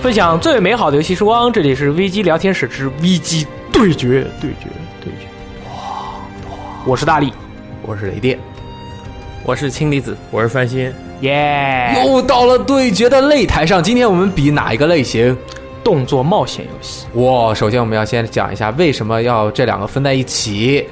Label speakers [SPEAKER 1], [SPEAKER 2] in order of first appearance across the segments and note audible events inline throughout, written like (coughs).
[SPEAKER 1] 分享最美好的游戏时光，这里是 VG 聊天室之 VG 对决，对决，对决。我是大力，
[SPEAKER 2] 我是雷电，
[SPEAKER 3] 我是氢离子，
[SPEAKER 4] 我是翻新，
[SPEAKER 1] 耶、
[SPEAKER 2] 又到了对决的擂台上。今天我们比哪一个类型？
[SPEAKER 1] 动作冒险游戏，
[SPEAKER 2] 哇，首先我们要先讲一下为什么要这两个分在一起。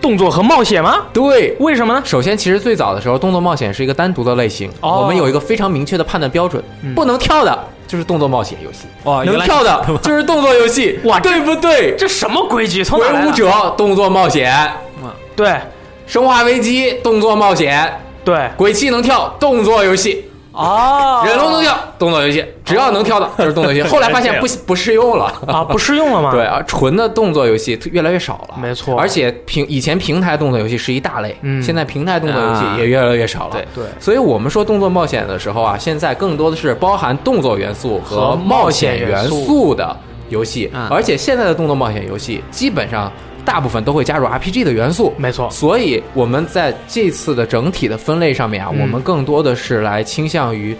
[SPEAKER 1] 动作和冒险吗？
[SPEAKER 2] 对，
[SPEAKER 1] 为什么呢？
[SPEAKER 2] 首先其实最早的时候，动作冒险是一个单独的类型，
[SPEAKER 1] 哦
[SPEAKER 2] 我们有一个非常明确的判断标准，不能跳的就是动作冒险游戏，啊
[SPEAKER 3] 哦原
[SPEAKER 2] 能
[SPEAKER 3] 来是
[SPEAKER 2] 跳的就是动作游戏，
[SPEAKER 1] 哇这
[SPEAKER 2] 对不对？
[SPEAKER 1] 这什么规矩？从哪来
[SPEAKER 2] 鬼
[SPEAKER 1] 的
[SPEAKER 2] 武者动作冒险，
[SPEAKER 1] 对
[SPEAKER 2] 生化危机动作冒险，
[SPEAKER 1] 对
[SPEAKER 2] 鬼泣能跳动作游戏，
[SPEAKER 1] 哦，
[SPEAKER 2] 忍龙能跳动作游戏，只要能跳的就是动
[SPEAKER 1] (laughs)
[SPEAKER 2] 作游戏。后来发现不不适用了。
[SPEAKER 1] 啊，不适用了吗？
[SPEAKER 2] 对啊，纯的动作游戏越来越少了，
[SPEAKER 1] 没错
[SPEAKER 2] 而且平以前平台动作游戏是一大类，
[SPEAKER 1] 嗯
[SPEAKER 2] 现在平台动作游戏
[SPEAKER 3] 啊
[SPEAKER 2] 也越来越少了。
[SPEAKER 3] 对
[SPEAKER 1] 对
[SPEAKER 2] 所以我们说动作冒险的时候啊，现在更多的是包含动作元素和
[SPEAKER 1] 和
[SPEAKER 2] 冒
[SPEAKER 1] 冒
[SPEAKER 2] 险
[SPEAKER 1] 险
[SPEAKER 2] 元
[SPEAKER 1] 元素
[SPEAKER 2] 素的游戏
[SPEAKER 3] 嗯，
[SPEAKER 2] 而且现在的动作冒险游戏基本上大部分都会加入 RPG 的元素。
[SPEAKER 1] 没错
[SPEAKER 2] 所以我们在这次的整体的分类上面啊，
[SPEAKER 1] 嗯
[SPEAKER 2] 我们更多的是来倾向于。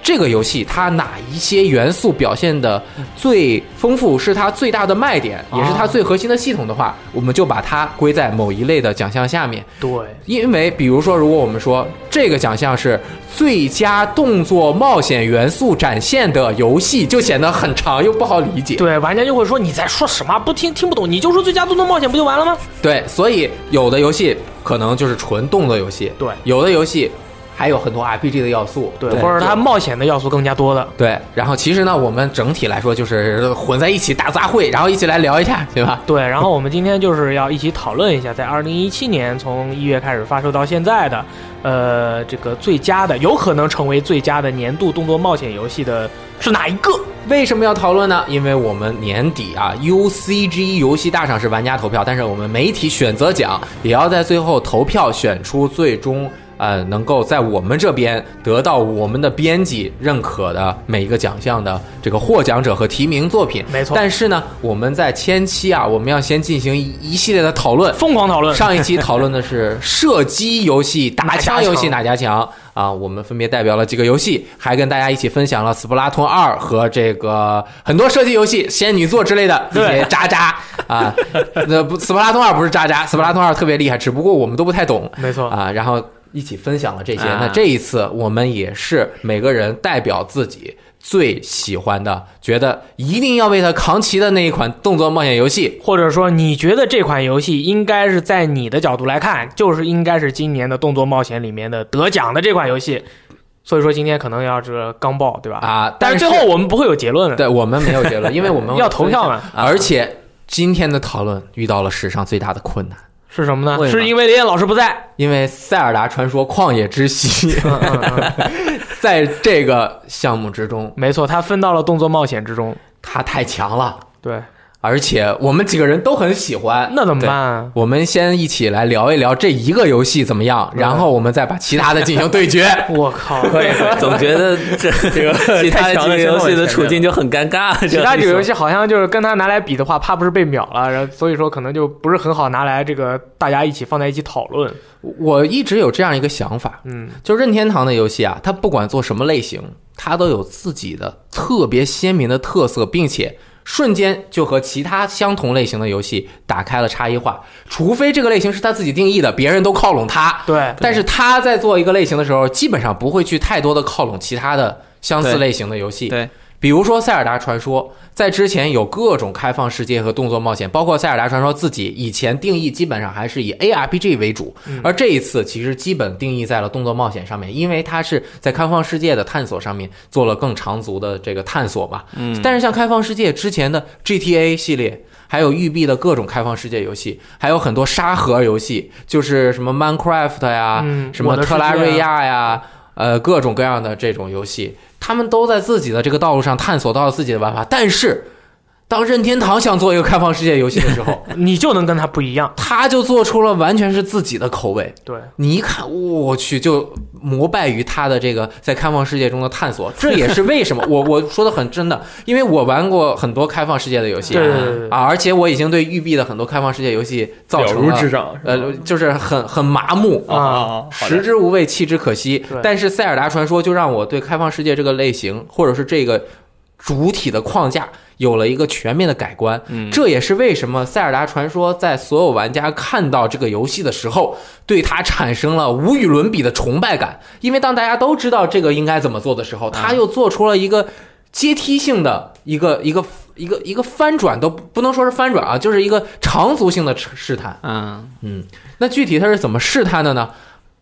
[SPEAKER 2] 这个游戏它哪一些元素表现的最丰富，是它最大的卖点，也是它最核心的系统的话，我们就把它归在某一类的奖项下面。
[SPEAKER 1] 对，
[SPEAKER 2] 因为比如说，如果我们说这个奖项是最佳动作冒险元素展现的游戏，就显得很长又不好理解。
[SPEAKER 1] 对，玩家就会说你在说什么？不听听不懂，你就说最佳动作冒险不就完了吗？
[SPEAKER 2] 对，所以有的游戏可能就是纯动作游戏，
[SPEAKER 1] 对
[SPEAKER 2] 有的游戏还有很多 RPG 的要素，
[SPEAKER 1] 对，或者它冒险的要素更加多的。
[SPEAKER 2] 对。然后其实呢，我们整体来说就是混在一起大杂烩，然后一起来聊一下，对吧？
[SPEAKER 1] 对，然后我们今天就是要一起讨论一下，在二零一七年从一月开始发售到现在的，呃，这个最佳的有可能成为最佳的年度动作冒险游戏的是哪一个？
[SPEAKER 2] 为什么要讨论呢？因为我们年底啊，UCG 游戏大赏是玩家投票，但是我们媒体选择奖也要在最后投票选出最终呃能够在我们这边得到我们的编辑认可的每一个奖项的这个获奖者和提名作品。
[SPEAKER 1] 没错
[SPEAKER 2] 但是呢，我们在前期啊，我们要先进行一一系列的讨论。
[SPEAKER 1] 疯狂讨论。
[SPEAKER 2] (laughs) 上一期讨论的是射击游戏、打枪游戏哪家强啊？我们分别代表了几个游戏，还跟大家一起分享了《斯普拉通二》和这个很多射击游戏《仙女座》之类的这些渣渣啊。那不，《斯普拉通二》不是渣渣，《斯普拉通二》特别厉害，只不过我们都不太懂
[SPEAKER 1] 没错，
[SPEAKER 2] 啊。然后一起分享了这些。
[SPEAKER 3] 啊
[SPEAKER 2] 那这一次我们也是每个人代表自己。最喜欢的，觉得一定要为他扛旗的那一款动作冒险游戏，
[SPEAKER 1] 或者说你觉得这款游戏应该是在你的角度来看，就是应该是今年的动作冒险里面的得奖的这款游戏。所以说今天可能要是刚爆，对吧？
[SPEAKER 2] 啊
[SPEAKER 1] 但
[SPEAKER 2] 但
[SPEAKER 1] 是
[SPEAKER 2] 是
[SPEAKER 1] 最后我们不会有结论的，
[SPEAKER 2] (laughs) 对我们没有结论，因为我们
[SPEAKER 1] (laughs) 要投票嘛。
[SPEAKER 2] 而且今天的讨论遇到了史上最大的困难，
[SPEAKER 1] 是什么呢？
[SPEAKER 3] 为什么
[SPEAKER 1] 是因为雷燕老师不在。
[SPEAKER 2] 因为《塞尔达传说：旷野之息》 (laughs)
[SPEAKER 1] 嗯嗯嗯，
[SPEAKER 2] 在这个项目之中，
[SPEAKER 1] 没错，他分到了动作冒险之中。
[SPEAKER 2] 它太强了，
[SPEAKER 1] 对，
[SPEAKER 2] 而且我们几个人都很喜欢。
[SPEAKER 1] 那怎么办、啊？
[SPEAKER 2] 我们先一起来聊一聊这一个游戏怎么样，然后我们再把其他的进行对决。
[SPEAKER 1] 我
[SPEAKER 3] (laughs)
[SPEAKER 1] 靠！ (laughs)
[SPEAKER 3] 总觉得这 (laughs) 这个其他
[SPEAKER 4] 太强
[SPEAKER 3] 几
[SPEAKER 4] 了
[SPEAKER 3] 个
[SPEAKER 4] 先
[SPEAKER 3] 游
[SPEAKER 4] 往
[SPEAKER 3] 戏的
[SPEAKER 4] 前
[SPEAKER 3] 处
[SPEAKER 4] 面
[SPEAKER 3] 境就很尴尬。
[SPEAKER 1] 其他几个游戏好像就是跟他拿来比的话，怕不是被秒了，然后所以说可能就不是很好拿来这个大家一起放在一起讨论。
[SPEAKER 2] 我一直有这样一个想法，
[SPEAKER 1] 嗯，
[SPEAKER 2] 就任天堂的游戏啊，它不管做什么类型，它都有自己的特别鲜明的特色，并且瞬间就和其他相同类型的游戏打开了差异化。除非这个类型是他自己定义的，别人都靠拢它。
[SPEAKER 1] 对，
[SPEAKER 3] 啊
[SPEAKER 2] 但是他在做一个类型的时候，基本上不会去太多的靠拢其他的相似
[SPEAKER 3] 对
[SPEAKER 2] 类型的游戏。
[SPEAKER 3] 对，
[SPEAKER 2] 比如说《塞尔达传说》，在之前有各种开放世界和动作冒险，包括《塞尔达传说》自己以前定义基本上还是以 ARPG 为主，而这一次其实基本定义在了动作冒险上面，因为它是在开放世界的探索上面做了更长足的这个探索嘛。嗯，但是像开放世界之前的 GTA 系列。还有育碧的各种开放世界游戏，还有很多沙盒游戏，就是什么 Minecraft 呀，
[SPEAKER 1] 嗯
[SPEAKER 2] 什么
[SPEAKER 1] 我的世界
[SPEAKER 2] 特
[SPEAKER 1] 啊
[SPEAKER 2] 拉瑞亚呀，呃，各种各样的这种游戏，他们都在自己的这个道路上探索到了自己的玩法。但是，当任天堂想做一个开放世界游戏的时
[SPEAKER 1] (laughs)
[SPEAKER 2] 候，
[SPEAKER 1] 你就能跟他不一样。
[SPEAKER 2] 他就做出了完全是自己的口味。
[SPEAKER 1] 对，
[SPEAKER 2] 你一看，我去，就膜拜于他的这个在开放世界中的探索。这也是为
[SPEAKER 1] (laughs)
[SPEAKER 2] 什么我我说的很真的，因为我玩过很多开放世界的游戏，
[SPEAKER 1] 对对对对
[SPEAKER 2] 啊，而且我已经对育碧的很多开放世界游戏造
[SPEAKER 4] 了
[SPEAKER 2] 成
[SPEAKER 4] 如指
[SPEAKER 2] 了
[SPEAKER 4] 掌。
[SPEAKER 2] 呃，就是很很麻木
[SPEAKER 3] 呃
[SPEAKER 1] 啊
[SPEAKER 4] 啊，好的
[SPEAKER 2] 食之无味，弃之可惜
[SPEAKER 1] 对。
[SPEAKER 2] 但是《塞尔达传说》就让我对开放世界这个类型，或者是这个主体的框架有了一个全面的改观。
[SPEAKER 3] 嗯
[SPEAKER 2] 这也是为什么《塞尔达传说》在所有玩家看到这个游戏的时候，对它产生了无与伦比的崇拜感。因为当大家都知道这个应该怎么做的时候，他又做出了一个阶梯性的一个一个一个一个翻转，都不不能说是翻转啊，就是一个长足性的试探。
[SPEAKER 3] 嗯
[SPEAKER 2] 嗯，那具体它是怎么试探的呢？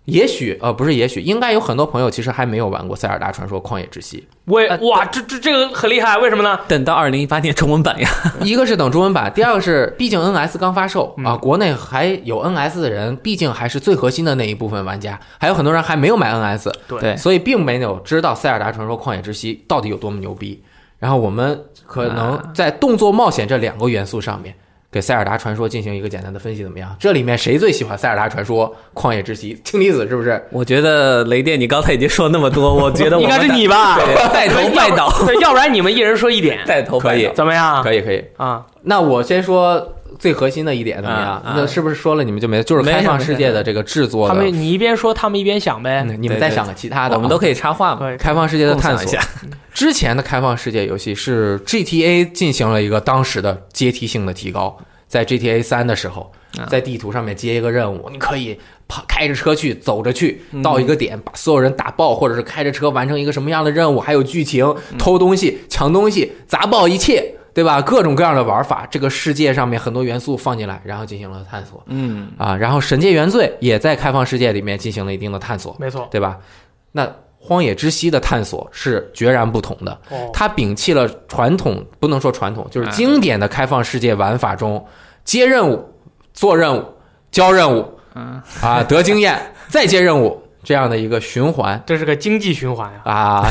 [SPEAKER 2] 也许呃，不是，也许应该有很多朋友其实还没有玩过《塞尔达传说：旷野之息 (laughs)
[SPEAKER 1] 我也
[SPEAKER 3] 呃
[SPEAKER 1] 哇，这这这个很厉害，为什么呢？
[SPEAKER 3] 等到二零一八年中文版呀，》，
[SPEAKER 2] 一个是等中文版，第二个是毕竟 NS 刚发售啊，国内还有 NS 的人，毕竟还是最核心的那一部分玩家，还有很多人还没有买 NS，
[SPEAKER 3] 对
[SPEAKER 2] 所以并没有知道《塞尔达传说：旷野之息》到底有多么牛逼。然后我们可能在动作冒险这两个元素上面，给《塞尔达传说》进行一个简单的分析，怎么样？这里面谁最喜欢《塞尔达传说：旷野之息》？氢离子是不是？
[SPEAKER 3] 我觉得雷电，你刚才已经说那么多，我 (laughs) 觉得我
[SPEAKER 1] 应
[SPEAKER 3] 们
[SPEAKER 1] 该是你吧？
[SPEAKER 3] 带带头
[SPEAKER 1] 要
[SPEAKER 3] 拜倒，
[SPEAKER 1] 对，要不然你们一人说一点，
[SPEAKER 3] (laughs) 带头拜
[SPEAKER 2] 可以
[SPEAKER 3] 倒。
[SPEAKER 1] 怎么样？
[SPEAKER 2] 可以，可以。
[SPEAKER 1] 啊，
[SPEAKER 2] 那我先说最核心的一点怎么样
[SPEAKER 3] 啊？啊
[SPEAKER 2] 那是不是说了你们就没？就是开放世界的这个制作
[SPEAKER 1] 他
[SPEAKER 2] 的，
[SPEAKER 1] 们你一边说，他们一边想呗。
[SPEAKER 2] 嗯你们再想个其他的啊，
[SPEAKER 3] 我们都可以插话嘛，
[SPEAKER 1] 可以
[SPEAKER 2] 开放世界的探
[SPEAKER 3] 共
[SPEAKER 2] 索
[SPEAKER 3] 享一。
[SPEAKER 2] 之前的开放世界游戏是 GTA 进行了一个当时的阶梯性的提高，在 GTA 三的时候
[SPEAKER 3] 啊，
[SPEAKER 2] 在地图上面接一个任务，你可以跑开着车去，走着去，到一个点把所有人打爆，或者是开着车完成一个什么样的任务，还有剧情、偷东西、抢东西、砸爆一切。对吧？各种各样的玩法，这个世界上面很多元素放进来，然后进行了探索
[SPEAKER 3] 嗯，
[SPEAKER 2] 啊。然后《神界原罪》也在开放世界里面进行了一定的探索，
[SPEAKER 1] 没错，
[SPEAKER 2] 对吧？那《荒野之息》的探索是决然不同的，
[SPEAKER 3] 嗯
[SPEAKER 1] 哦，
[SPEAKER 2] 它摒弃了传统，不能说传统，就是经典的开放世界玩法中接任务、做任务、交任务，
[SPEAKER 3] 嗯
[SPEAKER 2] 啊，得经验，再接任务这样的一个循环
[SPEAKER 1] 这是个经济循环呀。
[SPEAKER 2] 啊，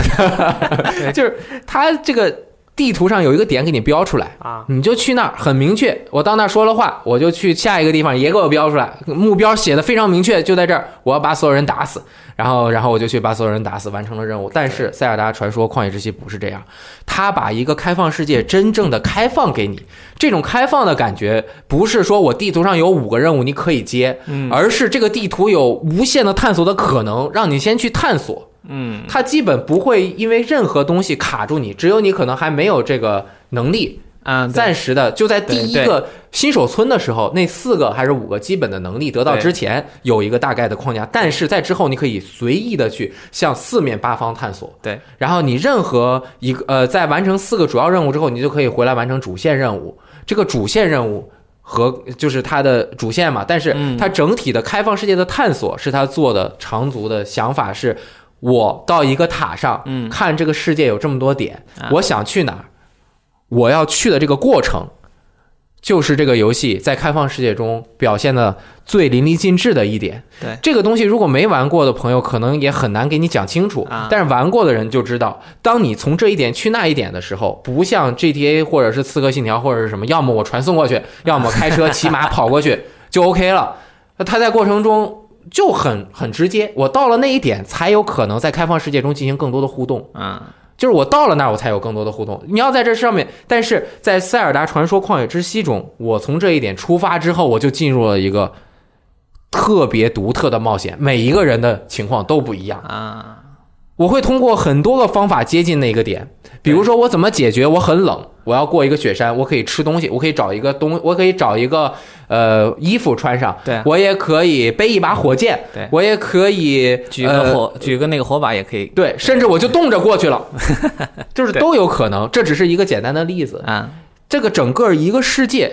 [SPEAKER 2] (laughs) 就是它这个地图上有一个点给你标出来。
[SPEAKER 1] 啊，
[SPEAKER 2] 你就去那儿，很明确。我到那儿说了话，我就去下一个地方，也给我标出来，目标写的非常明确，就在这儿，我要把所有人打死。然后，然后我就去把所有人打死，完成了任务。但是《塞尔达传说：旷野之息》不是这样，它把一个开放世界真正的开放给你，这种开放的感觉，不是说我地图上有五个任务你可以接，
[SPEAKER 3] 嗯
[SPEAKER 2] 而是这个地图有无限的探索的可能，让你先去探索。
[SPEAKER 3] 嗯
[SPEAKER 2] 它基本不会因为任何东西卡住你，只有你可能还没有这个能力，
[SPEAKER 3] 啊，对
[SPEAKER 2] 暂时的就在第一
[SPEAKER 3] 对
[SPEAKER 2] 个新手村的时候，那四个还是五个基本的能力得到之前，有一个大概的框架，但是在之后你可以随意的去向四面八方探索。
[SPEAKER 3] 对，
[SPEAKER 2] 然后你任何一个呃，在完成四个主要任务之后，你就可以回来完成主线任务。这个主线任务。和就是它的主线嘛，但是
[SPEAKER 3] 嗯
[SPEAKER 2] 它整体的开放世界的探索是它做的长足的想法是，我到一个塔上，
[SPEAKER 3] 嗯
[SPEAKER 2] 看这个世界有这么多点，
[SPEAKER 3] 啊
[SPEAKER 2] 我想去哪儿，我要去的这个过程，就是这个游戏在开放世界中表现的最淋漓尽致的一点。
[SPEAKER 3] 对
[SPEAKER 2] 这个东西，如果没玩过的朋友，可能也很难给你讲清楚。
[SPEAKER 3] 啊
[SPEAKER 2] 但是玩过的人就知道，当你从这一点去那一点的时候，不像 GTA 或者是刺客信条或者是什么，要么我传送
[SPEAKER 3] (laughs)
[SPEAKER 2] 过去，要么开车骑马跑过去就 OK 了。那它在过程中。就很很直接，我到了那一点，才有可能在开放世界中进行更多的互动。
[SPEAKER 3] 嗯
[SPEAKER 2] 就是我到了那儿，我才有更多的互动。你要在这上面，但是在《塞尔达传说：旷野之息》中，我从这一点出发之后，我就进入了一个特别独特的冒险。每一个人的情况都不一样，
[SPEAKER 3] 啊，
[SPEAKER 2] 我会通过很多个方法接近那个点。比如说，我怎么解决我很冷，我要过一个雪山，我可以吃东西，我可以找一个东，我可以找一个呃衣服穿上，
[SPEAKER 3] 对
[SPEAKER 2] 我也可以背一把火箭，
[SPEAKER 3] 对
[SPEAKER 2] 我也可以
[SPEAKER 3] 举
[SPEAKER 2] 呃
[SPEAKER 3] 个火，举个那个火把也可以
[SPEAKER 2] 对，甚至我就冻着
[SPEAKER 1] (laughs)
[SPEAKER 2] 过去了，就是
[SPEAKER 3] 对
[SPEAKER 2] 都有可能。这只是一个简单的例子。
[SPEAKER 3] 啊，
[SPEAKER 2] 这个整个一个世界，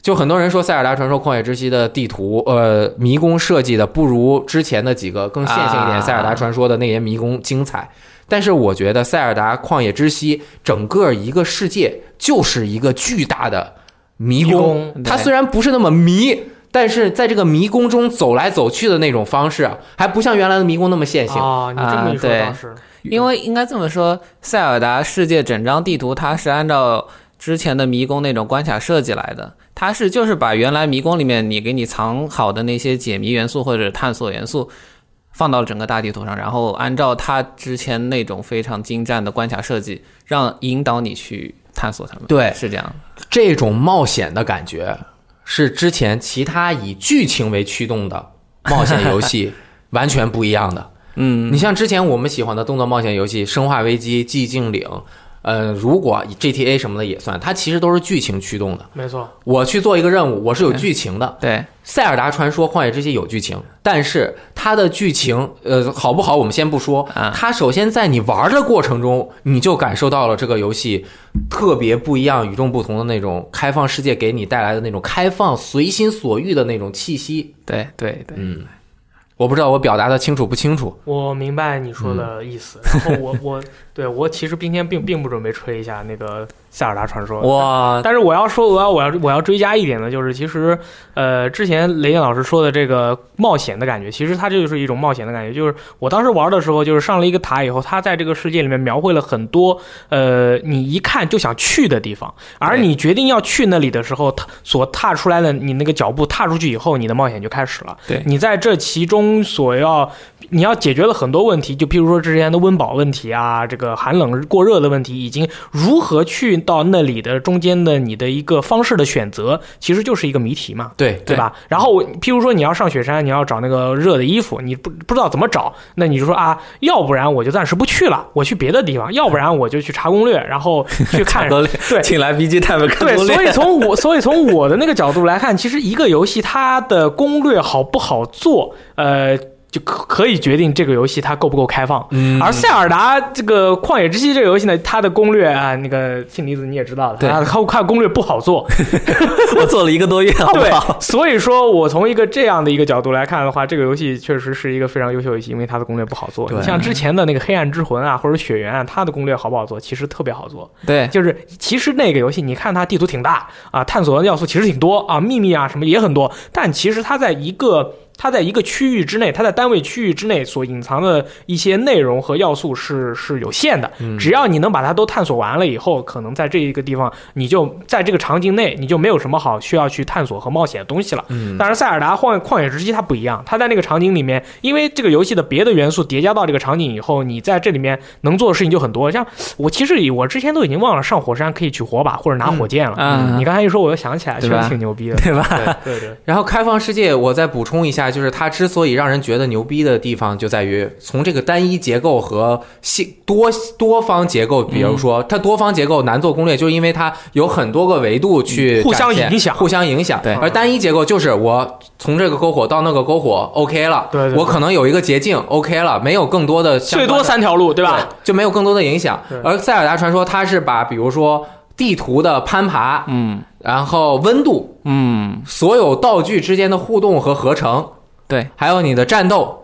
[SPEAKER 2] 就很多人说《塞尔达传说：旷野之息》的地图，呃，迷宫设计的不如之前的几个更线性一点，
[SPEAKER 3] 啊
[SPEAKER 2] 塞尔达传说》的那些迷宫精彩。但是我觉得《塞尔达：旷野之息》整个一个世界就是一个巨大的迷
[SPEAKER 1] 迷
[SPEAKER 2] 宫，
[SPEAKER 1] 宫
[SPEAKER 2] 它
[SPEAKER 3] 对
[SPEAKER 2] 虽然不是那么迷。但是在这个迷宫中走来走去的那种方式啊，还不像原来的迷宫那么线性。
[SPEAKER 1] 啊，你这么一说
[SPEAKER 3] 啊
[SPEAKER 1] 倒是，
[SPEAKER 3] 因为应该这么说，塞尔达世界整张地图它是按照之前的迷宫那种关卡设计来的，它是就是把原来迷宫里面你给你藏好的那些解谜元素或者探索元素。放到整个大地图上，然后按照它之前那种非常精湛的关卡设计，让引导你去探索它们。
[SPEAKER 2] 对
[SPEAKER 3] 是这样。
[SPEAKER 2] 这种冒险的感觉，是之前其他以剧情为驱动的冒险游
[SPEAKER 3] (laughs)
[SPEAKER 2] 戏完全不一样的。
[SPEAKER 3] 嗯，
[SPEAKER 2] 你像之前我们喜欢的动作冒险游戏《生化危机》《寂静岭》呃，如果 GTA 什么的也算，它其实都是剧情驱动的。
[SPEAKER 1] 没错，
[SPEAKER 2] 我去做一个任务，我是有剧情的。
[SPEAKER 3] 对，
[SPEAKER 2] 塞尔达传说、旷野之息有剧情，但是它的剧情，呃，好不好我们先不说
[SPEAKER 3] 啊。
[SPEAKER 2] 它首先在你玩的过程中，你就感受到了这个游戏特别不一样、与众不同的那种开放世界给你带来的那种开放、随心所欲的那种气息。
[SPEAKER 3] 对，对，对，
[SPEAKER 2] 嗯，我不知道我表达的清楚不清楚。
[SPEAKER 1] 我明白你说的意思。然后我我对我其实今天并并不准备吹一下那个《塞尔达传
[SPEAKER 2] (laughs)
[SPEAKER 1] 说》，
[SPEAKER 2] 哇，
[SPEAKER 1] 但是我要说，我要我要我要追加一点的就是，其实，呃，之前雷电老师说的这个冒险的感觉，其实它就是一种冒险的感觉。就是我当时玩的时候，就是上了一个塔以后，它在这个世界里面描绘了很多，呃，你一看就想去的地方，而
[SPEAKER 2] 对
[SPEAKER 1] 你决定要去那里的时候，它所踏出来的你那个脚步踏出去以后，你的冒险就开始了。
[SPEAKER 3] 对
[SPEAKER 1] 你在这其中所要你要解决了很多问题，就譬如说之前的温饱问题啊，这个寒冷过热的问题，以及如何去到那里的中间的你的一个方式的选择，其实就是一个谜题嘛。
[SPEAKER 2] 对
[SPEAKER 1] 对吧？然后我譬如说你要上雪山，你要找那个热的衣服，你不不知道怎么找，那你就说啊，要不然我就暂时不去了，我去别的地方；要不然我就去查攻略，然后
[SPEAKER 3] (laughs)
[SPEAKER 1] 去看
[SPEAKER 3] 多
[SPEAKER 1] 对
[SPEAKER 3] 请来 BG Time 看
[SPEAKER 1] (laughs) 对，
[SPEAKER 3] 攻略
[SPEAKER 1] 所以从我所以从我的那个角度来看，其实一个游戏它的攻略好不好做，呃，就可可以决定这个游戏它够不够开放。
[SPEAKER 2] 嗯，
[SPEAKER 1] 而塞尔达这个旷野之息这个游戏呢，它的攻略啊，那个信离子你也知道的，
[SPEAKER 2] 对
[SPEAKER 1] 它它它攻略不好
[SPEAKER 2] (laughs)
[SPEAKER 1] 做，
[SPEAKER 3] 我做了一个多月，好不好？
[SPEAKER 1] 对，所以说我从一个这样的一个角度来看的话，这个游戏确实是一个非常优秀的游戏，因为它的攻略不好做。
[SPEAKER 2] 对嗯
[SPEAKER 1] 你像之前的那个《黑暗之魂》啊，或者《雪原》啊，它的攻略好不好做？其实特别好做。
[SPEAKER 3] 对，
[SPEAKER 1] 就是其实那个游戏，你看它地图挺大啊，探索的要素其实挺多啊，秘密啊什么也很多，但其实它在一个它在一个区域之内，它在单位区域之内所隐藏的一些内容和要素是是有限的。只要你能把它都探索完了以后，可能在这一个地方，你就在这个场景内，你就没有什么好需要去探索和冒险的东西了。
[SPEAKER 2] 嗯，
[SPEAKER 1] 但是塞尔达旷旷野之息它不一样，它在那个场景里面，因为这个游戏的别的元素叠加到这个场景以后，你在这里面能做的事情就很多。像我其实以我之前都已经忘了上火山可以取火把或者拿火箭了。
[SPEAKER 3] 嗯
[SPEAKER 1] 你，刚才一说，我又想起来，确
[SPEAKER 3] 对
[SPEAKER 1] 实
[SPEAKER 3] 吧
[SPEAKER 1] 挺牛逼的。
[SPEAKER 3] 对吧？
[SPEAKER 1] 对对，
[SPEAKER 2] 然后开放世界，我再补充一下，就是它之所以让人觉得牛逼的地方，就在于从这个单一结构和系多多方结构，比如
[SPEAKER 1] 嗯
[SPEAKER 2] 说、它多方结构难做攻略，就是因为它有很多个维度去
[SPEAKER 1] 互相
[SPEAKER 2] 展现
[SPEAKER 1] 影响
[SPEAKER 2] 互相影响。
[SPEAKER 3] 对
[SPEAKER 2] 而单一结构就是我从这个篝火到那个篝火，OK 了，
[SPEAKER 1] 对对对
[SPEAKER 2] 我可能有一个捷径，OK 了，没有更多的相
[SPEAKER 1] 最
[SPEAKER 2] 关
[SPEAKER 1] 多
[SPEAKER 2] 的
[SPEAKER 1] 三条路，对
[SPEAKER 2] 对
[SPEAKER 1] 吧？？
[SPEAKER 2] 就没有更多的影响
[SPEAKER 1] 对。
[SPEAKER 2] 而《塞尔达传说》它是把比如说地图的攀爬，
[SPEAKER 3] 嗯
[SPEAKER 2] 然后温度。
[SPEAKER 3] 嗯，
[SPEAKER 2] 所有道具之间的互动和合成，
[SPEAKER 3] 对，
[SPEAKER 2] 还有你的战斗，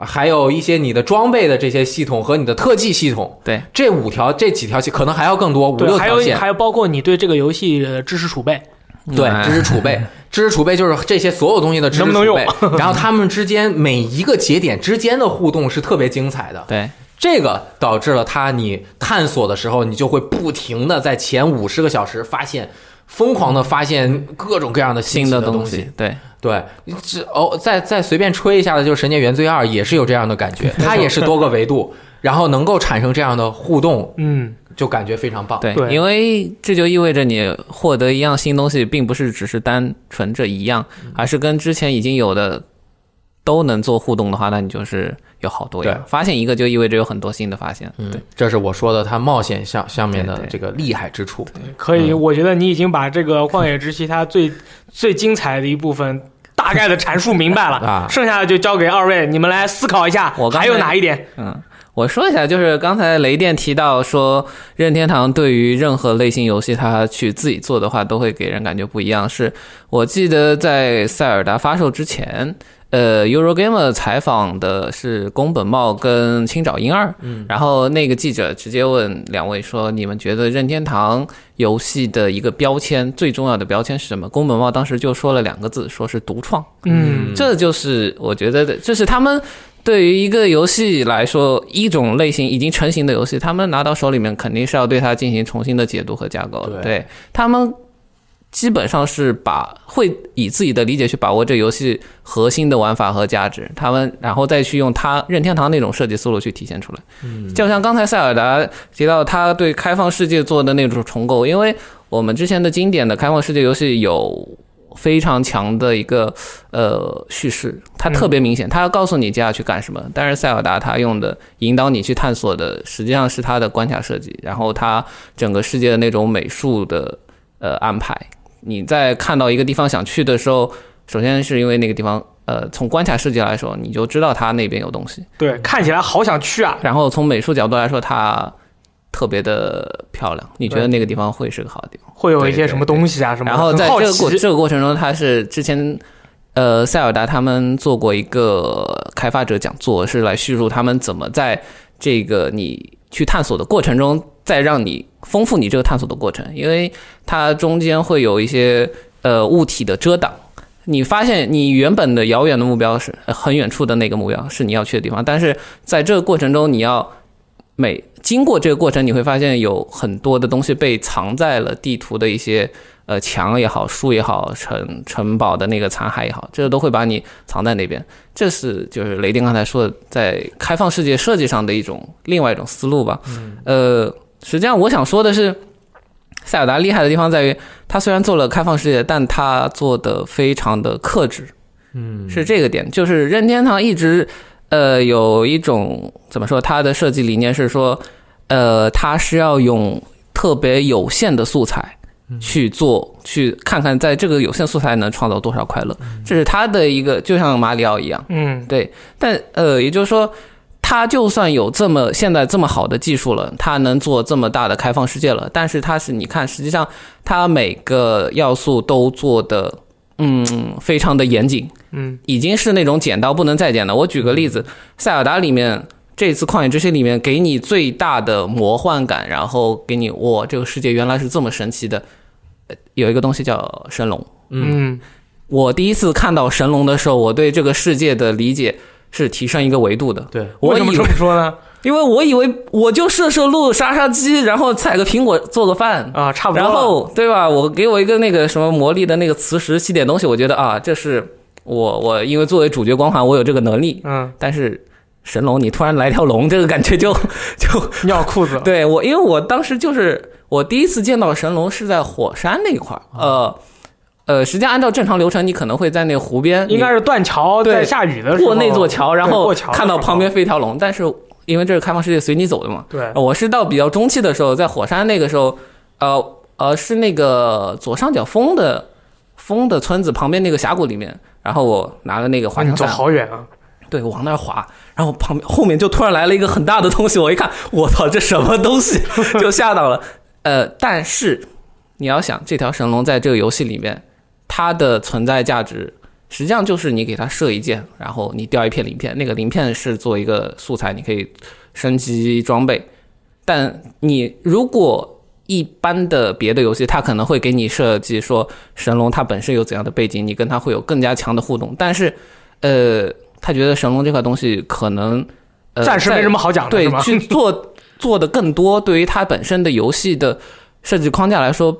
[SPEAKER 2] 还有一些你的装备的这些系统和你的特技系统，
[SPEAKER 3] 对，
[SPEAKER 2] 这五条这几条线可能还要更多，五
[SPEAKER 1] 对，
[SPEAKER 2] 六
[SPEAKER 1] 还
[SPEAKER 2] 条
[SPEAKER 1] 有
[SPEAKER 2] 线，
[SPEAKER 1] 还有包括你对这个游戏的知识储备，
[SPEAKER 2] 对
[SPEAKER 3] 嗯，
[SPEAKER 2] 知识储备，知识储备就是这些所有东西的知识储
[SPEAKER 1] 能
[SPEAKER 2] 备，
[SPEAKER 1] 不能用
[SPEAKER 2] 然后他们之间每一个节点之间的互动是特别精彩的，
[SPEAKER 3] 对，
[SPEAKER 2] 这个导致了它你探索的时候，你就会不停的在前五十个小时发现。疯狂的发现各种各样的
[SPEAKER 3] 新
[SPEAKER 2] 奇
[SPEAKER 3] 的
[SPEAKER 2] 的
[SPEAKER 3] 东
[SPEAKER 2] 西，
[SPEAKER 3] 西，对，
[SPEAKER 2] 对，这哦，再再随便吹一下的，就是《神界原罪二》也是有这样的感 (laughs) 觉，它也是多个维 (laughs) 度，然后能够产生这样的互动，
[SPEAKER 1] 嗯，
[SPEAKER 2] 就感觉非常棒。
[SPEAKER 3] 对，
[SPEAKER 1] 对
[SPEAKER 3] 因为这就意味着你获得一样新东西，并不是只是单纯这一样，而是跟之前已经有的都能做互动的话，那你就是有好多样。
[SPEAKER 2] 对
[SPEAKER 3] 发现一个就意味着有很多新的发现。
[SPEAKER 2] 嗯
[SPEAKER 3] 对，
[SPEAKER 2] 这是我说的它冒险项上面的
[SPEAKER 3] 对对
[SPEAKER 2] 这个厉害之处。
[SPEAKER 1] 可以。我觉得你已经把这个《旷野之息》它最最精彩的一部分。大概的阐述明白了，
[SPEAKER 2] 啊
[SPEAKER 1] 剩下的就交给二位，你们来思考一下，
[SPEAKER 3] 我刚
[SPEAKER 1] 还
[SPEAKER 3] 才
[SPEAKER 1] 有哪一点？
[SPEAKER 3] 嗯，我说一下，就是刚才雷电提到说，任天堂对于任何类型游戏，它去自己做的话，都会给人感觉不一样。是我记得在塞尔达发售之前。呃，Eurogamer 采访的是宫本茂跟青沼英二，嗯，然后那个记者直接问两位说：“你们觉得任天堂游戏的一个标签最重要的标签是什么？”宫本茂当时就说了两个字，说是独创。
[SPEAKER 1] 嗯，
[SPEAKER 3] 这就是我觉得的，这是他们对于一个游戏来说，一种类型已经成型的游戏，他们拿到手里面肯定是要对它进行重新的解读和架构的。
[SPEAKER 2] 对
[SPEAKER 3] 对他们基本上是把会以自己的理解去把握这游戏核心的玩法和价值，他们然后再去用他任天堂那种设计思路去体现出来。嗯，就像刚才塞尔达提到他对开放世界做的那种重构，因为我们之前的经典的开放世界游戏有非常强的一个呃叙事，它特别明显，它要告诉你接下来去干什么。但是塞尔达它用的引导你去探索的，实际上是它的关卡设计，然后它整个世界的那种美术的呃安排。你在看到一个地方想去的时候，首先是因为那个地方呃从关卡设计来说，你就知道它那边有东西。
[SPEAKER 1] 对，看起来好想去啊！
[SPEAKER 3] 然后从美术角度来说，它特别的漂亮。你觉得那个地方会是个好地方？
[SPEAKER 1] 会有一些什么东西啊什么的，
[SPEAKER 3] 然后
[SPEAKER 1] 很
[SPEAKER 3] 在
[SPEAKER 1] 好
[SPEAKER 3] 这个过
[SPEAKER 1] 奇
[SPEAKER 3] 这个过程中，它是之前呃塞尔达他们做过一个开发者讲座，是来叙述他们怎么在这个你去探索的过程中，再让你丰富你这个探索的过程，因为它中间会有一些呃物体的遮挡。你发现你原本的遥远的目标是呃很远处的那个目标是你要去的地方，但是在这个过程中，你要每经过这个过程，你会发现有很多的东西被藏在了地图的一些呃墙也好、树也好、城城堡的那个残骸也好，这都会把你藏在那边。这是就是雷丁刚才说的，在开放世界设计上的一种另外一种思路吧。呃，实际上我想说的是，塞尔达厉害的地方在于，他虽然做了开放世界，但他做的非常的克制。嗯，是这个点，就是任天堂一直呃有一种怎么说，它的设计理念是说，呃，它是要用特别有限的素材。去做，去看看在这个有限素材能创造多少快乐，这是他的一个，就像马里奥一样，
[SPEAKER 1] 嗯，
[SPEAKER 3] 对。但呃，也就是说，他就算有这么现在这么好的技术了，他能做这么大的开放世界了，但是他是你看，实际上他每个要素都做的，嗯，非常的严谨，
[SPEAKER 1] 嗯，
[SPEAKER 3] 已经是那种剪刀不能再剪的。我举个例子，塞尔达里面。这次旷野之心里面给你最大的魔幻感，然后给你哇，这个世界原来是这么神奇的，呃有一个东西叫神龙。
[SPEAKER 1] 嗯
[SPEAKER 3] 我第一次看到神龙的时候，我对这个世界的理解是提升一个维度的。
[SPEAKER 2] 对，
[SPEAKER 3] 我
[SPEAKER 1] 为什么
[SPEAKER 3] 以
[SPEAKER 1] 这
[SPEAKER 3] 为
[SPEAKER 1] 么，说呢？
[SPEAKER 3] 因为我以为我就射射鹿、杀杀鸡，然后采个苹果做个饭，
[SPEAKER 1] 啊，差不多
[SPEAKER 3] 然
[SPEAKER 1] 了。
[SPEAKER 3] 后对吧？我给我一个那个什么魔力的那个磁石吸点东西，我觉得啊，这是我我因为作为主角光环，我有这个能力。
[SPEAKER 1] 嗯，
[SPEAKER 3] 但是神龙，你突然来条龙，这个感觉就 (laughs) 就
[SPEAKER 1] 尿裤
[SPEAKER 3] (laughs)
[SPEAKER 1] 子。
[SPEAKER 3] 对我，因为我当时就是我第一次见到神龙是在火山那块儿，
[SPEAKER 1] 哦
[SPEAKER 3] 呃，呃，实际上按照正常流程，你可能会在那湖边，
[SPEAKER 1] 应该是断桥
[SPEAKER 3] 对
[SPEAKER 1] 在下雨的
[SPEAKER 3] 你
[SPEAKER 1] 时候
[SPEAKER 3] 过那座桥，然
[SPEAKER 1] 对
[SPEAKER 3] 后
[SPEAKER 1] 过桥的
[SPEAKER 3] 看到
[SPEAKER 1] 时候
[SPEAKER 3] 旁边飞一条龙，但是因为这是开放世界，随你走的嘛。呃
[SPEAKER 1] 对
[SPEAKER 3] 我是到比较中期的时候，在火山那个时候，呃呃，是那个左上角风的风的村子旁边那个峡谷里面，然后我拿了那个
[SPEAKER 1] 哇
[SPEAKER 3] 滑
[SPEAKER 1] 你
[SPEAKER 3] 翔
[SPEAKER 1] 走
[SPEAKER 3] 伞，
[SPEAKER 1] 好远啊！
[SPEAKER 3] 对，往那儿滑，然后旁边后面就突然来了一个很大的东西，我一看，我操，这什么东西， (laughs) 就吓到了。呃，但是你要想，这条神龙在这个游戏里面，它的存在价值实际上就是你给它射一箭，然后你掉一片鳞片，那个鳞片是做一个素材，你可以升级装备。但你如果一般的别的游戏，它可能会给你设计说神龙它本身有怎样的背景，你跟它会有更加强的互动。但是，呃，他觉得神龙这块东西可能，呃，
[SPEAKER 1] 暂时没
[SPEAKER 3] 在
[SPEAKER 1] 什么好讲的，
[SPEAKER 3] 对
[SPEAKER 1] 是吗？
[SPEAKER 3] 去做做的更多，对于它本身的游戏的设计框架来说，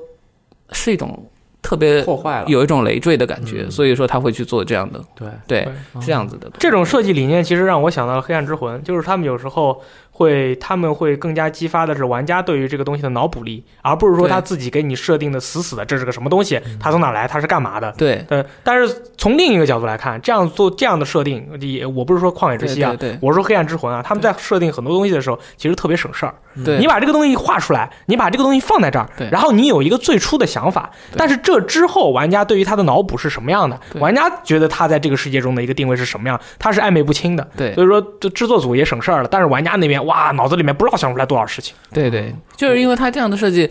[SPEAKER 3] 是一种特别
[SPEAKER 2] 破坏了。
[SPEAKER 3] 有一种累赘的感觉，所以说他会去做这样的，
[SPEAKER 2] 对，
[SPEAKER 3] 对
[SPEAKER 1] 对，
[SPEAKER 3] 是这样子的。
[SPEAKER 1] 这种设计理念其实让我想到了《黑暗之魂》，就是他们有时候会，他们会更加激发的是玩家对于这个东西的脑补力，而不是说
[SPEAKER 3] 对嗯
[SPEAKER 1] 他自己给你设定的死死的，这是个什么东西，它从哪来，它是干嘛的。
[SPEAKER 3] 对，
[SPEAKER 1] 呃，但是从另一个角度来看，这样做这样的设定，也我不是说旷野之息啊，
[SPEAKER 3] 对对对
[SPEAKER 1] 我是说黑暗之魂啊，他们在设定很多东西的时候，其实特别省事儿。
[SPEAKER 2] 嗯
[SPEAKER 3] 对，
[SPEAKER 1] 你把这个东西画出来，你把这个东西放在这儿
[SPEAKER 3] 对，
[SPEAKER 1] 然后你有一个最初的想法，
[SPEAKER 3] 对
[SPEAKER 1] 但是这之后玩家对于他的脑补是什么样的，
[SPEAKER 3] 对
[SPEAKER 1] 玩家觉得他在这个世界中的一个定位是什么样，他是暧昧不清的。
[SPEAKER 3] 对
[SPEAKER 1] 所以说这制作组也省事儿了，但是玩家那边哇，脑子里面不知道想出来多少事情。
[SPEAKER 3] 对对，就是因为它这样的设计，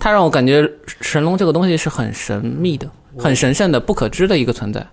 [SPEAKER 3] 它让我感觉神龙这个东西是很神秘的、很神圣的、不可知的一个存在。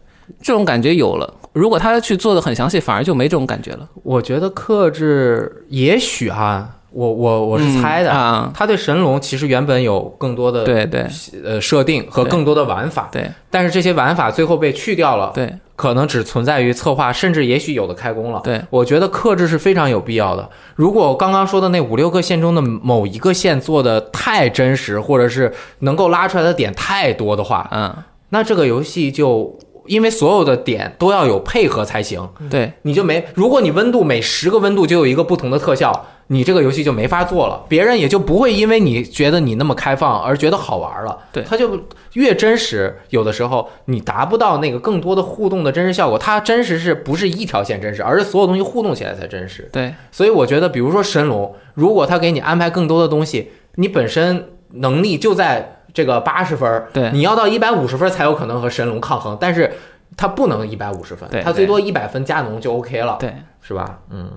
[SPEAKER 3] 这种感觉有了，如果他去做的很详细，反而就没这种感觉了。
[SPEAKER 2] 我觉得克制也许哈、我我我是猜的。
[SPEAKER 3] 嗯啊，
[SPEAKER 2] 他对神龙其实原本有更多的
[SPEAKER 3] 对对
[SPEAKER 2] 呃设定和
[SPEAKER 3] 对
[SPEAKER 2] 更多的玩法，
[SPEAKER 3] 对嗯
[SPEAKER 2] 但是这些玩法最后被去掉了，
[SPEAKER 3] 对
[SPEAKER 2] 可能只存在于策划，甚至也许有的开工了。
[SPEAKER 3] 对，
[SPEAKER 2] 我觉得克制是非常有必要的。如果我刚刚说的那五六个线中的某一个线做的太真实，或者是能够拉出来的点太多的话，
[SPEAKER 3] 嗯，
[SPEAKER 2] 那这个游戏就因为所有的点都要有配合才行，
[SPEAKER 3] 对
[SPEAKER 2] 你就没。如果你温度每十个温度就有一个不同的特效，你这个游戏就没法做了，别人也就不会因为你觉得你那么开放而觉得好玩了。
[SPEAKER 3] 对
[SPEAKER 2] 他就越真实，有的时候你达不到那个更多的互动的真实效果。它真实是不是一条线真实，而是所有东西互动起来才真实。
[SPEAKER 3] 对，
[SPEAKER 2] 所以我觉得，比如说神龙，如果他给你安排更多的东西，你本身能力就在这个八十分儿，
[SPEAKER 3] 对
[SPEAKER 2] 你要到一百五十分儿才有可能和神龙抗衡，但是他不能一百五十分
[SPEAKER 3] 对，
[SPEAKER 2] 他最多一百分加农就 OK 了，
[SPEAKER 3] 对，
[SPEAKER 2] 是吧？嗯，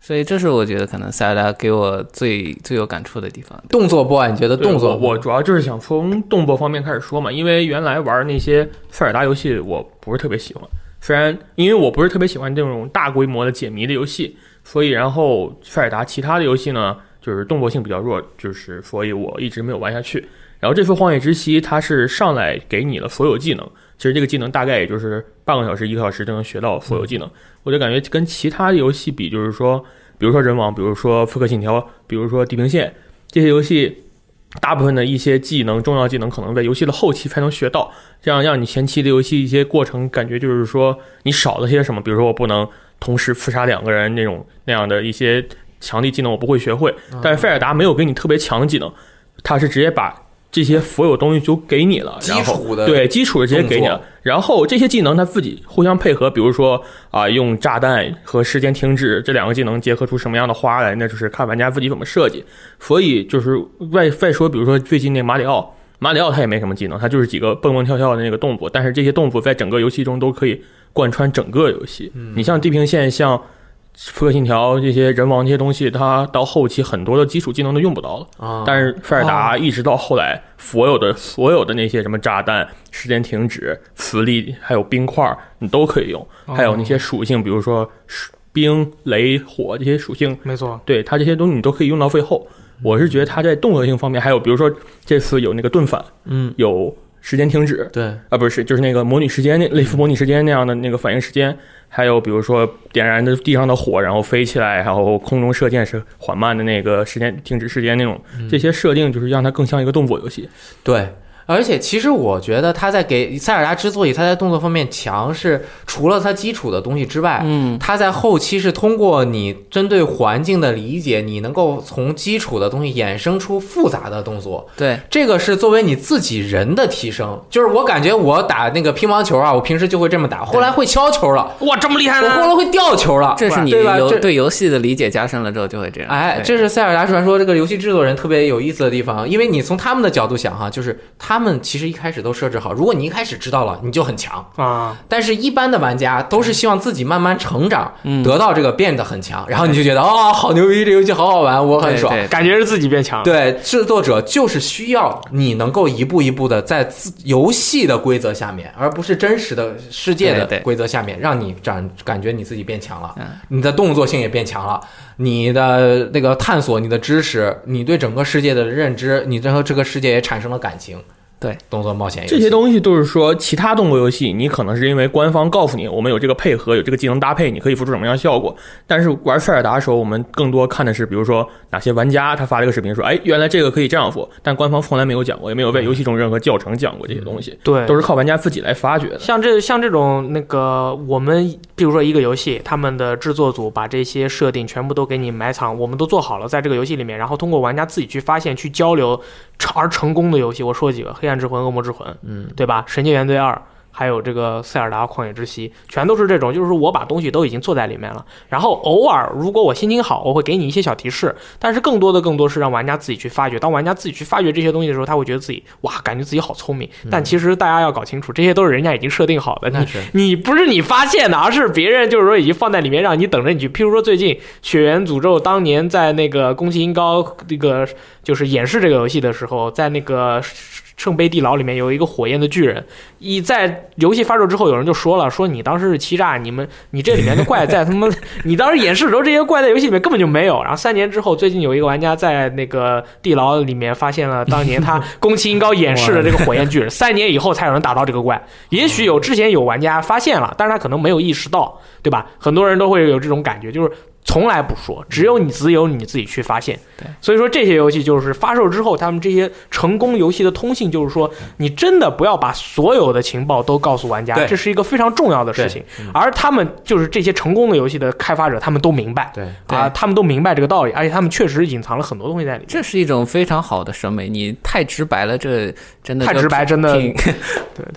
[SPEAKER 3] 所以这是我觉得可能塞尔达给我最最有感触的地方。
[SPEAKER 2] 动作 boy，你觉得
[SPEAKER 4] 对
[SPEAKER 2] 动作
[SPEAKER 4] 我我主要就是想从动作方面开始说嘛，因为原来玩那些塞尔达游戏，我不是特别喜欢。虽然因为我不是特别喜欢这种大规模的解谜的游戏，所以然后塞尔达其他的游戏呢，就是动作性比较弱，就是所以我一直没有玩下去。然后这次《荒野之息》，它是上来给你了所有技能，其实这个技能大概也就是半个小时、一个小时就能学到所有技能。我就感觉跟其他的游戏比，就是说，比如说《人王》，比如说《刺客信条》，比如说《地平线》这些游戏，大部分的一些技能、重要技能可能在游戏的后期才能学到，这样让你前期的游戏一些过程感觉就是说你少了些什么，比如说我不能同时刺杀两个人那种那样的一些强力技能我不会学会，但是费尔达没有给你特别强的技能，他是直接把这些所有东西就给你了，
[SPEAKER 2] 基
[SPEAKER 4] 然后
[SPEAKER 2] 础的
[SPEAKER 4] 对基础的直接给你了
[SPEAKER 2] 动，
[SPEAKER 4] 然后这些技能它自己互相配合，比如说啊、用炸弹和时间停止这两个技能结合出什么样的花来，那就是看玩家自己怎么设计。所以就是外外说，比如说最近那马里奥，马里奥他也没什么技能，他就是几个蹦蹦跳跳的那个动作，但是这些动作在整个游戏中都可以贯穿整个游戏。
[SPEAKER 2] 嗯
[SPEAKER 4] 你像地平线，像。刺客信条这些人王这些东西，它到后期很多的基础技能都用不到了。
[SPEAKER 2] 啊，
[SPEAKER 4] 但是塞尔达一直到后来，所有的所有的那些什么炸弹、时间停止、磁力，还有冰块儿，你都可以用。还有那些属性，比如说水冰、雷、火这些属性，
[SPEAKER 1] 没错，
[SPEAKER 4] 对它这些东西你都可以用到最后。我是觉得它在动作性方面，还有比如说这次有那个盾反，
[SPEAKER 2] 嗯，
[SPEAKER 4] 有时间停止，
[SPEAKER 2] 对，
[SPEAKER 4] 啊，不是，就是那个模拟时间那类似模拟时间那样的那个反应时间，还有比如说点燃的地上的火，然后飞起来，然后空中射箭是缓慢的那个时间停止时间那种，
[SPEAKER 2] 嗯
[SPEAKER 4] 这些设定就是让它更像一个动作游戏。
[SPEAKER 2] 对。而且，其实我觉得他在给塞尔达之所以他在动作方面强，是除了他基础的东西之外，
[SPEAKER 3] 嗯，
[SPEAKER 2] 它在后期是通过你针对环境的理解，你能够从基础的东西衍生出复杂的动作。
[SPEAKER 3] 对，
[SPEAKER 2] 这个是作为你自己人的提升，就是我感觉我打那个乒乓球啊，我平时就会这么打，后来会敲球了，
[SPEAKER 1] 哇，这么厉害
[SPEAKER 2] 我后
[SPEAKER 1] 呢！
[SPEAKER 2] 来会掉球了，
[SPEAKER 3] 这是你
[SPEAKER 2] 对吧？
[SPEAKER 3] 游
[SPEAKER 2] 这
[SPEAKER 3] 对游戏的理解加深了之后就会这样。
[SPEAKER 2] 哎，
[SPEAKER 3] 对
[SPEAKER 2] 这是塞尔达传说这个游戏制作人特别有意思的地方，因为你从他们的角度想哈，就是他们其实一开始都设置好，如果你一开始知道了，你就很强。
[SPEAKER 1] 啊，
[SPEAKER 2] 但是，一般的玩家都是希望自己慢慢成长，
[SPEAKER 3] 嗯
[SPEAKER 2] 得到这个变得很强，然后你就觉得哦，好牛逼，这游戏好好玩，我很
[SPEAKER 3] 对
[SPEAKER 2] 爽。
[SPEAKER 3] 对
[SPEAKER 1] 感觉是自己变强了。
[SPEAKER 2] 对，制作者就是需要你能够一步一步的在自游戏的规则下面，而不是真实的世界
[SPEAKER 3] 对
[SPEAKER 2] 的
[SPEAKER 3] 对
[SPEAKER 2] 规则下面，让你感感觉你自己变强了
[SPEAKER 3] 嗯，
[SPEAKER 2] 你的动作性也变强了，你的那个探索、你的知识、你对整个世界的认知，你对这个世界也产生了感情。
[SPEAKER 3] 对，
[SPEAKER 2] 动作冒险哎游戏
[SPEAKER 4] 这些东西都是说，其他动作游戏你可能是因为官方告诉你我们有这个配合，有这个技能搭配，你可以付出什么样的效果。但是玩塞尔达的时候，我们更多看的是，比如说哪些玩家他发了一个视频说，哎，原来这个可以这样做，但官方从来没有讲过，也没有在游戏中任何教程讲过这些东
[SPEAKER 2] 嗯
[SPEAKER 4] 西，
[SPEAKER 1] 对
[SPEAKER 4] 都是靠玩家自己来发掘的。
[SPEAKER 1] 像这像这种那个，我们比如说一个游戏，他们的制作组把这些设定全部都给你埋藏，我们都做好了，在这个游戏里面，然后通过玩家自己去发现、去交流成而成功的游戏，我说几个：《黑暗之魂》《恶魔之魂》，
[SPEAKER 2] 嗯，
[SPEAKER 1] 对吧？《神界原罪二》。还有这个《塞尔达旷野之息》，全都是这种，就是我把东西都已经做在里面了。然后偶尔，如果我心情好，我会给你一些小提示，但是更多的更多是让玩家自己去发掘。当玩家自己去发掘这些东西的时候，他会觉得自己哇，感觉自己好聪明。但其实大家要搞清楚，这些都是人家已经设定好的，
[SPEAKER 2] 那
[SPEAKER 1] 你
[SPEAKER 2] 是
[SPEAKER 1] 你不是你发现的，而是别人就是说已经放在里面让你等着你去。譬如说最近《血缘诅咒》当年在那个宫崎英高那个就是演示这个游戏的时候，在那个。圣杯地牢里面有一个火焰的巨人，一在游戏发售之后，有人就说了，说你当时是欺诈，你们你这里面的怪在他妈你当时演示的时候，这些怪在游戏里面根本就没有。然后三年之后，最近有一个玩家在那个地牢里面发现了当年他宫崎英高演示的这个火焰巨人，三年以后才有人打到这个怪。也许有之前有玩家发现了，但是他可能没有意识到，对吧？很多人都会有这种感觉，就是。从来不说，只有你只有你自己去发现。
[SPEAKER 3] 对，
[SPEAKER 1] 所以说这些游戏就是发售之后，他们这些成功游戏的通信就是说，你真的不要把所有的情报都告诉玩家，
[SPEAKER 2] 对
[SPEAKER 1] 这是一个非常重要的事情。而他们就是这些成功的游戏的开发者，他们都明白
[SPEAKER 2] 对，
[SPEAKER 3] 对
[SPEAKER 1] 啊，他们都明白这个道理，而且他们确实隐藏了很多东西在里面。
[SPEAKER 3] 这是一种非常好的审美，你太直白了，这真的
[SPEAKER 1] 太
[SPEAKER 3] 就
[SPEAKER 1] 直白真的
[SPEAKER 3] 挺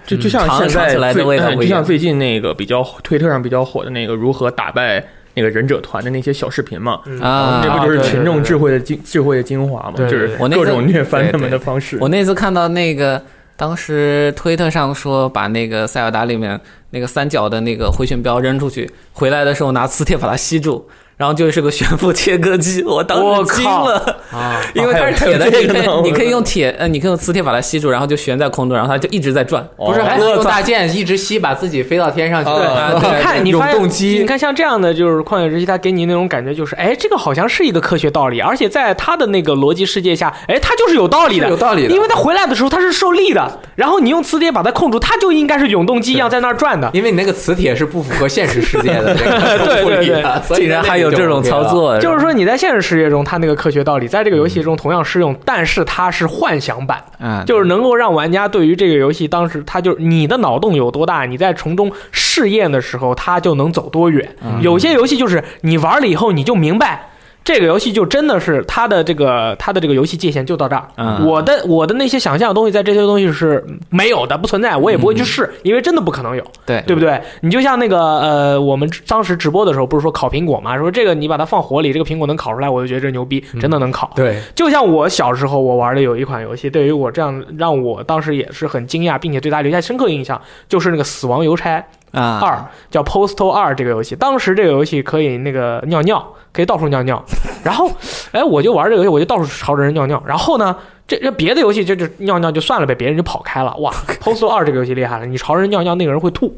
[SPEAKER 4] 就
[SPEAKER 3] 嗯
[SPEAKER 4] 就像
[SPEAKER 3] 尝
[SPEAKER 4] 现
[SPEAKER 3] 尝
[SPEAKER 4] 在
[SPEAKER 3] 起来的
[SPEAKER 4] 最
[SPEAKER 3] 味道
[SPEAKER 4] 嗯
[SPEAKER 3] 不一
[SPEAKER 4] 就像
[SPEAKER 3] 样
[SPEAKER 4] 最近那个比较推特上比较火的那个如何打败那个忍者团的那些小视频嘛，
[SPEAKER 3] 啊！
[SPEAKER 4] 嗯那不就
[SPEAKER 1] 啊
[SPEAKER 4] 是
[SPEAKER 1] 对
[SPEAKER 4] 群众
[SPEAKER 1] 对对
[SPEAKER 4] 智慧的精智慧的精华嘛？
[SPEAKER 1] 对
[SPEAKER 4] 就
[SPEAKER 1] 对
[SPEAKER 4] 是
[SPEAKER 1] 对
[SPEAKER 3] 我那
[SPEAKER 4] 各
[SPEAKER 3] 次
[SPEAKER 4] 种虐翻
[SPEAKER 3] 对
[SPEAKER 4] 他们
[SPEAKER 3] 对
[SPEAKER 4] 的方式。
[SPEAKER 3] 我那次看到那个，当时推特上说把那个塞尔达里面那个三角的那个回旋镖扔出去，回来的时候拿磁铁把它吸住，然后就是个悬浮切割机，我当
[SPEAKER 1] 我靠
[SPEAKER 3] 时 (laughs) 惊了，
[SPEAKER 2] 啊，
[SPEAKER 3] (laughs) 因为它是铁的，
[SPEAKER 4] 还有
[SPEAKER 3] 你
[SPEAKER 4] 这个
[SPEAKER 3] 可
[SPEAKER 4] 呢
[SPEAKER 3] 以你可以用铁呃，你可以用磁铁把它吸住，然后就悬在空中，然后它就一直在转。
[SPEAKER 2] 不是还能
[SPEAKER 4] 哦
[SPEAKER 2] 用大剑一直吸把自己飞到天上去？
[SPEAKER 4] 对
[SPEAKER 3] 啊对
[SPEAKER 1] 你看，你
[SPEAKER 2] 永
[SPEAKER 1] 发现
[SPEAKER 2] 动机
[SPEAKER 1] 你看像这样的就是《旷野之息》，它给你那种感觉就是，哎，这个好像是一个科学道理，而且在它的那个逻辑世界下，哎，它就是有道理的，
[SPEAKER 2] 是有道理的
[SPEAKER 1] 因为它回来的时候它是受力的，然后你用磁铁把它控住，它就应该是永动机一样在那儿转的。
[SPEAKER 2] 因为你那个磁铁是不符合现实世界
[SPEAKER 3] (laughs)
[SPEAKER 2] 的这
[SPEAKER 1] 对
[SPEAKER 2] 个物
[SPEAKER 1] 对
[SPEAKER 2] 理
[SPEAKER 1] 对
[SPEAKER 2] 的， (laughs) 所以
[SPEAKER 3] 竟然还有这种操
[SPEAKER 2] 那个就 OK 了。
[SPEAKER 3] 作，
[SPEAKER 1] 就是说，你在现实世界中，它那个科学道理在这个游戏中同样适用，但是它是幻想版，
[SPEAKER 3] 啊，
[SPEAKER 1] 就是能够让玩家对于这个游戏当时他就是你的脑洞有多大，你在从中试验的时候，他就能走多远。
[SPEAKER 3] 嗯
[SPEAKER 1] 有些游戏就是你玩了以后你就明白。这个游戏就真的是它的这个它的这个游戏界限就到这儿，
[SPEAKER 3] 嗯
[SPEAKER 1] 我的我的那些想象的东西在这些东西是没有的，不存在，我也不会
[SPEAKER 3] 嗯
[SPEAKER 1] 去试，因为真的不可能有。
[SPEAKER 3] 对
[SPEAKER 1] 对不对？你就像那个呃，我们当时直播的时候不是说烤苹果嘛，说这个你把它放火里，这个苹果能烤出来，我就觉得这牛逼，真的能烤。
[SPEAKER 3] (laughs)
[SPEAKER 2] 对，
[SPEAKER 1] 就像我小时候我玩的有一款游戏，对于我这样让我当时也是很惊讶，并且对它留下深刻印象，就是那个《死亡邮差
[SPEAKER 3] 啊
[SPEAKER 1] 二》，叫《Postal 二》这个游戏。当时这个游戏可以那个尿尿，可以到处尿尿。然后，哎，我就玩这个游戏，我就到处朝着人尿尿。然后呢，这这别的游戏就就尿尿就算了呗，别人就跑开了。
[SPEAKER 2] (laughs)
[SPEAKER 1] 哇，《Postal 二》这个游戏厉害了，你朝着人尿尿，那个人会吐。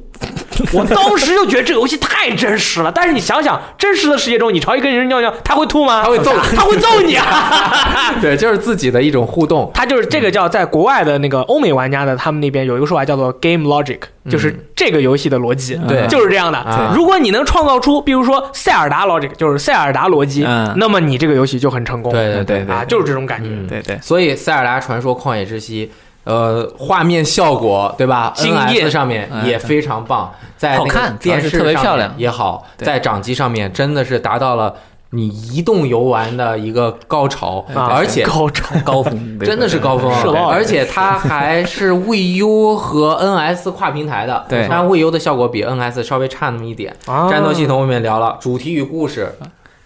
[SPEAKER 1] 我当时就觉得这个游戏太真实了，但是你想想，真实的世界中，你朝一个人尿尿，他会吐吗？
[SPEAKER 2] 他会揍你
[SPEAKER 1] 他会揍
[SPEAKER 2] (laughs)
[SPEAKER 1] 你啊！
[SPEAKER 2] 对，就是自己的一种互动。
[SPEAKER 1] 它就是这个叫在国外的那个欧美玩家呢，他们那边有一个说法叫做 game logic，就是这个游戏的逻辑，
[SPEAKER 3] 对
[SPEAKER 1] 就是这样的
[SPEAKER 2] 啊。
[SPEAKER 1] 如果你能创造出，比如说塞尔达 logic，就是塞尔达逻辑
[SPEAKER 3] 嗯，
[SPEAKER 1] 那么你这个游戏就很成功。
[SPEAKER 2] 对对对对
[SPEAKER 1] 啊，就是这种感觉。
[SPEAKER 2] 嗯
[SPEAKER 3] 对对
[SPEAKER 2] 所以《塞尔达传说：旷野之息》呃，画面效果对吧
[SPEAKER 1] 敬业
[SPEAKER 2] ？NS 上面也非常棒，在那个
[SPEAKER 3] 哎好看主要
[SPEAKER 2] 电
[SPEAKER 3] 是
[SPEAKER 2] 视
[SPEAKER 3] 特别漂
[SPEAKER 2] 上面
[SPEAKER 3] 亮
[SPEAKER 2] 也好，
[SPEAKER 3] 对
[SPEAKER 2] 在掌机上面真的是达到了你移动游玩的一个高潮，
[SPEAKER 1] 啊
[SPEAKER 2] 而且
[SPEAKER 1] 高潮，
[SPEAKER 3] 高峰，哦对
[SPEAKER 2] 真的是高峰
[SPEAKER 1] 社
[SPEAKER 2] 啊！
[SPEAKER 1] 爆
[SPEAKER 2] 而且它还是 VU 和 NS 跨平台的，
[SPEAKER 3] 对
[SPEAKER 2] 但 VU 的效果比 NS 稍微差那么一点。
[SPEAKER 1] 啊
[SPEAKER 2] 战斗系统我们也聊了，主题与故事，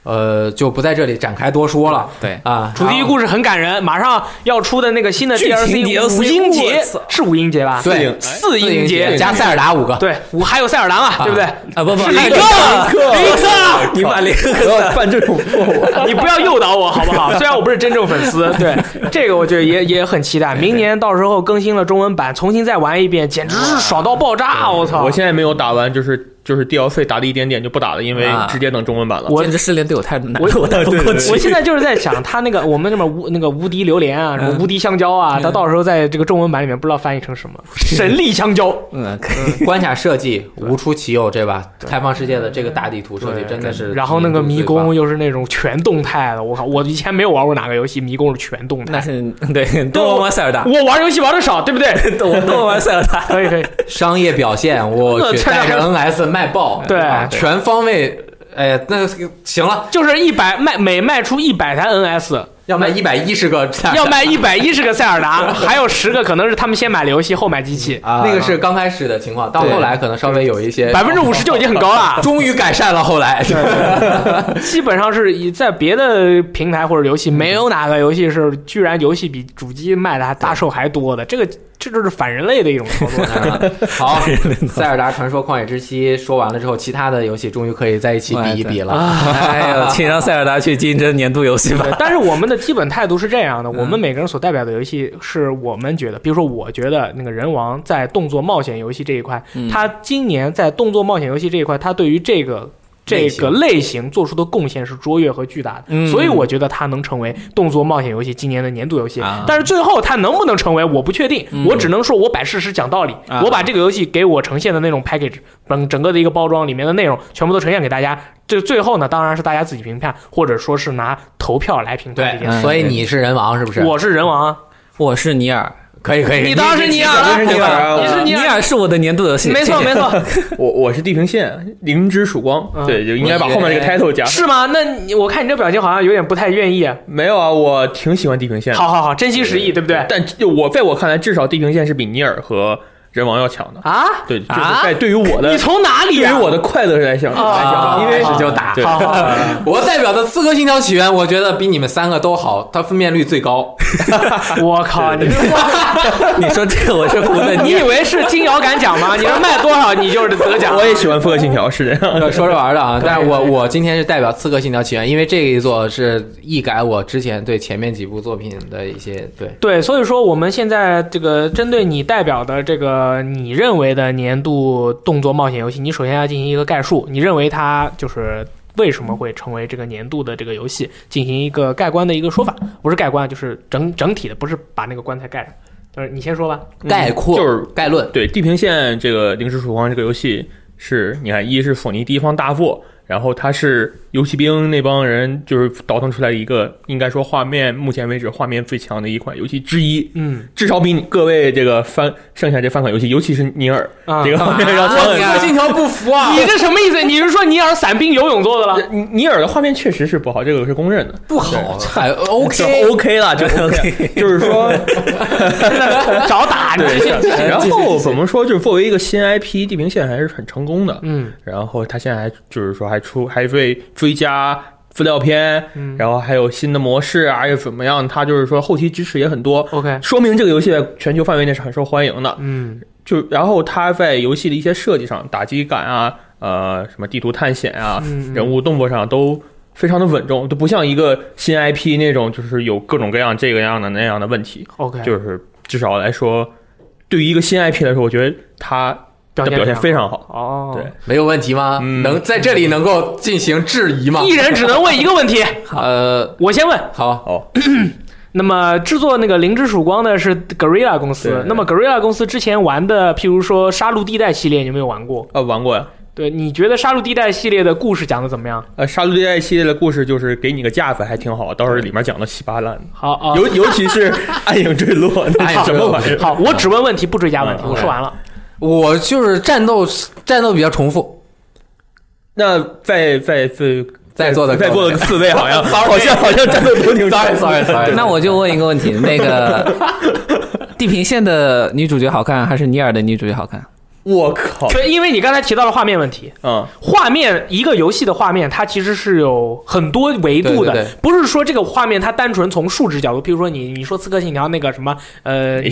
[SPEAKER 2] 呃，就不在这里展开多说了
[SPEAKER 3] 对
[SPEAKER 2] 啊。
[SPEAKER 1] 主题故事很感人，马上要出的那个新的
[SPEAKER 3] 剧情 DLC
[SPEAKER 1] 五英
[SPEAKER 3] 我
[SPEAKER 1] 节
[SPEAKER 3] 操
[SPEAKER 1] 是五英节吧？
[SPEAKER 2] 对
[SPEAKER 1] 四
[SPEAKER 2] 四
[SPEAKER 1] 英
[SPEAKER 2] 英
[SPEAKER 1] 节
[SPEAKER 2] 节
[SPEAKER 1] 加
[SPEAKER 2] 加塞尔达五个，
[SPEAKER 1] 对，五还有塞尔达嘛，哦对不对？
[SPEAKER 3] 啊不不，
[SPEAKER 1] 是
[SPEAKER 3] 还
[SPEAKER 1] 一
[SPEAKER 3] 有
[SPEAKER 1] 个一个。
[SPEAKER 3] 你把零
[SPEAKER 4] 不要犯这种错误。
[SPEAKER 1] (laughs) 你不要诱导我好不好？虽然我不是真正粉 (laughs) 丝，对这个我觉得也也很期待。明年到时候更新了中文版，重新再玩一遍，简直是爽到爆炸！我操！
[SPEAKER 4] 我现在没有打完，就是就是 DLC 打的一点点就不打了，因为
[SPEAKER 3] 啊
[SPEAKER 4] 直接等中文版了。
[SPEAKER 3] 简直失恋对我太难，
[SPEAKER 1] 我
[SPEAKER 3] 我打不
[SPEAKER 4] 对对
[SPEAKER 3] 过
[SPEAKER 4] 对
[SPEAKER 3] 去。
[SPEAKER 1] 我现在就是在想，他那个我们那边无那个无敌榴莲啊，什么无敌香蕉 (laughs) 啊，他到时候在这个中文版里面不知道翻译成什么， (laughs) 神力香蕉。
[SPEAKER 3] 嗯，可以。
[SPEAKER 2] 关卡设计无出其右，对吧？开放世界的这个大地图设计真的是，
[SPEAKER 1] 然后那个迷宫，又是那种全动态的， (laughs) 我靠！我以前没有玩过哪个游戏迷宫是全动
[SPEAKER 3] 那
[SPEAKER 1] 态。
[SPEAKER 3] 是 (laughs) 对，多玩玩塞尔达，
[SPEAKER 1] (laughs) 我玩游戏玩的少，对不对？
[SPEAKER 3] 多多玩塞尔达。
[SPEAKER 1] (laughs) 可以可以，
[SPEAKER 2] 商业
[SPEAKER 1] (laughs)
[SPEAKER 2] 表现，我去带着 NS 卖爆，
[SPEAKER 1] 对
[SPEAKER 2] 吧
[SPEAKER 1] 对
[SPEAKER 2] 全方位，哎呀，那行了，
[SPEAKER 1] 就是一百卖每卖出一百台 NS，
[SPEAKER 2] 要卖一百一十个菜，
[SPEAKER 1] 要卖一百一十个塞尔达，还有十个可能是他们先买了游戏后买机器，
[SPEAKER 2] 啊，那个是刚开始的情况，到后来可能稍微有一些。
[SPEAKER 1] 百分之五十就已经很高了
[SPEAKER 2] (laughs) 终于改善了，后来
[SPEAKER 1] 基本上是以在别的平台或者游戏，没有哪个游戏是居然游戏比主机卖的还大售还多的，这个这就是反人类的一种操作。 (laughs)
[SPEAKER 2] 好，《塞尔达传说：旷野之息》说完了之后，其他的游戏终于可以在一起比一比了。
[SPEAKER 3] 哎呦，请让塞尔达去竞争年度游戏吧
[SPEAKER 1] (laughs) 对。，但是我们的基本态度是这样的：我们每个人所代表的游戏，是我们觉得，比如说，我觉得那个人王在动作冒险游戏这一块，他今年在动作冒险游戏这一块，他对于这个这个类型做出的贡献是卓越和巨大的，
[SPEAKER 2] 嗯
[SPEAKER 1] 所以我觉得它能成为动作冒险游戏今年的年度游戏。
[SPEAKER 3] 啊
[SPEAKER 1] 但是最后它能不能成为，我不确定。
[SPEAKER 3] 嗯
[SPEAKER 1] 我只能说我摆事实讲道理，
[SPEAKER 3] 啊
[SPEAKER 1] 我把这个游戏给我呈现的那种 package 整整个的一个包装里面的内容全部都呈现给大家。这最后呢，当然是大家自己评判，或者说是拿投票来评判这件
[SPEAKER 2] 对，
[SPEAKER 1] 事。
[SPEAKER 3] 嗯
[SPEAKER 2] 所以你是人王是不是？
[SPEAKER 1] 我是人王啊，
[SPEAKER 3] (laughs) 我是尼尔，
[SPEAKER 2] 可以可以，
[SPEAKER 1] 你当然是尼尔了
[SPEAKER 2] 你
[SPEAKER 3] 对
[SPEAKER 2] 是
[SPEAKER 3] 吧？
[SPEAKER 2] 尔，
[SPEAKER 1] 你是
[SPEAKER 3] 尼
[SPEAKER 1] 尼尔
[SPEAKER 3] 尔是我的年度游戏，
[SPEAKER 1] 没错
[SPEAKER 3] 谢谢
[SPEAKER 1] 没错，
[SPEAKER 4] 我我是地平线，灵之曙光，
[SPEAKER 1] 嗯
[SPEAKER 4] 对，就应该把后面这个 title 加。
[SPEAKER 1] 是吗？那你我看你这表情好像有点不太愿意。
[SPEAKER 4] 没有啊，我挺喜欢地平线的。
[SPEAKER 1] 好好好，真心实意，对不对？
[SPEAKER 4] 但就我在我看来，至少地平线是比尼尔和人王要强的。
[SPEAKER 1] 啊，
[SPEAKER 4] 对，就是
[SPEAKER 3] 啊
[SPEAKER 4] 在对于我的、
[SPEAKER 1] 你从哪里
[SPEAKER 4] 对
[SPEAKER 1] 啊？
[SPEAKER 4] 于我的快乐来讲，
[SPEAKER 1] 啊
[SPEAKER 4] 来讲因为
[SPEAKER 1] 开始就
[SPEAKER 2] 打
[SPEAKER 4] 对
[SPEAKER 1] 好好好，
[SPEAKER 2] 我代表的《刺客信条：起源》，我觉得比你们三个都好，它分辨率最高。
[SPEAKER 1] 我靠，你
[SPEAKER 3] 你说这个我
[SPEAKER 2] (laughs)
[SPEAKER 3] 是服的，
[SPEAKER 1] 你
[SPEAKER 3] 尼
[SPEAKER 1] 以
[SPEAKER 3] 尔
[SPEAKER 1] 为是金摇杆奖吗？你这卖多少你就是得奖。
[SPEAKER 4] (laughs) 我也喜欢《复刻信条》，是这样。
[SPEAKER 2] 说着玩儿的啊，但是我我今天是代表《刺客信条：起源》，因为这一作是一改我之前对前面几部作品的一些对。
[SPEAKER 1] 对，所以说我们现在这个针对你代表的这个你认为的年度动作冒险游戏，你首先要进行一个概述，你认为它就是为什么会成为这个年度的这个游戏，进行一个盖棺的一个说法，不是盖棺，就是整整体的，不是把那个棺材盖上。就是你先说吧，
[SPEAKER 2] 概括、
[SPEAKER 4] 就是
[SPEAKER 2] 概
[SPEAKER 3] (laughs)
[SPEAKER 2] 论，
[SPEAKER 4] 对《地平线》这个《零时曙光》这个游戏是，你看，一是索尼第一方大作，然后它是游戏兵那帮人就是倒腾出来一个，应该说画面目前为止画面最强的一款游戏之一，
[SPEAKER 1] 嗯
[SPEAKER 4] 至少比你各位这个翻剩下这三款游戏，尤其是尼尔
[SPEAKER 1] 啊，
[SPEAKER 4] 这个画面要强
[SPEAKER 2] 我
[SPEAKER 4] 很
[SPEAKER 2] 刺
[SPEAKER 4] 多。
[SPEAKER 2] 客信条不服
[SPEAKER 1] (laughs)
[SPEAKER 2] 啊！
[SPEAKER 1] 你这什么意思？你是说尼尔散兵游泳做的了？
[SPEAKER 4] 尼尼尔的画面确实是不好，这个是公认的。
[SPEAKER 2] 不
[SPEAKER 3] (laughs)
[SPEAKER 2] 好，还
[SPEAKER 4] 就
[SPEAKER 2] OK，
[SPEAKER 4] OK 了，就 (laughs) OK，就是说，
[SPEAKER 1] 找 (laughs) 打
[SPEAKER 4] (laughs)
[SPEAKER 1] 你这些。
[SPEAKER 4] 然后怎么说，就是作为一个新 IP，《地平线》还是很成功的。
[SPEAKER 1] 嗯
[SPEAKER 4] 然后他现在还就是说还出还会追加资料片，
[SPEAKER 1] 嗯
[SPEAKER 4] 然后还有新的模式啊，又怎么样？他就是说后期支持也很多，
[SPEAKER 1] 哦，OK，
[SPEAKER 4] 说明这个游戏在全球范围内是很受欢迎的。
[SPEAKER 1] 嗯
[SPEAKER 4] 就然后他在游戏的一些设计上，打击感啊，呃，什么地图探险啊，
[SPEAKER 1] 嗯，
[SPEAKER 4] 人物动作上都非常的稳重，都不像一个新 IP 那种，就是有各种各样这个样的那样的问题。
[SPEAKER 1] OK，
[SPEAKER 4] 就是至少来说，对于一个新 IP 来说，我觉得他
[SPEAKER 1] 表
[SPEAKER 4] 的表现非常好。
[SPEAKER 1] 哦，
[SPEAKER 4] 对，
[SPEAKER 2] 没有问题吗？
[SPEAKER 4] 嗯
[SPEAKER 2] 能在这里能够进行质疑吗？
[SPEAKER 1] 一人只能问一个问题，
[SPEAKER 2] 呃，
[SPEAKER 1] 我先问。
[SPEAKER 2] 好，
[SPEAKER 1] 那么制作那个《灵之曙光》呢是 Gorilla 公司
[SPEAKER 4] 对，
[SPEAKER 1] 那么 Gorilla 公司之前玩的，譬如说《杀戮地带》系列，你有没有玩过？
[SPEAKER 4] 呃，玩过呀。
[SPEAKER 1] 对，你觉得《杀戮地带》系列的故事讲的怎么样？
[SPEAKER 4] 呃，杀戮地带系列的故事就是给你个架子还挺好，倒是里面讲的稀巴烂的，
[SPEAKER 1] 好啊，
[SPEAKER 4] 尤尤其是 (laughs) 暗影坠落，那
[SPEAKER 2] 暗
[SPEAKER 4] 是
[SPEAKER 2] 影
[SPEAKER 4] 什
[SPEAKER 2] 坠落
[SPEAKER 4] 么玩意儿？
[SPEAKER 1] 好，我只问问题，不追加问题，
[SPEAKER 4] 嗯
[SPEAKER 1] 我说完了。
[SPEAKER 2] 我就是战斗战斗比较重复，
[SPEAKER 4] 那在在在
[SPEAKER 2] 在座的
[SPEAKER 4] 在座的四位好像
[SPEAKER 2] Sorry
[SPEAKER 4] 好像好像战斗都挺
[SPEAKER 2] Sorry, sorry, sorry
[SPEAKER 3] 那我就问一个问题，那个地平线的女主角好看还是尼尔的女主角好看？
[SPEAKER 4] 我靠，
[SPEAKER 1] 对，因为你刚才提到了画面问题，
[SPEAKER 4] 嗯，
[SPEAKER 1] 画面一个游戏的画面，它其实是有很多维度的，
[SPEAKER 2] 对对对
[SPEAKER 1] 不是说这个画面它单纯从数值角度，譬如说你你说《刺客信条》那个什么呃，你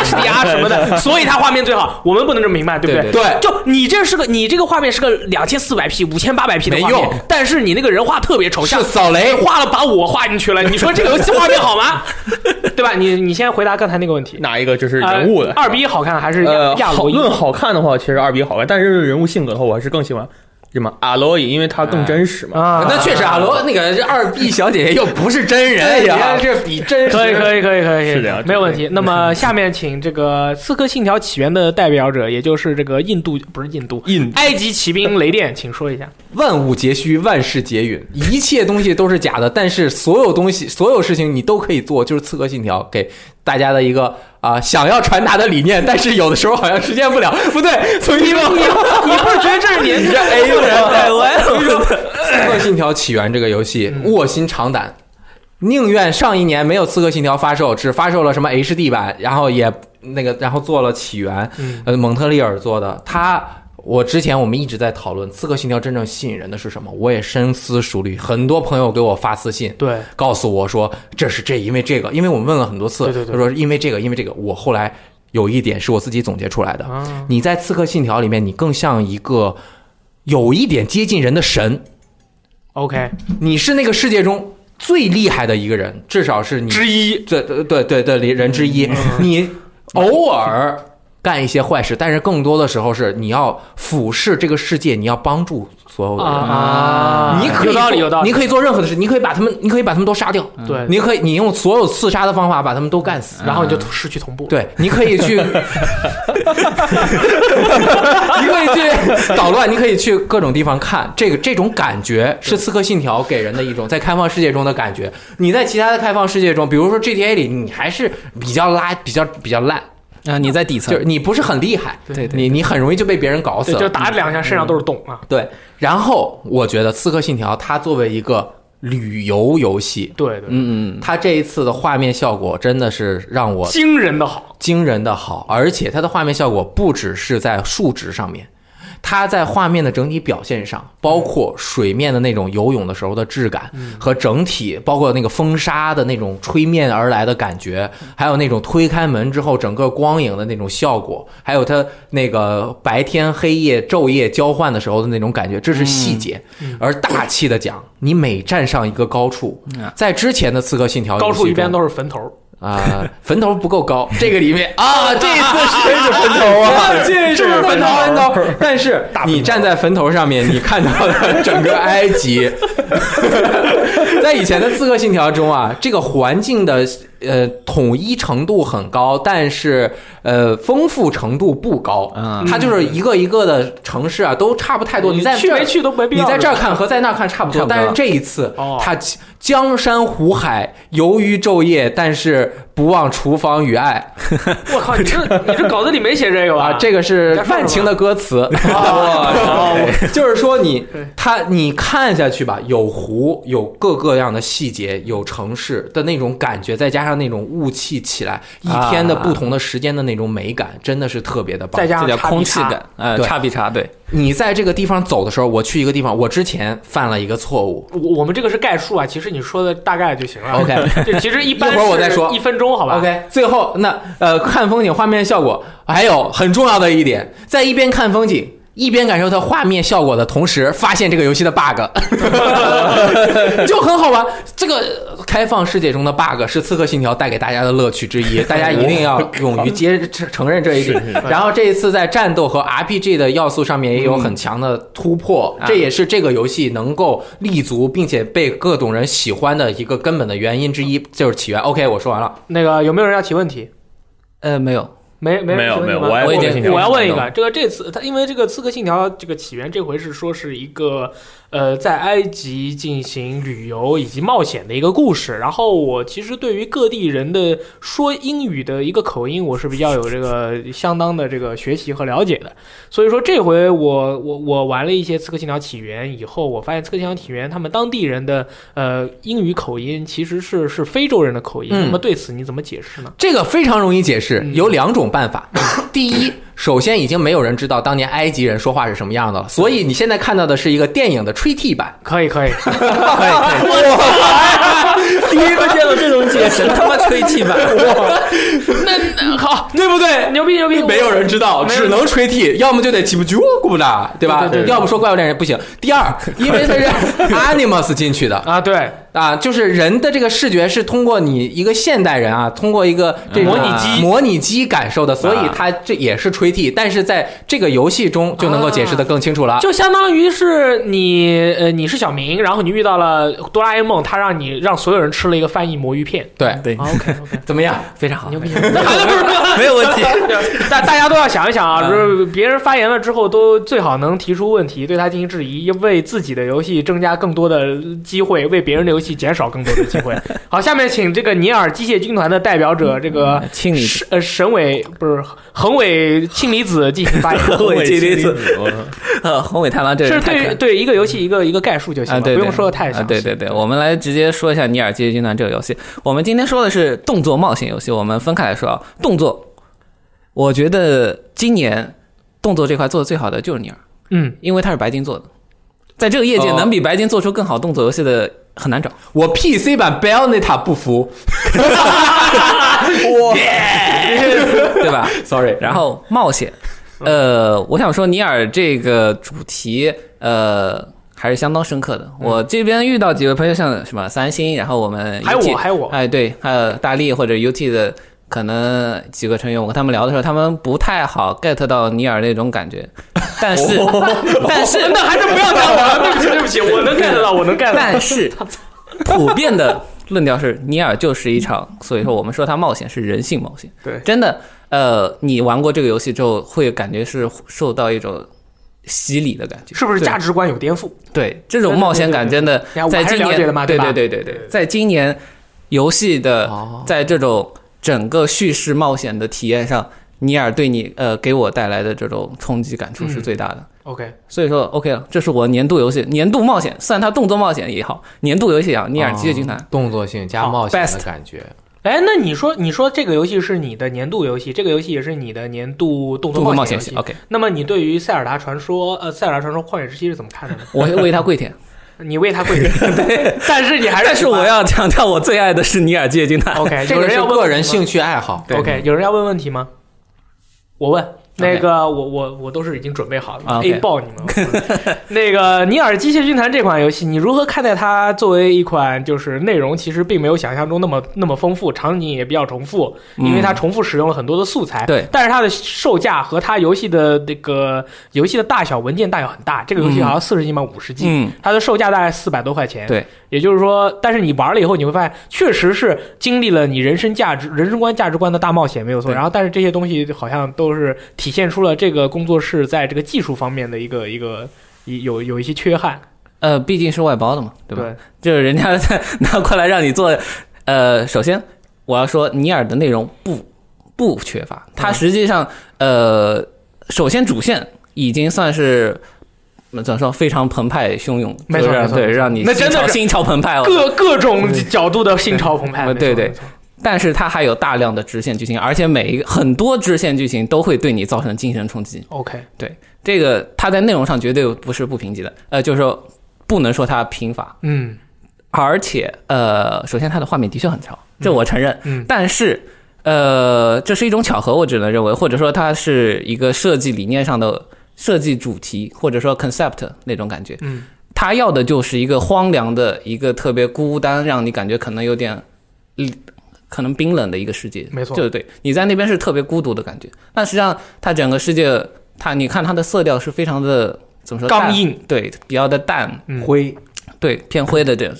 [SPEAKER 2] (laughs)
[SPEAKER 1] Xbox HDR 什么的，所以它画面最好，我们不能这么明白，对不
[SPEAKER 2] 对对对
[SPEAKER 1] 就你这是个你这个画面是个两千四百 P、五千八百 P 的画
[SPEAKER 2] 没
[SPEAKER 1] 面
[SPEAKER 2] 用，
[SPEAKER 1] 但是你那个人画特别丑，像
[SPEAKER 2] 是扫雷。
[SPEAKER 1] 画了把我画进去了，你说这个游戏画面好
[SPEAKER 2] (laughs)
[SPEAKER 1] 吗？对吧？你你先回答刚才那个问题，
[SPEAKER 4] 哪一个就是人物的
[SPEAKER 1] 呃二比一好看还是亚、
[SPEAKER 4] 呃，
[SPEAKER 1] 亚
[SPEAKER 4] 好
[SPEAKER 1] 罗伊？
[SPEAKER 4] 论好看的话，其实二比好看，但是人物性格的话，我还是更喜欢什么阿洛伊，因为他更真实嘛。
[SPEAKER 1] 啊，
[SPEAKER 2] 嗯那确实，阿罗那个这二 B 小姐姐又不是真人，
[SPEAKER 1] 对呀
[SPEAKER 2] 你
[SPEAKER 3] 哎
[SPEAKER 2] 看哎这比真实
[SPEAKER 1] 可以，可以，可以，可以，
[SPEAKER 4] 是这样
[SPEAKER 1] 没有问题。那
[SPEAKER 2] (laughs)
[SPEAKER 1] 么下面请这个《刺客信条：起源》的代表者，也就是这个印度不是印度，
[SPEAKER 4] 印
[SPEAKER 1] 埃及骑兵雷电，请说一下。
[SPEAKER 2] 万物皆虚，万事皆云，一切东西都是假的，但是所有东西，所有事情你都可以做，就是《刺客信条》给大家的一个啊、想要传达的理念，但是有的时候好像实现不了。不对，重新说，
[SPEAKER 1] 你不是觉得这是年
[SPEAKER 2] 你
[SPEAKER 1] 度
[SPEAKER 2] 这 A 人
[SPEAKER 3] 哎
[SPEAKER 2] (laughs) 在
[SPEAKER 3] 我
[SPEAKER 2] 《刺客信条：起源》这个游戏，
[SPEAKER 1] 嗯
[SPEAKER 2] 卧薪尝胆，宁愿上一年没有《刺客信条》发售，只发售了什么 HD 版，然后也那个，然后做了《起源》
[SPEAKER 1] 嗯
[SPEAKER 2] 呃，蒙特利尔做的。他，我之前我们一直在讨论《刺客信条》真正吸引人的是什么，我也深思熟虑。很多朋友给我发私信，
[SPEAKER 1] 对，
[SPEAKER 2] 告诉我说这是这，因为这个，因为我们问了很多次，
[SPEAKER 1] 对对对
[SPEAKER 2] 他说因为这个，因为这个。我后来有一点是我自己总结出来的，
[SPEAKER 1] 啊，
[SPEAKER 2] 你在《刺客信条》里面，你更像一个有一点接近人的神，
[SPEAKER 1] OK，
[SPEAKER 2] 你是那个世界中最厉害的一个人，至少是你
[SPEAKER 1] 之一
[SPEAKER 2] 对对对对对人之一。你偶尔干一些坏事，但是更多的时候是你要俯视这个世界，你要帮助所有的人。
[SPEAKER 1] 啊
[SPEAKER 2] 啊你可以
[SPEAKER 1] 有道理，
[SPEAKER 2] 做
[SPEAKER 1] 有道理，
[SPEAKER 2] 你可以做任何的事，你可以把他们，你可以把他们都杀掉，
[SPEAKER 1] 对，
[SPEAKER 2] 你可以你用所有刺杀的方法把他们都干死。
[SPEAKER 1] 然后你就失去同步，，
[SPEAKER 2] 对，你可以去，你可以去捣乱，你可以去各种地方看，这个这种感觉是《刺客信条》给人的一种在开放世界中的感觉。你在其他的开放世界中，比如说 GTA 里，你还是比较拉，比较比较烂，
[SPEAKER 3] 啊，你在底层
[SPEAKER 2] 就，是你不是很厉害，
[SPEAKER 3] 对对，
[SPEAKER 2] 你你很容易就被别人搞死
[SPEAKER 1] 对，就
[SPEAKER 2] 了。
[SPEAKER 1] 打两下身上都是洞啊，
[SPEAKER 2] 对，然后我觉得《刺客信条》它作为一个旅游游戏，
[SPEAKER 1] 对对，
[SPEAKER 3] 嗯嗯，
[SPEAKER 2] 它这一次的画面效果真的是让我
[SPEAKER 1] 惊人的好，
[SPEAKER 2] 惊人的好，而且它的画面效果不只是在数值上面，它在画面的整体表现上，包括水面的那种游泳的时候的质感和整体，包括那个风沙的那种吹面而来的感觉，还有那种推开门之后整个光影的那种效果，还有它那个白天黑夜昼夜交换的时候的那种感觉，这是细节。
[SPEAKER 1] 嗯
[SPEAKER 2] 而大气的讲，你每站上一个高处，在之前的《刺客信条》
[SPEAKER 1] 嗯高
[SPEAKER 2] 游
[SPEAKER 1] 处
[SPEAKER 2] 戏
[SPEAKER 1] 一般
[SPEAKER 2] 中
[SPEAKER 1] 都是坟头，
[SPEAKER 2] 啊，坟头不够高，这个里面啊，这次真
[SPEAKER 4] (laughs)
[SPEAKER 2] 是坟头啊，这是坟头坟头。但是你站在坟头上面，你看到 (laughs) 的整个埃及，在以前的《刺客信条》中啊，这个环境的呃统一程度很高，但是呃丰富程度不高。
[SPEAKER 3] 嗯
[SPEAKER 2] 它就是一个一个的城市啊，都差不太多。你在
[SPEAKER 1] 去
[SPEAKER 2] 这儿
[SPEAKER 1] 没去都没必
[SPEAKER 2] 你
[SPEAKER 1] 要，
[SPEAKER 2] 在这儿看和在那儿看啊差不多，
[SPEAKER 3] 差不多
[SPEAKER 2] 但是这一次
[SPEAKER 1] 哦，
[SPEAKER 2] 他江山湖海，游于昼夜，但是不忘厨房与爱
[SPEAKER 1] (laughs) 我靠，你这你这稿子里没写这个吧？
[SPEAKER 2] 啊，这个是
[SPEAKER 1] 在说什么
[SPEAKER 2] 万情的歌
[SPEAKER 1] (laughs)
[SPEAKER 2] 词。
[SPEAKER 1] 啊，
[SPEAKER 2] (laughs) 就是说你
[SPEAKER 1] 对
[SPEAKER 2] 他你看下去吧，有湖，有各个样的细节，有城市的那种感觉，再加上那种雾气起来，一天的不同的时间的那种美感，真的是特别的棒
[SPEAKER 1] 再。加上
[SPEAKER 3] 这叫
[SPEAKER 1] 叉
[SPEAKER 3] 空
[SPEAKER 1] 比
[SPEAKER 3] 气
[SPEAKER 1] 叉，
[SPEAKER 3] 感，呃，
[SPEAKER 2] 对
[SPEAKER 3] 啊叉比叉，对，
[SPEAKER 2] 你在这个地方走的时候，我去一个地方，我之前犯了一个错
[SPEAKER 1] (laughs)
[SPEAKER 2] 误，
[SPEAKER 1] 我我们这个是概述啊，其实你说的大概就行了。
[SPEAKER 2] OK
[SPEAKER 1] 这其实一般
[SPEAKER 2] 一会儿我再说
[SPEAKER 1] 是一分钟好吧
[SPEAKER 2] OK，最后那呃，看风景画面效果，还有很重要的一点，在一边看风景。一边感受它画面效果的同时，发现这个游戏的
[SPEAKER 1] (laughs)
[SPEAKER 2] bug，就很好玩。这个呃开放世界中的 bug 是《刺客信条》带给大家的乐趣
[SPEAKER 1] (laughs)
[SPEAKER 2] 之一，大家一定要勇于接承认这一点。然后这一次在战斗和 RPG 的要素上面也有很强的突破，
[SPEAKER 3] 嗯
[SPEAKER 2] 这也是这个游戏能够立足并且被各种人喜欢的一个根本的原因之一，就是起源。OK，我说完了。
[SPEAKER 1] 那个有没有人要提问题？
[SPEAKER 3] 呃，没 (laughs) 有，
[SPEAKER 1] 没没
[SPEAKER 4] 没有
[SPEAKER 1] 提问题
[SPEAKER 4] 没有，
[SPEAKER 1] 吗
[SPEAKER 4] 我还
[SPEAKER 3] 我已
[SPEAKER 4] 问
[SPEAKER 3] 经
[SPEAKER 4] 了一条
[SPEAKER 1] 我要问一
[SPEAKER 3] 没
[SPEAKER 1] 个，这个这次它因为这个《刺客信条》这个起源，这回是说是一个呃在埃及进行旅游以及冒险的一个故事。然后我其实对于各地人的说英语的一个口音，我是比较有这个相当的这个学习和了解的。所以说这回我我我玩了一些《刺客信条：起源》以后，我发现《刺客信条：起源》他们当地人的呃英语口音其实是是非洲人的口音。
[SPEAKER 2] 嗯
[SPEAKER 1] 那么对此你怎么解释呢？
[SPEAKER 2] 这个非常容易解释，
[SPEAKER 1] 嗯
[SPEAKER 2] 有两种
[SPEAKER 1] (laughs)
[SPEAKER 2] 办法。第一，首先已经没有人知道当年埃及人说话是什么
[SPEAKER 1] 嗯
[SPEAKER 2] 样的了，所以你现在看到的是一个电影的吹
[SPEAKER 1] (laughs)
[SPEAKER 2] 替版。
[SPEAKER 1] 可以可以，
[SPEAKER 3] 第一个见到这种解释，他妈吹气吧！
[SPEAKER 2] (laughs)
[SPEAKER 1] 那那好，
[SPEAKER 2] 对不对？
[SPEAKER 1] (laughs) 牛逼牛逼！
[SPEAKER 2] (laughs) 没有人知道，
[SPEAKER 1] 没有人
[SPEAKER 2] 只能吹替，要么就得起不啾咕啦，对吧？
[SPEAKER 1] 对对对
[SPEAKER 2] 要不说怪物猎人不行。第二，因为它
[SPEAKER 1] (laughs)
[SPEAKER 2] 是 animus 进去的
[SPEAKER 1] 啊，对，
[SPEAKER 2] 啊，就是人的这个视觉是通过你一个现代人啊，通过一个这种
[SPEAKER 3] 模拟机
[SPEAKER 2] 模拟机感受的，所以
[SPEAKER 3] 啊
[SPEAKER 2] 它这也是吹替，但是在这个游戏中就能够解释的更清楚了。
[SPEAKER 1] 就相当于是你呃，你是小明，然后你遇到了哆啦 A 梦，他让你让所有人吃了一个翻译魔芋片。
[SPEAKER 2] 对，
[SPEAKER 3] 对，
[SPEAKER 1] OK
[SPEAKER 2] (laughs)
[SPEAKER 1] OK，
[SPEAKER 2] 怎么样？
[SPEAKER 3] 非常好
[SPEAKER 1] 牛，逼！那好
[SPEAKER 2] (laughs)
[SPEAKER 3] 没有 (laughs) 问题。
[SPEAKER 1] 大大家都要想一想啊，
[SPEAKER 3] 嗯
[SPEAKER 1] 就是别人发言了之后，都最好能提出问题，对他进行质疑，为自己的游戏增加更多的机会，为别人的游戏减少更多的机
[SPEAKER 2] (laughs)
[SPEAKER 1] 会。好，下面请这个尼尔机械军团的代表者，这个
[SPEAKER 3] 庆你
[SPEAKER 1] 沈呃沈伟不是恒伟氢离子进行发
[SPEAKER 2] (laughs)
[SPEAKER 1] 言。
[SPEAKER 3] 我也接这次
[SPEAKER 1] (laughs)
[SPEAKER 4] 我
[SPEAKER 3] 呃，红尾太狼这
[SPEAKER 1] 是
[SPEAKER 3] 人太可
[SPEAKER 1] 对
[SPEAKER 3] 爱
[SPEAKER 1] 对一个游戏一个一个概述就行
[SPEAKER 3] 啊，
[SPEAKER 1] 了，
[SPEAKER 3] 对，
[SPEAKER 1] 不用
[SPEAKER 3] 对
[SPEAKER 1] 说的太
[SPEAKER 3] 啊
[SPEAKER 1] 详细。
[SPEAKER 3] 对对对，我们来直接说一下《尼尔：机械军团》这个游戏。我们今天说的是动作冒险游戏，我们分开来说啊。动作，我觉得今年动作这块做的最好的就是尼尔，
[SPEAKER 1] 嗯，
[SPEAKER 3] 因为它是白金做的，在这个业界
[SPEAKER 2] 哦
[SPEAKER 3] 能比白金做出更好动作游戏的很难找。
[SPEAKER 2] 我 PC 版 Bayonetta 不服，
[SPEAKER 3] 对吧
[SPEAKER 2] (laughs) Sorry
[SPEAKER 1] (laughs)
[SPEAKER 3] 然后冒险，
[SPEAKER 1] 嗯
[SPEAKER 3] 呃，我想说尼尔这个主题，呃，还是相当深刻的。我这边遇到几位朋友，像什么三星，然后我们
[SPEAKER 1] 嗯还有
[SPEAKER 3] UT (laughs)
[SPEAKER 1] 我还有我
[SPEAKER 3] 哎，对，还有大力或者 UT 的可能几个成员，我跟他们聊的时候，他们不太好 get 到尼尔那种感觉，
[SPEAKER 1] (laughs)
[SPEAKER 3] 但是，但是，
[SPEAKER 1] 哦那还是不 (laughs) 要讲我了，对不起，对不起，我能 get 到，我能 get 到。
[SPEAKER 3] (laughs) 但是，普遍的论调是尼尔就是一场，所以说我们说它冒险是人性冒险。
[SPEAKER 1] 对
[SPEAKER 3] 真的，呃，你玩过这个游戏之后，会感觉是受到一种洗礼的感觉，
[SPEAKER 1] 是不是价值观有颠覆？
[SPEAKER 3] 对，这种冒险感真的
[SPEAKER 1] 对对对对对哎
[SPEAKER 3] 在
[SPEAKER 1] 我还是
[SPEAKER 3] 今
[SPEAKER 1] 了解的
[SPEAKER 3] 年
[SPEAKER 1] 嘛
[SPEAKER 3] 对
[SPEAKER 1] 对吧
[SPEAKER 3] 对对对，在今年游戏的
[SPEAKER 2] 哦
[SPEAKER 3] 在这种整个叙事冒险的体验上，尼尔对你呃给我带来的这种冲击感触
[SPEAKER 1] 嗯
[SPEAKER 3] 是最大的。
[SPEAKER 1] OK，
[SPEAKER 3] 所以说 OK 了，这是我年度游戏，年度冒险，算它动作冒险也好，年度游戏也好，尼尔极限军
[SPEAKER 1] 哦
[SPEAKER 3] 团。
[SPEAKER 2] 动作性加冒险
[SPEAKER 3] 好
[SPEAKER 2] 的
[SPEAKER 3] ，best
[SPEAKER 2] 感觉，
[SPEAKER 1] 哎，那你说，你说这个游戏是你的年度游戏，这个游戏也是你的年度动
[SPEAKER 3] 动作
[SPEAKER 1] 作
[SPEAKER 3] 冒
[SPEAKER 1] 冒
[SPEAKER 3] 险
[SPEAKER 1] 险
[SPEAKER 3] 游戏，OK，
[SPEAKER 1] 那么你对于《塞尔达传说》呃，《塞尔达传说：旷野之息》是怎么看的呢？
[SPEAKER 3] 我为它跪舔，
[SPEAKER 1] 你为它跪舔，对， (laughs) 但 (laughs) 是你还是
[SPEAKER 3] 但是我要强调，我最爱的是尼尔极限
[SPEAKER 1] (laughs)
[SPEAKER 3] 军团。
[SPEAKER 1] OK，
[SPEAKER 2] 这
[SPEAKER 1] 哎有
[SPEAKER 2] 个
[SPEAKER 1] 人
[SPEAKER 2] 是
[SPEAKER 1] 要问
[SPEAKER 2] 个
[SPEAKER 1] 问题
[SPEAKER 2] 人
[SPEAKER 1] 吗
[SPEAKER 2] 兴趣爱好。
[SPEAKER 3] 嗯
[SPEAKER 1] OK，有人要问问题吗？我问。那个我我我都是已经准备好了
[SPEAKER 3] 啊，OK
[SPEAKER 1] ，A 爆你
[SPEAKER 3] (laughs)
[SPEAKER 1] 们。那个《尼尔：机械军团》这款游戏，你如何看待它作为一款就是内容其实并没有想象中那么那么丰富，场景也比较重复，因为它重复使用了很多的素材。
[SPEAKER 3] 嗯对
[SPEAKER 1] 但是它的售价和它游戏的那个游戏的大小文件大小很大，这个游戏好像四十 G 吗？五十 G？
[SPEAKER 3] 嗯，
[SPEAKER 1] 它的售价大概四百多块钱。
[SPEAKER 3] 对，
[SPEAKER 1] 也就是说，但是你玩了以后，你会发现确实是经历了你人生价值、人生观、价值观的大冒险，没有错。
[SPEAKER 3] 对
[SPEAKER 1] 然后，但是这些东西好像都是体现出了这个工作室在这个技术方面的一个一个。一有有一些缺憾，
[SPEAKER 3] 呃，毕竟是外包的嘛，对
[SPEAKER 1] 对
[SPEAKER 3] 吧？就是人家拿过来让你做。呃，首先我要说，尼尔的内容不不缺乏，它实际上、呃，首先主线已经算是。嗯怎么说？非常澎湃汹涌，
[SPEAKER 1] 没错
[SPEAKER 3] 就是让
[SPEAKER 1] 没错
[SPEAKER 3] 对，让你
[SPEAKER 1] 那真的
[SPEAKER 3] 心潮
[SPEAKER 1] 是
[SPEAKER 3] 心潮澎湃哦。
[SPEAKER 1] 各各种角度的心潮澎湃。
[SPEAKER 3] 呃对
[SPEAKER 1] 没错
[SPEAKER 3] 对对
[SPEAKER 1] 没错
[SPEAKER 3] 但是它还有大量的支线剧情，而且每一个很多支线剧情都会对你造成精神冲击。
[SPEAKER 1] ，OK，
[SPEAKER 3] 这个它在内容上绝对不是不贫瘠的，呃，就是说不能说它贫乏，
[SPEAKER 1] 嗯
[SPEAKER 3] 而且呃，首先它的画面的确很潮，这我承认，
[SPEAKER 1] 嗯
[SPEAKER 3] 但是呃，这是一种巧合，我只能认为，或者说它是一个设计理念上的设计主题，或者说 concept 那种感觉。
[SPEAKER 1] 嗯，
[SPEAKER 3] 他要的就是一个荒凉的、一个特别孤单，让你感觉可能有点，嗯可能冰冷的一个世界。
[SPEAKER 1] 没错
[SPEAKER 3] 对对，你在那边是特别孤独的感觉。但实际上，它整个世界，它你看它的色调是非常的怎么说
[SPEAKER 1] 刚
[SPEAKER 3] 淡
[SPEAKER 1] 硬，
[SPEAKER 3] 对，比较的淡，
[SPEAKER 1] 嗯
[SPEAKER 2] 灰
[SPEAKER 3] 对，偏灰的这样。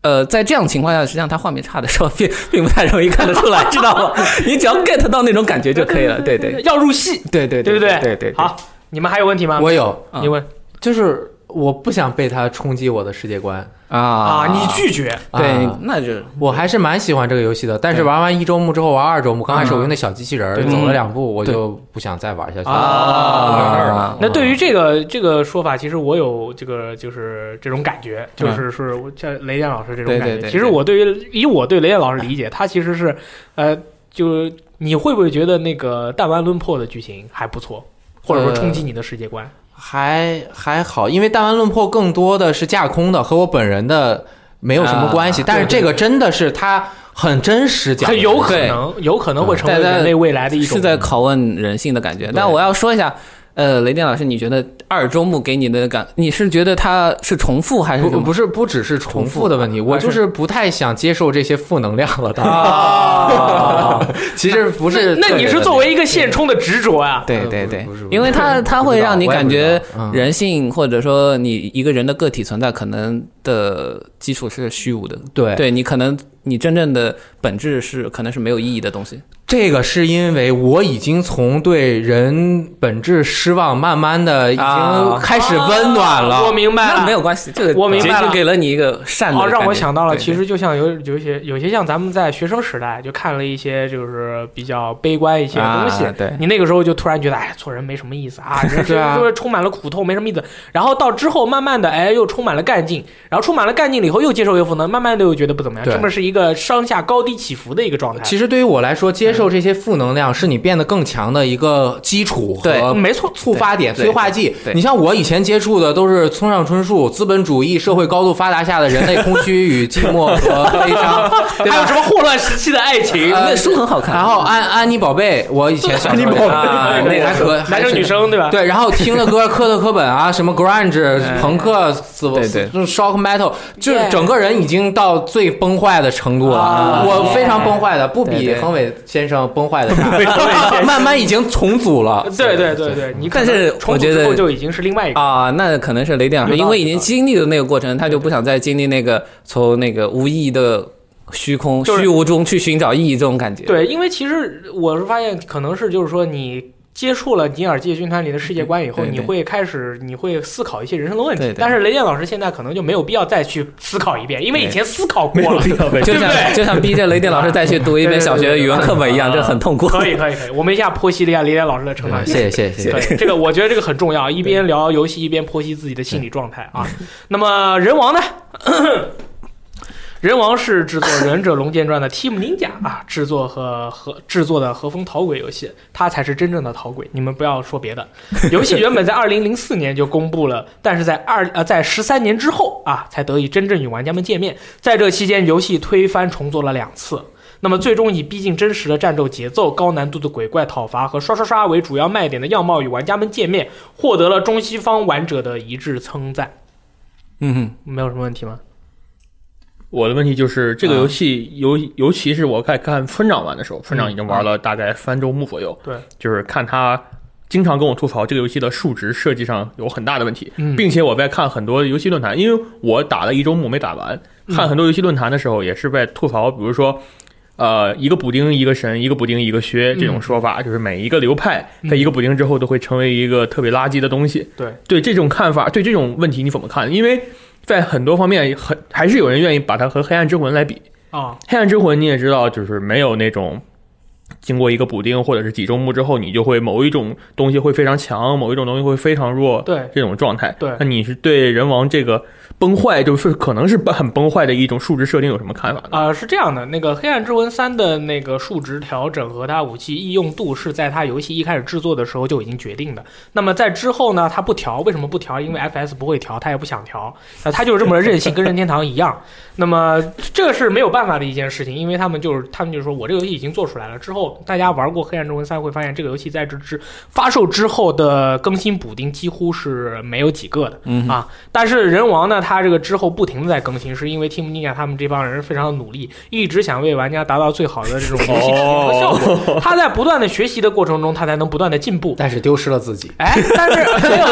[SPEAKER 3] 呃，在这样情况下，实际上它画面差的时候，并并不太容易看得出来， (laughs) 知道
[SPEAKER 2] (laughs)
[SPEAKER 3] 吗？你只要 get 到那种感觉就可以了。对对
[SPEAKER 1] 要入戏，
[SPEAKER 3] 对对
[SPEAKER 1] 对不
[SPEAKER 3] 对
[SPEAKER 1] 对？
[SPEAKER 3] 对对。
[SPEAKER 1] 好，你们还有问题吗？
[SPEAKER 2] 我有，
[SPEAKER 3] 嗯
[SPEAKER 1] 你问
[SPEAKER 2] 就是我不想被它冲击我的世界观。
[SPEAKER 3] 啊
[SPEAKER 1] 啊，你拒绝
[SPEAKER 3] 对
[SPEAKER 2] 啊，
[SPEAKER 3] 那就
[SPEAKER 2] 我还是蛮喜欢这个游戏的，但是
[SPEAKER 3] 对
[SPEAKER 2] 玩完一周目之后，玩二周目，刚开始
[SPEAKER 3] 嗯
[SPEAKER 2] 我用那小机器人儿
[SPEAKER 3] 对
[SPEAKER 2] 走了
[SPEAKER 3] 嗯
[SPEAKER 2] 两步，我
[SPEAKER 3] 对
[SPEAKER 2] 就不想再玩下去了。
[SPEAKER 1] 啊
[SPEAKER 3] 啊
[SPEAKER 1] 那
[SPEAKER 2] 嗯
[SPEAKER 1] 对于这个这个说法，其实我有这个就是这种感觉，就是是我像雷电老师这种感觉。
[SPEAKER 3] 对对对
[SPEAKER 1] 其实我对于以我对雷电老师理解，他其实是呃，就你会不会觉得那个弹丸论破的剧情还不错，或者说冲击你的世界观？
[SPEAKER 2] 还还好，因为弹丸论破更多的是架空的，和我本人的没有什么关系。
[SPEAKER 3] 啊
[SPEAKER 2] 但是
[SPEAKER 1] 对对
[SPEAKER 2] 这个真的是它很真实讲的，
[SPEAKER 1] 很有可能，有可能会成为
[SPEAKER 3] 对对
[SPEAKER 1] 人类未来的一种
[SPEAKER 3] 是在拷问人性的感觉。但我要说一下，呃，雷电老师，你觉得二周目给你的感，你是觉得它是重复还是
[SPEAKER 2] 不
[SPEAKER 3] 什么？
[SPEAKER 2] 不是不只是重复的问题，我就是不太想接受这些负能量了。当然，
[SPEAKER 3] (laughs)
[SPEAKER 1] 啊。
[SPEAKER 2] (laughs) 其实不是
[SPEAKER 1] 那你是作为一个现充的执着啊？
[SPEAKER 3] 对
[SPEAKER 2] 呃
[SPEAKER 3] 对
[SPEAKER 2] 不是
[SPEAKER 3] 对
[SPEAKER 2] 不是，不是
[SPEAKER 3] 因为它它会让你感觉
[SPEAKER 2] 我也不知道
[SPEAKER 3] 人性或者说你一个人的个体存在可能的基础是虚无的，
[SPEAKER 2] 对
[SPEAKER 3] 对你可能你真正的本质是可能是没有意义的东西。
[SPEAKER 2] 这个是因为我已经从对人本质失望，慢慢的已
[SPEAKER 3] 啊
[SPEAKER 2] 经开始温暖了。
[SPEAKER 1] 啊我明白了，
[SPEAKER 3] 那没有关系，这个
[SPEAKER 1] 我明白
[SPEAKER 3] 结
[SPEAKER 1] 了
[SPEAKER 3] 局给了你一个善的
[SPEAKER 1] 哦，
[SPEAKER 3] 感觉，
[SPEAKER 1] 让我想到了，
[SPEAKER 3] 对
[SPEAKER 1] 其实就像有有一些有些像咱们在学生时代就看了一些就是比较悲观一些的东西。
[SPEAKER 3] 啊对
[SPEAKER 1] 你那个时候就突然觉得，哎，做人没什么意思啊，人
[SPEAKER 2] 对
[SPEAKER 1] 生
[SPEAKER 2] 啊
[SPEAKER 1] 就是充满了苦痛，没什么意思。然后到之后，慢慢的，哎，又充满了干劲，然后充满了干劲了以后，又接受又负能，慢慢的又觉得不怎么样，
[SPEAKER 2] 对
[SPEAKER 1] 这么是一个上下高低起伏的一个状态。
[SPEAKER 2] 其实对于我来说，接受这些负能量是你变得更强的一个基础
[SPEAKER 3] 对
[SPEAKER 2] 和
[SPEAKER 1] 嗯没错，
[SPEAKER 2] 触发点、
[SPEAKER 3] 对
[SPEAKER 2] 催化剂
[SPEAKER 3] 对。
[SPEAKER 2] 你像我以前接触的都是村上春树，资本主义社会高度发达下的人类空虚与寂寞和悲 (laughs) 伤，对
[SPEAKER 1] 还有
[SPEAKER 2] 吧？
[SPEAKER 1] 什么霍乱时期的爱
[SPEAKER 3] (laughs)
[SPEAKER 1] 情？
[SPEAKER 2] 呃
[SPEAKER 3] 那书很好看。
[SPEAKER 2] 然后安安妮宝贝，我以前小时候
[SPEAKER 4] 安妮宝贝
[SPEAKER 1] (laughs)
[SPEAKER 2] 啊， (laughs) 那还可
[SPEAKER 1] 男生女。生对吧？
[SPEAKER 2] 还是对，然后听的歌，科特·科本啊，什么
[SPEAKER 3] (laughs)
[SPEAKER 2] grunge、朋克、死
[SPEAKER 3] 哎对对
[SPEAKER 2] 就是 shock metal，就是
[SPEAKER 5] 对
[SPEAKER 2] 整个人已经到最崩坏的程度了
[SPEAKER 3] 啊。
[SPEAKER 2] 我非常崩坏的，不
[SPEAKER 3] 对
[SPEAKER 2] 比
[SPEAKER 3] 对
[SPEAKER 2] 恒伟先生崩坏的
[SPEAKER 3] (laughs)
[SPEAKER 2] 大，
[SPEAKER 1] 对
[SPEAKER 2] (laughs) 慢慢已经重组了。
[SPEAKER 1] (laughs) 对对对对，你可
[SPEAKER 3] 但是
[SPEAKER 1] 能重
[SPEAKER 3] 我
[SPEAKER 1] 组
[SPEAKER 3] 觉
[SPEAKER 1] 之
[SPEAKER 3] 得
[SPEAKER 1] 后就已经是另外一个。
[SPEAKER 3] 啊，那可能是雷电老师，
[SPEAKER 1] 有道理
[SPEAKER 3] 因为已经经历了那个过程，他就不想再经历那个从那个无意
[SPEAKER 2] (laughs)
[SPEAKER 3] 义的虚空、
[SPEAKER 1] 就是
[SPEAKER 3] 虚无中去寻找意义这种感觉。
[SPEAKER 1] 对，因为其实我是发现，可能是就是说你。接触了尼尔界军团里的世界观以后，
[SPEAKER 3] 对对
[SPEAKER 1] 你会开始你会思考一些人生的问
[SPEAKER 3] 对
[SPEAKER 1] 题
[SPEAKER 3] 对。
[SPEAKER 1] 但是雷电老师现在可能就没有必要再去思考一遍，因为以前思考过
[SPEAKER 4] 没有
[SPEAKER 1] 了。
[SPEAKER 4] 必要被
[SPEAKER 3] 就
[SPEAKER 1] 对
[SPEAKER 3] 像
[SPEAKER 1] 不对
[SPEAKER 3] 就像逼着雷电老师再去读一遍小学语文课本一样，
[SPEAKER 1] 对对对
[SPEAKER 3] 这
[SPEAKER 1] 对对
[SPEAKER 3] 很痛苦。
[SPEAKER 1] 可以可以可以，我们一下剖析了一下雷电老师的成
[SPEAKER 3] (laughs)
[SPEAKER 1] 长史。
[SPEAKER 2] 对啊谢谢谢谢谢谢。
[SPEAKER 1] 对，这个我觉得这个很重要，一边聊游戏一边剖析自己的心理状态啊。那么人王呢？ (coughs) 人王是制作《忍者龙剑传》的 Team 宁甲啊制作和和制作的和风讨轨游戏，它才是真正的讨轨。你们不要说别的，游戏原本在二零零四年就公布了，但是在二呃在十三年之后啊才得以真正与玩家们见面。在这期间，游戏推翻重做了两次，那么最终以逼近真实的战斗节奏、高难度的鬼怪讨伐和刷刷刷为主要卖点的样貌与玩家们见面，获得了中西方玩者的一致称赞。
[SPEAKER 3] 嗯哼，
[SPEAKER 1] 没有什么问题吗？
[SPEAKER 4] 我的问题就是
[SPEAKER 1] 啊
[SPEAKER 4] 这个游戏，尤、尤其是我在看村长玩的时候，村长已经玩了大概三周目左右。
[SPEAKER 1] 嗯啊对，
[SPEAKER 4] 就是看他经常跟我吐槽这个游戏的数值设计上有很大的问题，
[SPEAKER 1] 嗯
[SPEAKER 4] 并且我在看很多游戏论坛，因为我打了一周目没打完，
[SPEAKER 1] 嗯
[SPEAKER 4] 看很多游戏论坛的时候也是在吐槽，比如说。呃，一个补丁一个神，一个补丁一个靴，
[SPEAKER 1] 嗯
[SPEAKER 4] 这种说法、就是每一个流派在一个补丁之后都会成为一个特别垃圾的东西。
[SPEAKER 1] 对，
[SPEAKER 4] 对这种看法，对这种问题你怎么看？因为在很多方面，很还是有人愿意把它和《黑暗之魂》来比，
[SPEAKER 1] 啊，
[SPEAKER 4] 黑暗之魂你也知道，就是没有那种经过一个补丁或者是几周目之后，你就会某一种东西会非常强，某一种东西会非常弱，
[SPEAKER 1] 对
[SPEAKER 4] 这种状态。
[SPEAKER 1] 对
[SPEAKER 4] 那你是对人王这个崩坏，就是可能是很崩坏的一种数值设定有什么看法呢？
[SPEAKER 1] 啊、是这样的，那个《黑暗之魂三》的那个数值调整和它武器易用度是在它游戏一开始制作的时候就已经决定的。那么在之后呢，它不调，为什么不调？因为 FS 不会调，它也不想调，那它就是这么任性，跟任天堂一样。那么这个是没有办法的一件事情，因为他们就是他们就是说我这个游戏已经做出来了，之后大家玩过《黑暗之魂三》会发现，这个游戏在这之发售之后的更新补丁几乎是没有几个的。
[SPEAKER 3] 嗯哼
[SPEAKER 1] 啊但是人王呢，他这个之后不停的在更新，是因为 Team Ninja 他们这帮人非常努力，一直想为玩家达到最好的这
[SPEAKER 3] (laughs)
[SPEAKER 1] 种游戏体验和效
[SPEAKER 3] 哦
[SPEAKER 1] 果。他在不断的学习的过程中，他才能不断的进步。
[SPEAKER 2] 但是丢失了自己，
[SPEAKER 1] 哎，但是 (laughs) 没有，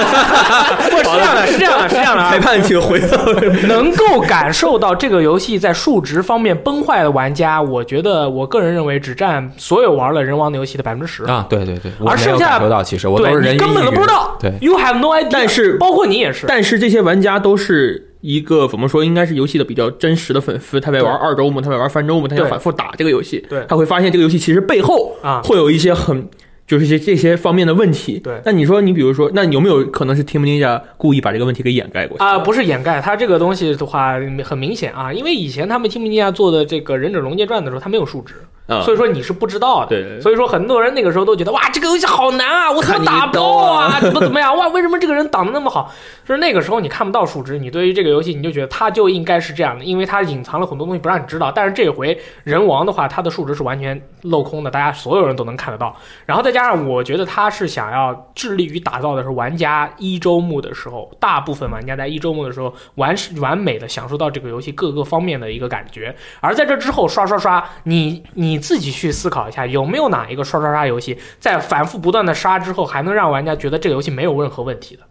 [SPEAKER 1] 不是这样的，是这样的，是这样的啊
[SPEAKER 4] 裁。判，请回到
[SPEAKER 1] (laughs) 能够感受到这个游戏在数值方面崩坏的玩家，我觉得我个人认为只占所有玩了人王的游戏的百分之十。
[SPEAKER 2] 啊，对对对，我
[SPEAKER 1] 而
[SPEAKER 2] 没有
[SPEAKER 1] 剩下
[SPEAKER 2] 感受到，其实我都
[SPEAKER 1] 对
[SPEAKER 2] 是人
[SPEAKER 1] 你根本
[SPEAKER 2] 云
[SPEAKER 1] 都
[SPEAKER 2] 亦
[SPEAKER 1] 不知
[SPEAKER 2] 云
[SPEAKER 1] 道，
[SPEAKER 2] 对
[SPEAKER 1] ，You have no idea。
[SPEAKER 4] 但是
[SPEAKER 1] 包括你也是，
[SPEAKER 4] 但是这些玩家都是。一个怎么说，应该是游戏的比较真实的粉丝，他在玩
[SPEAKER 1] 对
[SPEAKER 4] 二周目，他在玩三周目，他要
[SPEAKER 1] 对
[SPEAKER 4] 反复打这个游戏，
[SPEAKER 1] 对
[SPEAKER 4] 他会发现这个游戏其实背后
[SPEAKER 1] 啊
[SPEAKER 4] 会有一些很就是一些这些方面的问题。
[SPEAKER 1] 对
[SPEAKER 4] 那你说你比如说，那有没有可能是 Team Ninja 故意把这个问题给掩盖过去
[SPEAKER 1] 啊、不是掩盖，它这个东西的话很明显啊，因为以前他们《听不尼亚》做的这个《忍者龙剑传》的时候，它没有数值，
[SPEAKER 4] 啊
[SPEAKER 1] 所以说你是不知道的。
[SPEAKER 4] 对对对
[SPEAKER 1] 所以说很多人那个时候都觉得哇，这个游戏好难啊，我怎么打爆啊， (laughs) 怎么怎么样哇，为什么这个人挡的那么好？就是那个时候你看不到数值，你对于这个游戏你就觉得它就应该是这样的，因为它隐藏了很多东西不让你知道。但是这回人王的话，它的数值是完全镂空的，大家所有人都能看得到。然后再加上，我觉得他是想要致力于打造的是玩家一周目的时候，大部分玩家在一周目的时候完是完美的享受到这个游戏各个方面的一个感觉。而在这之后，刷刷刷，你你自己去思考一下，有没有哪一个刷刷刷游戏在反复不断的刷之后，还能让玩家觉得这个游戏没有任何问题的？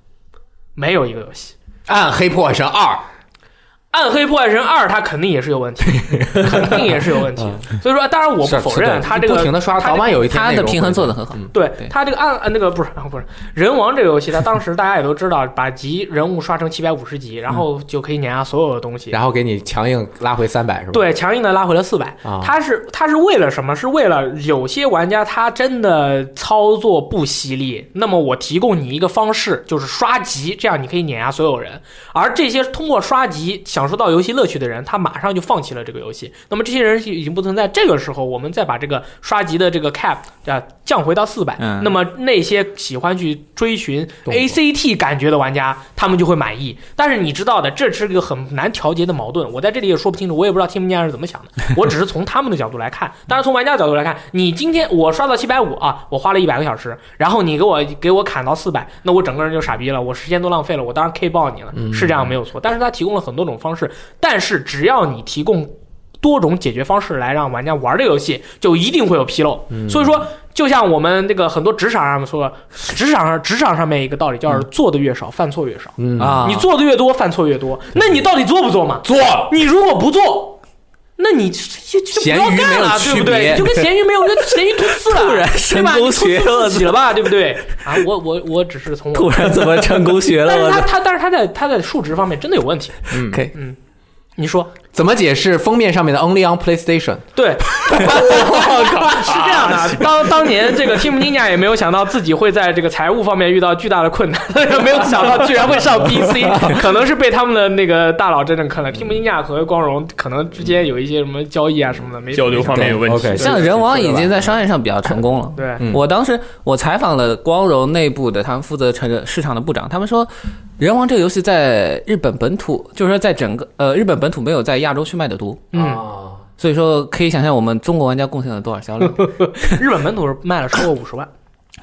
[SPEAKER 1] 没有一个游戏。
[SPEAKER 2] 暗黑破坏神二，
[SPEAKER 1] 暗黑破坏神二，它肯定也是有问题，肯定也是有问题。所以说，当然我不
[SPEAKER 2] 嗯是
[SPEAKER 1] 否
[SPEAKER 2] 是
[SPEAKER 1] 认
[SPEAKER 2] 对
[SPEAKER 1] 它
[SPEAKER 2] 你
[SPEAKER 1] 这
[SPEAKER 2] 不
[SPEAKER 1] 个
[SPEAKER 2] 停的刷，
[SPEAKER 1] 它
[SPEAKER 2] 早晚有一天
[SPEAKER 3] 他
[SPEAKER 2] 内
[SPEAKER 3] 的
[SPEAKER 2] 容
[SPEAKER 3] 平
[SPEAKER 2] 会
[SPEAKER 3] 衡做
[SPEAKER 2] 出
[SPEAKER 3] 的
[SPEAKER 2] 来
[SPEAKER 3] 很 (laughs) 好。
[SPEAKER 1] 对
[SPEAKER 3] 对
[SPEAKER 1] 他这个暗呃那个不是啊不是人王这个游戏，它当时大家也都知道，把级人物刷成七百五十级，然后就可以碾压所有的东西。
[SPEAKER 2] 然后给你强硬拉回三百是吧？
[SPEAKER 1] 对，强硬的拉回了四百、
[SPEAKER 2] 啊
[SPEAKER 1] 他是他是为了什么？是为了有些玩家他真的操作不犀利，那么我提供你一个方式，就是刷级，这样你可以碾压所有人。而这些通过刷级享享受到游戏乐趣的人，他马上就放弃了这个游戏。那么这些人已经不存在，这个时候我们再把这个刷级的这个 cap 啊降回到四百、
[SPEAKER 3] 嗯
[SPEAKER 1] 那么那些喜欢去追寻
[SPEAKER 2] 动作
[SPEAKER 1] ACT 感觉的玩家，他们就会满意。但是你知道的，这是个很难调节的矛盾，我在这里也说不清楚，我也不知道 Team 家是怎么想的，我只是从他们的角度来看。当然，从玩家的角度来看，你今天我刷到七百五啊，我花了一百个小时，然后你给我给我砍到四百，那我整个人就傻逼了，我时间都浪费了，我当然 K 爆你了，
[SPEAKER 2] 嗯
[SPEAKER 1] 是这样没有错。但是它提供了很多种方式，但是只要你提供多种解决方式来让玩家玩这个游戏，就一定会有纰漏。
[SPEAKER 2] 嗯
[SPEAKER 1] 所以说，就像我们那个很多职场上面说的，职场上职场上面一个道理，叫做的越少，犯错越少。
[SPEAKER 2] 嗯
[SPEAKER 3] 啊，
[SPEAKER 1] 你做的越多，犯错越多。那你到底做不做嘛？
[SPEAKER 2] 做
[SPEAKER 1] 你如果不做，那你就就不
[SPEAKER 2] 咸
[SPEAKER 1] 要
[SPEAKER 2] 鱼没
[SPEAKER 1] 干
[SPEAKER 2] 有
[SPEAKER 1] 了，
[SPEAKER 2] 区
[SPEAKER 1] 对不对？
[SPEAKER 2] 别
[SPEAKER 1] 你就跟咸鱼没有，
[SPEAKER 3] (laughs)
[SPEAKER 1] 就咸鱼突刺了，
[SPEAKER 3] 突
[SPEAKER 1] 对
[SPEAKER 3] 然
[SPEAKER 1] 吧？
[SPEAKER 3] 神
[SPEAKER 1] 你
[SPEAKER 3] 功
[SPEAKER 1] 突
[SPEAKER 3] 学
[SPEAKER 1] 刺
[SPEAKER 3] 了
[SPEAKER 1] 自己了吧，对不
[SPEAKER 3] (laughs)
[SPEAKER 1] 对？啊，我我我只是从我，
[SPEAKER 3] 突然怎么成功学了？
[SPEAKER 1] 但 (laughs) 是
[SPEAKER 3] 我
[SPEAKER 1] 他
[SPEAKER 3] 的
[SPEAKER 1] 他但是他在他在数值方面真的有问题。
[SPEAKER 2] 嗯
[SPEAKER 3] OK
[SPEAKER 1] 你说
[SPEAKER 2] 怎么解释封面上面的 Only on PlayStation？
[SPEAKER 1] 对？是这样的，啊当当年这个 Team Ninja 也没有想到自己会在这个财务方面遇到巨大的困难， (laughs) 没有想到居然会上 PC，可能是被他们的那个大佬真正坑了。Team Ninja 和光荣可能之间有一些什么交易啊什么的，没
[SPEAKER 4] 交流方面有问
[SPEAKER 3] (laughs)
[SPEAKER 4] 题
[SPEAKER 2] OK，
[SPEAKER 3] 像人王已经在商业上比较成功了。
[SPEAKER 1] 对。
[SPEAKER 2] 嗯
[SPEAKER 3] 我当时我采访了光荣内部的他们负责成市场的部长，他们说，《人王》这个游戏在日本本土，就是说在整个呃日本本土没有在亚洲区卖的多，
[SPEAKER 1] 嗯，
[SPEAKER 2] 啊，
[SPEAKER 3] 所以说可以想象我们中国玩家贡献了多少
[SPEAKER 2] (laughs)
[SPEAKER 3] 销量。
[SPEAKER 1] 日本本土是卖了超过五十万，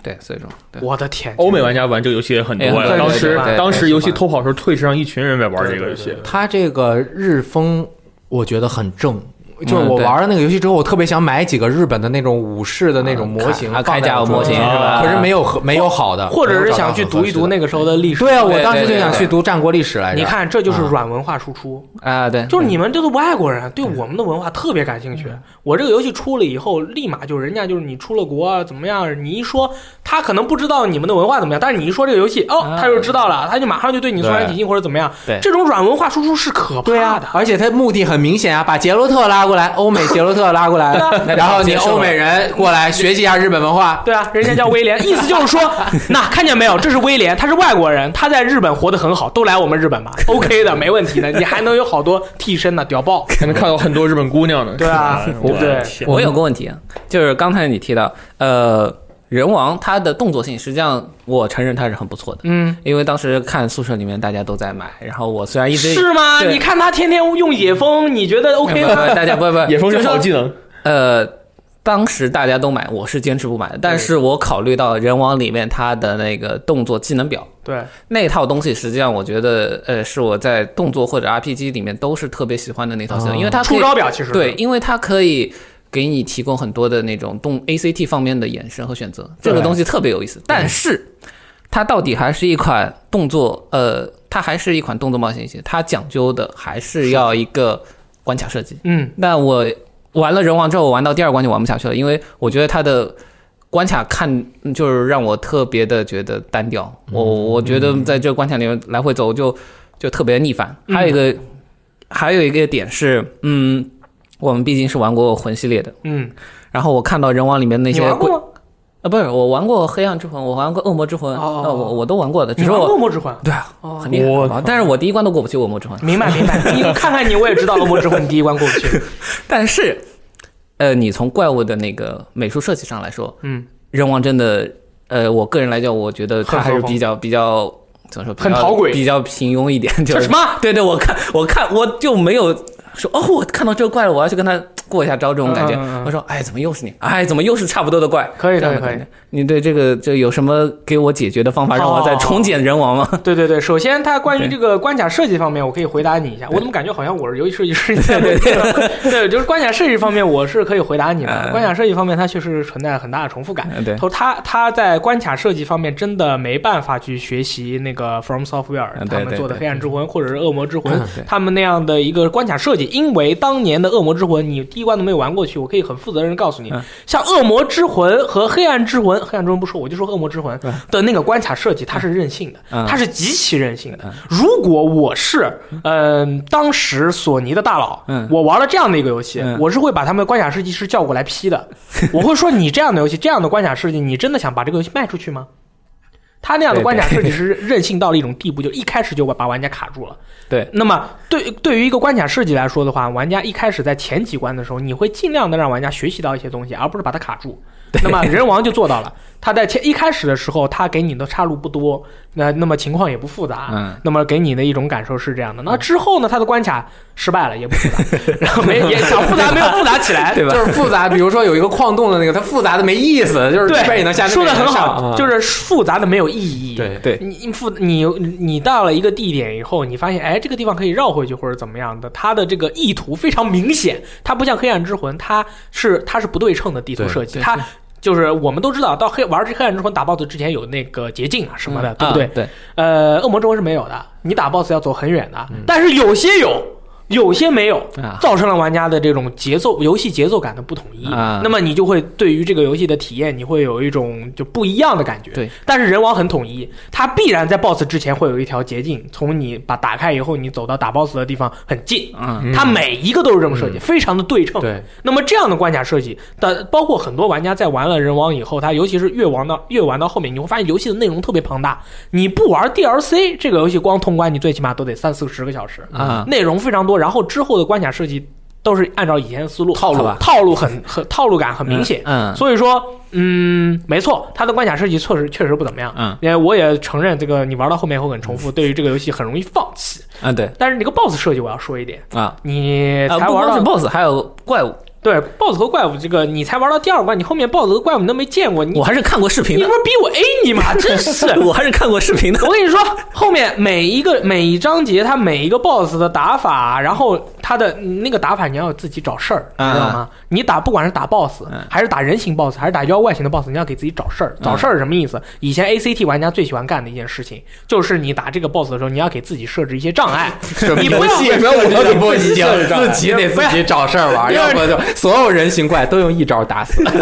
[SPEAKER 3] 对，所以说对
[SPEAKER 1] 我的天！
[SPEAKER 4] 欧美玩家玩这个游戏也很多
[SPEAKER 3] 哎很
[SPEAKER 4] 呀，
[SPEAKER 1] 多
[SPEAKER 4] 当
[SPEAKER 1] 对
[SPEAKER 4] 时
[SPEAKER 1] 对
[SPEAKER 3] 对
[SPEAKER 4] 当时
[SPEAKER 3] 对
[SPEAKER 4] 游戏
[SPEAKER 3] 对
[SPEAKER 4] 偷跑的时候，Twitch 上一群人在玩这个游
[SPEAKER 1] 对
[SPEAKER 4] 戏
[SPEAKER 1] 对对，
[SPEAKER 2] 他这个日风，我觉得很正。就是
[SPEAKER 3] 嗯
[SPEAKER 2] 我
[SPEAKER 3] 对
[SPEAKER 2] 玩了那个游戏之后，我特别想买几个日本的那种武士的那种模型
[SPEAKER 3] 啊，
[SPEAKER 2] 放
[SPEAKER 3] 铠
[SPEAKER 2] 在
[SPEAKER 3] 甲
[SPEAKER 2] 我
[SPEAKER 3] 有模型
[SPEAKER 2] 桌
[SPEAKER 3] 是
[SPEAKER 2] 上
[SPEAKER 3] 吧？
[SPEAKER 2] 可是没有合没有好的，
[SPEAKER 1] 或者是想去读一读
[SPEAKER 2] 那。
[SPEAKER 1] 那个时候的历史。
[SPEAKER 2] 对啊，
[SPEAKER 3] 对
[SPEAKER 2] 我哎当时
[SPEAKER 3] 对
[SPEAKER 2] 就
[SPEAKER 3] 对
[SPEAKER 2] 想去读战国历史来着。
[SPEAKER 1] 你，看，这就是软文化输出，
[SPEAKER 3] 啊，对，
[SPEAKER 1] 就是你们这个外国人啊对我们的文化特别感兴趣。我这个游戏出了以后，立马就人家就是你出了国啊，怎么样？你一说，他可能不知道你们的文化怎么样，但是你一说这个游戏，哦，
[SPEAKER 3] 啊
[SPEAKER 1] 他就知道了，他就马上就对你肃然起敬或者怎么样。
[SPEAKER 3] 对
[SPEAKER 1] 这种软文化输出是可
[SPEAKER 2] 对
[SPEAKER 1] 怕
[SPEAKER 2] 啊
[SPEAKER 1] 的，。
[SPEAKER 2] 而且他目的很明显啊，把杰洛特拉过来，欧美杰洛特拉过
[SPEAKER 1] (laughs)
[SPEAKER 2] 来
[SPEAKER 1] 对，
[SPEAKER 2] 然后你
[SPEAKER 3] 接受了
[SPEAKER 2] 欧美人过来学习一下日本文化。
[SPEAKER 1] 对啊，人家叫威廉，意思就是说，那看见没有，这是威廉，他是外国人，他在日本活得很好，都来我们日本吧，OK 的，没问题的，你还能有好多替身呢，屌爆！
[SPEAKER 4] 还能看到很多日本姑娘呢。
[SPEAKER 1] 对
[SPEAKER 4] (laughs)
[SPEAKER 1] 啊
[SPEAKER 4] 是吧
[SPEAKER 1] 对不对
[SPEAKER 4] 我的天
[SPEAKER 3] 我有个问题啊，就是刚才你提到，呃，人王它的动作性，实际上我承认它是很不错的，
[SPEAKER 1] 嗯，
[SPEAKER 3] 因为当时看宿舍里面大家都在买，然后我虽然一直
[SPEAKER 1] 是吗？
[SPEAKER 3] 对
[SPEAKER 1] 你看他天天用野风，你觉得
[SPEAKER 3] (laughs)
[SPEAKER 1] OK
[SPEAKER 3] 不不
[SPEAKER 1] 吗？
[SPEAKER 3] 不大
[SPEAKER 2] (laughs)
[SPEAKER 3] 家不不，
[SPEAKER 4] 野风
[SPEAKER 3] 就是说
[SPEAKER 4] 好技能，
[SPEAKER 3] 呃，当时大家都买，我是坚持不买的，但是我考虑到人王里面它的那个动作技能表。
[SPEAKER 1] 对，
[SPEAKER 3] 那套东西实际上，我觉得，呃，是我在动作或者 RPG 里面都是特别喜欢的那套系统，
[SPEAKER 2] 哦
[SPEAKER 3] 因为它可以
[SPEAKER 1] 出招表其实
[SPEAKER 3] 对，，因为它可以给你提供很多的那种动 ACT 方面的衍生和选择，这个
[SPEAKER 2] 对
[SPEAKER 3] 东西特别有意思。但是它到底还是一款动作，呃，它还是一款动作冒险游戏，它讲究的还是要一个关卡设计。
[SPEAKER 1] 嗯，
[SPEAKER 3] 那我玩了人王之后，我玩到第二关就玩不下去了，因为我觉得它的关卡看嗯就是让我特别的觉得单调。
[SPEAKER 1] 嗯
[SPEAKER 3] 我我觉得在这个关卡里面来回走就就特别逆反。
[SPEAKER 1] 嗯
[SPEAKER 3] 还有一个还有一个点是，嗯，我们毕竟是玩过魂系列的，
[SPEAKER 1] 嗯，
[SPEAKER 3] 然后我看到人王里面那
[SPEAKER 1] 你
[SPEAKER 3] 些
[SPEAKER 1] 玩
[SPEAKER 3] 鬼
[SPEAKER 1] 过吗？
[SPEAKER 3] 啊，不是我玩过黑暗之魂，我玩过恶魔之魂，
[SPEAKER 1] 哦
[SPEAKER 3] 那我我都玩过的，只
[SPEAKER 1] 你
[SPEAKER 3] 是
[SPEAKER 1] 玩过
[SPEAKER 3] 我
[SPEAKER 1] 《魔之魂》？
[SPEAKER 3] 对啊，
[SPEAKER 1] 哦
[SPEAKER 3] 很厉害
[SPEAKER 4] 我
[SPEAKER 3] 好吧，但是我第一关都过不去恶魔之魂。
[SPEAKER 1] 明白明
[SPEAKER 3] (laughs)
[SPEAKER 1] 白，你看看你，我也知道了《魔之魂》你第一关过不去。
[SPEAKER 3] 但是，呃，你从怪物的那个美术设计上来说，
[SPEAKER 1] 嗯，
[SPEAKER 3] 人王真的，呃，我个人来讲，我觉得他
[SPEAKER 1] 很
[SPEAKER 3] 还是
[SPEAKER 1] 疯
[SPEAKER 3] 比较比较怎么说，比
[SPEAKER 1] 很
[SPEAKER 3] 较
[SPEAKER 1] 讨鬼
[SPEAKER 3] 比较平庸一点。就
[SPEAKER 1] 叫
[SPEAKER 3] 是
[SPEAKER 1] 什么？
[SPEAKER 3] 对对，我看我看我就没有说哦，我看到这个怪了，我要去跟他过一下招这种感觉。
[SPEAKER 1] 嗯嗯嗯
[SPEAKER 3] 我说，哎，怎么又是你？哎，怎么又是差不多的怪？
[SPEAKER 1] 可以
[SPEAKER 3] 这样的
[SPEAKER 1] 可以
[SPEAKER 3] 感觉。你对这个这有什么给我解决的方法，让我再
[SPEAKER 1] 哦
[SPEAKER 3] 重建人王吗？
[SPEAKER 1] 对对对，首先它关于
[SPEAKER 3] OK
[SPEAKER 1] 这个关卡设计方面，我可以回答你一下。我怎么感觉好像我是游戏设计师？对
[SPEAKER 3] (laughs)
[SPEAKER 1] 对，就是关卡设计方面，我是可以回答你的。
[SPEAKER 3] 嗯
[SPEAKER 1] 关卡设计方面，它确实存在很大的重复感。
[SPEAKER 3] 对
[SPEAKER 1] 他他他在关卡设计方面真的没办法去学习那个 From Software
[SPEAKER 3] 嗯
[SPEAKER 1] 他
[SPEAKER 3] 对
[SPEAKER 1] 们
[SPEAKER 3] 对
[SPEAKER 1] 做的《
[SPEAKER 3] 对
[SPEAKER 1] 黑暗之魂》或者是《恶魔之魂
[SPEAKER 2] 嗯对》
[SPEAKER 1] 他们那样的一个关卡设计，因为当年的《恶魔之魂》你第一关都没有玩过去，我可以很负责任地告诉你
[SPEAKER 3] 嗯，
[SPEAKER 1] 像《恶魔之魂》和《黑暗之魂》，《黑暗之魂》不说，我就说《恶魔之魂》的那个关卡设计，它是任性的，
[SPEAKER 3] 嗯
[SPEAKER 1] 它是极其任性的。如果我是嗯、当时索尼的大佬
[SPEAKER 3] 嗯，
[SPEAKER 1] 我玩了这样的一个游戏
[SPEAKER 3] 嗯，
[SPEAKER 1] 我是会把他们的关卡设计师叫过来 (laughs) 批的。我会说你这样的游戏，这样的关卡设计，你真的想把这个游戏卖出去吗？他那样的关卡设计是任性到了一种地步，就一开始就把把玩家卡住了。
[SPEAKER 2] 对，
[SPEAKER 1] 那么对对于一个关卡设计来说的话，玩家一开始在前几关的时候，你会尽量的让玩家学习到一些东西，而不是把它卡住。那么人王就做到了，他在前一开始的时候，他给你的岔路不多，那那么情况也不复杂，
[SPEAKER 2] 嗯，
[SPEAKER 1] 那么给你的一种感受是这样的。那之后呢，他的关卡失败了，也不复
[SPEAKER 2] (laughs)
[SPEAKER 1] 杂，然后没也想复杂没有复杂 (laughs) 起来，
[SPEAKER 3] (laughs) 对吧？
[SPEAKER 2] 就是复杂，比如说有一个矿洞的那个，它复杂的没意思，就是这边也能下，
[SPEAKER 1] 说
[SPEAKER 2] 的啊
[SPEAKER 1] 的很好，啊就是是复杂的没有意义。
[SPEAKER 2] 对
[SPEAKER 3] 对
[SPEAKER 1] 你你复你你到了一个地点以后，你发现哎，这个地方可以绕回去或者怎么样的，它的这个意图非常明显，它不像黑暗之魂，它是它是不对称的地图
[SPEAKER 2] 对
[SPEAKER 1] 设计，
[SPEAKER 3] 对
[SPEAKER 1] 它。就是我们都知道，到黑玩这黑暗之魂打 BOSS 之前有那个捷径啊什么
[SPEAKER 2] 嗯
[SPEAKER 1] 的，对不对？
[SPEAKER 3] 啊对，
[SPEAKER 1] 呃，恶魔之魂是没有的，你打 BOSS 要走很远的，但是有些有，有些没有，
[SPEAKER 3] 嗯啊
[SPEAKER 1] 造成了玩家的这种节奏、游戏节奏感的不统一。
[SPEAKER 3] 啊
[SPEAKER 1] 那么你就会对于这个游戏的体验，你会有一种就不一样的感觉。
[SPEAKER 3] 对，
[SPEAKER 1] 但是人王很统一，它必然在 BOSS 之前会有一条捷径，从你把打开以后，你走到打 BOSS 的地方很近。
[SPEAKER 3] 嗯，
[SPEAKER 1] 它每一个都是这么设计，非常的对称。
[SPEAKER 2] 对
[SPEAKER 1] 那么这样的关卡设计，但包括很多玩家在玩了人王以后，他尤其是越玩到越玩到后面，你会发现游戏的内容特别庞大。你不玩 DLC，这个游戏光通关你最起码都得三四十个小时，
[SPEAKER 3] 啊
[SPEAKER 1] 内容非常多，然后之后的关卡设计都是按照以前的思路
[SPEAKER 2] 套路吧
[SPEAKER 1] 套路很很套路感很明显。
[SPEAKER 3] 啊嗯
[SPEAKER 1] 所以说，嗯，没错，它的关卡设计确实确实不怎么样。
[SPEAKER 3] 嗯，
[SPEAKER 1] 也我也承认，这个你玩到后面会很重复，对于这个游戏很容易放弃。
[SPEAKER 3] 嗯，对
[SPEAKER 1] 但是你这个 BOSS 设计，我要说一点，
[SPEAKER 3] 啊，
[SPEAKER 1] 你
[SPEAKER 3] 啊，
[SPEAKER 1] 才
[SPEAKER 3] 不
[SPEAKER 1] 玩到
[SPEAKER 3] 光是 BOSS，还有怪物，
[SPEAKER 1] 对 BOSS 和怪物这个，你才玩到第二关，你后面 BOSS 和怪物你都没见过，你
[SPEAKER 3] 我还是看过视频
[SPEAKER 1] 你
[SPEAKER 3] 的！
[SPEAKER 1] 不，是逼我 A 你吗？真是
[SPEAKER 3] (laughs) 我还是看过视 (laughs) 频的。
[SPEAKER 1] 我跟你说，后面每一个每一章节，它每一个 BOSS 的打法，然后它的那个打法，你要有自己找事儿，
[SPEAKER 3] 嗯
[SPEAKER 1] 知道吗？你打不管是打 BOSS，
[SPEAKER 3] 嗯
[SPEAKER 1] 还是打人形 BOSS，还是打妖怪型的 BOSS，你要给自己找事儿。找事儿是什么意思？以前 ACT 玩家最喜欢干的一件事情，就是你打这个 BOSS 的时候，你要给自己设置一些障碍，你不要
[SPEAKER 2] 为什么我就不行，自己得自己找事儿玩，要不就所有人形怪都用一招打死。
[SPEAKER 1] 对，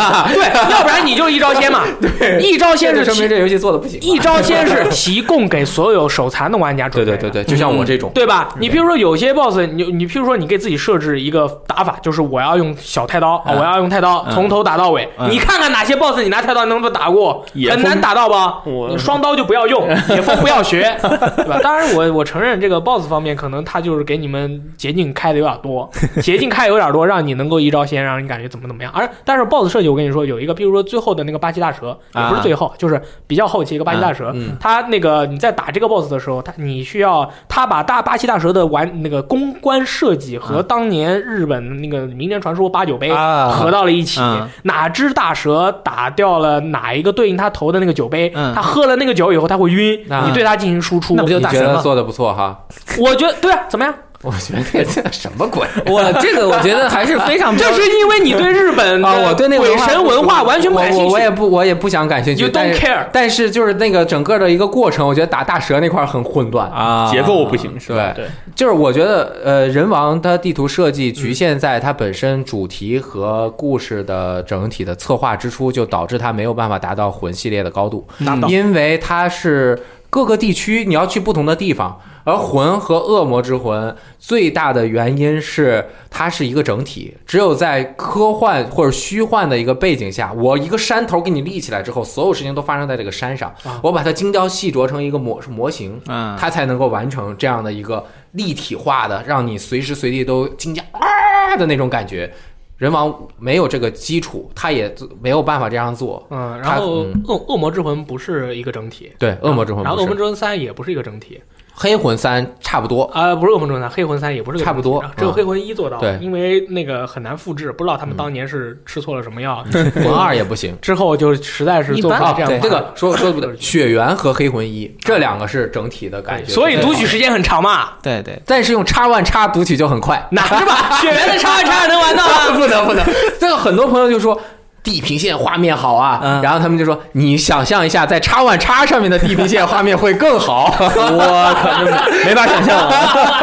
[SPEAKER 1] 要不然你就一招鲜嘛。对，一招鲜
[SPEAKER 2] 这
[SPEAKER 1] 是
[SPEAKER 2] 就说
[SPEAKER 1] 其
[SPEAKER 2] 明这游戏做的不行。
[SPEAKER 1] 一招先
[SPEAKER 2] (laughs)
[SPEAKER 1] 是提供给所有手残的玩家
[SPEAKER 2] 对
[SPEAKER 1] 准备
[SPEAKER 2] 对
[SPEAKER 1] 的，
[SPEAKER 2] 对对，就像我这种，
[SPEAKER 1] 对吧？你比如说有些 boss，你你譬如说你给自己设置一个打法，就是我要用小太刀，啊
[SPEAKER 3] 嗯
[SPEAKER 1] 我要用太刀
[SPEAKER 3] 嗯
[SPEAKER 1] 从头打到尾。
[SPEAKER 3] 嗯
[SPEAKER 1] 你看看哪些 boss 你拿太刀能不能打过？
[SPEAKER 4] 野
[SPEAKER 1] 很
[SPEAKER 4] 风
[SPEAKER 1] 难打到吧？
[SPEAKER 4] 我
[SPEAKER 1] 你双刀就不要用，野风不要学，对吧？当然我，我承认这个 boss 方面可能他就是给你们捷径开的有点多， (laughs) 捷径开有点多，让你能够一招鲜，让你感觉怎么怎么样。而但是 boss 设计，我跟你说有一个，比如说最后的那个八岐大蛇，也不
[SPEAKER 3] 啊
[SPEAKER 1] 是最后，就是比较后期一个八岐大蛇，
[SPEAKER 2] 嗯，
[SPEAKER 1] 他那个你在打这个 boss 的时候，他你需要他把大巴西大蛇的玩那个公关设计
[SPEAKER 2] 嗯
[SPEAKER 1] 和当年日本那个《名年传说》八九杯
[SPEAKER 3] 啊
[SPEAKER 1] 合到了一起
[SPEAKER 3] 嗯，
[SPEAKER 1] 哪只大蛇打掉了哪一个对应他头的那个酒杯，
[SPEAKER 3] 嗯
[SPEAKER 1] 他喝了那个酒以后他会晕，
[SPEAKER 2] 啊
[SPEAKER 1] 你对他进行输出
[SPEAKER 3] 那。不就
[SPEAKER 2] 你
[SPEAKER 3] 大
[SPEAKER 2] 觉
[SPEAKER 3] 神
[SPEAKER 2] 得
[SPEAKER 3] 吗？
[SPEAKER 2] 做的不错哈？
[SPEAKER 1] 我觉得对啊，怎么样？
[SPEAKER 2] 我觉得这什么鬼？
[SPEAKER 3] (laughs) 我这个我觉得还是非常
[SPEAKER 4] (laughs)
[SPEAKER 1] 这是因为你对日本
[SPEAKER 2] 嗯 (laughs) 啊，我对那个
[SPEAKER 1] 鬼神文化完全不感
[SPEAKER 2] 我
[SPEAKER 1] 兴
[SPEAKER 2] 我我
[SPEAKER 1] 趣
[SPEAKER 2] 也不我也不嗯想感兴趣。
[SPEAKER 1] ，You
[SPEAKER 2] 但
[SPEAKER 1] don't
[SPEAKER 2] 是
[SPEAKER 1] care。
[SPEAKER 2] 但是就是那个整个的一个过程，我觉得打大蛇那块儿很混乱
[SPEAKER 3] 啊
[SPEAKER 4] 结构不行是吧？对，
[SPEAKER 2] 就是我觉得，呃，人王它地图设计局限在它本身主题和故事的整体的策划之初，就导致它没有办法达到魂系列的高度，
[SPEAKER 3] 嗯
[SPEAKER 2] 因为它是各个地区你要去不同的地方，而魂和恶魔之魂最大的原因是它是一个整体，只有在科幻或者虚幻的一个背景下，我一个山头给你立起来之后，所有事情都发生在这个山上
[SPEAKER 1] 啊，
[SPEAKER 2] 我把它精雕细琢成一个模模型，
[SPEAKER 3] 嗯
[SPEAKER 2] 它才能够完成这样的一个立体化的，让你随时随地都惊叫啊的那种感觉。人王没有这个基础，他也没有办法这样做。
[SPEAKER 1] 嗯，然
[SPEAKER 2] 他
[SPEAKER 1] 后
[SPEAKER 2] 嗯
[SPEAKER 1] 恶恶魔之魂不是一个整体，
[SPEAKER 2] 对，恶魔之魂
[SPEAKER 1] 然后
[SPEAKER 2] 不
[SPEAKER 1] 恶魔
[SPEAKER 2] 是，
[SPEAKER 1] 之魂三也不是一个整体，
[SPEAKER 2] 黑魂三差不 (laughs) 多。
[SPEAKER 1] 啊、不是恶魔中三，黑魂三也不是这个
[SPEAKER 2] 差不多
[SPEAKER 1] 东西只有黑魂一做到了，
[SPEAKER 2] 对
[SPEAKER 1] 因为那个很难复制，不知道他们当年是吃错了什么药，。
[SPEAKER 2] 魂二也不行
[SPEAKER 1] 之后就实在是做不
[SPEAKER 2] 啊
[SPEAKER 1] 了这，样的
[SPEAKER 2] 这个说说不对，血缘和黑魂一这两个是整体的感觉，
[SPEAKER 1] 所以读取
[SPEAKER 2] 对，
[SPEAKER 1] 时间很长嘛，
[SPEAKER 3] 对对，
[SPEAKER 2] 但是用叉 one 叉读取就很快，
[SPEAKER 1] 哪是吧？血缘的插完插能玩到吗？
[SPEAKER 2] 不能不能。这个很多朋友就说。地平线画面好啊，
[SPEAKER 3] 嗯
[SPEAKER 2] 然后他们就说：“你想象一下，在叉 one 叉上面的地平线画面会更
[SPEAKER 1] (laughs)
[SPEAKER 2] 好。
[SPEAKER 4] 我靠，这没法想象啊！”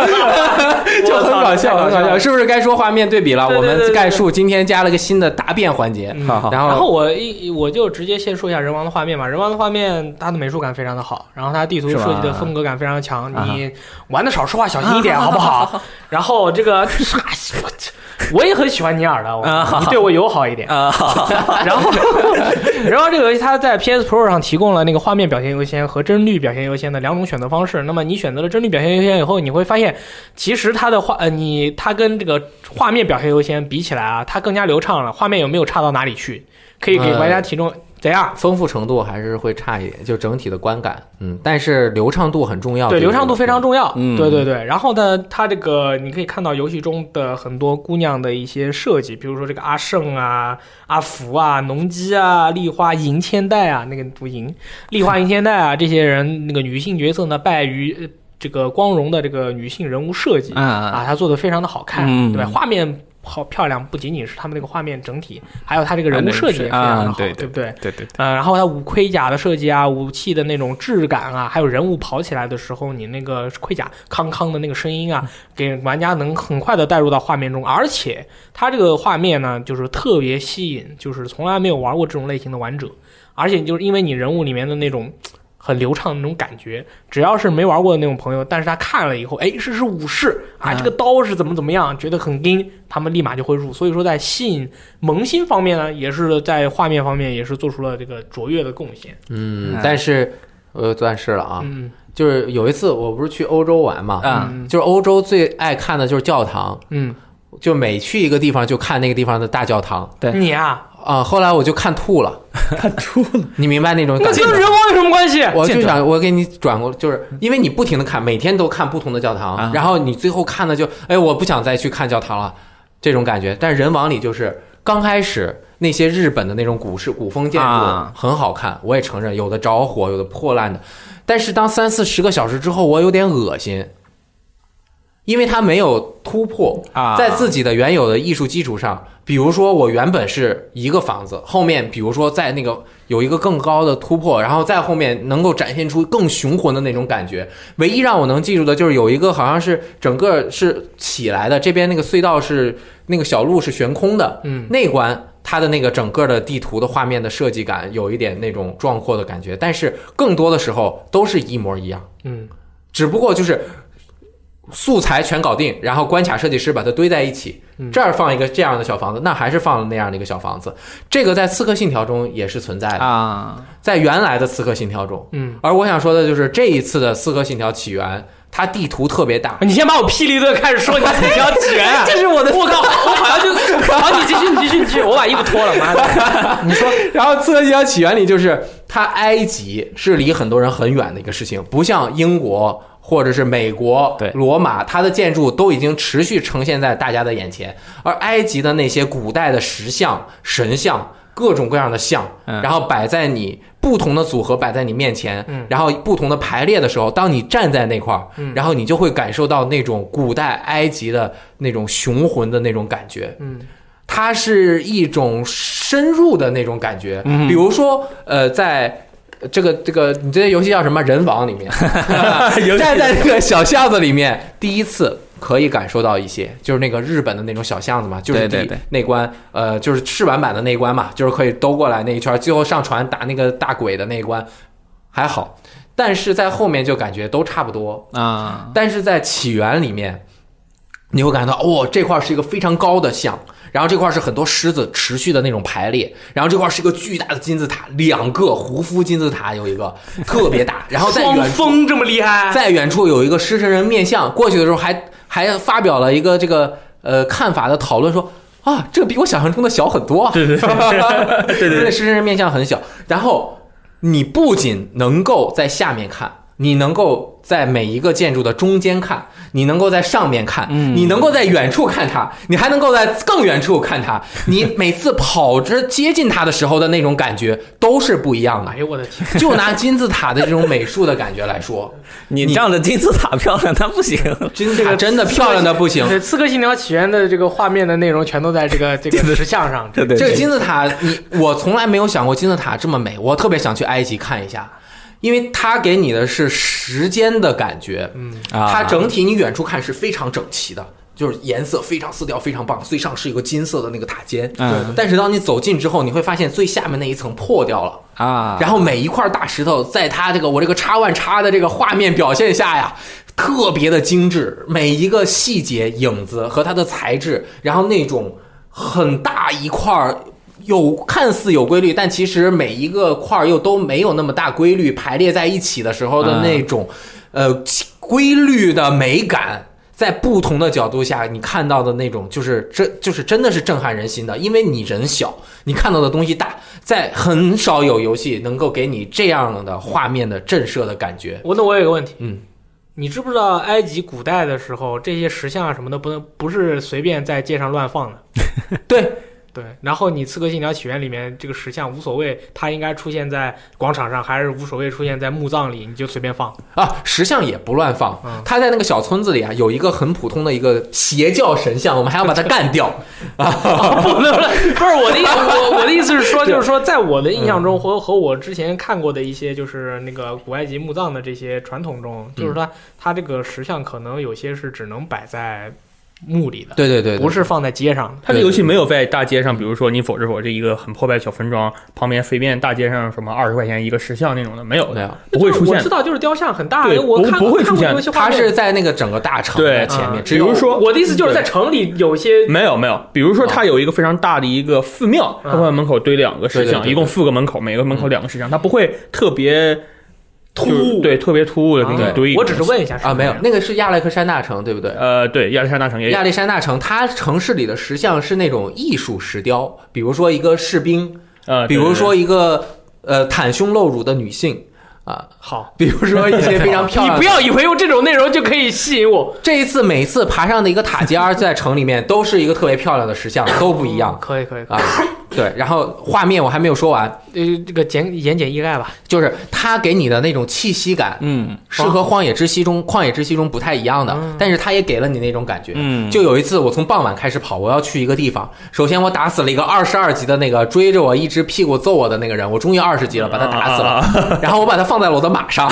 [SPEAKER 2] 就很搞笑，
[SPEAKER 1] 我操太搞
[SPEAKER 2] 很搞
[SPEAKER 1] 笑
[SPEAKER 2] 笑，
[SPEAKER 1] 了
[SPEAKER 2] 是不是该说画面对比了？
[SPEAKER 1] 对对
[SPEAKER 2] 我
[SPEAKER 1] 对对
[SPEAKER 2] 们概述今天加了个新的答辩环节，
[SPEAKER 1] 嗯
[SPEAKER 3] 好好
[SPEAKER 2] 然
[SPEAKER 1] 然
[SPEAKER 2] 后
[SPEAKER 1] 后我一我就直接先说一下人王的画面吧。人王的画面，它的美术感非常的好，然后它地图设计的风格感非常的强。
[SPEAKER 3] 是吧
[SPEAKER 1] 你玩的少，说话小心一点，好不好？然后这个，我也很喜欢尼尔的，我
[SPEAKER 3] 啊好
[SPEAKER 1] 你对我友好一点。
[SPEAKER 3] 啊，
[SPEAKER 1] (laughs) 然后，然后这个游戏它在 PS Pro 上提供了那个画面表现优先和帧率表现优先的两种选择方式。那么你选择了帧率表现优先以后，你会发现，其实它的画呃你它跟这个画面表现优先比起来啊，它更加流畅了，画面有没有差到哪里去？可以给玩家提供怎样？
[SPEAKER 2] 丰富程度还是会差一点，就整体的观感，嗯，但是流畅度很重要，
[SPEAKER 1] 啊对，
[SPEAKER 2] 这个
[SPEAKER 1] 流畅度非常重要。
[SPEAKER 3] 嗯
[SPEAKER 1] 对对对。然后呢，它这个你可以看到游戏中的很多姑娘的一些设计，比如说这个阿胜啊、阿福啊、农机啊、丽花、银千代啊，那个不银，丽花、银千代啊，这些人那个女性角色呢，败于呃这个光荣的这个女性人物设计
[SPEAKER 3] 啊，
[SPEAKER 1] 啊，它做的非常的好看，
[SPEAKER 3] 嗯
[SPEAKER 1] 对吧？画面。好漂亮，不仅仅是他们那个画面整体，还有他这个人物设计也非常的好，
[SPEAKER 3] 啊对对
[SPEAKER 1] 对不对？
[SPEAKER 3] 对对对，
[SPEAKER 1] 呃，然后它武盔甲的设计啊，武器的那种质感啊，还有人物跑起来的时候，你那个盔甲康康的那个声音啊，给玩家能很快的带入到画面中。而且它这个画面呢，就是特别吸引，就是从来没有玩过这种类型的玩者。而且就是因为你人物里面的那种很流畅的那种感觉，只要是没玩过的那种朋友，但是他看了以后，哎，这是武士啊，
[SPEAKER 3] 嗯
[SPEAKER 1] 这个刀是怎么怎么样，觉得很硬，他们立马就会入。所以说，在吸引萌新方面呢，也是在画面方面也是做出了这个卓越的贡献。
[SPEAKER 2] 嗯，但是呃，断事了啊，
[SPEAKER 1] 嗯
[SPEAKER 2] 就是有一次我不是去欧洲玩嘛，
[SPEAKER 3] 啊
[SPEAKER 1] 嗯
[SPEAKER 2] 就是欧洲最爱看的就是教堂，
[SPEAKER 1] 嗯，
[SPEAKER 2] 就每去一个地方就看那个地方的大教堂
[SPEAKER 3] 对
[SPEAKER 1] 你啊，
[SPEAKER 2] 啊、后来我就看吐了，看吐了，你明白那种
[SPEAKER 1] 那
[SPEAKER 2] 感觉
[SPEAKER 1] 跟
[SPEAKER 2] 吗？
[SPEAKER 1] 人王有什么关系？
[SPEAKER 2] 我就
[SPEAKER 3] 见
[SPEAKER 2] 想，我给你转过，就是因为你不停的看，每天都看不同的教
[SPEAKER 3] 啊
[SPEAKER 2] 堂，然后你最后看的就，哎，我不想再去看教堂了，这种感觉。但是人王里就是刚开始那些日本的那种古式古风建
[SPEAKER 3] 啊
[SPEAKER 2] 筑很好看，我也承认有的着火，有的破烂的，但是当三四十个小时之后，我有点恶心，因为它没有突破，
[SPEAKER 3] 啊，
[SPEAKER 2] 在自己的原有的艺术基础上，比如说我原本是一个房子，后面比如说在那个有一个更高的突破，然后再后面能够展现出更雄浑的那种感觉。唯一让我能记住的就是有一个好像是整个是起来的，这边那个隧道是那个小路是悬空的，
[SPEAKER 1] 嗯
[SPEAKER 2] 那关它的那个整个的地图的画面的设计感有一点那种壮阔的感觉，但是更多的时候都是一模一样。
[SPEAKER 1] 嗯
[SPEAKER 2] 只不过就是素材全搞定，然后关卡设计师把它堆在一起
[SPEAKER 1] 嗯，
[SPEAKER 2] 这儿放一个这样的小房子，那还是放了那样的一个小房子。这个在《刺客信条》中也是存在的，
[SPEAKER 3] 啊，
[SPEAKER 2] 在原来的《刺客信条》中。
[SPEAKER 1] 嗯，
[SPEAKER 2] 而我想说的就是这一次的《刺客信条：起源》，它地图特别大，
[SPEAKER 1] 你先把我霹雳队开始说，你自己要起源，
[SPEAKER 3] (laughs) 这是我的，
[SPEAKER 1] 我靠，我好像就，好，你继续，你继续，你继续，我把衣服脱了，妈的。
[SPEAKER 2] 你说，然后《刺客信条：起源》里就是它埃及是离很多人很远的一个事情，不像英国或者是美国、
[SPEAKER 3] 对
[SPEAKER 2] 罗马，它的建筑都已经持续呈现在大家的眼前，而埃及的那些古代的石像、神像。各种各样的像，
[SPEAKER 3] 嗯
[SPEAKER 2] 然后摆在你不同的组合摆在你面前，
[SPEAKER 1] 嗯
[SPEAKER 2] 然后不同的排列的时候，当你站在那块儿，
[SPEAKER 1] 嗯
[SPEAKER 2] 然后你就会感受到那种古代埃及的那种雄浑的那种感觉。
[SPEAKER 1] 嗯
[SPEAKER 2] 它是一种深入的那种感觉。
[SPEAKER 3] 嗯
[SPEAKER 2] 比如说，呃，在。这个这个，你这游戏叫什么？人王里
[SPEAKER 3] (laughs)
[SPEAKER 2] 面，站在那个小巷子里面，第一次可以感受到一些，就是那个日本的那种小巷子嘛，就是
[SPEAKER 3] 对对
[SPEAKER 2] 第
[SPEAKER 3] 对
[SPEAKER 2] 那关，呃，就是试玩版的那一关嘛，就是可以兜过来那一圈，最后上船打那个大鬼的那一关，还好，但是在后面就感觉都差不多，
[SPEAKER 3] 啊，
[SPEAKER 2] 但是在起源里面，你会感到哦，这块是一个非常高的像，然后这块是很多狮子持续的那种排列，然后这块是一个巨大的金字塔，两个胡夫金字塔有一个特别大，然后在
[SPEAKER 1] 双
[SPEAKER 2] 远处
[SPEAKER 1] 峰这么厉害，
[SPEAKER 2] 在远处有一个狮身人面像，过去的时候还还发表了一个这个呃看法的讨论说。啊，这个比我想象中的小很多啊！(laughs)
[SPEAKER 4] 对对对对对
[SPEAKER 2] 对，狮身人面像很小。然后你不仅能够在下面看，你能够在每一个建筑的中间看，你能够在上面看，
[SPEAKER 3] 嗯
[SPEAKER 2] 你能够在远处看它，你还能够在更远处看它。你每次跑着接近它的时候的那种感觉都是不一样
[SPEAKER 4] (laughs)
[SPEAKER 1] 哎呦我的天！
[SPEAKER 2] 的。就拿金字塔的这种美术的感觉来说，
[SPEAKER 3] 你
[SPEAKER 2] 你
[SPEAKER 3] 仗着金字塔漂亮，那不 (laughs) 行，
[SPEAKER 2] 金字塔真的漂亮的不行。
[SPEAKER 1] 对，《刺客信条：起源》的这个画面的内容全都在这个这个石像上。
[SPEAKER 3] 对对，
[SPEAKER 2] 这个
[SPEAKER 3] 对
[SPEAKER 2] 金字塔，你我从来没有想过金字塔这么美，我特别想去埃及看一下，因为它给你的是时间的感觉，
[SPEAKER 1] 嗯，
[SPEAKER 3] 啊
[SPEAKER 2] 它整体你远处看是非常整齐的，就是颜色非常色调非常棒，最上是一个金色的那个塔尖，
[SPEAKER 3] 嗯
[SPEAKER 2] 但是当你走近之后，你会发现最下面那一层破掉了。
[SPEAKER 3] 啊，
[SPEAKER 2] 然后每一块大石头，在它这个我这个叉万叉的这个画面表现下呀，特别的精致，每一个细节、影子和它的材质，然后那种很大一块儿。有看似有规律，但其实每一个块儿又都没有那么大规律，排列在一起的时候的那种，呃，规律的美感，在不同的角度下，你看到的那种，就是这就是真的是震撼人心的，因为你人小，你看到的东西大，在很少有游戏能够给你这样的画面的震慑的
[SPEAKER 1] (laughs)
[SPEAKER 2] 感觉。
[SPEAKER 1] 我那我有一个问题，
[SPEAKER 2] 嗯，
[SPEAKER 1] 你知不知道埃及古代的时候，这些石像啊什么的不能不是随便在街上乱放的？
[SPEAKER 2] 对
[SPEAKER 1] 对。然后你《刺客信条：起源》里面这个石像无所谓，它应该出现在广场上，还是无所谓出现在墓葬里，你就随便放。
[SPEAKER 2] 啊，石像也不乱放
[SPEAKER 1] 嗯，
[SPEAKER 2] 他在那个小村子里啊，有一个很普通的一个邪教神像，我们还要把它
[SPEAKER 1] (laughs)
[SPEAKER 2] 干掉啊。
[SPEAKER 1] 不是不是我的意思，我我的意思是说，就是说，在我的印象中
[SPEAKER 4] 嗯
[SPEAKER 1] 和和我之前看过的一些就是那个古埃及墓葬的这些传统中，就是
[SPEAKER 4] 嗯
[SPEAKER 1] 说它这个石像可能有些是只能摆在墓里的，
[SPEAKER 2] 对对对，对
[SPEAKER 1] 不是放在街上的。
[SPEAKER 4] 它这游戏没有在大街上，比如说你否着否这一个很破败的小村庄旁边随便大街上什么二十块钱一个石像那种的，没有
[SPEAKER 2] 没有
[SPEAKER 4] 的，不会出
[SPEAKER 1] 我
[SPEAKER 4] 现
[SPEAKER 1] 知
[SPEAKER 4] 的。
[SPEAKER 1] 道，就是雕像很大，
[SPEAKER 4] 对
[SPEAKER 1] 我
[SPEAKER 4] 不
[SPEAKER 1] 看
[SPEAKER 4] 不会
[SPEAKER 1] 看
[SPEAKER 4] 出
[SPEAKER 1] 过
[SPEAKER 4] 现
[SPEAKER 1] 游戏画
[SPEAKER 2] 他
[SPEAKER 1] 面
[SPEAKER 2] 是在那个整个大场的
[SPEAKER 4] 对
[SPEAKER 2] 前面，
[SPEAKER 1] 啊
[SPEAKER 2] 只
[SPEAKER 4] 比
[SPEAKER 2] 有
[SPEAKER 4] 如说
[SPEAKER 1] 我的意思就是在城里有些
[SPEAKER 4] 没有没有，比如说它有一个非常大的一个寺庙，
[SPEAKER 1] 嗯
[SPEAKER 4] 它会门口堆两个石
[SPEAKER 2] 对对对
[SPEAKER 4] 像，
[SPEAKER 2] 对
[SPEAKER 4] 一共四个门口，每个门口两个石像，它不会特别
[SPEAKER 1] 突
[SPEAKER 4] 就是
[SPEAKER 1] 兀。
[SPEAKER 4] 对，特别突兀的给
[SPEAKER 1] 啊
[SPEAKER 4] 你堆一个。
[SPEAKER 1] 我只是问一下是不
[SPEAKER 2] 啊，
[SPEAKER 1] 是
[SPEAKER 2] 没有
[SPEAKER 1] 这，样
[SPEAKER 2] 那个是亚历克山大城，对不对？
[SPEAKER 4] 呃，对，亚历山大
[SPEAKER 1] 哎
[SPEAKER 4] 城也有
[SPEAKER 2] 亚历山大城，它城市里的石像是那种艺术石雕，比如说一个士兵，
[SPEAKER 4] 呃，
[SPEAKER 1] 啊
[SPEAKER 2] 比
[SPEAKER 4] 对
[SPEAKER 2] 如
[SPEAKER 4] 对
[SPEAKER 2] 说一个呃袒胸露乳的女性啊，
[SPEAKER 1] 好。
[SPEAKER 2] 比如说一些非常漂
[SPEAKER 1] 你
[SPEAKER 2] 亮的。
[SPEAKER 1] 不要以为用这种内容就可以吸引我，
[SPEAKER 2] 这一次每次爬上的一个塔尖儿，在城里面都是一个特别漂亮的
[SPEAKER 1] (laughs)
[SPEAKER 2] 石像，都不一样
[SPEAKER 1] 可以可以，
[SPEAKER 2] 啊。对，然后画面我还没有说完，
[SPEAKER 1] 呃，这个简言简意赅吧。
[SPEAKER 2] 就是它给你的那种气息
[SPEAKER 1] 哦
[SPEAKER 2] 感，
[SPEAKER 3] 嗯
[SPEAKER 2] 是和《荒野之息》中《旷野之息》中不太一样的
[SPEAKER 1] 嗯，
[SPEAKER 2] 但是它也给了你那种感觉。
[SPEAKER 3] 嗯，
[SPEAKER 2] 就有一次，我从傍晚开始跑，我要去一个地方。首先，我打死了一个二十二级的那个追着我一直屁股揍我的那个人，我终于二十级了，把他打死
[SPEAKER 4] 啊
[SPEAKER 2] 了。然后我把他放在了我的马上，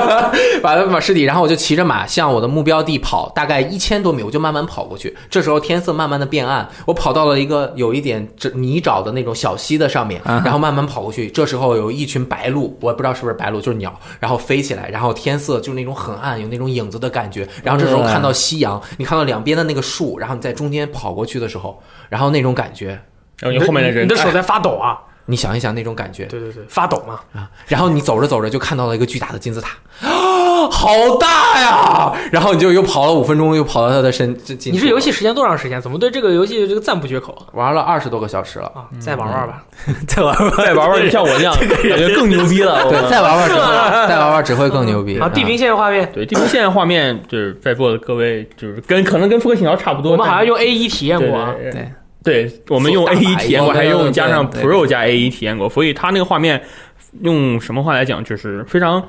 [SPEAKER 2] (laughs) 把他把尸体，然后我就骑着马向我的目标地跑，大概一千多米，我就慢慢跑过去。这时候天色慢慢的变暗，我跑到了一个有一点这泥沼的那种小溪的上面，
[SPEAKER 3] 啊哈
[SPEAKER 2] 然后慢慢跑过去。这时候有一群白鹭，我也不知道是不是白鹭，就是鸟，然后飞起来，然后天色就是那种很暗，有那种影子的感觉。然后这时候看到夕阳，你看到两边的那个树，然后你在中间跑过去的时候，然后那种感觉，
[SPEAKER 4] 然后你后面的人，
[SPEAKER 1] 你的手
[SPEAKER 4] 哎
[SPEAKER 1] 在发抖啊！
[SPEAKER 2] 你想一想那种感觉，
[SPEAKER 1] 对对对，发抖嘛。
[SPEAKER 2] 然后你走着走着就看到了一个巨大的金字塔， (gasps) 啊，好大呀！然后你就又跑了五分钟，又跑到它的身金。金
[SPEAKER 1] 你这游戏时间多长时间？怎么对这个游戏这个赞不绝口啊？
[SPEAKER 2] 玩了二十多个小时了，
[SPEAKER 1] 啊，再玩玩吧。
[SPEAKER 3] 再玩玩，
[SPEAKER 4] 再玩玩，像我这样，感觉更牛逼了。我
[SPEAKER 2] 对，再玩玩
[SPEAKER 1] (laughs)
[SPEAKER 2] 只会再玩玩只会更牛逼
[SPEAKER 1] 啊，哦地平线画面，
[SPEAKER 4] 对，地平线画面就是在座的各位，就是跟可能跟《复刻信条》差不多，
[SPEAKER 1] 我们好像用 A 一体验
[SPEAKER 4] 但
[SPEAKER 1] 过啊。
[SPEAKER 4] 对
[SPEAKER 3] 对
[SPEAKER 4] 对，对我们用
[SPEAKER 2] 大
[SPEAKER 4] A
[SPEAKER 2] 打一
[SPEAKER 4] 一体验过，
[SPEAKER 2] 个
[SPEAKER 4] 还用加上
[SPEAKER 3] 对对对
[SPEAKER 4] Pro 加 A 一体验过，所以它那个画面用什么话来讲，就是非常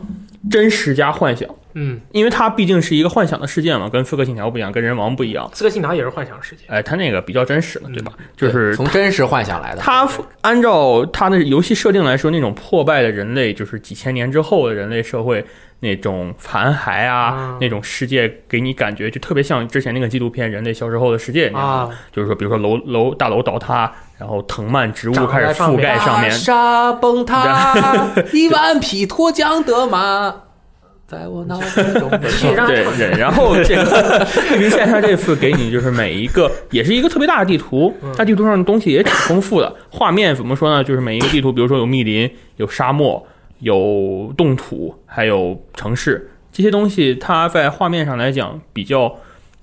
[SPEAKER 4] 真实加幻想，
[SPEAKER 1] 嗯，
[SPEAKER 4] 因为它毕竟是一个幻想的世界嘛，跟《刺客信条》不一样，跟《人王》不一样。
[SPEAKER 1] 刺客信条也是幻想世界。
[SPEAKER 4] 哎，它那个比较真实了，对吧？就
[SPEAKER 2] 对
[SPEAKER 4] 是
[SPEAKER 2] 从真实幻想来的。
[SPEAKER 4] 它按照它的游戏设定来说，那种破败的人类，就是几千年之后的人类社会那种残骸啊
[SPEAKER 1] 啊，
[SPEAKER 4] 那种世界，给你感觉就特别像之前那个纪录片《人类消失后的世界》一样
[SPEAKER 1] 啊
[SPEAKER 4] 的，就是说，比如说楼楼大楼倒塌，然后藤蔓植物
[SPEAKER 1] 长
[SPEAKER 4] 开始
[SPEAKER 1] 在上
[SPEAKER 4] 覆
[SPEAKER 1] 面
[SPEAKER 4] 盖上面
[SPEAKER 2] 大，沙崩塌，
[SPEAKER 3] (laughs)
[SPEAKER 2] 一万匹脱缰的马，在我脑海中。
[SPEAKER 1] 屁让
[SPEAKER 4] 对对，然后这
[SPEAKER 1] (laughs)
[SPEAKER 4] 个地平线它这次给你就是每一个也是一个特别大的地图，
[SPEAKER 1] 嗯
[SPEAKER 4] 它地图上的东西也挺丰富的。画面怎么说呢？就是每一个地图，比如说有密林、有沙漠、有冻土，还有城市这些东西，它在画面上来讲比较。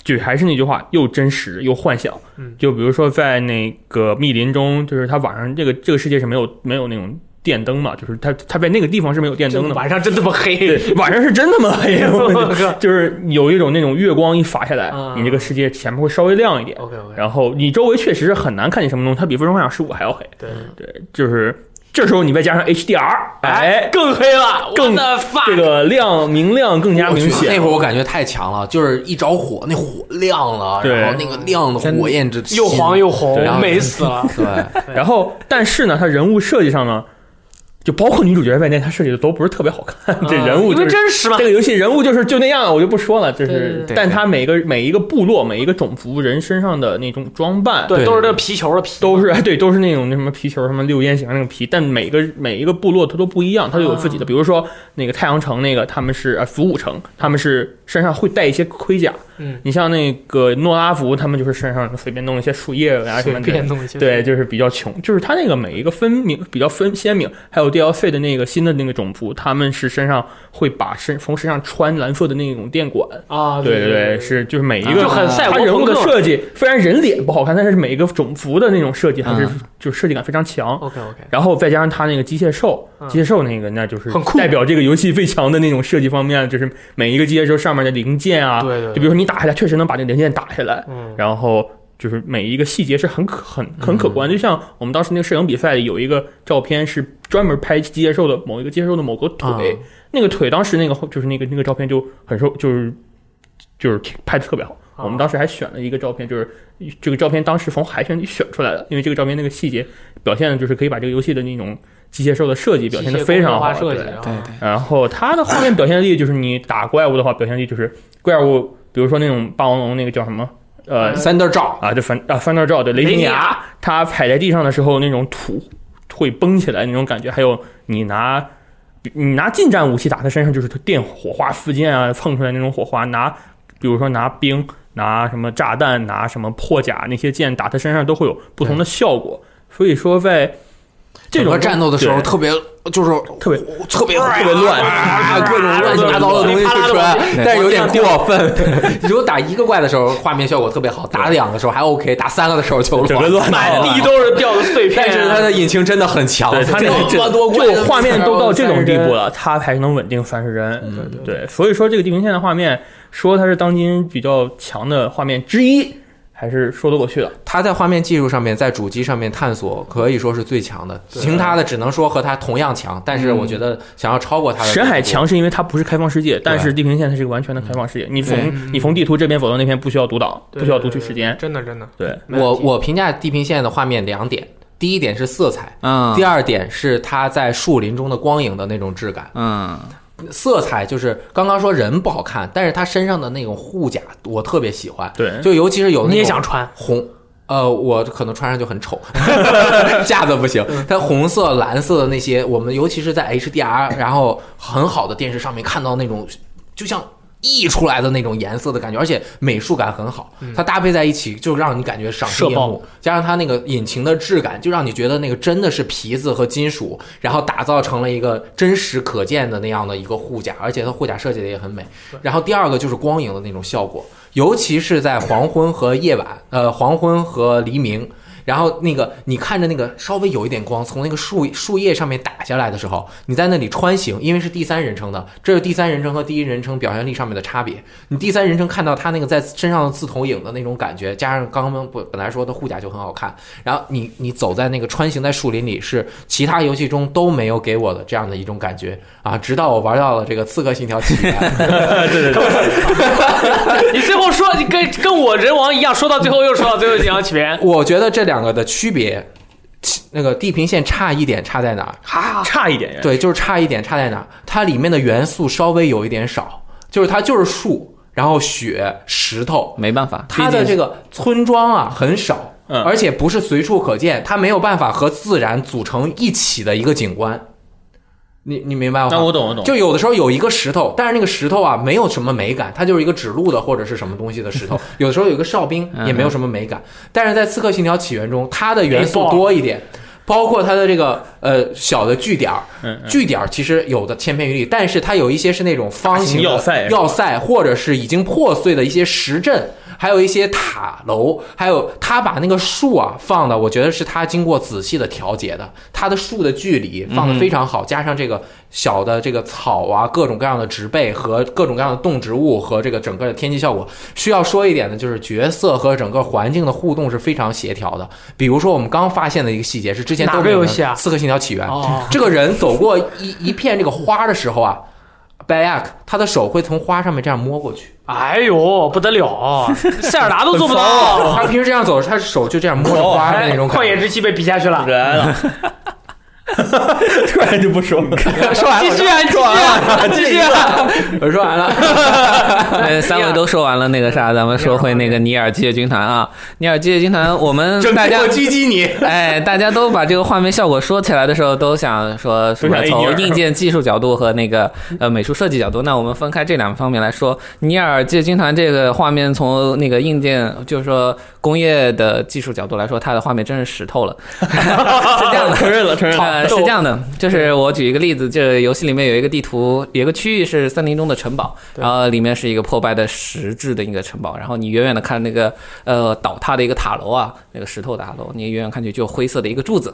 [SPEAKER 4] 就还是那句话，又真实又幻想
[SPEAKER 1] 嗯。
[SPEAKER 4] 就比如说在那个密林中，就是它晚上这个这个世界是没有没有那种电灯嘛，就是它它在那个地方是没有电
[SPEAKER 1] 这
[SPEAKER 4] 灯的嘛。
[SPEAKER 1] 晚上真他妈黑。
[SPEAKER 4] 对，晚上是真他妈黑，我
[SPEAKER 1] 我 (laughs) 靠
[SPEAKER 4] 就是有一种那种月光一洒下来
[SPEAKER 1] 啊，哦
[SPEAKER 4] 你这个世界前面会稍微亮一点，
[SPEAKER 1] OK OK，
[SPEAKER 4] 然后你周围确实是很难看见什么东西，它比《最终幻想十五》还要黑。
[SPEAKER 1] 对，
[SPEAKER 4] 对，就是这时候你再加上 HDR，哎，
[SPEAKER 1] 更黑了，
[SPEAKER 4] 更
[SPEAKER 1] 发
[SPEAKER 4] 这个亮明亮更加
[SPEAKER 2] 我去
[SPEAKER 4] 明显
[SPEAKER 2] 那。会儿我感觉太强了，就是一着火，那火亮了，
[SPEAKER 4] 对
[SPEAKER 2] 然后那个亮的火焰之
[SPEAKER 1] 又黄又
[SPEAKER 4] 对
[SPEAKER 1] 红，
[SPEAKER 4] 然
[SPEAKER 2] 后
[SPEAKER 1] 美死了。
[SPEAKER 2] 对，
[SPEAKER 4] 然后，但是呢，它人物设计上呢，就包括女主角在内，它设计的都不是特别好看。 (laughs) 这
[SPEAKER 1] 啊
[SPEAKER 4] 人物
[SPEAKER 1] 因为
[SPEAKER 4] 就是
[SPEAKER 1] 真实嘛
[SPEAKER 4] 这。个游戏人物就是就那样，我就不说了。
[SPEAKER 1] 对
[SPEAKER 4] 就
[SPEAKER 1] 对
[SPEAKER 4] 是
[SPEAKER 1] 对，
[SPEAKER 3] 对
[SPEAKER 4] 但它每个每一个部落、每一个种族人身上的那种装扮，
[SPEAKER 1] 对，
[SPEAKER 2] 对
[SPEAKER 1] 都是
[SPEAKER 2] 对
[SPEAKER 1] 这皮球的皮，
[SPEAKER 4] 都是哎，对，都是那种那什么皮球，什么六边形那个皮，但每个每一个
[SPEAKER 1] 嗯
[SPEAKER 4] 部落它都不一样，它都有自己的。比如说那个太阳城那个，他们是呃伏武城，他们是身上会带一些盔甲。
[SPEAKER 1] 嗯，
[SPEAKER 4] 你像那个诺拉福，他们就是身上随便弄一些树叶啊什
[SPEAKER 1] 随
[SPEAKER 4] 么的
[SPEAKER 1] 便，弄一些，
[SPEAKER 4] 对，就是比较穷，就是他那个每一个分明比较分鲜明，还有 DLC 的那个新的那个种族，他们是身上会把身从身上穿蓝色的那种电管。
[SPEAKER 1] 啊，
[SPEAKER 4] 对
[SPEAKER 1] 对
[SPEAKER 4] 对，是就是每一
[SPEAKER 1] 啊就
[SPEAKER 4] 个
[SPEAKER 1] 很赛
[SPEAKER 4] 他
[SPEAKER 1] 博
[SPEAKER 4] 人
[SPEAKER 1] 朋
[SPEAKER 4] 物
[SPEAKER 1] 克
[SPEAKER 4] 的设计，虽然人脸不好看，但是每一个种族的那种设计还是
[SPEAKER 3] 嗯
[SPEAKER 4] 就是设计感非常强。
[SPEAKER 1] OK OK，
[SPEAKER 4] 然后再加上他那个机械兽
[SPEAKER 1] 嗯，
[SPEAKER 4] 机械兽那个那就是
[SPEAKER 1] 很酷
[SPEAKER 4] 代表这个游戏最强的那种设计方面，就是每一个机械兽上面的零件啊，
[SPEAKER 1] 对对
[SPEAKER 4] 就比如说你打下来确实能把那个零件打下来，
[SPEAKER 1] 嗯
[SPEAKER 4] 然后就是每一个细节是很可很很可
[SPEAKER 1] 嗯
[SPEAKER 4] 观。就像我们当时那个摄影比赛里有一个照片是专门拍机械兽的某一个机械兽的某个腿，
[SPEAKER 1] 啊
[SPEAKER 4] 那个腿当时那个就是那个那个照片就很受就是。就是挺拍的特别好，
[SPEAKER 1] 啊
[SPEAKER 4] 我们当时还选了一个照片，就是这个照片当时从海选里选出来的，因为这个照片那个细节表现的就是可以把这个游戏的那种机械兽的设计表现的非常好，
[SPEAKER 1] 机械工业化设
[SPEAKER 4] 对
[SPEAKER 1] 计，
[SPEAKER 3] 对
[SPEAKER 1] 啊
[SPEAKER 3] 对，
[SPEAKER 4] 然后它的画面表现力就是你打怪物的话，表现力就是怪物，比如说那种霸王龙那个叫什么，呃
[SPEAKER 2] 三德照，
[SPEAKER 4] 啊，就翻啊翻那照对雷
[SPEAKER 1] 雷
[SPEAKER 4] 霆
[SPEAKER 1] 霆
[SPEAKER 4] 牙
[SPEAKER 1] 牙，
[SPEAKER 4] 它踩在地上的时候那种土会崩起来那种感觉，还有你拿。你拿近战武器打它身上，就是电火花四溅啊，蹭出来那种火花。拿，比如说拿冰、拿什么炸弹、拿什么破甲那些剑打它身上，都会有不同的效果。所以说，在这
[SPEAKER 2] 整
[SPEAKER 4] 种
[SPEAKER 2] 个战斗的时候特别就是
[SPEAKER 4] 特别
[SPEAKER 2] 特别特别乱，啊各种乱七八糟的东西会出来，但是有点过分。你如果打一个怪的时候，画面效果特别好；打两个的时候还 OK；打三个的时候就
[SPEAKER 4] 整个乱
[SPEAKER 1] 满地都是掉的碎片啊，
[SPEAKER 2] 但是它的引擎真的很强，
[SPEAKER 4] 对，他那个
[SPEAKER 2] 这么多怪，
[SPEAKER 4] 就画面都到这种地
[SPEAKER 2] (laughs)
[SPEAKER 4] 步
[SPEAKER 2] 了。
[SPEAKER 4] 了，他还能稳定三十帧。
[SPEAKER 2] 嗯对
[SPEAKER 4] 对，所以说这个《地平线》的画面，说它是当今比较强的画面之一，还是说得过去的。
[SPEAKER 2] 它在画面技术上面，在主机上面探索可以说是最强的，
[SPEAKER 1] 对
[SPEAKER 2] 其他的只能说和它同样强，但是我觉得想要超过它的
[SPEAKER 4] 沈海，强是因为它不是开放世界，但是《地平线》它是一个完全的开放世界，你
[SPEAKER 3] 对
[SPEAKER 4] 从你从地图这边走到那边不需要读档，
[SPEAKER 1] 对
[SPEAKER 4] 不需要读取时间。
[SPEAKER 1] 真的真的，
[SPEAKER 4] 对，
[SPEAKER 1] 没问
[SPEAKER 2] 我
[SPEAKER 1] 题
[SPEAKER 2] 我评价《地平线》的画面两点，第一点是色彩，
[SPEAKER 3] 嗯
[SPEAKER 2] 第二点是它在树林中的光影的那种质感，
[SPEAKER 3] 嗯，
[SPEAKER 2] 色彩就是刚刚说人不好看，但是它身上的那种护甲我特别喜欢，
[SPEAKER 4] 对
[SPEAKER 2] 就尤其是有那
[SPEAKER 1] 你也
[SPEAKER 2] 种
[SPEAKER 1] 想穿
[SPEAKER 2] 红。呃，我可能穿上就很丑， (laughs) 架子不行。
[SPEAKER 1] 嗯
[SPEAKER 2] 但红色、蓝色的那些，我们尤其是在 HDR，然后很好的电视上面看到那种，就像溢出来的那种颜色的感觉，而且美术感很好，它搭配在一起就让你感觉赏心
[SPEAKER 1] 嗯射
[SPEAKER 2] 悦
[SPEAKER 1] 爆
[SPEAKER 2] 目。加上它那个引擎的质感，就让你觉得那个真的是皮子和金属，然后打造成了一个真实可见的那样的一个护甲，而且它护甲设计的也很美。然后第二个就是光影的那种效果，尤其是在黄昏和夜晚，呃，黄昏和黎明。然后那个，你看着那个稍微有一点光从那个树树叶上面打下来的时候，你在那里穿行，因为是第三人称的，这是第三人称和第一人称表现力上面的差别。你第三人称看到他那个在身上的自投影的那种感觉，加上刚刚本本来说的护甲就很好看，然后你你走在那个穿行在树林里，是其他游戏中都没有给我的这样的一种感觉啊！直到我玩到了这个《刺客信条：起啊源》
[SPEAKER 4] 对对对，
[SPEAKER 1] 你最后说，你跟跟我人王一样，说到最后又说到最后几条起源，
[SPEAKER 2] (laughs) 我觉得这两个的区别，其那个地平线差一点差在哪儿？
[SPEAKER 1] 哈，
[SPEAKER 4] 差一点。
[SPEAKER 2] 对，就是差一点差在哪儿？它里面的元素稍微有一点少，就是它就是树，然后雪、石头，
[SPEAKER 3] 没办法，
[SPEAKER 2] 它的这
[SPEAKER 3] 个
[SPEAKER 2] 个村庄啊很少，
[SPEAKER 4] 嗯
[SPEAKER 2] 而且不是随处可见，它没有办法和自然组成一起的一个景观。你你明白吗？
[SPEAKER 4] 那我懂，我懂。
[SPEAKER 2] 啊就 (laughs) 有的时候有一个石头，但是那个石头啊没有什么美感，它就是一个指路的或者是什么东西的石头。有的时候有一个哨兵也没有什么美感，但是在《刺客信条：起源》中，它的元素多一点，包括它的这个呃小的据点儿，
[SPEAKER 4] 嗯嗯
[SPEAKER 2] 据点儿其实有的千篇一律，但是它有一些是那种方形的
[SPEAKER 4] 大型要塞是吧
[SPEAKER 2] 要塞或者是已经破碎的一些石阵，还有一些塔楼，还有他把那个树啊放的，我觉得是他经过仔细的调节的，它的树的距离放的非常好，加上这个小的这个草啊，各种各样的植被和各种各样的动植物和这个整个的天气效果。需要说一点的就是角色和整个环境的互动是非常协调的。比如说我们刚发现的一个细节是之前都
[SPEAKER 1] 哪个
[SPEAKER 2] 没有的
[SPEAKER 1] 游戏啊
[SPEAKER 2] 《刺客信条：起源》
[SPEAKER 1] 哦
[SPEAKER 2] 这个人走过一一片这个花的时候啊 b a y 他的手会从花上面这样摸过去。
[SPEAKER 1] 哎呦不得 (laughs) 了，塞尔达都做不到，
[SPEAKER 3] 哦
[SPEAKER 2] 他平时这样走，他手就这样摸着花的那
[SPEAKER 1] 哎
[SPEAKER 2] 种
[SPEAKER 3] 哎
[SPEAKER 1] 旷
[SPEAKER 2] 感
[SPEAKER 1] 野
[SPEAKER 2] 觉。
[SPEAKER 3] 啊
[SPEAKER 1] 之息被比下去了，
[SPEAKER 4] 来了， (laughs) 突然就不说
[SPEAKER 3] (laughs)
[SPEAKER 4] 了。
[SPEAKER 2] 说完了，
[SPEAKER 3] 继续啊，
[SPEAKER 2] 说完了，
[SPEAKER 3] 继续啊，继续啊！
[SPEAKER 2] 我说完了。
[SPEAKER 3] 呃，三位都说完了那个啥，咱们说回那个尼尔机械军团啊。尼尔机械军团，我们
[SPEAKER 2] 整
[SPEAKER 3] 大
[SPEAKER 2] 天
[SPEAKER 3] 家
[SPEAKER 2] 我狙击你，
[SPEAKER 3] 哎，大家都把这个画面效果说起来的时候，都想说什么？
[SPEAKER 4] 都想 ADR
[SPEAKER 3] 从硬件技术角度和那个呃美术设计角度，那我们分开这两方面来说。尼尔机械军团这个画面，从那个硬件，就是说工业的技术角度来说，它的画面真是石头了， (laughs) 是这样的。
[SPEAKER 4] 啊承认了，承认了。
[SPEAKER 3] 呃，是这样的，
[SPEAKER 1] 嗯
[SPEAKER 3] 就是我举一个例子，这游戏里面有一个地图，有一个区域是森林中的城堡，然后里面是一个破败的石质的一个城堡，然后你远远的看那个呃倒塌的一个塔楼啊，那个石头塔楼，你远远看去就灰色的一个柱子。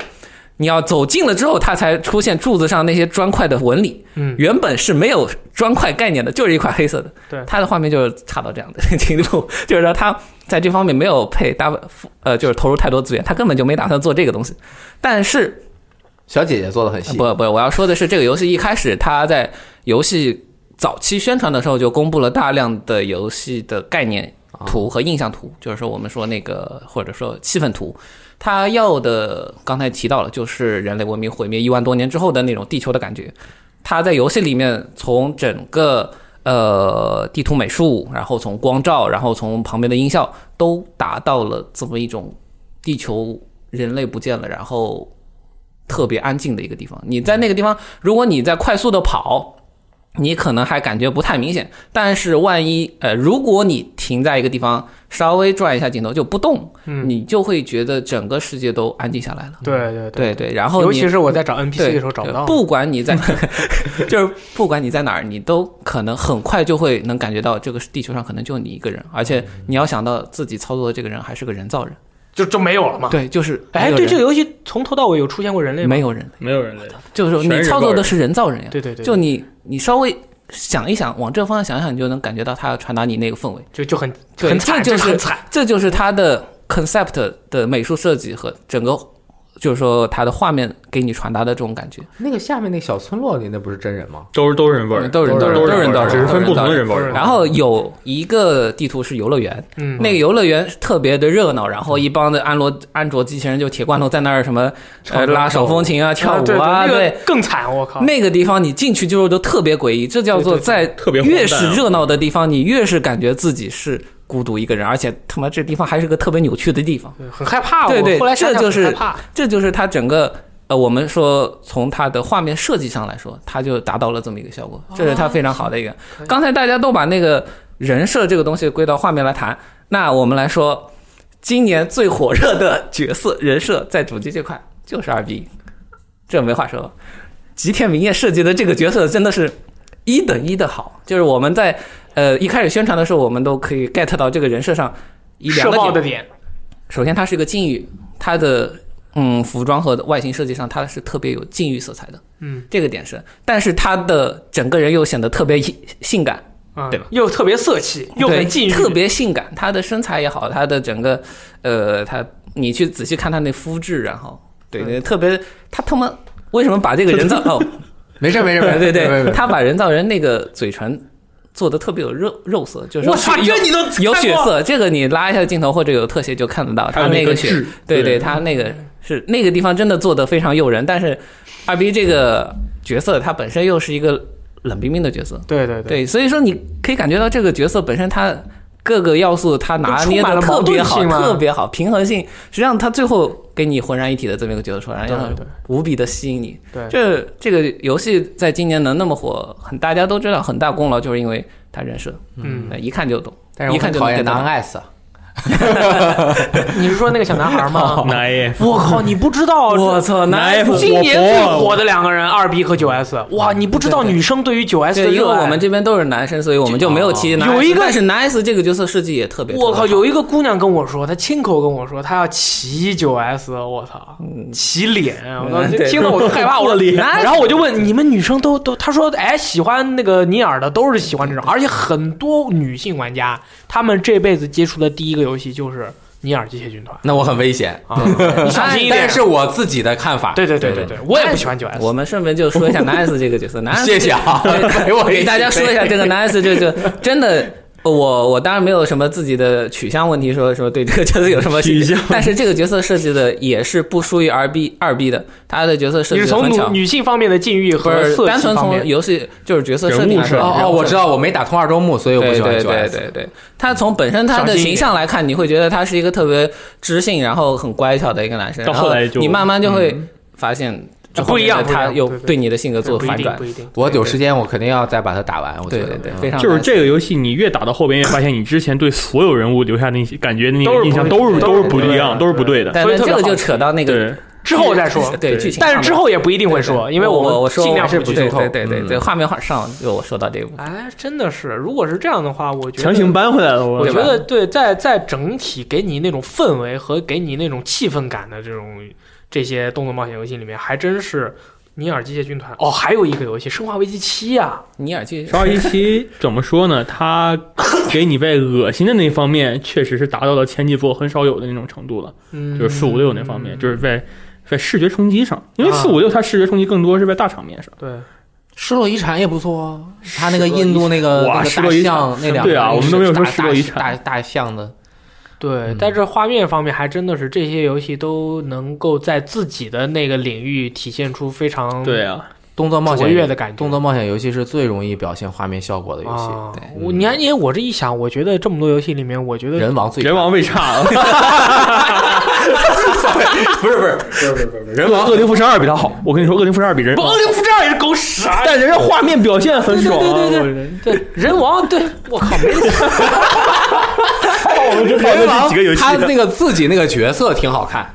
[SPEAKER 3] 你要走近了之后，它才出现柱子上那些砖块的纹理。
[SPEAKER 1] 嗯
[SPEAKER 3] 原本是没有砖块概念的，就是一块黑色的。
[SPEAKER 1] 对
[SPEAKER 3] 它的画面就是差到这样的 (laughs) 程度，就是说它在这方面没有配搭呃，就是投入太多资源，它根本就没打算做这个东西。但是
[SPEAKER 2] (laughs) 小姐姐做的很细，
[SPEAKER 3] 不不，我要说的是，这个游戏一开始它在游戏早期宣传的时候就公布了大量的游戏的概念
[SPEAKER 2] 啊
[SPEAKER 3] 图和印象图，就是说我们说那个或者说气氛图。它要的刚才提到了，就是人类文明毁灭一万多年之后的那种地球的感觉。它在游戏里面从整个呃地图美术，然后从光照，然后从旁边的音效，都达到了这么一种地球人类不见了，然后特别安静的一个地方。你在那个地方，如果你在快速的跑，你可能还感觉不太明显。但是万一呃，如果你停在一个地方，稍微转一下镜头就不动，
[SPEAKER 1] 嗯
[SPEAKER 3] 你就会觉得整个世界都安静下来了。
[SPEAKER 1] 对对对，
[SPEAKER 3] 对对，然后
[SPEAKER 1] 尤
[SPEAKER 3] 你
[SPEAKER 1] 其是我在找
[SPEAKER 3] 对
[SPEAKER 1] NPC 的时候找不 (laughs) 到，
[SPEAKER 3] 不管你在，就是不管你在哪儿，你都可能很快就会能感觉到这个地球上可能就你一个人，而且你要想到自己操作的这个人还是个人造人，
[SPEAKER 1] 就就没有了嘛。
[SPEAKER 3] 对，就是
[SPEAKER 1] 哎，
[SPEAKER 3] 没有
[SPEAKER 1] 对，
[SPEAKER 3] 人
[SPEAKER 1] 这个游戏从头到尾有出现过人类吗？
[SPEAKER 3] 没有人，
[SPEAKER 4] 没有人类，
[SPEAKER 3] 就是
[SPEAKER 4] 全
[SPEAKER 3] 你
[SPEAKER 4] 是
[SPEAKER 3] 操作的是人造人呀，
[SPEAKER 1] 对对对，
[SPEAKER 3] 就你你稍微想一想，往这方向想一想，你就能感觉到他要传达你那个氛围，
[SPEAKER 1] 就就很
[SPEAKER 3] 对
[SPEAKER 1] 很惨，
[SPEAKER 3] 这就是
[SPEAKER 1] 真的很惨。
[SPEAKER 3] 这就是他的 concept 的美术设计和整个。就是说，他的画面给你传达的这种感觉，
[SPEAKER 2] 那个下面那小村落里那不是真人吗？
[SPEAKER 4] 都是都是人味儿，
[SPEAKER 3] 都是人
[SPEAKER 4] 都
[SPEAKER 3] 都是
[SPEAKER 4] 人
[SPEAKER 3] 人
[SPEAKER 4] 味儿，
[SPEAKER 3] 都
[SPEAKER 4] 只
[SPEAKER 3] 是人
[SPEAKER 4] 是分不同的人味
[SPEAKER 1] 都是
[SPEAKER 4] 儿。
[SPEAKER 1] 人
[SPEAKER 3] 然后有一个地图是游乐园，
[SPEAKER 1] 嗯，
[SPEAKER 3] 那个游乐园特别的热闹，然后一帮的安罗安卓机器人就铁罐头在那儿什么呃
[SPEAKER 1] 唱歌
[SPEAKER 3] 拉手风琴啊、跳
[SPEAKER 1] 哎啊
[SPEAKER 3] 舞啊，
[SPEAKER 1] 对对那
[SPEAKER 3] 对
[SPEAKER 1] 个更惨，我靠！
[SPEAKER 3] 那个地方你进去就是都特别诡异，这叫做
[SPEAKER 1] 对对对
[SPEAKER 3] 在
[SPEAKER 4] 特别荒诞啊
[SPEAKER 3] 越是热闹的地方，你越是感觉自己是孤独一个人，而且他妈这地方还是个特别扭曲的地方，
[SPEAKER 1] 对很害怕，
[SPEAKER 3] 对对
[SPEAKER 1] 我后来想想
[SPEAKER 3] 这就是
[SPEAKER 1] 很害怕。
[SPEAKER 3] 这就是它整个。呃，我们说从它的画面设计上来说，它就达到了这么一个效果，这
[SPEAKER 1] 哦
[SPEAKER 3] 是它非常好的一个。刚才大家都把那个人设这个东西归到画面来谈，那我们来说，今年最火热的角色人设在主机这块就是二 B，这没话说。吉田明彦设计的这个角色真的是一等一的好，就是我们在呃一开始宣传的时候，我们都可以 get 到这个人设上一两
[SPEAKER 1] 社
[SPEAKER 3] 个
[SPEAKER 1] 爆
[SPEAKER 3] 点
[SPEAKER 1] 的。点，
[SPEAKER 3] 首先它是一个禁欲，它的嗯服装和外形设计上它是特别有禁欲色彩的，
[SPEAKER 1] 嗯
[SPEAKER 3] 这个点是，但是它的整个人又显得特别性感，
[SPEAKER 1] 啊，
[SPEAKER 3] 对吧
[SPEAKER 1] 又特别色气，又
[SPEAKER 3] 对
[SPEAKER 1] 很禁欲，
[SPEAKER 3] 特别性感，她的身材也好，她的整个呃，她你去仔细看她那肤质，然后对，
[SPEAKER 1] 嗯
[SPEAKER 3] 特别她他妈为什么把这
[SPEAKER 1] (laughs)
[SPEAKER 3] 个人造哦，
[SPEAKER 2] 没事没事没事，
[SPEAKER 3] 对
[SPEAKER 2] 没
[SPEAKER 3] 对
[SPEAKER 2] 事
[SPEAKER 3] 对，
[SPEAKER 2] 没事
[SPEAKER 3] 她把人造人那个嘴唇做的特别有肉肉色，就是
[SPEAKER 1] 我
[SPEAKER 3] 说
[SPEAKER 1] 操，
[SPEAKER 3] 有
[SPEAKER 1] 这你都
[SPEAKER 3] (laughs) 有
[SPEAKER 1] 看
[SPEAKER 3] 血
[SPEAKER 1] 过，
[SPEAKER 3] 色，这个你拉一下镜头或者有特写就看得到，
[SPEAKER 4] 还
[SPEAKER 3] 他
[SPEAKER 4] 有
[SPEAKER 3] 那
[SPEAKER 4] 个
[SPEAKER 3] 个血，
[SPEAKER 4] 痣，
[SPEAKER 3] 对对，他那个是那个地方真的做的非常诱人，但是二逼这个角色他本身又是一个冷冰冰的角色，
[SPEAKER 1] 对对，
[SPEAKER 3] 对，所以说你可以感觉到这个角色本身他各个要素他拿捏的特别好，
[SPEAKER 1] 充满了矛盾性嘛
[SPEAKER 3] 特别好，平衡性，实际上他最后给你浑然一体的这么一个角色出来，
[SPEAKER 1] 对
[SPEAKER 3] 然后
[SPEAKER 1] 对
[SPEAKER 3] 无比的吸引你。
[SPEAKER 1] 对
[SPEAKER 3] 这这个游戏在今年能那么火，很大家都知道很大功劳就是因为他人设，
[SPEAKER 1] 嗯，
[SPEAKER 3] 呃一看就懂。
[SPEAKER 2] 但是我
[SPEAKER 3] 一看
[SPEAKER 2] 很
[SPEAKER 3] 就
[SPEAKER 2] 讨厌
[SPEAKER 3] 能
[SPEAKER 2] n
[SPEAKER 3] 给到
[SPEAKER 2] i c e
[SPEAKER 1] 嗯你是说那个小男孩
[SPEAKER 3] (laughs)
[SPEAKER 1] 吗？
[SPEAKER 4] 男 F，
[SPEAKER 1] 我靠，你不知道
[SPEAKER 3] 我
[SPEAKER 1] 这。
[SPEAKER 3] 操，
[SPEAKER 4] 男
[SPEAKER 3] 那
[SPEAKER 4] F
[SPEAKER 1] 今年最火的两个人，二 B 和九 S，哇！你不知道
[SPEAKER 3] 对
[SPEAKER 1] 女生对于九 S 的
[SPEAKER 3] 对，因为
[SPEAKER 1] 热爱。
[SPEAKER 3] 我们这边都是男生，所以我们就没有提男。
[SPEAKER 1] 有一个
[SPEAKER 3] 但是男 S 这个角色设计也特别。
[SPEAKER 1] 我靠，
[SPEAKER 3] 特别好
[SPEAKER 1] 有一个姑娘跟我说，她亲口跟我说，她要骑九 S，我操，骑脸，
[SPEAKER 3] (laughs)
[SPEAKER 1] 我操，
[SPEAKER 3] 嗯对
[SPEAKER 1] 听得我都害怕，我
[SPEAKER 3] (laughs)
[SPEAKER 1] 说哎
[SPEAKER 4] 破脸
[SPEAKER 1] 然后我就问你们女生都都，她说哎，喜欢那个尼尔的都是喜欢这种，而且很多女性玩家，她们这辈子接触的第一个游戏就是尼尔机械军
[SPEAKER 3] (laughs)
[SPEAKER 1] 团
[SPEAKER 2] 那我很危险。
[SPEAKER 1] 啊，
[SPEAKER 3] 嗯
[SPEAKER 1] 你小心一点
[SPEAKER 2] 但。是我自己的看法，
[SPEAKER 1] 对对对对对，我也不喜欢九 S，
[SPEAKER 3] 我们顺便就说一下男 S 这个角色，男 S
[SPEAKER 2] 谢谢啊，
[SPEAKER 3] 对
[SPEAKER 2] (laughs) 给我
[SPEAKER 3] 给大家说一下这个男 S 这个就真的我我当然没有什么自己的取向问题，说说对这个角色有什么
[SPEAKER 4] 取向
[SPEAKER 3] 但是这个角色设计的也是不输于二 B 二 B 的，他的角色设
[SPEAKER 1] 你
[SPEAKER 3] 计
[SPEAKER 1] 是
[SPEAKER 3] 得
[SPEAKER 1] 从
[SPEAKER 3] 很
[SPEAKER 1] 女
[SPEAKER 3] 巧，
[SPEAKER 1] 女性方面的境遇
[SPEAKER 3] 不
[SPEAKER 1] 和
[SPEAKER 3] 是
[SPEAKER 1] 色
[SPEAKER 3] 单
[SPEAKER 1] 情
[SPEAKER 3] 纯
[SPEAKER 1] 方
[SPEAKER 3] 从
[SPEAKER 1] 面，
[SPEAKER 3] 游戏就是角色设定来说，
[SPEAKER 4] 人物设
[SPEAKER 2] 哦
[SPEAKER 3] 然
[SPEAKER 2] 哦，
[SPEAKER 3] 后
[SPEAKER 2] 我知道，我没打通二周目，所以我不
[SPEAKER 3] 对
[SPEAKER 2] 喜欢
[SPEAKER 3] 对
[SPEAKER 2] 九 S。
[SPEAKER 3] 对对对，他从本身他
[SPEAKER 2] 小
[SPEAKER 3] 的
[SPEAKER 2] 心一
[SPEAKER 3] 形象来看，你会觉得他是一个特别知性，然后很乖巧的一个男生。
[SPEAKER 4] 到
[SPEAKER 3] 然后
[SPEAKER 4] 后来就
[SPEAKER 3] 你慢慢就会发现，这
[SPEAKER 1] 不一样
[SPEAKER 3] 后面
[SPEAKER 1] 不一样
[SPEAKER 3] 他有
[SPEAKER 1] 对对
[SPEAKER 3] 对你的性格做
[SPEAKER 1] 不一
[SPEAKER 3] 反
[SPEAKER 1] 定
[SPEAKER 3] 转
[SPEAKER 1] 不。一定。
[SPEAKER 2] 我有时间我肯定要再把它打完，我觉
[SPEAKER 3] 对
[SPEAKER 2] 得
[SPEAKER 3] 对对，
[SPEAKER 2] 嗯
[SPEAKER 3] 非常
[SPEAKER 4] (laughs) 就是
[SPEAKER 3] nice
[SPEAKER 4] 这个游戏，你越打到后边，越发现你之前对所有人物留下那些感觉、那
[SPEAKER 1] 都是
[SPEAKER 4] 个
[SPEAKER 1] 不
[SPEAKER 4] 印象
[SPEAKER 1] 对
[SPEAKER 4] 都
[SPEAKER 1] 都
[SPEAKER 4] 是都
[SPEAKER 1] 是
[SPEAKER 4] 是不
[SPEAKER 1] 不对
[SPEAKER 4] 一
[SPEAKER 1] 的
[SPEAKER 4] 样，都是不对的。
[SPEAKER 3] 但
[SPEAKER 1] 所以
[SPEAKER 3] 但
[SPEAKER 1] 特别
[SPEAKER 3] 这个
[SPEAKER 1] 好
[SPEAKER 3] 就扯到那个
[SPEAKER 4] 对，
[SPEAKER 1] 之后再说，
[SPEAKER 3] 对
[SPEAKER 4] 对
[SPEAKER 3] 剧情上面，
[SPEAKER 1] 但是之后也不一定会说，因为
[SPEAKER 3] 我
[SPEAKER 1] 们
[SPEAKER 3] 我说
[SPEAKER 1] 尽量
[SPEAKER 3] 我是
[SPEAKER 1] 不
[SPEAKER 3] 对
[SPEAKER 1] 剧透
[SPEAKER 3] 对。对对
[SPEAKER 2] 嗯
[SPEAKER 3] 对，画面上又说到这一步，
[SPEAKER 1] 哎，真的是，如果是这样的话，我觉得
[SPEAKER 4] 强行搬回来了，
[SPEAKER 1] 我
[SPEAKER 4] 我
[SPEAKER 1] 觉得对，在在整体给你那种氛围和给你那种气氛感的这种这些动作冒险游戏里面，还真是《尼尔：机械军团》哦，还有一个游戏《生化危机七》啊，
[SPEAKER 3] 尼尔去
[SPEAKER 4] 十二一七怎么说呢？它给你被恶心的那方面，确实是达到了前几作很少有的那种程度了，
[SPEAKER 1] 嗯，
[SPEAKER 4] 就是四五六那方面，就是在在视觉冲击上，因为
[SPEAKER 1] 啊
[SPEAKER 4] 四五六它视觉冲击更多是在大场面上。
[SPEAKER 1] 对，
[SPEAKER 2] 失落遗产也不错啊，他那个印度那个
[SPEAKER 4] 哇
[SPEAKER 2] 那个
[SPEAKER 4] 失
[SPEAKER 2] 大
[SPEAKER 4] 落遗产
[SPEAKER 2] 象那两个
[SPEAKER 4] 对啊我们都没有说
[SPEAKER 2] 大
[SPEAKER 4] 失落遗产
[SPEAKER 2] 大大大象的，
[SPEAKER 1] 对，
[SPEAKER 2] 嗯
[SPEAKER 1] 在这画面方面，还真的是这些游戏都能够在自己的那个领域体现出非常
[SPEAKER 4] 对啊，
[SPEAKER 2] 动作冒
[SPEAKER 1] 卓越
[SPEAKER 2] 险，
[SPEAKER 1] 的感觉。
[SPEAKER 2] 动作冒险游戏是最容易表现画面效果的游戏，
[SPEAKER 1] 啊
[SPEAKER 3] 对，
[SPEAKER 1] 我你看，因为我这一想，我觉得这么多游戏里面，我觉得
[SPEAKER 2] 人王最
[SPEAKER 4] 人王位差啊了，
[SPEAKER 2] (laughs) 不是不是不是不是不是人
[SPEAKER 4] (laughs) 人王恶灵附身二比它好。我跟你说，恶灵附身二比人
[SPEAKER 1] 不
[SPEAKER 4] 王
[SPEAKER 1] 恶，灵附身也是狗屎啊！
[SPEAKER 4] 但人家画面表现很爽啊。
[SPEAKER 1] 对对对
[SPEAKER 4] 对
[SPEAKER 1] 对，人王，对我靠，没
[SPEAKER 4] 我们就讨
[SPEAKER 2] 人
[SPEAKER 4] 论这
[SPEAKER 2] 王
[SPEAKER 4] 几个游戏，
[SPEAKER 2] 他那个自己那个角色挺好看，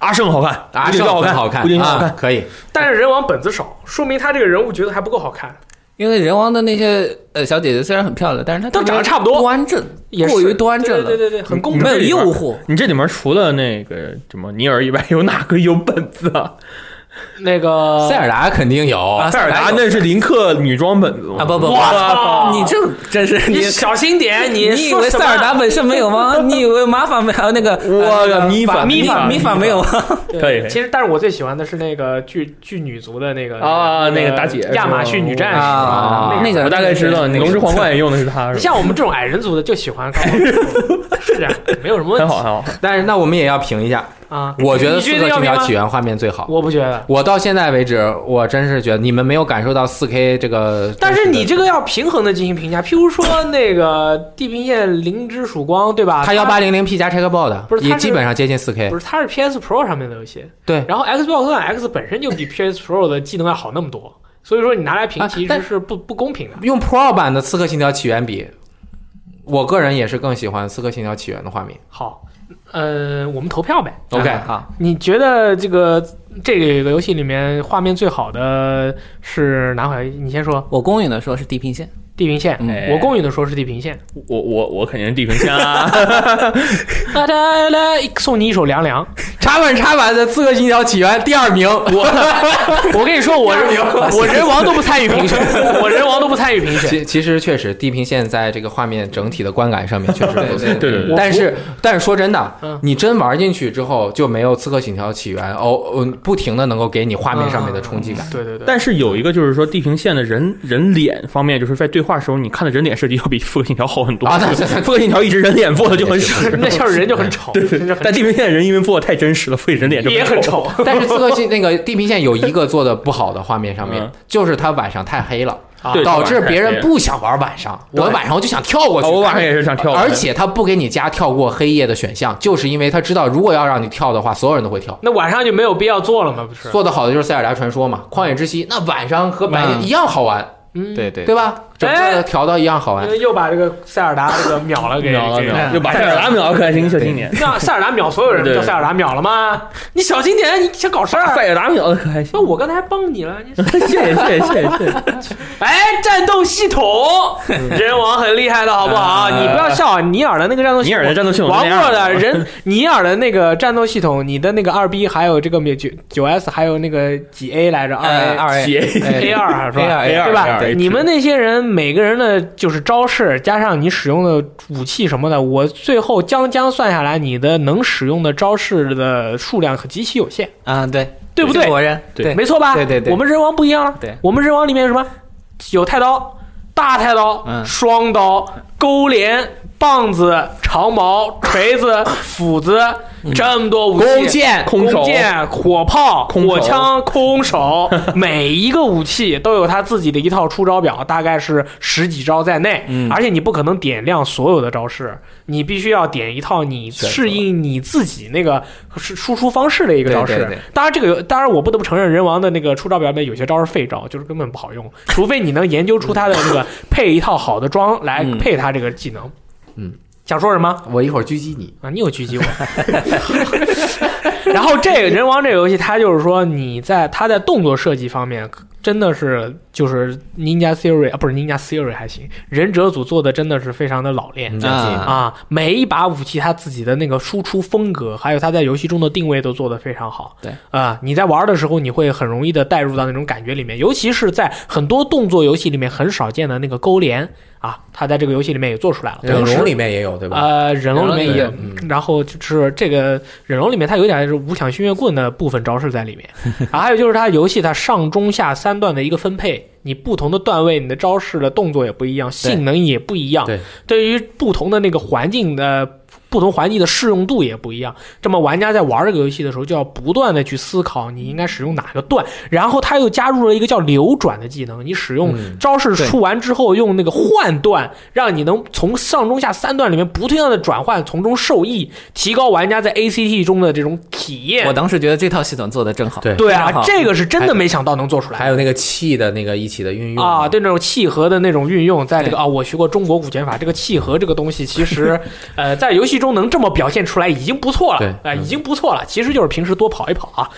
[SPEAKER 4] 阿胜好看，
[SPEAKER 2] 啊，
[SPEAKER 4] 吴景
[SPEAKER 2] 上
[SPEAKER 4] 浩好
[SPEAKER 2] 很
[SPEAKER 4] 看，
[SPEAKER 2] 好看
[SPEAKER 4] 吴景浩好看
[SPEAKER 2] 啊，可以，
[SPEAKER 1] 但是人王本子少，说明他这个人物觉得还不够好看。
[SPEAKER 3] 因为人王的那些呃小姐姐虽然很漂亮，但是她
[SPEAKER 1] 都长得
[SPEAKER 3] 特别
[SPEAKER 1] 差不多
[SPEAKER 3] 端正，
[SPEAKER 1] 也是
[SPEAKER 3] 过于端正
[SPEAKER 1] 对
[SPEAKER 3] 了，
[SPEAKER 1] 对对对，很公
[SPEAKER 3] 没
[SPEAKER 1] 正
[SPEAKER 3] 有
[SPEAKER 4] 这里
[SPEAKER 3] 诱
[SPEAKER 4] 边
[SPEAKER 3] 惑。
[SPEAKER 4] 你这里面除了那个什么尼尔以外，有哪个有本子啊？
[SPEAKER 1] 那个
[SPEAKER 2] 塞尔达肯定有，
[SPEAKER 4] 塞尔达那是林克女装本子吗
[SPEAKER 3] 啊不不不
[SPEAKER 1] 我操，
[SPEAKER 3] 你这真是
[SPEAKER 1] 你小心点，你
[SPEAKER 3] 你以为
[SPEAKER 1] 说什
[SPEAKER 3] 塞
[SPEAKER 1] 么
[SPEAKER 3] 尔达本身没有吗？你以为马法没有那个？
[SPEAKER 4] 我
[SPEAKER 3] 呃
[SPEAKER 4] 靠米法
[SPEAKER 3] 米
[SPEAKER 1] 米法
[SPEAKER 3] 米法没有吗？
[SPEAKER 1] 对
[SPEAKER 4] 可以可以
[SPEAKER 1] 其实，但是我最喜欢的是那个巨巨女族的那个
[SPEAKER 4] 啊那个大姐
[SPEAKER 1] 亚马逊女战士
[SPEAKER 3] 啊
[SPEAKER 1] 那
[SPEAKER 3] 那个
[SPEAKER 4] 我大概知道，
[SPEAKER 3] 那个
[SPEAKER 4] 龙之皇冠也用的是它，
[SPEAKER 1] 你
[SPEAKER 4] 是吧
[SPEAKER 1] 像我们这种矮人族的就喜欢高光是这样，没有什么问
[SPEAKER 4] 很
[SPEAKER 1] 题
[SPEAKER 4] 好很好。
[SPEAKER 2] 但是那我们也要评一下，
[SPEAKER 1] 啊。
[SPEAKER 2] 我觉得
[SPEAKER 1] 你
[SPEAKER 2] 四
[SPEAKER 1] 觉
[SPEAKER 2] 个
[SPEAKER 1] 得要
[SPEAKER 2] 金
[SPEAKER 1] 评
[SPEAKER 2] 条
[SPEAKER 1] 吗
[SPEAKER 2] 起源画面最好。
[SPEAKER 1] 我不觉得。
[SPEAKER 2] 我到现在为止，我真是觉得你们没有感受到四 K 这个。
[SPEAKER 1] 但是你这
[SPEAKER 2] 这
[SPEAKER 1] 个要平衡的进行评价，譬如说那个《地平线：零之曙光》，对吧？
[SPEAKER 2] 它幺八零零 P 加 checkable 的
[SPEAKER 1] 不，是它
[SPEAKER 2] 也
[SPEAKER 1] 是
[SPEAKER 2] 基本上接近四 K
[SPEAKER 1] 不。是，它是 PS Pro 上面的游戏，
[SPEAKER 2] 对
[SPEAKER 1] 然后 Xbox One X 本身就比 PS Pro 的技能要好那么多，所以说你拿来评
[SPEAKER 2] 啊
[SPEAKER 1] 其
[SPEAKER 2] 但
[SPEAKER 1] 实是不不公平的。
[SPEAKER 2] 用 Pro 版的《刺客信条：起源》比，我个人也是更喜欢《刺客信条：起源》的画面。啊
[SPEAKER 1] 好，呃，我们投票呗。啊
[SPEAKER 2] OK，
[SPEAKER 3] 好，
[SPEAKER 1] 你觉得这个这个游戏里面画面最好的是哪款游戏？你先说《
[SPEAKER 3] 我公允的说是地平线，
[SPEAKER 1] 地平线》
[SPEAKER 3] 嗯
[SPEAKER 1] 我公允的说是《地平线
[SPEAKER 4] 我我我肯定是地平线啊，》
[SPEAKER 1] 啊。来来，送你一首《凉凉》。
[SPEAKER 2] 插板插板的《刺客信条：起源》第二名，
[SPEAKER 1] 我跟你说，我我人王都不参与评选，我人王都不参与评选。
[SPEAKER 2] 其其实确实，《地平线》在这个画面整体的观感上面确实不错。
[SPEAKER 4] 对对
[SPEAKER 1] 我
[SPEAKER 4] 对，
[SPEAKER 2] 但是，但是说真的
[SPEAKER 1] 嗯，
[SPEAKER 2] 你真玩进去之后，就没有《刺客信条：起源》哦，嗯，不停的能够给你 (laughs) 画面上面的冲击感。
[SPEAKER 1] 嗯对对对，
[SPEAKER 4] (laughs) 但是有一个就是说地平线的人人脸方面，就是在对话时候你看的人脸设计要比复刻信条好很多
[SPEAKER 2] 啊对对对
[SPEAKER 4] 复刻信条一直人脸做的就很丑，
[SPEAKER 1] 那像是人就很丑，真的
[SPEAKER 4] 但地平线的人因为做的太真实了，所以人脸就
[SPEAKER 1] 也很。丑。
[SPEAKER 2] 但是刺客 (laughs) 信那个地平线有一个做的不好的画面上面，
[SPEAKER 4] 嗯
[SPEAKER 2] 就是它晚上太黑了，
[SPEAKER 1] 啊
[SPEAKER 4] 对
[SPEAKER 2] 导致别人不想玩晚上。
[SPEAKER 1] 对
[SPEAKER 2] 我晚上我就想跳过去，
[SPEAKER 4] 啊我晚上也是想跳的，
[SPEAKER 2] 而且他不给你加跳过黑夜的选项，就是因为他知道如果要让你跳的话，所有人都会跳。
[SPEAKER 1] 那晚上就没有必要做了嘛，不是？
[SPEAKER 2] 做的好的就是《塞尔达传说》嘛，《旷野之息》，那晚上和白天
[SPEAKER 3] 嗯
[SPEAKER 2] 一样好玩，
[SPEAKER 1] 嗯，
[SPEAKER 3] 对对
[SPEAKER 2] 对吧？整
[SPEAKER 1] 哎
[SPEAKER 2] 个调到一样好玩
[SPEAKER 1] 因。为又把这个塞尔达这个秒了给
[SPEAKER 4] (laughs) 秒了
[SPEAKER 1] 给
[SPEAKER 4] 秒了，
[SPEAKER 3] 对
[SPEAKER 4] 就把塞尔 (laughs) 达秒了，可心小心点。
[SPEAKER 1] 让塞尔达秒所有人，
[SPEAKER 4] 对
[SPEAKER 1] 叫塞尔达秒了
[SPEAKER 4] (laughs)
[SPEAKER 1] 吗？你小心点，你想搞事儿。
[SPEAKER 4] 塞尔达秒的可还行
[SPEAKER 1] 那，我刚才还帮你了，你
[SPEAKER 4] 谢谢谢谢谢谢。
[SPEAKER 1] 哎，战斗系
[SPEAKER 4] (laughs)
[SPEAKER 1] 统，人王很厉害的好不好？
[SPEAKER 4] 啊
[SPEAKER 1] 你不要笑，尼尔的那个战斗系
[SPEAKER 4] 尼
[SPEAKER 1] 统，
[SPEAKER 4] 尔的战斗系统是
[SPEAKER 1] 王
[SPEAKER 4] 那样
[SPEAKER 1] 过的人，尼尔的那个战斗系统，你的那个二 B 还有这个九九 S 还有那个几 A 来着，二 A
[SPEAKER 3] 呃，二 A
[SPEAKER 4] 斜
[SPEAKER 1] A 二是
[SPEAKER 3] A
[SPEAKER 1] 吧？
[SPEAKER 3] 二
[SPEAKER 4] A 二
[SPEAKER 1] 对吧
[SPEAKER 4] A2 A2
[SPEAKER 1] 你们那些人每个人的就是招式，加上你使用的武器什么的，我最后将将算下来，你的能使用的招式的数量可极其有限，
[SPEAKER 3] 啊，对
[SPEAKER 1] 对不对
[SPEAKER 3] 这个我认
[SPEAKER 4] 对
[SPEAKER 3] 对
[SPEAKER 1] 没错吧？
[SPEAKER 3] 对对对
[SPEAKER 1] 我们人王不一样了，
[SPEAKER 3] 对
[SPEAKER 1] 我们人王里面有什么？有太刀、大太刀、
[SPEAKER 3] 嗯
[SPEAKER 1] 双刀、钩镰、棒子、长矛、锤子、斧子，
[SPEAKER 3] 嗯
[SPEAKER 1] 这么多武器，
[SPEAKER 2] 弓箭
[SPEAKER 1] 弓
[SPEAKER 4] 空手
[SPEAKER 1] 箭、火炮、
[SPEAKER 4] 空手
[SPEAKER 1] 火枪、空
[SPEAKER 2] (laughs)
[SPEAKER 1] 手，每一个武器都有它自己的一套出招表，大概是十几招在内。
[SPEAKER 2] 嗯
[SPEAKER 1] 而且你不可能点亮所有的招式，你必须要点一套你
[SPEAKER 2] 选择
[SPEAKER 1] 适应你自己那个输输出方式的一个招式。
[SPEAKER 2] 对对对
[SPEAKER 1] 当然，这个有当然我不得不承认，人王的那个出招表里面有些招是废招，就是根本不好用，除非你能研究出它的那个配一套好的装来
[SPEAKER 2] 嗯
[SPEAKER 1] 配它这个技能。
[SPEAKER 2] 嗯，
[SPEAKER 1] 想说什么？
[SPEAKER 2] 我一会儿狙击你。
[SPEAKER 1] 啊，你有狙击我。 (laughs) 然后这个人王这个游戏，它就是说你在它在动作设计方面真的是就是 Ninja Theory 啊，不是 Ninja Theory 还行，忍者组做的真的是非常的老练。
[SPEAKER 2] 嗯
[SPEAKER 3] 啊
[SPEAKER 1] 啊，每一把武器它自己的那个输出风格，还有它在游戏中的定位都做得非常好。
[SPEAKER 3] 对
[SPEAKER 1] 啊、你在玩的时候，你会很容易的带入到那种感觉里面，尤其是在很多动作游戏里面很少见的那个勾连啊，它在这个游戏里面也做出来了。
[SPEAKER 2] 忍
[SPEAKER 1] 同时
[SPEAKER 2] 龙里面也有对吧？
[SPEAKER 1] 呃，忍龙里面嗯也
[SPEAKER 2] 忍龙里面有，
[SPEAKER 1] 然后就是这个忍龙里面，它有点是五响星月棍的部分招式在里面， (laughs) 然后还有就是它游戏它上中下三段的一个分配，你不同的段位，你的招式的动作也不一样，性能也不一样，
[SPEAKER 2] 对，
[SPEAKER 1] 对于不同的那个环境的。不同环境的适用度也不一样，这么玩家在玩这个游戏的时候，就要不断的去思考你应该使用哪个段，然后它又加入了一个叫流转的技能，你使用
[SPEAKER 2] 嗯
[SPEAKER 1] 招式出完之后，用那个换段，让你能从上中下三段里面不断的转换，从中受益，提高玩家在 ACT 中的这种体
[SPEAKER 3] 我
[SPEAKER 1] 验。
[SPEAKER 3] 当时觉得这套系统做的真好。
[SPEAKER 2] 对
[SPEAKER 1] 对
[SPEAKER 3] 非常
[SPEAKER 1] 啊
[SPEAKER 3] 好，
[SPEAKER 1] 这个是真的没想到能做出来
[SPEAKER 2] 还有那个气的那个一起的运用
[SPEAKER 1] 啊！对那种契合的那种运用，在这个
[SPEAKER 3] 对
[SPEAKER 1] 啊，我学过中国古剑法，这个契合这个东西，其实呃，在游戏中能这么表现出来已经不错了，
[SPEAKER 2] 对
[SPEAKER 1] 啊、
[SPEAKER 2] 嗯
[SPEAKER 1] 已经不错了。其实就是平时多跑一跑
[SPEAKER 2] (laughs)
[SPEAKER 1] 啊。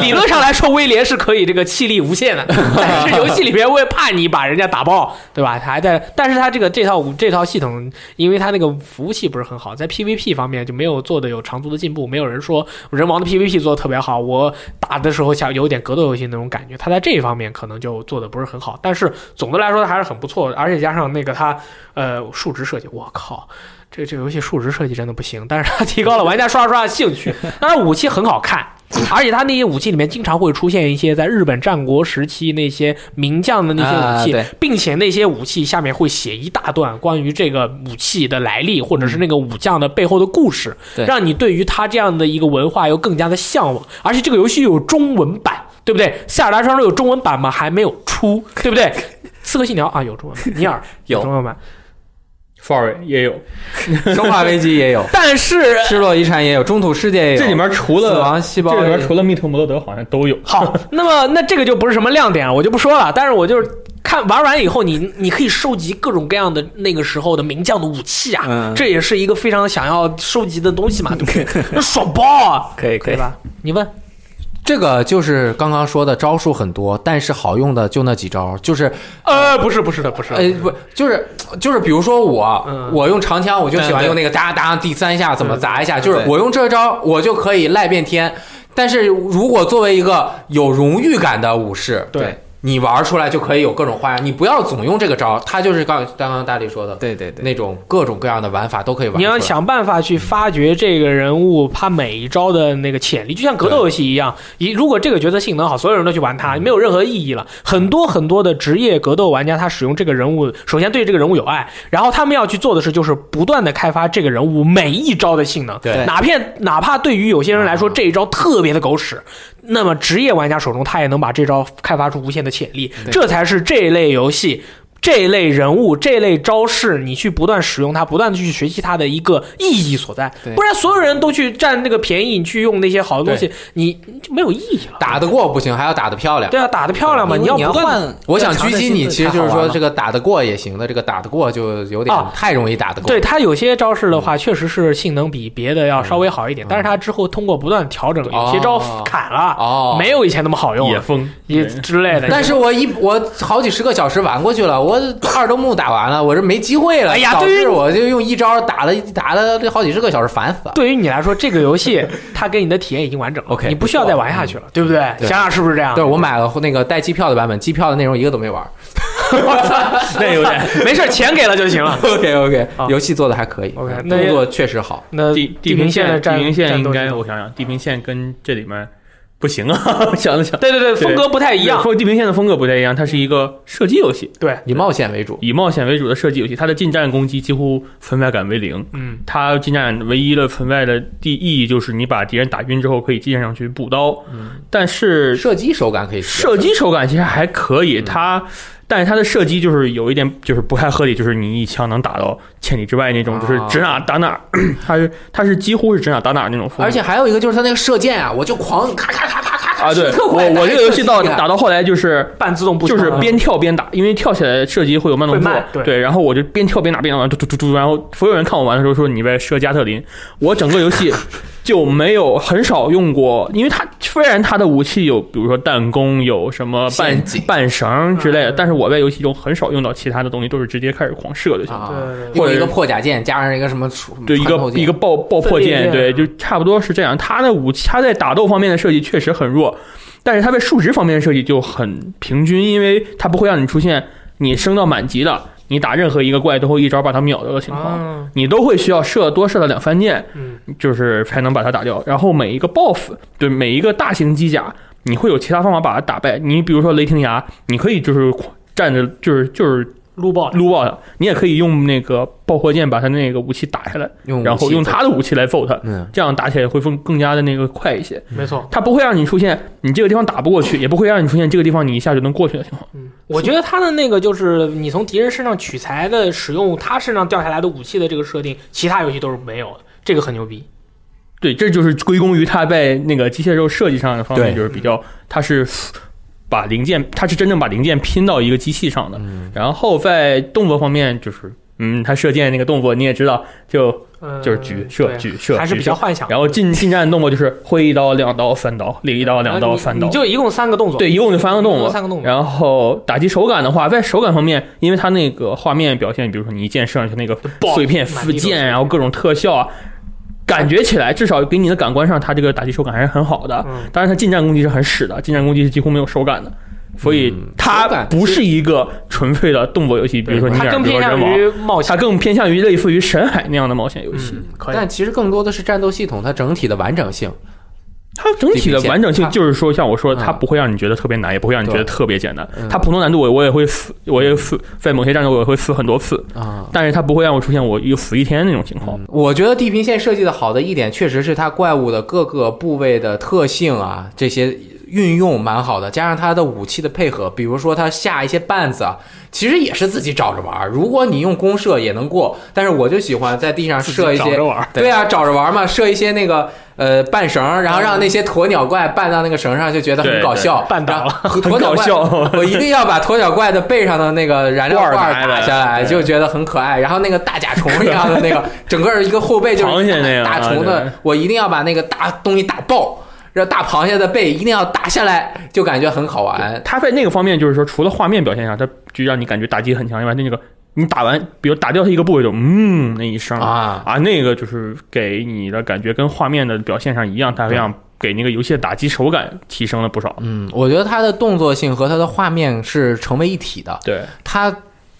[SPEAKER 1] 理论上来说，威廉是可以这个气力无限的，
[SPEAKER 2] (laughs)
[SPEAKER 1] 但是游戏里边为怕你把人家打爆，对吧？他还在，但是他这个这套这套系统，因为他那个服务器不是很好，在 PVP 方面就没有做的有长足的进步，没有人说人王的 PVP 做的特别好，我打的时候像有点格斗游戏那种感觉，他在这一方面可能就做的不是很好，但是总的来说还是很不错，而且加上那个他呃数值设计，我靠。这这游戏数值设计真的不行，但是它提高了玩家刷刷刷的兴趣。当然武器很好看，而且它那些武器里面经常会出现一些在日本战国时期那些名将的那些武器，
[SPEAKER 3] 啊对
[SPEAKER 1] 并且那些武器下面会写一大段关于这个武器的来历，或者是那个武将的背后的故事，
[SPEAKER 3] 嗯对
[SPEAKER 1] 让你对于他这样的一个文化又更加的向往。而且这个游戏又有中文版，对不对？《塞尔达传说》有中文版吗？还没有出，对不对？《刺客信条》啊，有中文版，尼尔
[SPEAKER 3] 有
[SPEAKER 1] 中文版，
[SPEAKER 4] Sorry，也有
[SPEAKER 2] 生化危机也有，
[SPEAKER 1] 但是
[SPEAKER 2] 失落遗产也有，中土世界也有。
[SPEAKER 4] 这里面除
[SPEAKER 2] 死
[SPEAKER 4] 了
[SPEAKER 2] 亡细胞
[SPEAKER 4] 这里
[SPEAKER 2] 也
[SPEAKER 4] 面
[SPEAKER 2] 有
[SPEAKER 4] 除了密特摩罗德好像都有。
[SPEAKER 1] 好，那么那这个就不是什么亮点，我就不说了。但是我就是看玩完以后你，你可以收集各种各样的那个时候的名将的武器啊，
[SPEAKER 3] 嗯
[SPEAKER 1] 这也是一个非常想要收集的东西嘛，对不对？那爽爆啊，
[SPEAKER 3] 可以
[SPEAKER 1] 对吧？你问
[SPEAKER 2] 这个就是刚刚说的招数很多，但是好用的就那几招，就是
[SPEAKER 1] 呃，不是不是的，不是的
[SPEAKER 2] 呃不就是就是比如说我、
[SPEAKER 1] 嗯
[SPEAKER 2] 我用长枪，我就喜欢
[SPEAKER 3] 对对
[SPEAKER 2] 用那个哒哒第三下怎么砸一下，
[SPEAKER 1] 嗯
[SPEAKER 3] 对
[SPEAKER 2] 就是
[SPEAKER 3] 对
[SPEAKER 2] 我用这招我就可以赖遍天。但是如果作为一个有荣誉感的武士，
[SPEAKER 1] 对
[SPEAKER 3] 对
[SPEAKER 2] 你玩出来就可以有各种花样，你不要总用这个招，他就是刚刚刚大力说的
[SPEAKER 3] 对对对，
[SPEAKER 2] 那种各种各样的玩法都可以玩出
[SPEAKER 1] 你
[SPEAKER 2] 来。
[SPEAKER 1] 要想办法去发掘这个人物他每一招的那个潜力，就像格斗游戏一样，一如果这个角色性能好，所有人都去玩它，没有任何意义了。很多很多的职业格斗玩家，他使用这个人物，首先对这个人物有爱，然后他们要去做的事就是不断的开发这个人物每一招的性能，
[SPEAKER 2] 对
[SPEAKER 1] 哪片哪怕对于有些人来说这一招特别的狗屎，那么职业玩家手中他也能把这招开发出无限的潜力，
[SPEAKER 3] 对
[SPEAKER 1] 这才是这一类游戏。这一类人物、这一类招式，你去不断使用它，不断的去学习它的一个意义所在
[SPEAKER 3] 对。
[SPEAKER 1] 不然，所有人都去占那个便宜，你去用那些好的东西，你你就没有意义了。
[SPEAKER 2] 打得过不行，还要打得漂亮。
[SPEAKER 1] 对啊，打得漂亮嘛，
[SPEAKER 3] 因为
[SPEAKER 1] 要
[SPEAKER 3] 你
[SPEAKER 1] 不断地
[SPEAKER 3] 换，
[SPEAKER 2] 我想狙击你，其实就是说这
[SPEAKER 3] 个
[SPEAKER 2] 个打得过也行的，这个打得过就有点
[SPEAKER 1] 啊
[SPEAKER 2] 太容易打得过。
[SPEAKER 1] 对它有些招式的话，确实是性能比别的要稍微好一点，但是它之后通过不断调整，有些招
[SPEAKER 2] 哦
[SPEAKER 1] 砍了，
[SPEAKER 2] 哦，
[SPEAKER 1] 没有以前那么好用
[SPEAKER 4] 野
[SPEAKER 1] 了，
[SPEAKER 4] 风，
[SPEAKER 1] 也
[SPEAKER 4] 对
[SPEAKER 1] 之类的。
[SPEAKER 2] 但是我一我好几十个小时玩过去了，我二周目打完了，我这没机会了。
[SPEAKER 1] 哎呀
[SPEAKER 2] 导
[SPEAKER 1] 对于
[SPEAKER 2] 致我就用一招打了打了这好几十个小时，烦死了。
[SPEAKER 1] 对于你来说，这个游戏它给你的体验已经完整了
[SPEAKER 2] OK，
[SPEAKER 1] 你不需要再玩下去了，对不对？
[SPEAKER 2] 对
[SPEAKER 1] 想想是不是这样？
[SPEAKER 2] 对，我买了那个带机票的版本，机票的内容一个都没玩。
[SPEAKER 4] 那有点。
[SPEAKER 1] (laughs) 没事，钱给了就行了。
[SPEAKER 2] OK OK，
[SPEAKER 1] 啊
[SPEAKER 2] 游戏做的还可以
[SPEAKER 1] OK，
[SPEAKER 2] 嗯
[SPEAKER 1] 那
[SPEAKER 2] 动作确实好。
[SPEAKER 1] 那
[SPEAKER 4] 地
[SPEAKER 1] 呃地
[SPEAKER 4] 平
[SPEAKER 1] 线的
[SPEAKER 4] 地
[SPEAKER 1] 战
[SPEAKER 4] 平线
[SPEAKER 1] 战
[SPEAKER 4] 应
[SPEAKER 1] 斗
[SPEAKER 4] 该
[SPEAKER 1] 系统
[SPEAKER 4] 我想想，地平线跟这里面不行啊，想了想，
[SPEAKER 1] 对对对，风格不太一样。
[SPEAKER 4] 风地平线的风格不太一样，它是一个射击游戏，
[SPEAKER 1] 对，
[SPEAKER 2] 以冒险为主，
[SPEAKER 4] 以冒险为主的射击游戏，它的近战攻击几乎存在感为零。
[SPEAKER 1] 嗯，
[SPEAKER 4] 它近战唯一的存在的第意义就是你把敌人打晕之后可以近战上去补刀，但是
[SPEAKER 2] 射击手感可以提高
[SPEAKER 4] 射击手感其实还可以，它，但是它的射击就是有一点就是不太合理，就是你一枪能打到千里之外那种，就是
[SPEAKER 2] 啊
[SPEAKER 4] 指哪打哪儿， (clears throat) 它是它是几乎是指哪打哪儿那种风格。
[SPEAKER 2] 而且还有一个就是他那个射箭啊，我就狂咔咔咔咔咔咔
[SPEAKER 4] 啊，对
[SPEAKER 2] 特
[SPEAKER 4] 我
[SPEAKER 2] 快
[SPEAKER 4] 我
[SPEAKER 2] 打
[SPEAKER 4] 这个游戏到
[SPEAKER 2] 射击啊
[SPEAKER 4] 打到后来就是
[SPEAKER 1] 半自动步枪啊
[SPEAKER 4] 就是边跳边打，因为跳起来射击会有慢动作
[SPEAKER 1] 会慢，对
[SPEAKER 4] 然后我就边跳边打，边打完嘟嘟嘟嘟，然后所有人看我玩的时候说你在射加特林，我整个游戏就没有很少用过，因为它虽然它的武器有比如说弹弓有什么半
[SPEAKER 2] 陷阱
[SPEAKER 4] 半绳之类的，
[SPEAKER 1] 嗯
[SPEAKER 4] 但是我在游戏中很少用到其他的东西，都是直接开始狂射就行。
[SPEAKER 2] 啊
[SPEAKER 1] 对对，
[SPEAKER 2] 用一个破甲剑加上一个什么出
[SPEAKER 4] 对一个
[SPEAKER 2] 嗯穿透剑
[SPEAKER 4] 一个爆爆破
[SPEAKER 1] 分裂
[SPEAKER 4] 剑，
[SPEAKER 1] 剑
[SPEAKER 4] 对，就差不多是这样。它的武器，它在打斗方面的设计确实很弱，但是它在数值方面的设计就很平均，因为它不会让你出现你升到满级了，你打任何一个怪都会一招把它秒掉的情况。
[SPEAKER 1] 啊，
[SPEAKER 4] 你都会需要射多射了两三箭，
[SPEAKER 1] 嗯，
[SPEAKER 4] 就是才能把它打掉。然后每一个 BOSS，对每一个大型机甲，你会有其他方法把它打败。你比如说雷霆牙，你可以就是站着，就是就是
[SPEAKER 1] 撸爆
[SPEAKER 4] 撸爆它，你也可以用那个爆破剑把它那个武器打下来。
[SPEAKER 2] 用武器
[SPEAKER 4] 然后用他的武器来 fold 他，
[SPEAKER 2] 嗯
[SPEAKER 4] 这样打起来会更更加的那个快一些。
[SPEAKER 1] 没错，
[SPEAKER 4] 它不会让你出现你这个地方打不过去，也不会让你出现这个地方你一下就能过去的情况。
[SPEAKER 1] 嗯，我觉得他的那个就是你从敌人身上取材的使用他身上掉下来的武器的这个设定，其他游戏都是没有的，这个很牛逼。
[SPEAKER 4] 对，这就是归功于它在那个机械肉设计上的方面，
[SPEAKER 2] 对
[SPEAKER 4] 就是比较，它是把零件，它是真正把零件拼到一个机器上的。
[SPEAKER 2] 嗯
[SPEAKER 4] 然后在动作方面，就是嗯，它射箭那个动作你也知道，就
[SPEAKER 1] 嗯，
[SPEAKER 4] 就是举射
[SPEAKER 1] 对
[SPEAKER 4] 举射，
[SPEAKER 1] 还是
[SPEAKER 4] 举
[SPEAKER 1] 比较
[SPEAKER 4] 射。
[SPEAKER 1] 幻想的。
[SPEAKER 4] 然后近近战的动作就是挥一刀、两刀、三刀，另一刀、两
[SPEAKER 1] 呃
[SPEAKER 4] 刀、
[SPEAKER 1] 你
[SPEAKER 4] 三刀
[SPEAKER 1] 你。就一共三个动作，
[SPEAKER 4] 对，一共就三个动
[SPEAKER 1] 一
[SPEAKER 4] 作
[SPEAKER 1] 共，三个动作，
[SPEAKER 4] 然后打击手感的话，在手感方面，因为它那个画面表现，比如说你一箭射上去那个
[SPEAKER 1] 爆
[SPEAKER 4] 碎片
[SPEAKER 1] 满
[SPEAKER 4] 附
[SPEAKER 1] 地都是
[SPEAKER 4] 件，然后各种特效啊，感觉起来至少给你的感官上，它这个打击手感还是很好的。
[SPEAKER 1] 嗯，
[SPEAKER 4] 当然，它近战攻击是很屎的，近战攻击是几乎没有手感的，所以
[SPEAKER 2] 嗯
[SPEAKER 4] 它
[SPEAKER 2] 手感
[SPEAKER 4] 不是一个纯粹的动作游戏。比如说你
[SPEAKER 1] 它
[SPEAKER 4] 想
[SPEAKER 1] 更
[SPEAKER 4] 比如
[SPEAKER 1] 偏
[SPEAKER 4] 说
[SPEAKER 1] 向
[SPEAKER 4] 人王，
[SPEAKER 1] 于冒
[SPEAKER 4] 它
[SPEAKER 1] 险，
[SPEAKER 4] 更偏向于类似于神海那样的冒险游戏。
[SPEAKER 1] 嗯，可以。
[SPEAKER 2] 但其实更多的是战斗系统它整体的完整性，
[SPEAKER 4] 它整体的完整性就是说，像我说，
[SPEAKER 2] 嗯
[SPEAKER 4] 它不会让你觉得特别难，也不会让你觉得
[SPEAKER 2] 对
[SPEAKER 4] 特别简单
[SPEAKER 2] 嗯。
[SPEAKER 4] 它普通难度我我也会死，我也死，在某些战斗我也会死很多次，
[SPEAKER 2] 啊。
[SPEAKER 4] 但是它不会让我出现我又死一天那种情况
[SPEAKER 2] 嗯。我觉得地平线设计的好的一点，确实是它怪物的各个部位的特性啊，这些运用蛮好的，加上它的武器的配合，比如说它下一些绊子啊，其实也是自己找着玩儿。如果你用弓射也能过，但是我就喜欢在地上射一
[SPEAKER 4] 自己找
[SPEAKER 2] 些
[SPEAKER 4] 着玩儿，
[SPEAKER 2] 对啊，找着玩嘛，射一些那个呃半绳儿，然后让那些鸵鸟怪绊到那个绳上，就觉得很
[SPEAKER 4] 对
[SPEAKER 2] 搞
[SPEAKER 4] 对
[SPEAKER 2] 笑。
[SPEAKER 1] 绊倒
[SPEAKER 2] 然
[SPEAKER 1] 了
[SPEAKER 2] 后 (laughs) 鸵鸟
[SPEAKER 4] 搞
[SPEAKER 2] 怪，
[SPEAKER 4] 笑
[SPEAKER 2] 我一定要把鸵鸟怪的背上的那个燃料
[SPEAKER 4] 罐
[SPEAKER 2] 罐
[SPEAKER 4] 儿
[SPEAKER 2] 儿
[SPEAKER 4] (laughs) 拿
[SPEAKER 2] 打
[SPEAKER 4] 来
[SPEAKER 2] 下来，
[SPEAKER 4] 对
[SPEAKER 2] 就觉得很可爱。然后那个大甲虫一样的那
[SPEAKER 4] (laughs)
[SPEAKER 2] 个，整个一个后背就是
[SPEAKER 4] 螃蟹那样
[SPEAKER 2] 大
[SPEAKER 4] 啊
[SPEAKER 2] 虫
[SPEAKER 4] 对
[SPEAKER 2] 的，我一定要把那个大东西打爆。让大螃蟹的背一定要打下来，就感觉很好玩。
[SPEAKER 4] 它在那个方面就是说，除了画面表现上，它就让你感觉打击很强以外，那个你打完，比如打掉它一个部位就嗯那一声
[SPEAKER 2] 啊
[SPEAKER 4] 啊，那个就是给你的感觉跟画面的表现上一样，它会让给那个游戏的打击手感提升了不少。
[SPEAKER 2] 嗯，我觉得它的动作性和它的画面是成为一体的。
[SPEAKER 4] 对，
[SPEAKER 2] 它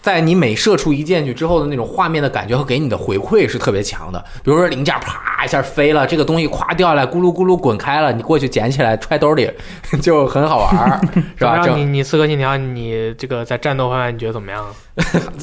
[SPEAKER 2] 在你每射出一箭去之后的那种画面的感觉和给你的回馈是特别强的。比如说零件啪一下飞了，这个东西咵掉下来，咕噜咕噜滚开了，你过去捡起来揣兜里 (laughs) 就很好玩儿，是 (laughs) 吧？
[SPEAKER 1] 让
[SPEAKER 2] 这
[SPEAKER 1] 你你刺客信条，你这个在战斗方面你觉得怎么样？啊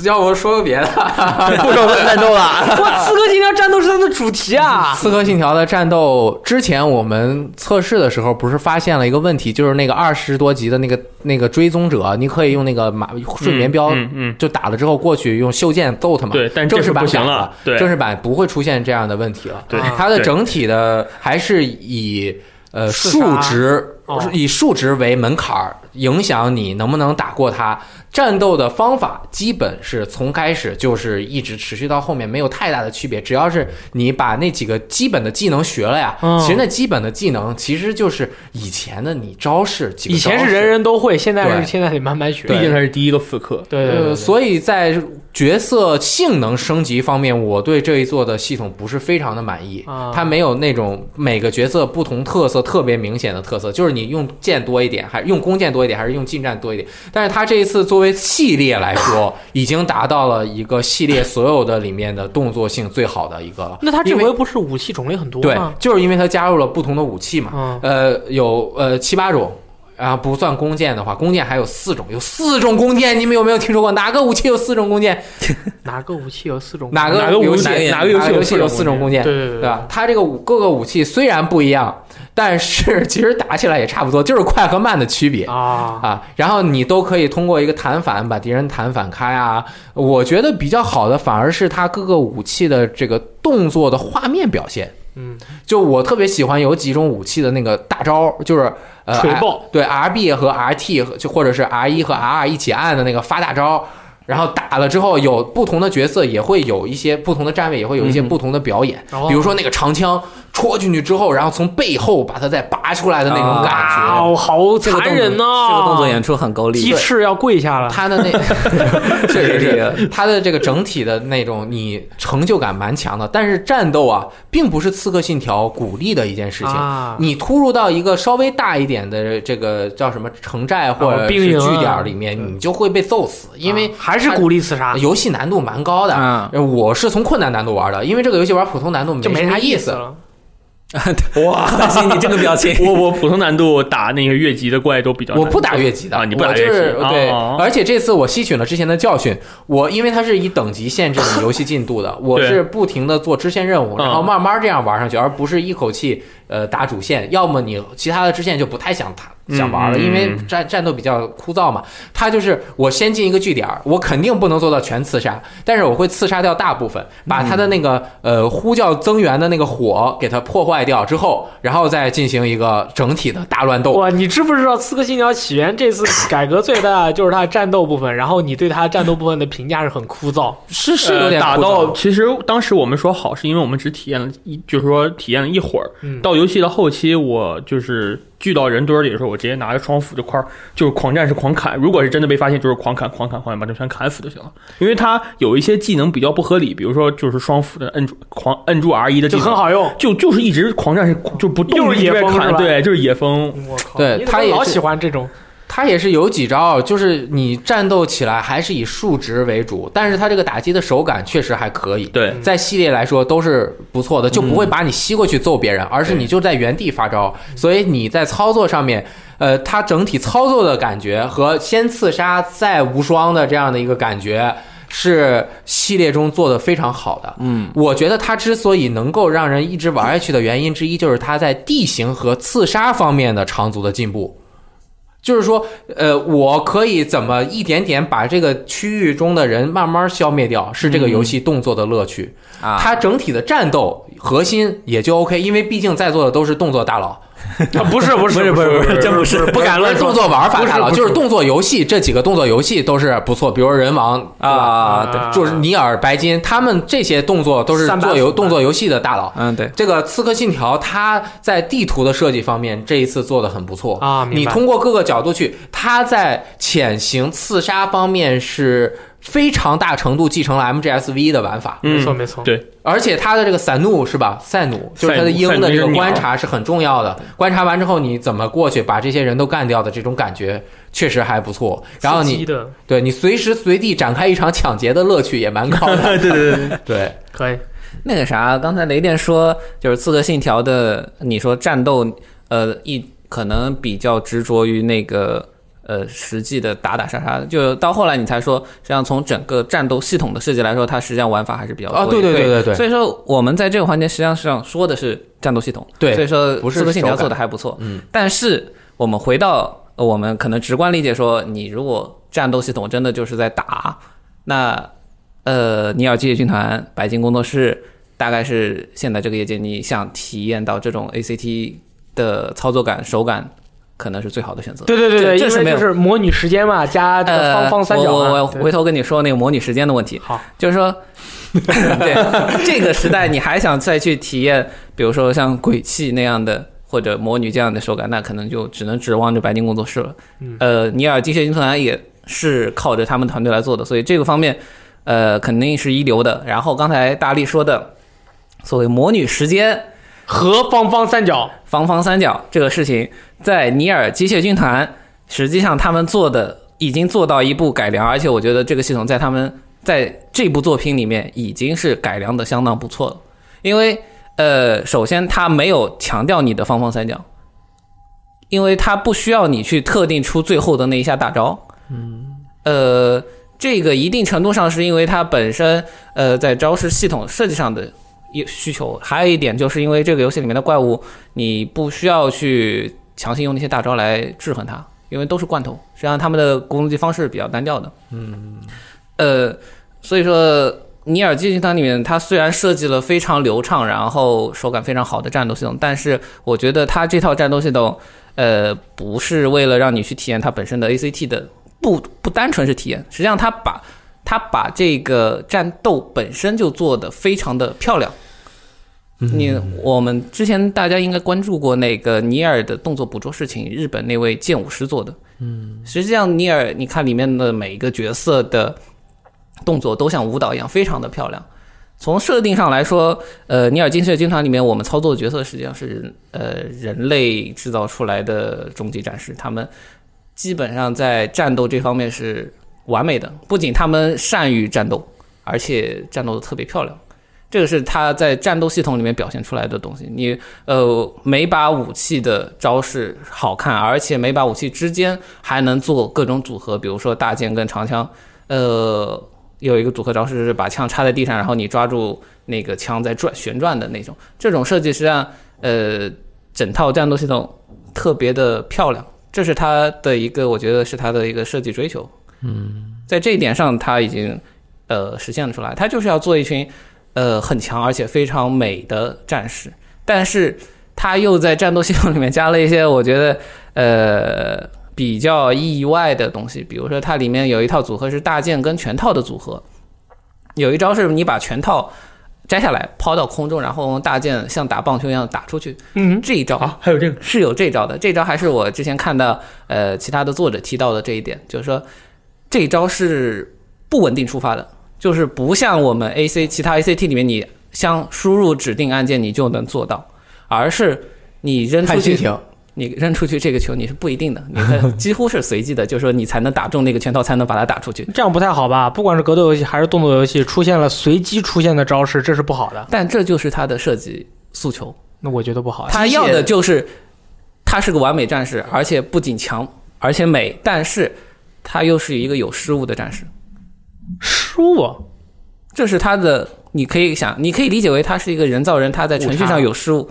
[SPEAKER 2] 要不说个别的，
[SPEAKER 4] 不说战斗了，
[SPEAKER 1] 哇，刺客信条战斗是它的主题啊
[SPEAKER 2] 《刺客信条》的战斗之前，我们测试的时候不是发现了一个问题，就是那个二十多级的那个那个追踪者，你可以用那个马顺棉镖
[SPEAKER 4] 嗯嗯，
[SPEAKER 2] 就打了之后过去用袖箭揍他嘛。
[SPEAKER 4] 对但
[SPEAKER 2] 正
[SPEAKER 4] 这
[SPEAKER 2] 式
[SPEAKER 4] 次
[SPEAKER 2] 版
[SPEAKER 4] 不行
[SPEAKER 2] 改
[SPEAKER 4] 了对
[SPEAKER 2] 正式版不会出现这样的问题了。
[SPEAKER 4] 对
[SPEAKER 1] 啊
[SPEAKER 2] 它的
[SPEAKER 4] 对
[SPEAKER 2] 整体的还是以呃
[SPEAKER 1] 刺
[SPEAKER 2] 数
[SPEAKER 1] 杀
[SPEAKER 2] 值
[SPEAKER 1] 哦
[SPEAKER 2] 以数值为门槛儿，影响你能不能打过它。战斗的方法基本是从开始就是一直持续到后面，没有太大的区别。只要是你把那几个基本的技能学了呀，
[SPEAKER 1] 嗯
[SPEAKER 2] 其实那基本的技能其实就是以前的你招式几个
[SPEAKER 1] 以
[SPEAKER 2] 招式。
[SPEAKER 1] 前是人人都会，现在
[SPEAKER 2] 对
[SPEAKER 1] 是现在得慢慢学。
[SPEAKER 4] 毕竟它是第一个刺客。
[SPEAKER 1] 对对对
[SPEAKER 2] 呃，
[SPEAKER 1] 对，
[SPEAKER 2] 所以在角色性能升级方面，我对这一座的系统不是非常的满意
[SPEAKER 1] 啊。
[SPEAKER 2] 它没有那种每个角色不同特色特别明显的特色，就是你用剑多一点，还用弓箭多一点，还是用近战多一点？但是它这一次作为系列
[SPEAKER 1] (laughs)
[SPEAKER 2] 来说，已经达到了一个系列所有的里面的动作性最好的一个了。
[SPEAKER 1] 那他这
[SPEAKER 2] 因为
[SPEAKER 1] 回不是武器种类很多
[SPEAKER 2] 对
[SPEAKER 1] 吗？，
[SPEAKER 2] 就是因为它加入了不同的武器嘛，
[SPEAKER 1] 嗯
[SPEAKER 2] 呃，有呃七八种。然后不算弓箭的话，弓箭还有四种，有四种弓箭，你们有没有听说过？哪个武器有四种弓箭？
[SPEAKER 1] 哪个武器有四种？
[SPEAKER 2] 哪个
[SPEAKER 4] 哪个
[SPEAKER 2] 游
[SPEAKER 4] 武
[SPEAKER 2] 戏
[SPEAKER 4] 器
[SPEAKER 2] 哪
[SPEAKER 4] 哪个游戏有
[SPEAKER 2] 游戏有
[SPEAKER 4] 四种
[SPEAKER 2] 四种弓
[SPEAKER 4] 弓
[SPEAKER 2] 箭？
[SPEAKER 1] 对对对
[SPEAKER 2] 对吧？它这个武各个武器虽然不一样，但是其实打起来也差不多，就是快和慢的区别。
[SPEAKER 1] 啊，
[SPEAKER 2] 啊，然后你都可以通过一个弹反把敌人弹反开啊。我觉得比较好的反而是它各个武器的这个动作的画面表现。
[SPEAKER 1] 嗯，
[SPEAKER 2] 就我特别喜欢有几种武器的那个大招，就是呃
[SPEAKER 1] 锤爆
[SPEAKER 2] 对 R B 和 R T 就或者是 R 一和 R 一起按的那个发大招。然后打了之后，有不同的角色也会有一些不同的站位，也会有一些
[SPEAKER 3] 嗯哼
[SPEAKER 2] 不同的表演。
[SPEAKER 1] 哦
[SPEAKER 2] 比如说那个长枪戳进去之后，然后从背后把它再拔出来的那种
[SPEAKER 3] 啊
[SPEAKER 2] 感觉，
[SPEAKER 1] 哇哦，好
[SPEAKER 3] 这个
[SPEAKER 1] 残忍呐、
[SPEAKER 3] 这个动作演出很够力
[SPEAKER 1] 鸡，翅要跪下了。
[SPEAKER 2] 他的
[SPEAKER 1] (laughs)
[SPEAKER 2] 那确实
[SPEAKER 3] 这个
[SPEAKER 2] 是他的这个整体的那种你成就感蛮强的，但是战斗啊，并不是《刺客信条》鼓励的一件事情。
[SPEAKER 1] 啊
[SPEAKER 2] 你突入到一个稍微大一点的这个叫什么城寨或者
[SPEAKER 1] 啊
[SPEAKER 2] 是
[SPEAKER 1] 兵营啊
[SPEAKER 2] 据点里面，你就会被揍死，因为哎
[SPEAKER 1] 啊还是
[SPEAKER 2] 它
[SPEAKER 1] 鼓励刺杀，
[SPEAKER 2] 游戏难度蛮高的。
[SPEAKER 3] 嗯
[SPEAKER 2] 呃我是从困难难度玩的，因为这个游戏玩普通难度
[SPEAKER 1] 就
[SPEAKER 2] 没
[SPEAKER 1] 没
[SPEAKER 2] 啥
[SPEAKER 1] 啥
[SPEAKER 2] 意
[SPEAKER 1] 思。了。
[SPEAKER 3] 啊 (laughs) 哇，三星你这个表情
[SPEAKER 4] (laughs)，
[SPEAKER 3] (laughs)
[SPEAKER 4] 我我普通难度打那个越级的怪都比较难，
[SPEAKER 2] 我不打越级的
[SPEAKER 4] 啊你不打
[SPEAKER 2] 我就
[SPEAKER 4] 越级
[SPEAKER 2] 是
[SPEAKER 4] 哦
[SPEAKER 2] 对呃
[SPEAKER 4] 哦，
[SPEAKER 2] 而且这次我吸取了之前的教训，我因为它是以等级限制你游戏进度的，我
[SPEAKER 4] 对
[SPEAKER 2] 是不停的做支线任务，
[SPEAKER 4] 嗯
[SPEAKER 2] 然后慢慢这样玩上去，而不是一口气呃打主线，要么你其他的支线就不太想打。
[SPEAKER 4] 嗯
[SPEAKER 2] 想玩了，
[SPEAKER 4] 嗯
[SPEAKER 2] 因为
[SPEAKER 4] 嗯
[SPEAKER 2] 战战斗比较枯燥嘛。它就是我先进一个据点儿，我肯定不能做到全刺杀，但是我会刺杀掉大部分，把它
[SPEAKER 4] 嗯
[SPEAKER 2] 的那个呃呼叫增援的那个火给它破坏掉之后，然后再进行一个整体的大乱斗。
[SPEAKER 1] 哇，你知不知道《刺客信条：起源》这次改革最大的就是它的战斗部分，然后你对它战斗部分的评价是很枯
[SPEAKER 2] (laughs)
[SPEAKER 1] 燥。
[SPEAKER 2] 是是有
[SPEAKER 4] 呃
[SPEAKER 2] 点
[SPEAKER 4] 打
[SPEAKER 2] 枯燥
[SPEAKER 4] 到，其实当时我们说好，是因为我们只体验了一，就是说体验了一会儿。
[SPEAKER 1] 嗯
[SPEAKER 4] 到游戏的后期，我就是聚到人堆儿里的时候，我直接拿着双斧这块儿，就是狂战是狂砍。如果是真的被发现，就是狂砍、狂砍、狂砍，把这全砍死就行了。因为它有一些技能比较不合理，比如说就是双斧的摁住狂摁住 R 一的技
[SPEAKER 1] 就
[SPEAKER 4] 能，
[SPEAKER 1] 很好用。
[SPEAKER 4] 就就是一直狂战是就不动，
[SPEAKER 1] 又是野
[SPEAKER 4] 一直在
[SPEAKER 1] 风是
[SPEAKER 4] 砍，
[SPEAKER 1] 吧
[SPEAKER 4] 对，就是野风。
[SPEAKER 1] 我靠，
[SPEAKER 2] 对
[SPEAKER 1] 你怎
[SPEAKER 2] 它
[SPEAKER 1] 么
[SPEAKER 2] 也
[SPEAKER 1] 老
[SPEAKER 2] 是
[SPEAKER 1] 喜欢这种
[SPEAKER 2] 它也是有几招，就是你战斗起来还是以数值为主，但是它这个打击的手感确实还可以。
[SPEAKER 4] 对，
[SPEAKER 2] 在系列来说都是不错的，就不会把你吸过去揍别人，而是你就在原地发招。所以你在操作上面，呃，它整体操作的感觉和先刺杀再无双的这样的一个感觉。是系列中做的非常好的，嗯，我觉得它之所以能够让人一直玩下去的原因之一，就是它在地形和刺杀方面的长足的进步。就是说，呃，我可以怎么一点点把这个区域中的人慢慢消灭掉，是这个游戏动作的乐趣。
[SPEAKER 1] 嗯
[SPEAKER 3] 啊
[SPEAKER 2] 它整体的战斗核心也就 OK，因为毕竟在座的都是动作大佬，
[SPEAKER 1] 啊？不是不是不是不是，真不 (laughs) 是，不敢
[SPEAKER 2] 不
[SPEAKER 1] 乱
[SPEAKER 2] 是动
[SPEAKER 1] 说。
[SPEAKER 2] 作玩法大佬，
[SPEAKER 1] 不是不是
[SPEAKER 2] 就是动作游戏这几个动作游戏都是不错，比如人王对吧
[SPEAKER 3] 啊，对，
[SPEAKER 1] 啊
[SPEAKER 2] 就是尼尔、白金，他们这些动作都是
[SPEAKER 1] 三把
[SPEAKER 2] 做游
[SPEAKER 1] 斧吧
[SPEAKER 2] 动作游戏的大佬。
[SPEAKER 3] 嗯对，
[SPEAKER 2] 这个《刺客信条》它在地图的设计方面这一次做的很不错
[SPEAKER 1] 啊明
[SPEAKER 2] 你
[SPEAKER 1] 白
[SPEAKER 2] 通过各个角度去，它在潜行刺杀方面是非常大程度继承了 MGSV 的玩法，
[SPEAKER 1] 没错
[SPEAKER 4] 嗯，
[SPEAKER 1] 没错，
[SPEAKER 4] 对
[SPEAKER 2] 而且它的这个散弩是吧？散弩就是它的鹰的这
[SPEAKER 1] 啊
[SPEAKER 2] 个观察是很重要的，观察完之后你怎么过去把这些人都干掉的这种感觉确实还不错。然后
[SPEAKER 1] 刺激
[SPEAKER 2] 你
[SPEAKER 1] 的
[SPEAKER 2] 对你随时随地展开一场抢劫的乐趣也蛮高
[SPEAKER 1] (laughs)
[SPEAKER 2] 的，
[SPEAKER 4] 对对对，
[SPEAKER 2] 对。
[SPEAKER 1] 可以
[SPEAKER 3] 那个啥，刚才雷电说就是《刺客信条》的，你说战斗，呃，一可能比较执着于那个呃实际的打打杀杀，就到后来你才说，实际上从整个战斗系统的设计来说，它实际上玩法还是比较多
[SPEAKER 2] 啊对
[SPEAKER 3] 一点
[SPEAKER 2] 对对对对
[SPEAKER 3] 所以说我们在这个环节实际上上说的是战斗系统，
[SPEAKER 2] 对
[SPEAKER 3] 所以说
[SPEAKER 2] 不是
[SPEAKER 3] 刺客信
[SPEAKER 2] 手
[SPEAKER 3] 条
[SPEAKER 2] 感
[SPEAKER 3] 做的还不错，
[SPEAKER 2] 嗯，
[SPEAKER 3] 但是我们回到呃我们可能直观理解说，你如果战斗系统真的就是在打，那呃，尼尔机械军团、白金工作室，大概是现在这个业界，你想体验到这种 ACT 的操作感、手感，可能是最好的选择。
[SPEAKER 1] 对对对对，
[SPEAKER 3] 这这是
[SPEAKER 1] 因
[SPEAKER 3] 没
[SPEAKER 1] 为
[SPEAKER 3] 有
[SPEAKER 1] 就是模拟时间嘛，加这个
[SPEAKER 3] 呃，
[SPEAKER 1] 方方三角
[SPEAKER 3] 我我我
[SPEAKER 1] 嘛。
[SPEAKER 3] 回
[SPEAKER 1] 对
[SPEAKER 3] 头跟你说那个模拟时间的问题。
[SPEAKER 1] 好，
[SPEAKER 3] 就
[SPEAKER 1] (laughs)
[SPEAKER 3] 是说，对这个时代，你还想再去体验，比如说像鬼泣那样的，或者魔女这样的手感，那可能就只能指望着白金工作室了。
[SPEAKER 1] 嗯
[SPEAKER 3] 呃，尼尔机械军团也是靠着他们团队来做的，所以这个方面，呃，肯定是一流的。然后刚才大力说的，所谓魔女时间。
[SPEAKER 1] 和方方三角，
[SPEAKER 3] 方方三角这个事情，在《尼尔：机械军团》实际上他们做的已经做到一步改良，而且我觉得这个系统在他们在这部作品里面已经是改良的相当不错了。因为呃，首先它没有强调你的方方三角，因为它不需要你去特定出最后的那一下大招。嗯，呃，这个一定程度上是因为它本身呃在招式系统设计上的。一需求，还有一点就是因为这个游戏里面的怪物，你不需要去强行用那些大招来制衡它，因为都是罐头，实际上他们的攻击方式比较单调的。嗯，呃，所以说《尼尔：机器团》里面，它虽然设计了非常流畅，然后手感非常好的战斗系统，但是我觉得它这套战斗系统，呃，不是为了让你去体验它本身的 ACT 的，不不单纯是体验，实际上它把。它把这个战斗本身就做得非常的漂亮，你我们之前大家应该关注过那个尼尔的动作捕捉事情，日本那位剑舞师做的。嗯，实际上尼尔，你看里面的每一个角色的动作都像舞蹈一样，非常的漂亮。从设定上来说，呃，《尼尔：金血军团》里面我们操作的角色实际上是呃人类制造出来的终极战士，他们基本上在战斗这方面是完美的，不仅他们善于战斗，而且战斗的特别漂亮。这个是他在战斗系统里面表现出来的东西。你呃，每把武器的招式好看，而且每把武器之间还能做各种组合，比如说大剑跟长枪。呃，有一个组合招式是把枪插在地上，然后你抓住那个枪在转旋转的那种。这种设计实际上呃，整套战斗系统特别的漂亮，这是它的一个，我觉得是它的一个设计追求。嗯，在这一点上，它已经呃实现了出来。它就是要做一群呃很强而且非常美的战士，但是它又在战斗系统里面加了一些我觉得呃比较意外的东西，比如说它里面有一套组合是大剑跟拳套的组合，有一招是你把拳套摘下来抛到空中，然后用大剑像打棒球一样打出去，
[SPEAKER 1] 嗯，
[SPEAKER 3] 这一招
[SPEAKER 4] 啊，还有这个，
[SPEAKER 3] 是有这招的，这招还是我之前看到呃其他的作者提到的这一点，就是说这一招是不稳定触发的，就是不像我们 A C 其他 A C T 里面你像输入指定按键你就能做到，而是你扔出
[SPEAKER 2] 看心
[SPEAKER 3] 去，
[SPEAKER 2] 情。
[SPEAKER 3] 你扔出去这个球你是不一定的，你
[SPEAKER 2] (laughs)
[SPEAKER 3] 的几乎是随机的，就是说你才能打中那个拳头才能把它打出去。
[SPEAKER 1] 这样不太好吧？不管是格斗游戏还是动作游戏，出现了随机出现的招式，这是不好的。
[SPEAKER 3] 但这就是它的设计诉求，
[SPEAKER 1] 那我觉得不好。
[SPEAKER 3] 啊他要的就是他是个完美战士，而且不仅强，而且美，但是他又是一个有失误的战士，
[SPEAKER 1] 失误，
[SPEAKER 3] 这是他的。你可以想，你可以理解为他是一个人造人，他在程序上有失误，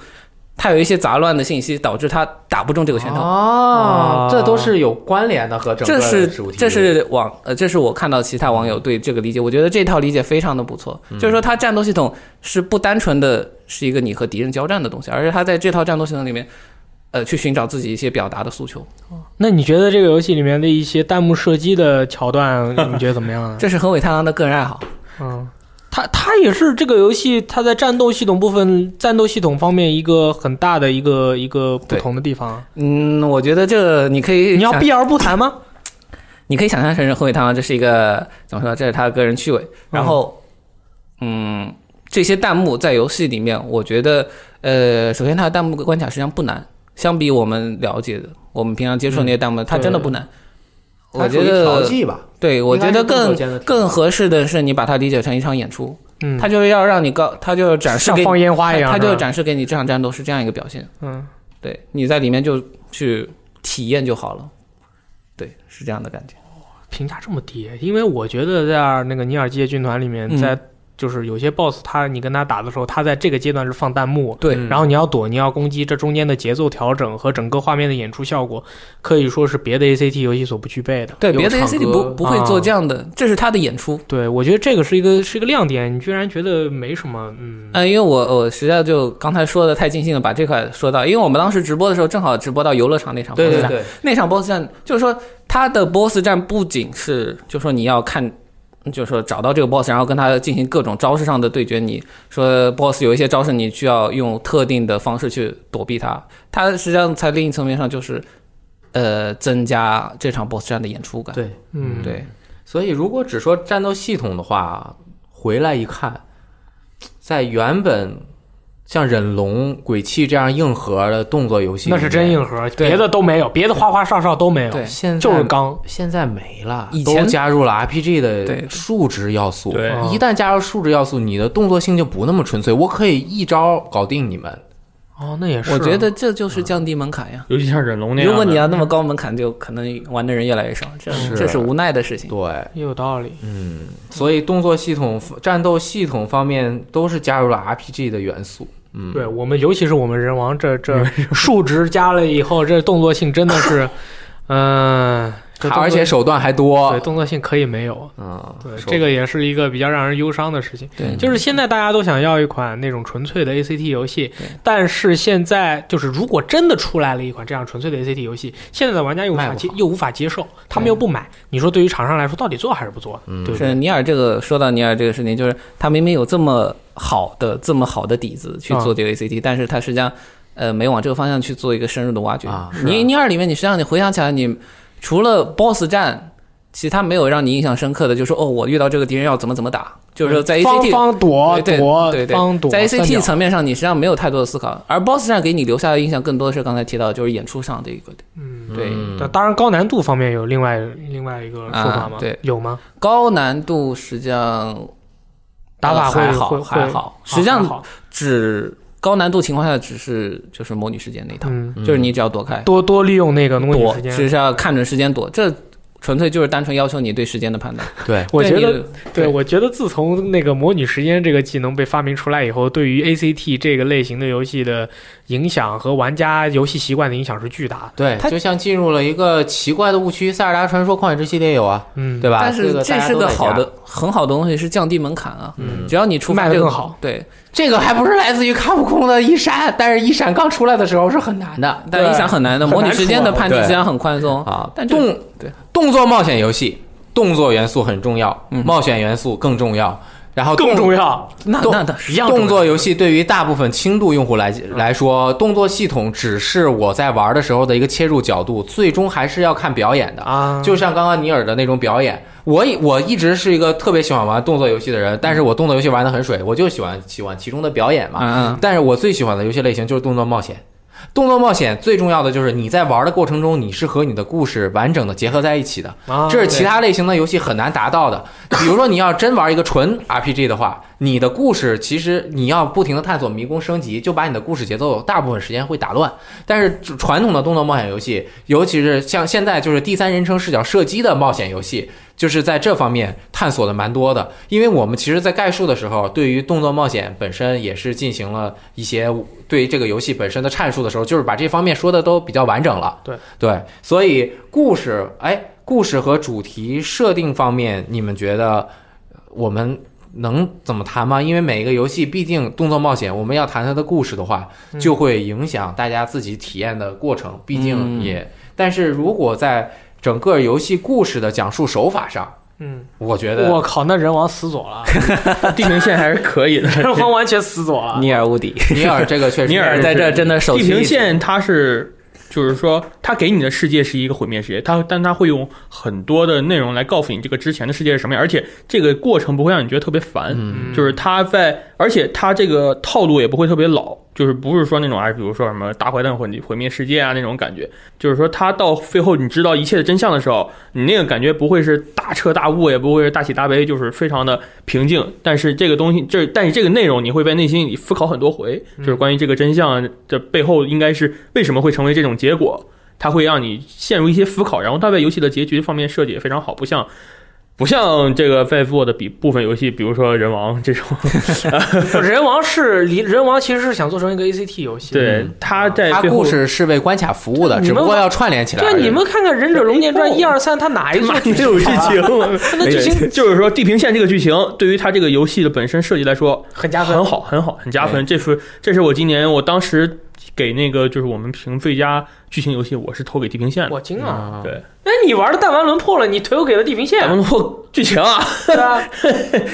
[SPEAKER 3] 他有一些杂乱的信息，导致他打不中这个拳头。
[SPEAKER 2] 哦
[SPEAKER 1] 啊，
[SPEAKER 2] 这都是有关联的和整个
[SPEAKER 3] 这是
[SPEAKER 2] 主题。
[SPEAKER 3] 这是网呃，这是我看到其他网友对这个理解，我觉得这套理解非常的不错。
[SPEAKER 2] 嗯
[SPEAKER 3] 就是说，它战斗系统是不单纯的是一个你和敌人交战的东西，而是它在这套战斗系统里面，呃，去寻找自己一些表达的诉求。
[SPEAKER 1] 那你觉得这个游戏里面的一些弹幕射击的桥段，你觉得怎么样啊？
[SPEAKER 3] 这是横尾太郎的个人爱好。
[SPEAKER 1] 嗯，它它也是这个游戏它在战斗系统部分、战斗系统方面一个很大的一个一个不同的地方啊。
[SPEAKER 3] 嗯，我觉得这你可以
[SPEAKER 1] 你要
[SPEAKER 3] 想
[SPEAKER 1] 避而不谈吗？
[SPEAKER 3] 你可以想象成是横尾太郎这是一个怎么说？这是他的个人趣味。然后，嗯，这些弹幕在游戏里面，我觉得，呃，首先它的弹幕关卡实际上不难，相比我们了解的，我们平常接触的那些弹幕，它真的不难。我
[SPEAKER 2] 它嗯属
[SPEAKER 3] 觉
[SPEAKER 2] 于调
[SPEAKER 3] 得，
[SPEAKER 2] 剂吧，
[SPEAKER 3] 对我觉得
[SPEAKER 2] 应该是动作
[SPEAKER 3] 更
[SPEAKER 2] 间的调
[SPEAKER 3] 更合适的是你把它理解成一场演出，
[SPEAKER 1] 嗯，
[SPEAKER 3] 它就是要让你告，它就是展示
[SPEAKER 1] 像
[SPEAKER 3] 给你
[SPEAKER 1] 放烟花一样，
[SPEAKER 3] 它
[SPEAKER 1] 是
[SPEAKER 3] 就
[SPEAKER 1] 吧
[SPEAKER 3] 展示给你这场战斗是这样一个表现。
[SPEAKER 1] 嗯，
[SPEAKER 3] 对，你在里面就去体验就好了。对，是这样的感觉。
[SPEAKER 1] 评价这么低，因为我觉得在那个尼尔机械军团里面，
[SPEAKER 3] 嗯
[SPEAKER 1] 在就是有些 BOSS 他你跟他打的时候，他在这个阶段是放弹幕，
[SPEAKER 3] 对
[SPEAKER 2] 嗯
[SPEAKER 1] 然后你要躲，你要攻击，这中间的节奏调整和整个画面的演出效果，可以说是别的 ACT 游戏所不具备的。
[SPEAKER 3] 对，
[SPEAKER 2] 有
[SPEAKER 3] 别的
[SPEAKER 2] 场歌
[SPEAKER 3] ACD 不不会做这样的，这是他的演出。
[SPEAKER 1] 对，我觉得这个是一个是一个亮点，你居然觉得没什么，嗯，
[SPEAKER 3] 嗯，因为我我实在就刚才说的太尽兴了，把这块说到，因为我们当时直播的时候正好直播到游乐场那场 BOSS
[SPEAKER 2] 对对
[SPEAKER 3] 战，
[SPEAKER 2] 对，
[SPEAKER 3] 那场 BOSS 战就是说他的 BOSS 战不仅是就说你要看，就是说找到这个 BOSS，然后跟他进行各种招式上的对决。你说 BOSS 有一些招式你需要用特定的方式去躲避它，它实际上在另一层面上就是呃增加这场 BOSS 战的演出感。
[SPEAKER 2] 对，
[SPEAKER 1] 嗯，
[SPEAKER 3] 对，
[SPEAKER 2] 所以如果只说战斗系统的话，回来一看，在原本像忍龙、鬼泣这样硬核的动作游戏，
[SPEAKER 1] 那是真。硬核，
[SPEAKER 2] 对
[SPEAKER 1] 别的都没有，别的花花哨哨都没有，
[SPEAKER 3] 对
[SPEAKER 2] 现在
[SPEAKER 1] 就是刚。
[SPEAKER 2] 现在没了，
[SPEAKER 3] 以前
[SPEAKER 2] 都加入了 RPG
[SPEAKER 3] 对嗯
[SPEAKER 2] 的数值要素。
[SPEAKER 4] 对
[SPEAKER 2] 一旦加入数值要素，你的动作性就不那么纯粹，我可以一招搞定你们。
[SPEAKER 1] 哦，那也是。
[SPEAKER 3] 我觉得这就是降低门槛呀。
[SPEAKER 4] 尤其像忍龙那样的。
[SPEAKER 3] 如果你要那么高门槛，就可能玩的人越来越少，这
[SPEAKER 2] 是
[SPEAKER 3] 这是无奈的事情。
[SPEAKER 2] 对，
[SPEAKER 1] 也有道理。
[SPEAKER 2] 嗯，所以动作系统、战斗系统方面都是加入了 RPG 的元素。嗯，
[SPEAKER 1] 对我们，尤其是我们人王
[SPEAKER 2] (laughs)
[SPEAKER 1] 这这数值加了以后，这动作性真的
[SPEAKER 2] (laughs)
[SPEAKER 1] 是，嗯、这动
[SPEAKER 2] 还，
[SPEAKER 1] 作
[SPEAKER 2] 而且手段还多
[SPEAKER 1] 对。动作性可以没有。
[SPEAKER 2] 嗯，
[SPEAKER 1] 对，
[SPEAKER 2] 手
[SPEAKER 1] 这个也是一个比较让人忧伤的事
[SPEAKER 2] 嗯
[SPEAKER 1] 情。
[SPEAKER 3] 对
[SPEAKER 1] 就是现在大家都想要一款那种纯粹的 ACT 游戏
[SPEAKER 3] 对，
[SPEAKER 1] 但是现在就是如果真的出来了一款这样纯粹的 ACT 游戏，现在的玩家又无
[SPEAKER 2] 卖
[SPEAKER 1] 法
[SPEAKER 2] 不
[SPEAKER 1] 接
[SPEAKER 2] 好
[SPEAKER 1] 又无法接受，他们又不买，你说对于厂商来说到底做还是不做？
[SPEAKER 2] 嗯
[SPEAKER 1] 对不
[SPEAKER 3] 是
[SPEAKER 1] 对？
[SPEAKER 3] 尼尔这个说到尼尔这个事情，就是他明明有这么好的这么好的底子
[SPEAKER 1] 啊
[SPEAKER 3] 去做这个 ACT，、但是他实际上呃没往这个方向去做一个深入的挖掘。
[SPEAKER 2] 啊是啊
[SPEAKER 3] 尼尼尔里面，你实际上你回想起来，你除了 BOSS 战，其他没有让你印象深刻的，就是说哦，我遇到这个敌人要怎么怎么打，就是说在 ACT
[SPEAKER 1] 嗯方方躲
[SPEAKER 3] 哎对对
[SPEAKER 1] 躲
[SPEAKER 3] 对对
[SPEAKER 1] 方躲，
[SPEAKER 3] 在
[SPEAKER 1] 三角
[SPEAKER 3] ACT 层面上，你实际上没有太多的思考，而 BOSS 战给你留下的印象更多的是刚才提到的，就是演出上的一个
[SPEAKER 1] 嗯，
[SPEAKER 3] 对
[SPEAKER 2] 嗯
[SPEAKER 1] 对，当然高难度方面有另外另外一个说法吗？
[SPEAKER 3] 啊对，
[SPEAKER 1] 有吗？
[SPEAKER 3] 高难度，实际上呃
[SPEAKER 1] 打法会
[SPEAKER 3] 还好
[SPEAKER 1] 会
[SPEAKER 3] 还
[SPEAKER 1] 会
[SPEAKER 3] 好，实际上
[SPEAKER 1] 还好
[SPEAKER 3] 只高难度情况下只是就是模拟事件那一套，
[SPEAKER 1] 嗯，
[SPEAKER 2] 嗯
[SPEAKER 3] 就是你只要躲开
[SPEAKER 1] 多多利用那个模拟
[SPEAKER 3] 躲
[SPEAKER 1] 时，
[SPEAKER 3] 只
[SPEAKER 1] 间。
[SPEAKER 3] 是要看准时间躲，这纯粹就是单纯要求你对时间的判断。
[SPEAKER 2] 嗯对
[SPEAKER 1] 我觉
[SPEAKER 3] 对
[SPEAKER 1] 得
[SPEAKER 3] 你
[SPEAKER 1] 对，
[SPEAKER 3] 对
[SPEAKER 1] 我觉得自从那个模拟时间这个技能被发明出来以后，对于 ACT 这个类型的游戏的影响和玩家游戏习惯的影响是巨大的。
[SPEAKER 2] 对，
[SPEAKER 3] 它
[SPEAKER 2] 就像进入了一个奇怪的误区，《塞尔达传说：旷野之息》里也有啊，
[SPEAKER 1] 嗯，
[SPEAKER 2] 对吧？
[SPEAKER 3] 但是
[SPEAKER 2] 这
[SPEAKER 3] 这
[SPEAKER 2] 大家
[SPEAKER 3] 是
[SPEAKER 2] 都
[SPEAKER 3] 个
[SPEAKER 2] 在
[SPEAKER 3] 好
[SPEAKER 2] 加
[SPEAKER 3] 的很好的东西，是降低门槛啊。
[SPEAKER 2] 嗯
[SPEAKER 3] 只要你出
[SPEAKER 1] 卖得
[SPEAKER 3] 这个
[SPEAKER 1] 更好，
[SPEAKER 3] 对，
[SPEAKER 2] 这个还不是来自于卡普空的一闪，但是一闪刚出来的时候是很难的
[SPEAKER 3] 但一想很难的，
[SPEAKER 1] 很难
[SPEAKER 3] 模拟时间的判定
[SPEAKER 2] 出啊
[SPEAKER 3] 实际上很宽松。
[SPEAKER 2] 啊。
[SPEAKER 3] 但这
[SPEAKER 2] 动
[SPEAKER 3] 对
[SPEAKER 2] 动作冒险游戏，动作元素很重要，
[SPEAKER 3] 嗯
[SPEAKER 2] 冒险元素更重要。然后
[SPEAKER 1] 更
[SPEAKER 2] 动
[SPEAKER 1] 重要，
[SPEAKER 3] 那
[SPEAKER 2] 动
[SPEAKER 3] 那那
[SPEAKER 1] 一样重要
[SPEAKER 2] 动作游戏对于大部分轻度用户来来说，动作系统只是我在玩的时候的一个切入角度，最终还是要看表演的
[SPEAKER 1] 啊
[SPEAKER 2] 就像刚刚尼尔的那种表演，我以我一直是一个特别喜欢玩动作游戏的人，但是我动作游戏玩的很水，我就喜欢喜欢其中的表演嘛。
[SPEAKER 3] 嗯
[SPEAKER 2] 但是我最喜欢的游戏类型就是动作冒险。动作冒险最重要的就是你在玩的过程中，你是和你的故事完整的结合在一起的，
[SPEAKER 1] 啊
[SPEAKER 2] 这是其他类型的游戏很难达到的。比如说，你要真玩一个纯 RPG 的话，你的故事其实你要不停的探索迷宫升级，就把你的故事节奏大部分时间会打乱。但是传统的动作冒险游戏，尤其是像现在就是第三人称视角射击的冒险游戏，就是在这方面探索的蛮多的。因为我们其实，在概述的时候，对于动作冒险本身也是进行了一些对于这个游戏本身的阐述的时候，就是把这方面说的都比较完整了。
[SPEAKER 1] 对
[SPEAKER 2] 对，所以故事，哎，故事和主题设定方面，你们觉得我们能怎么谈吗？因为每一个游戏毕竟动作冒险，我们要谈它的故事的话，
[SPEAKER 1] 嗯
[SPEAKER 2] 就会影响大家自己体验的过程。毕竟
[SPEAKER 3] 嗯
[SPEAKER 2] 也，但是如果在整个游戏故事的讲述手法上，
[SPEAKER 1] 嗯，
[SPEAKER 2] 我觉得
[SPEAKER 1] 我靠，那人王死左
[SPEAKER 3] (laughs)
[SPEAKER 1] 了，
[SPEAKER 4] 地平线还是可以的。
[SPEAKER 1] 人王完全死左了。
[SPEAKER 3] 尼尔无敌，
[SPEAKER 2] (laughs) 尼尔这个确实，
[SPEAKER 4] 尼尔
[SPEAKER 3] 在这真的手
[SPEAKER 4] 地
[SPEAKER 3] 提
[SPEAKER 4] 平线它是，就是说它给你的世界是一个毁灭世界，它但它会用很多的内容来告诉你这个之前的世界是什么样，而且这个过程不会让你觉得特别烦，
[SPEAKER 1] 嗯
[SPEAKER 4] 就是它在，而且它这个套路也不会特别老，就是不是说那种哎，比如说什么大坏蛋毁毁灭世界啊那种感觉，就是说它到最后你知道一切的真相的时候，你那个感觉不会是大彻大悟，也不会是大喜大悲，就是非常的平静。但是这个东西，这但是这个内容你会在内心里思考很多回，就是关于这个真相的背后应该是为什么会成为这种结果，它会让你陷入一些思考。然后它在游戏的结局方面设计也非常好，不像。不像这个在做的比部分游戏，比如说《人王》这种，
[SPEAKER 1] 人王是离人王其实是想做成一个 ACT 游戏。
[SPEAKER 4] 对，他在
[SPEAKER 2] 他
[SPEAKER 4] 最后
[SPEAKER 2] 故事是为关卡服务的，
[SPEAKER 1] 你们
[SPEAKER 2] 只不过要串联起来而已。
[SPEAKER 1] 对，你们看看《忍者龙剑传》一二三，它哪一座剧啊
[SPEAKER 4] 没有剧情，
[SPEAKER 1] 它的剧情
[SPEAKER 4] (laughs) 就是说地平线这个剧情对于他这个游戏的本身设计来说
[SPEAKER 1] 很加分
[SPEAKER 4] 很。好，很好，很加分。这是这是我今年我当时给那个就是我们评最佳剧情游戏，我是投给地平线的。
[SPEAKER 1] 我惊啊！
[SPEAKER 2] 啊，
[SPEAKER 4] 对，
[SPEAKER 2] (laughs)
[SPEAKER 1] 那你玩的弹丸轮破了，你腿又给了地平线
[SPEAKER 4] 咱，们后剧情啊，
[SPEAKER 1] 对啊，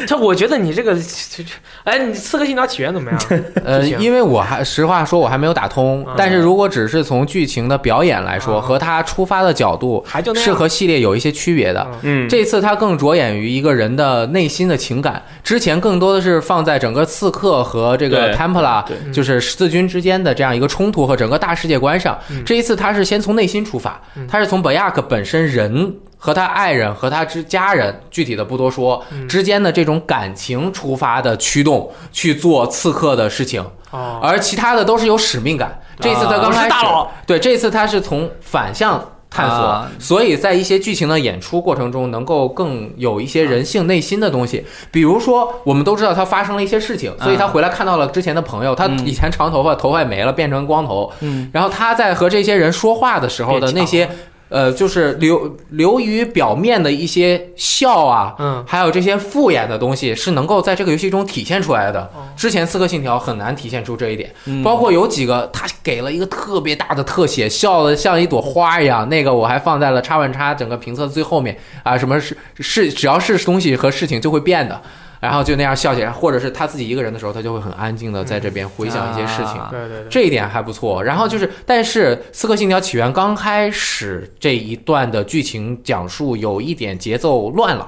[SPEAKER 1] 这我觉得你这个，这这哎，你《刺客信条：起源》怎么样？
[SPEAKER 2] 呃，
[SPEAKER 1] 剧情
[SPEAKER 2] 因为我还实话说，我还没有打通
[SPEAKER 1] 啊。
[SPEAKER 2] 但是如果只是从剧情的表演来说，
[SPEAKER 1] 啊
[SPEAKER 2] 和它出发的角度
[SPEAKER 1] 还就那样
[SPEAKER 2] 是和系列有一些区别的
[SPEAKER 1] 啊。
[SPEAKER 4] 嗯，
[SPEAKER 2] 这次它更着眼于一个人的内心的情感，之前更多的是放在整个刺客和这个
[SPEAKER 4] 对
[SPEAKER 2] Templar，
[SPEAKER 4] 对嗯
[SPEAKER 2] 就是四军之间的这样一个冲突和整个大世界观上。这一次他是先从内心出发，
[SPEAKER 4] 嗯
[SPEAKER 2] 他是从本亚克本身人。和他爱人和他之家人，具体的不多说，
[SPEAKER 4] 嗯
[SPEAKER 2] 之间的这种感情出发的驱动去做刺客的事情，
[SPEAKER 1] 哦，
[SPEAKER 2] 而其他的都是有使命感。这次他刚
[SPEAKER 1] 我
[SPEAKER 2] 开
[SPEAKER 1] 是
[SPEAKER 2] 始，
[SPEAKER 1] 大佬
[SPEAKER 2] 对，这次他是从反向探索，
[SPEAKER 3] 啊
[SPEAKER 2] 所以在一些剧情的演出过程中，能够更有一些人性内心的东西。比如说，我们都知道他发生了一些事情，所以他回来看到了之前的朋友，他以前长头发，头发也没了，变成光头。
[SPEAKER 3] 嗯，
[SPEAKER 2] 然后他在和这些人说话的时候的那些。呃，就是流流于表面的一些笑啊，
[SPEAKER 1] 嗯，
[SPEAKER 2] 还有这些敷衍的东西是能够在这个游戏中体现出来的。之前《刺客信条》很难体现出这一点，包括有几个他给了一个特别大的特写，笑的像一朵花一样。那个我还放在了叉万叉整个评测最后面啊，什么是是只要是东西和事情就会变的，然后就那样笑起来，或者是他自己一个人的时候，他就会很安静的在这边回想一些事情。
[SPEAKER 3] 啊
[SPEAKER 1] 对对对，
[SPEAKER 2] 这一点还不错。然后就是，但是《刺客信条：起源》刚开始这一段的剧情讲述有一点节奏乱了，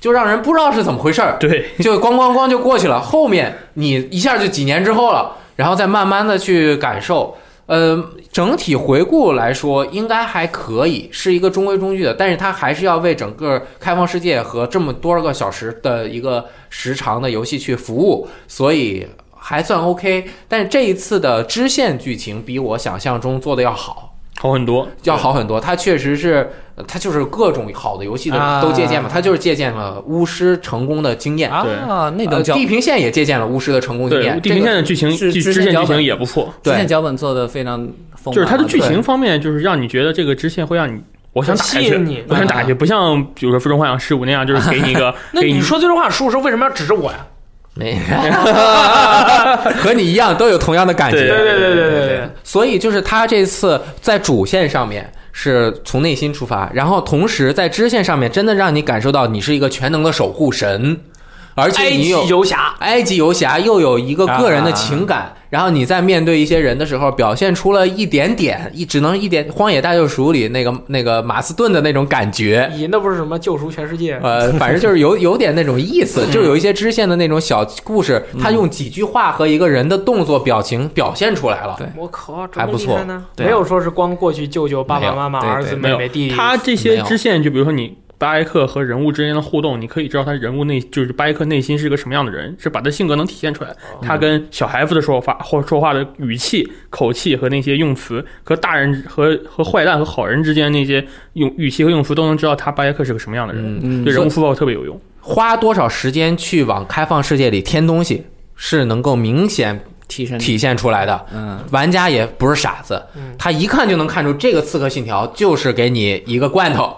[SPEAKER 2] 就让人不知道是怎么回事儿，
[SPEAKER 4] 对，
[SPEAKER 2] 就咣咣咣就过去了。后面你一下就几年之后了，然后再慢慢的去感受。呃，整体回顾来说，应该还可以，是一个中规中矩的，但是它还是要为整个开放世界和这么多少个小时的一个时长的游戏去服务，所以还算 OK。但是这一次的支线剧情比我想象中做的要好，
[SPEAKER 4] 好很多，
[SPEAKER 2] 要好很多。它确实是，呃它就是各种好的游戏
[SPEAKER 3] 啊
[SPEAKER 2] 的都借鉴嘛，它就是借鉴了巫师成功的经验。
[SPEAKER 3] 啊，那种
[SPEAKER 2] 呃
[SPEAKER 3] 脚
[SPEAKER 2] 地平线也借鉴了巫师的成功经
[SPEAKER 4] 对，
[SPEAKER 2] 验。
[SPEAKER 4] 地平线的剧情
[SPEAKER 3] 是
[SPEAKER 4] 剧
[SPEAKER 3] 支
[SPEAKER 4] 支
[SPEAKER 3] 线
[SPEAKER 4] 线
[SPEAKER 3] 脚
[SPEAKER 4] 剧
[SPEAKER 3] 本
[SPEAKER 4] 情也不错，
[SPEAKER 3] 支
[SPEAKER 2] 对
[SPEAKER 3] 线脚本做的非常丰满，啊
[SPEAKER 4] 就是它的剧
[SPEAKER 3] 对
[SPEAKER 4] 情方面，就是让你觉得这个支线会让你。我想打下
[SPEAKER 1] 吸
[SPEAKER 4] 去
[SPEAKER 1] 引你，
[SPEAKER 4] 我想打下去，不像比如说《最终幻想十五》那样，就是给你一个
[SPEAKER 1] 那
[SPEAKER 4] 给
[SPEAKER 1] 你
[SPEAKER 4] 你
[SPEAKER 1] 说《最终幻想十五》时候为什么要指着我呀？
[SPEAKER 2] 没， (laughs) 和你一样都有同样的感觉。
[SPEAKER 4] 对对
[SPEAKER 1] 对对对对对
[SPEAKER 2] 所以就是他这次在主线上面是从内心出发，然后同时在支线上面真的让你感受到你是一个全能的守护神，而且
[SPEAKER 1] 埃
[SPEAKER 2] 你
[SPEAKER 1] 及
[SPEAKER 2] 有
[SPEAKER 1] 游侠，
[SPEAKER 2] 埃及游侠又有一个个人的情感，嗯然后你在面对一些人的时候，表现出了一点点，一只能一点《荒野大救赎》里那个那个马斯顿的那种感觉。
[SPEAKER 1] 你那不是什么救赎全世 (laughs) 界？
[SPEAKER 2] 呃，反正就是有有点那种意思，就是有一些支线的那种小故事，他用几句话和一个人的动作、表情表现出来了。
[SPEAKER 3] 对
[SPEAKER 1] 我靠，这
[SPEAKER 2] 还
[SPEAKER 1] 么
[SPEAKER 2] 不
[SPEAKER 1] 厉
[SPEAKER 2] 错
[SPEAKER 1] 害呢，
[SPEAKER 3] 对啊
[SPEAKER 1] 没有说是光过去救救爸
[SPEAKER 2] 没
[SPEAKER 1] 爸
[SPEAKER 2] 有
[SPEAKER 1] 妈妈、
[SPEAKER 3] 对
[SPEAKER 1] 儿子、
[SPEAKER 3] 对
[SPEAKER 1] 妹妹、弟弟。
[SPEAKER 4] 他这
[SPEAKER 2] 没
[SPEAKER 4] 些
[SPEAKER 2] 有
[SPEAKER 4] 支线，就比如说你巴埃克和人物之间的互动，你可以知道他人物内就是巴埃克内心是个什么样的人，是把他性格能体现出来。他跟小孩子的说法或说话的语气、口气和那些用词，和大人和和坏蛋和好人之间那些用语气和用词，都能知道他巴埃克是个什么样的人。
[SPEAKER 3] 嗯
[SPEAKER 4] 对人物塑造特别有用。
[SPEAKER 2] 花多少时间去往开放世界里添东西，是能够明显
[SPEAKER 3] 提升
[SPEAKER 2] 体现出来的。
[SPEAKER 3] 嗯，
[SPEAKER 2] 玩家也不是傻子，他一看就能看出这个《刺客信条》就是给你一个罐头，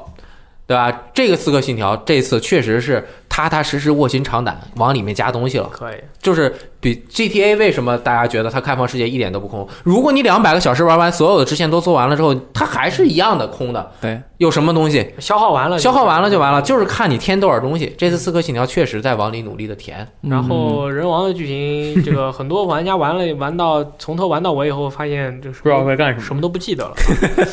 [SPEAKER 2] 对吧？这个《刺客信条》这次确实是踏踏实实卧薪尝胆往里面加东西了。
[SPEAKER 1] 可以，
[SPEAKER 2] 就是比 GTA 为什么大家觉得它开放世界一点都不空？如果你两百个小时玩完所有的支线都做完了之后，它还是一样的空的。
[SPEAKER 3] 对，
[SPEAKER 2] 有什么东西？
[SPEAKER 1] 消耗完了，
[SPEAKER 2] 消耗完了就。完了，就是看你添多少东西。这次《刺客信条》确实在往里努力的填，
[SPEAKER 1] 然后人王的剧情，这个很多玩家玩了玩到从头玩到尾以后，发现这
[SPEAKER 4] 不知道该干什
[SPEAKER 1] 什
[SPEAKER 4] 么。
[SPEAKER 1] 么都不记得了。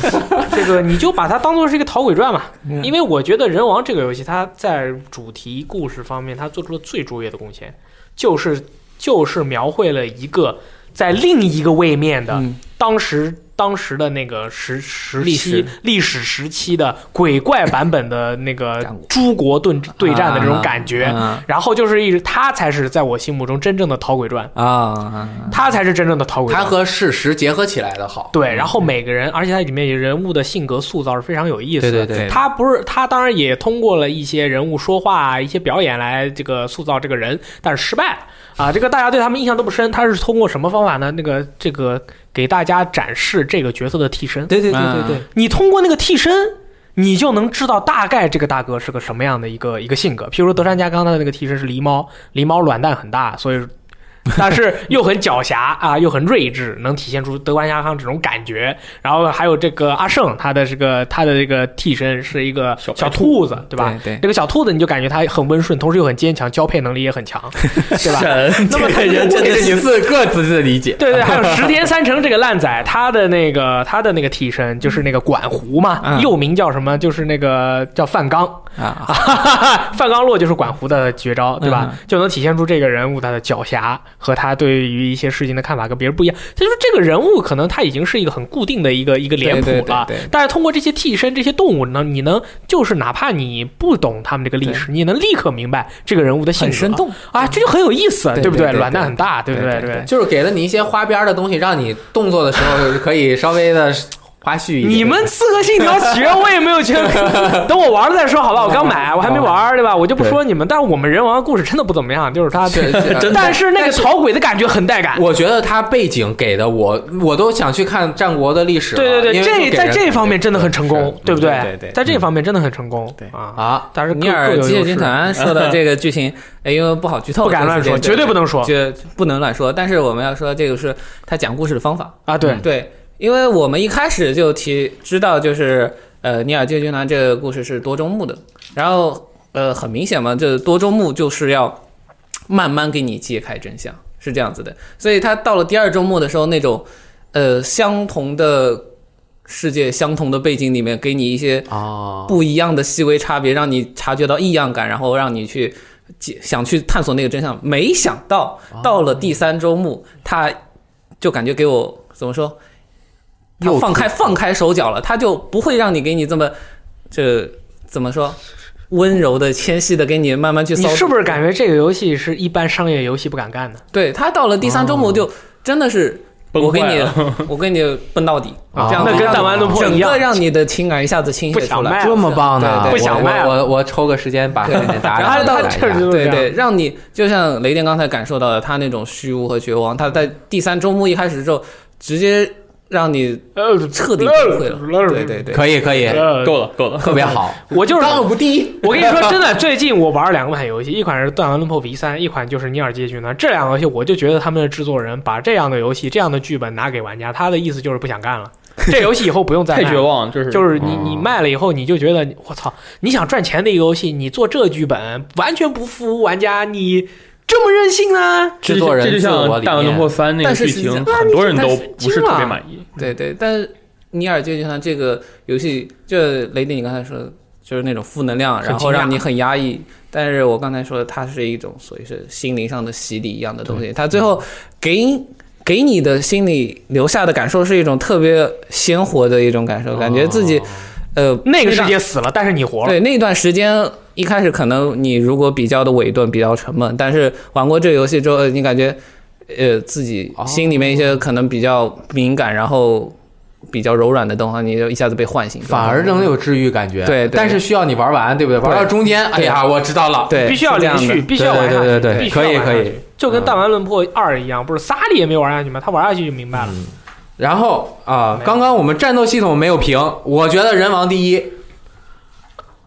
[SPEAKER 1] (laughs) 这个你就把它当做是一个逃鬼传吧，
[SPEAKER 3] 嗯
[SPEAKER 1] 因为我觉得《人王》这个游戏，它在主题故事方面，它做出了最卓越的贡献，就是就是描绘了一个在另一个位面的
[SPEAKER 3] 嗯
[SPEAKER 1] 当时当时的那个时时
[SPEAKER 2] 历
[SPEAKER 1] 期
[SPEAKER 2] 史
[SPEAKER 1] 历史时期的鬼怪版本的那个
[SPEAKER 3] 战国
[SPEAKER 1] 诸国对对战的这种感觉。
[SPEAKER 3] 啊
[SPEAKER 1] 然后就是一直，它才是在我心目中真正的逃鬼传，
[SPEAKER 3] 啊啊，
[SPEAKER 1] 它才是真正的逃鬼传。
[SPEAKER 2] 它和事实结合起来的好。
[SPEAKER 1] 对，然后每个人，而且它里面人物的性格塑造是非常有意思的。
[SPEAKER 2] 对对对
[SPEAKER 1] 他不是他，当然也通过了一些人物说话啊、一些表演来这个塑造这个人，但是失败了啊！这个大家对他们印象都不深。他是通过什么方法呢？那个这个给大家展示这个角色的替身，
[SPEAKER 2] 对对
[SPEAKER 3] 对对对，
[SPEAKER 1] 你通过那个替身。你就能知道大概这个大哥是个什么样的一个一个性格，譬如说德川家康他的那个替身是狸猫，狸猫卵蛋很大，所以但是又很狡黠啊，又很睿智，能体现出德关家康这种感觉。然后还有这个阿胜，他的这个他的这个替身是一个
[SPEAKER 4] 小白
[SPEAKER 1] 小兔子，对吧？
[SPEAKER 3] 对对
[SPEAKER 1] 这个小兔子你就感觉它很温顺，同时又很坚强，交配能力也很强，对
[SPEAKER 3] (laughs)
[SPEAKER 1] 吧？
[SPEAKER 4] 神，
[SPEAKER 1] 那么他
[SPEAKER 2] 这人真的是自各自的理解。
[SPEAKER 1] 对对，还有石田三成这个烂仔，他的那个他的那个替身就是那个管胡嘛，
[SPEAKER 3] 嗯
[SPEAKER 1] 又名叫什么？就是那个叫范刚，
[SPEAKER 3] 啊，
[SPEAKER 1] 范刚落就是管胡的绝招，对吧？
[SPEAKER 3] 嗯
[SPEAKER 1] 就能体现出这个人物他的狡黠和他对于一些事情的看法跟别人不一样。他就是这个人物可能他已经是一个很固定的一个一个脸谱
[SPEAKER 3] 对对
[SPEAKER 1] 了，
[SPEAKER 3] 对对
[SPEAKER 1] 但是通过这些替身、这些动物呢，你能就是哪怕你不懂他们这个历史，你能立刻明白这个人物的性
[SPEAKER 3] 很
[SPEAKER 1] 格，
[SPEAKER 3] 生动，
[SPEAKER 1] 啊，这就很有意思，
[SPEAKER 3] 对
[SPEAKER 1] 不
[SPEAKER 3] 对对
[SPEAKER 1] 卵蛋
[SPEAKER 3] 对
[SPEAKER 1] 很大，对不
[SPEAKER 3] 对
[SPEAKER 1] 对
[SPEAKER 3] 对对
[SPEAKER 2] 就是给了你一些花边的东西，让你动作的时候可以稍微的花絮一点。
[SPEAKER 1] 你们《刺客信条：起源》我也没有去， (laughs) 等我玩了再说好吧。我刚买，我还没玩，对吧？我就不说你们，但是我们人王的故事真的不怎么样，就是他， (laughs)
[SPEAKER 2] 是是真的
[SPEAKER 1] 但是那个讨鬼的感觉很带感。
[SPEAKER 2] 我觉得他背景给的我，我都想去看战国的历史了。
[SPEAKER 1] 对对对，
[SPEAKER 2] 因为
[SPEAKER 1] 这
[SPEAKER 2] 给
[SPEAKER 1] 在
[SPEAKER 2] 人
[SPEAKER 1] 这方面真的很成功
[SPEAKER 2] 是，
[SPEAKER 1] 对不对？
[SPEAKER 2] 对对
[SPEAKER 1] 在这方面真的很成功。
[SPEAKER 4] 对
[SPEAKER 1] 啊，
[SPEAKER 2] 啊，
[SPEAKER 1] 但是
[SPEAKER 3] 尼尔机械军团说的这个剧情，哎，因为不好剧透，
[SPEAKER 1] 不敢乱说，绝对不
[SPEAKER 3] 能
[SPEAKER 1] 能说
[SPEAKER 3] 绝不能乱说。但是我们要说，这个是他讲故事的方法。
[SPEAKER 1] 啊！对
[SPEAKER 2] 嗯，
[SPEAKER 3] 对，因为我们一开始就提知道，就是呃，尼尔机械军团这个故事是多周目的，然后呃，很明显嘛，就是多周目就是要慢慢给你揭开真相，是这样子的。所以他到了第二周目的时候，那种呃相同的世界、相同的背景里面，给你一些
[SPEAKER 2] 哦，
[SPEAKER 3] 不一样的细微差别，让你察觉到异样感，然后让你去解想去探索那个真相。没想到
[SPEAKER 1] 哦
[SPEAKER 3] 到了第三周目，他就感觉给我怎么说？他
[SPEAKER 2] 又
[SPEAKER 3] 放开放开手脚了，他就不会让你给你这么这怎么说温柔的、纤细的给你慢慢去
[SPEAKER 1] 你
[SPEAKER 3] 搜。
[SPEAKER 1] 是不是感觉这个游戏是一般商业游戏不敢干的
[SPEAKER 3] 对他到了第三周目
[SPEAKER 1] 哦
[SPEAKER 3] 就真的是。
[SPEAKER 4] 崩
[SPEAKER 3] 我给
[SPEAKER 4] 坏
[SPEAKER 3] 你
[SPEAKER 4] 了，
[SPEAKER 3] 我给你蹦到底，
[SPEAKER 2] 啊
[SPEAKER 3] 这样子
[SPEAKER 1] 哦那跟
[SPEAKER 3] 让
[SPEAKER 1] 弹丸论破
[SPEAKER 3] 整
[SPEAKER 1] 一样
[SPEAKER 3] 个让你的情感一下子倾
[SPEAKER 1] 不
[SPEAKER 3] 泻
[SPEAKER 1] 想
[SPEAKER 3] 出来。
[SPEAKER 1] 卖
[SPEAKER 2] 这么棒呢？我
[SPEAKER 3] 对对不
[SPEAKER 1] 想卖了
[SPEAKER 2] 我我我抽个时间把这个答
[SPEAKER 3] 然后
[SPEAKER 2] 案
[SPEAKER 3] 到
[SPEAKER 2] 打
[SPEAKER 1] 这儿就是
[SPEAKER 2] 一下。
[SPEAKER 3] 对
[SPEAKER 1] 这
[SPEAKER 3] 对，让你就像雷电刚才感受到的，他那种虚无和绝望，他在第三周末一开始之后，直接让你
[SPEAKER 1] 呃，
[SPEAKER 3] 彻底崩溃了。对对对，
[SPEAKER 2] 可以可以，
[SPEAKER 1] 呃
[SPEAKER 4] 够了够了，
[SPEAKER 2] 特别好。
[SPEAKER 1] 我就是
[SPEAKER 2] 当不第一，
[SPEAKER 1] 我跟你说，真的，最近我玩了两款游戏，一款是《断魂论破 V 三》，一款就是《尼尔：街区》呢。这两个游戏，我就觉得他们的制作人把这样的游戏、这样的剧本拿给玩家，他的意思就是不想干了，这游戏以后不用再
[SPEAKER 4] (laughs) 太
[SPEAKER 1] 卖
[SPEAKER 4] 绝
[SPEAKER 1] 了。
[SPEAKER 4] 望了，就是
[SPEAKER 1] 就是你
[SPEAKER 2] 哦
[SPEAKER 1] 你卖了以后，你就觉得我操，你想赚钱的一个游戏，你做这剧本完全不服务玩家，你这么任性啊呢、
[SPEAKER 4] 这
[SPEAKER 2] 制
[SPEAKER 4] 就
[SPEAKER 2] 作人
[SPEAKER 4] 这就
[SPEAKER 2] 自
[SPEAKER 4] 像
[SPEAKER 2] 我
[SPEAKER 4] 《
[SPEAKER 2] 理
[SPEAKER 4] 大文龙破
[SPEAKER 2] 念。
[SPEAKER 4] 三》那个
[SPEAKER 3] 但是
[SPEAKER 4] 剧
[SPEAKER 3] 实际
[SPEAKER 4] 情，
[SPEAKER 3] 上
[SPEAKER 4] 很多人都
[SPEAKER 1] 但是
[SPEAKER 4] 不是特别
[SPEAKER 1] 惊了
[SPEAKER 4] 满意。
[SPEAKER 3] 对对，但是《尼尔：街机团》这个游戏，就雷电你刚才说的，就是那种负能量，
[SPEAKER 1] 很
[SPEAKER 3] 然后
[SPEAKER 1] 惊讶
[SPEAKER 3] 让你很压抑。但是我刚才说的，它是一种所以是心灵上的洗礼一样的东西，它最后给给你的心里留下的感受是一种特别鲜活的一种感受，感觉自己呃
[SPEAKER 1] 那个
[SPEAKER 3] 非
[SPEAKER 1] 世
[SPEAKER 3] 常
[SPEAKER 1] 界死了，但是你活了。
[SPEAKER 3] 对，那段时间一开始可能你如果比较的萎顿，比较沉闷，但是玩过这个游戏之后，你感觉，呃，自己
[SPEAKER 1] 哦
[SPEAKER 3] 心里面一些可能比较敏感，然后比较柔软的东西，你就一下子被唤
[SPEAKER 2] (laughs)
[SPEAKER 3] 醒，
[SPEAKER 2] 反而能有治愈感觉，
[SPEAKER 3] 对对
[SPEAKER 2] 但是需要你玩完，对不对？玩到中间，哎呀，我知道了，
[SPEAKER 3] 对，
[SPEAKER 1] 必须要
[SPEAKER 3] 是这
[SPEAKER 1] 连
[SPEAKER 3] 样的
[SPEAKER 1] 续，必须要玩下去，
[SPEAKER 2] 对对对对
[SPEAKER 1] 必须要
[SPEAKER 2] 可以
[SPEAKER 1] 玩下
[SPEAKER 2] 可以
[SPEAKER 1] 去就跟《弹丸论破二》一样，不是萨利也没玩下去吗？他玩下去就明白了。
[SPEAKER 2] 然后啊、
[SPEAKER 1] 有
[SPEAKER 2] 刚刚我们战斗系统没有评，我觉得人王第一，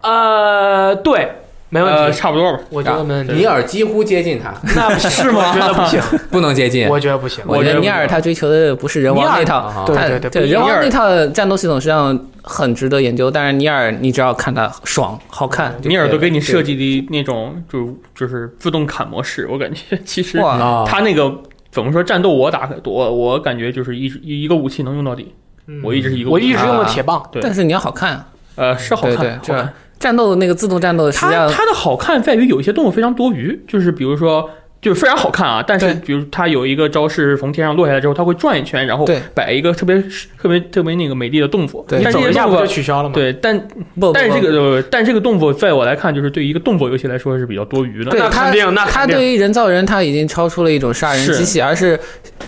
[SPEAKER 1] 呃，对，没问
[SPEAKER 4] 呃，
[SPEAKER 1] 题，
[SPEAKER 4] 差不多吧。
[SPEAKER 1] 我觉得没问
[SPEAKER 2] 尼
[SPEAKER 1] 题。
[SPEAKER 2] 尔啊几乎接近他，
[SPEAKER 1] 那不是 (laughs) 吗？我觉得不行，
[SPEAKER 2] 不能接近。
[SPEAKER 1] 我觉得不行。
[SPEAKER 3] 我觉得尼尔他追求的不是人
[SPEAKER 1] 尼
[SPEAKER 3] 王
[SPEAKER 1] 尔
[SPEAKER 3] 那套，
[SPEAKER 2] 啊
[SPEAKER 1] 对
[SPEAKER 3] 他
[SPEAKER 1] 对对不一
[SPEAKER 3] 人
[SPEAKER 1] 样
[SPEAKER 3] 王那套战斗系统实际上很值得研究，但是尼尔你只要看他爽好看就可以了，
[SPEAKER 4] 尼尔都给你设
[SPEAKER 3] 计
[SPEAKER 4] 计的那种，就就是自动砍模式，我感觉 (laughs) 其实
[SPEAKER 3] 哇
[SPEAKER 2] 啊，
[SPEAKER 4] 他那个怎么说战斗我打我我感觉就是一直一一个武器能用到底，
[SPEAKER 1] 嗯
[SPEAKER 4] 我一直是一个武
[SPEAKER 1] 我
[SPEAKER 4] 器
[SPEAKER 1] 一直用的铁棒，
[SPEAKER 4] 对
[SPEAKER 3] 但是你要好看啊，
[SPEAKER 4] 呃是好
[SPEAKER 3] 对
[SPEAKER 4] 看，
[SPEAKER 3] 对，
[SPEAKER 4] 好
[SPEAKER 3] 这
[SPEAKER 4] 看。
[SPEAKER 3] 战斗那个自动战斗实际
[SPEAKER 4] 它
[SPEAKER 3] 上
[SPEAKER 4] 它的好看在于有一些动作非常多余，就是比如说。就是非常好看啊，但是
[SPEAKER 3] 对
[SPEAKER 4] 比如它有一个招式是从天上落下来之后，它会转一圈，然后
[SPEAKER 3] 对
[SPEAKER 4] 摆一个特别特别特别那个美丽的动作。
[SPEAKER 3] 对
[SPEAKER 4] 但是
[SPEAKER 1] 走
[SPEAKER 4] 这
[SPEAKER 1] 一
[SPEAKER 4] 个
[SPEAKER 1] 下
[SPEAKER 4] 动
[SPEAKER 1] 不就
[SPEAKER 4] 作
[SPEAKER 1] 取消了吗？，
[SPEAKER 4] 对，但
[SPEAKER 3] 不，不
[SPEAKER 4] 但是这
[SPEAKER 3] 不
[SPEAKER 4] 个但这个动作在我来看，就是对于一个动作游戏来说是比较多余的。
[SPEAKER 3] 对
[SPEAKER 1] 那
[SPEAKER 3] 他
[SPEAKER 1] 肯定那肯
[SPEAKER 3] 他
[SPEAKER 1] 定
[SPEAKER 3] 对于人造人，他已经超出了一种杀人
[SPEAKER 4] 是
[SPEAKER 3] 机器，而是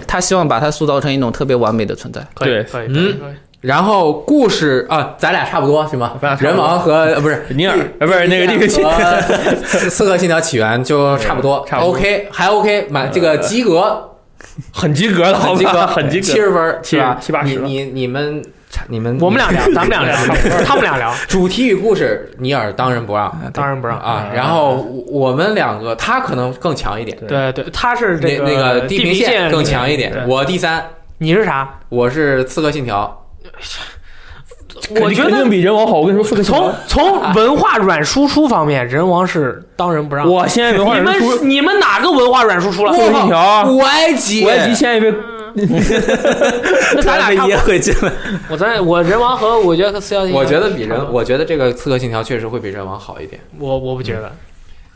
[SPEAKER 3] 他希望把它塑造成一种特别完美的存在。
[SPEAKER 1] 可以
[SPEAKER 4] 对
[SPEAKER 1] 可以，
[SPEAKER 2] 嗯
[SPEAKER 1] 可以，
[SPEAKER 2] 然后故事啊，咱俩差不多行吗
[SPEAKER 4] 咱俩？差不多
[SPEAKER 2] 人王和呃不是
[SPEAKER 4] 尼尔呃不是那个那个
[SPEAKER 2] 和 (laughs) 刺刺客信条起源就差不多，
[SPEAKER 4] 对 (laughs) 差不多
[SPEAKER 2] OK 还 OK，满这个及格，
[SPEAKER 4] (laughs) 很及格了，好
[SPEAKER 2] 很及格，
[SPEAKER 4] 吧，很及
[SPEAKER 2] 七
[SPEAKER 4] 格。
[SPEAKER 2] 十分，
[SPEAKER 4] 七
[SPEAKER 2] 是吧
[SPEAKER 4] 七八十
[SPEAKER 2] 你
[SPEAKER 4] 了
[SPEAKER 2] 你你们你们
[SPEAKER 1] 我们
[SPEAKER 2] (laughs)
[SPEAKER 1] 俩聊，咱们俩聊，他们俩聊，
[SPEAKER 2] 主题与故事，尼尔当仁不让
[SPEAKER 4] 嗯
[SPEAKER 1] 当然不让。
[SPEAKER 2] 啊。然后我们两个，他可能更强一点，
[SPEAKER 1] 对对，他是
[SPEAKER 2] 那
[SPEAKER 1] 这
[SPEAKER 2] 那
[SPEAKER 1] 个
[SPEAKER 2] 地
[SPEAKER 1] 平
[SPEAKER 2] 平线更强一
[SPEAKER 1] 对
[SPEAKER 2] 点。我第三，
[SPEAKER 1] 你是啥？
[SPEAKER 2] 我是刺客信条，
[SPEAKER 1] 我觉
[SPEAKER 4] 肯定
[SPEAKER 1] 得
[SPEAKER 4] 比人王好。我跟你说，四个
[SPEAKER 1] 从从文化软输出方面，人王是当仁不让。
[SPEAKER 4] 我现在文化
[SPEAKER 1] 你
[SPEAKER 4] 人
[SPEAKER 1] 们
[SPEAKER 4] 出
[SPEAKER 1] 你们哪个文化软输出了？
[SPEAKER 4] 刺客信条啊，
[SPEAKER 2] 古埃及，
[SPEAKER 4] 我埃及现在被
[SPEAKER 1] 那咱俩差不多。
[SPEAKER 3] 回去了。
[SPEAKER 1] 我咱我人王和我觉得和四幺零，啊
[SPEAKER 2] 我觉得比人，我觉得这个刺客信条确实会比人王好一点。
[SPEAKER 1] 我我不觉得。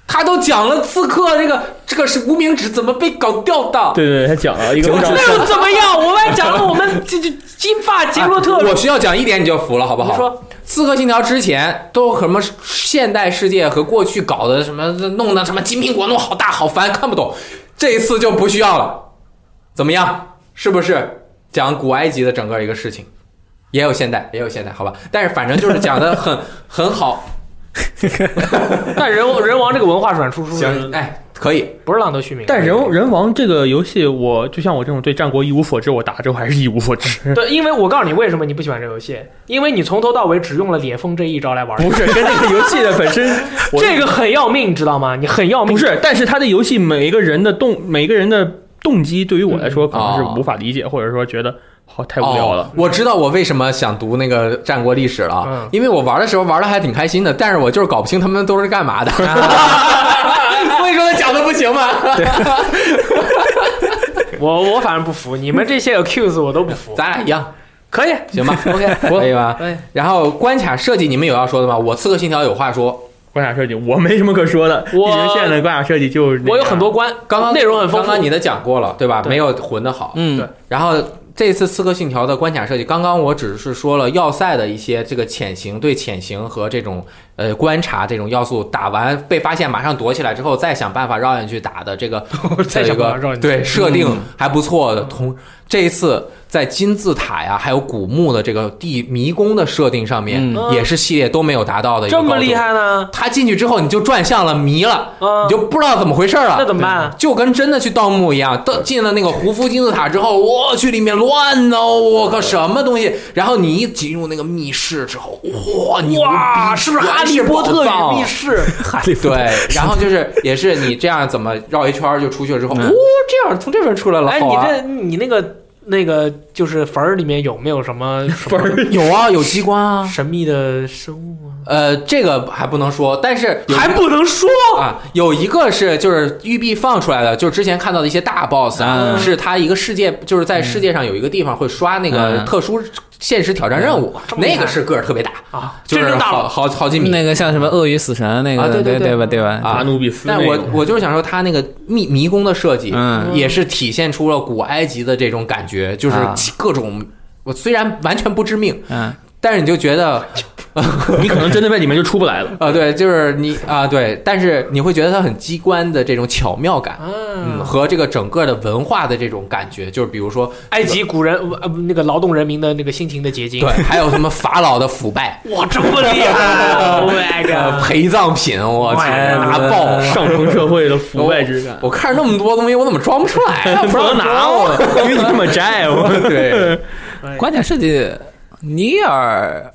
[SPEAKER 2] 他都讲了刺客这个这个是无名指怎么被搞掉的。
[SPEAKER 4] 对对对，他讲了一个非常
[SPEAKER 1] 那 (laughs) 又怎么样？我们还讲了我们这这金发杰洛特，
[SPEAKER 2] 哎我需要讲一点你就服了，好不
[SPEAKER 1] 你
[SPEAKER 2] 好？
[SPEAKER 1] 说
[SPEAKER 2] 刺客信条之前都什么现代世界和过去搞的什么弄的什么金苹果弄好大好烦看不懂，这一次就不需要了，怎么样？是不是讲古埃及的整个一个事情？也有现代，也有现代，好吧，但是反正就是讲的很 (laughs) 很好，
[SPEAKER 1] 但人王人王这个文化软输出
[SPEAKER 2] 行，哎，可以，
[SPEAKER 1] 不是浪得虚名。
[SPEAKER 4] 但人人王这个游戏，我就像我这种对战国一无所知，我打之后还是一无
[SPEAKER 1] (laughs)
[SPEAKER 4] 所知。
[SPEAKER 1] 对，因为我告诉你为什么你不喜欢这个游戏，因为你从头到尾只用了裂风这一招来玩，
[SPEAKER 4] 不是跟这个游戏的本身，我
[SPEAKER 1] 这个很要命，你知道吗？你很要命。
[SPEAKER 4] 不是，但是他的游戏每一个人的动，每一个人的动机，对于我来说可能
[SPEAKER 2] 哦
[SPEAKER 4] 是无法理解，或者说觉得好太无聊
[SPEAKER 2] 哦
[SPEAKER 4] 了。。
[SPEAKER 2] 我知道我为什么想读那个战国历史了，
[SPEAKER 1] 嗯
[SPEAKER 2] 因为我玩的时候玩的还挺开心的，但是我就是搞不清他们都是
[SPEAKER 1] (laughs)
[SPEAKER 2] 干嘛的，所以说他讲的不行吗？
[SPEAKER 1] 我我反正不服，你们这些 accuse 我都不服。
[SPEAKER 2] 嗯咱俩一样，
[SPEAKER 1] 可以，
[SPEAKER 2] 行
[SPEAKER 1] (laughs)
[SPEAKER 2] 吧？OK，可以吧？
[SPEAKER 1] 哎，
[SPEAKER 2] 然后关卡设计你们有要说的吗？我刺客信条有话说，
[SPEAKER 4] 关卡设计我没什么可说的，
[SPEAKER 1] 我
[SPEAKER 4] 地平线的关卡设计就是那样
[SPEAKER 1] 我有很多关，
[SPEAKER 2] 刚刚
[SPEAKER 1] 内容很丰
[SPEAKER 2] 刚
[SPEAKER 1] 富
[SPEAKER 2] 刚。你的讲过了，对吧？
[SPEAKER 1] 对
[SPEAKER 2] 没有混的好，
[SPEAKER 3] 嗯，
[SPEAKER 2] 然后这次《刺客信条》的关卡设计，刚刚我只是说了要塞的一些这个潜行对潜行和这种呃观察这种要素，打完被发现马上躲起来之后，再想办法绕进去打的
[SPEAKER 1] (laughs)
[SPEAKER 2] 这个 (laughs)
[SPEAKER 1] 再
[SPEAKER 2] 这
[SPEAKER 1] 想办法
[SPEAKER 2] 个
[SPEAKER 1] 绕进去嗯
[SPEAKER 2] 对设定还不错的。同这一次在金字塔呀，还有古墓的这个地迷宫的设定上面，
[SPEAKER 1] 嗯
[SPEAKER 2] 也是系列都没有达到的一个
[SPEAKER 1] 这么厉
[SPEAKER 2] 高
[SPEAKER 1] 害呢？
[SPEAKER 2] 度。他进去之后你就转向了，迷了，
[SPEAKER 1] 啊
[SPEAKER 2] 你，就不知道怎么回事了。
[SPEAKER 1] 那怎么办啊？
[SPEAKER 2] 就跟真的去盗墓一样，到进了那个胡夫金字塔之后，我去里面乱呢，我靠，什么东西？然后你一进入那个密室之后，哇，你
[SPEAKER 1] 哇，是不是哈利波特与密
[SPEAKER 2] 室？
[SPEAKER 1] 室？
[SPEAKER 3] 哈利波特
[SPEAKER 2] 对，然后就是也是你这样怎么绕一圈儿就出去了之后，哦，这样从这边出来了，
[SPEAKER 1] 哎，
[SPEAKER 2] 好啊
[SPEAKER 1] 你
[SPEAKER 2] 玩
[SPEAKER 1] 这你那个那个就是坟儿里面有没有什么坟
[SPEAKER 2] 有啊，有机关啊，
[SPEAKER 1] 神秘的生物啊？
[SPEAKER 2] 呃，这个还不能说，但是有一个
[SPEAKER 1] 还不能说，
[SPEAKER 2] 啊，有一个是就是育碧放出来的，就是之前看到的一些大 boss 啊，
[SPEAKER 3] 嗯
[SPEAKER 2] 是它一个世界，就是在世界上有一个地方会刷那个
[SPEAKER 3] 嗯
[SPEAKER 2] 特殊现实挑战任务，
[SPEAKER 1] 这么厉
[SPEAKER 2] 那
[SPEAKER 1] 害
[SPEAKER 2] 个是个儿特别大，
[SPEAKER 1] 啊，
[SPEAKER 2] 就
[SPEAKER 1] 真
[SPEAKER 2] 是
[SPEAKER 1] 正大
[SPEAKER 2] 好
[SPEAKER 1] 佬
[SPEAKER 2] 好好几米。
[SPEAKER 3] 那个像什么鳄鱼死神那
[SPEAKER 2] 啊对对
[SPEAKER 3] 个，对
[SPEAKER 2] 对
[SPEAKER 3] 吧？对吧？
[SPEAKER 2] 啊
[SPEAKER 4] 阿努比斯那
[SPEAKER 2] 但
[SPEAKER 4] 种，
[SPEAKER 2] 我我就是想说，它那个迷迷宫的设计，
[SPEAKER 3] 嗯
[SPEAKER 2] 也是体现出了古埃及的这种感觉，就是
[SPEAKER 3] 啊
[SPEAKER 2] 各种。我虽然完全不致命，
[SPEAKER 3] 嗯，
[SPEAKER 2] 但是你就觉得，
[SPEAKER 4] 你可能真的在里面就出不来了。
[SPEAKER 2] 啊，对，就是你啊、对，但是你会觉得它很机关的这种巧妙感，嗯，
[SPEAKER 1] 啊，
[SPEAKER 2] 和这个整个的文化的这种感觉，就是比如说
[SPEAKER 1] 埃及古人呃不那个劳动人民的那个辛勤的结晶，
[SPEAKER 2] 对，。还有什么法老的腐败
[SPEAKER 1] (laughs) 哇，这么厉
[SPEAKER 3] (laughs)
[SPEAKER 1] 害！啊，Oh 我爱
[SPEAKER 2] 呃，
[SPEAKER 1] 个
[SPEAKER 2] 陪葬品，我去
[SPEAKER 1] 哎
[SPEAKER 2] 拿爆。
[SPEAKER 4] 上层社会的腐败之感，
[SPEAKER 2] 我看着那么多东西，我怎么装不出来
[SPEAKER 1] (laughs)
[SPEAKER 2] 啊？
[SPEAKER 4] (laughs) 不能拿我，因为你这么窄，我
[SPEAKER 2] 对，
[SPEAKER 3] 关卡设计，尼尔。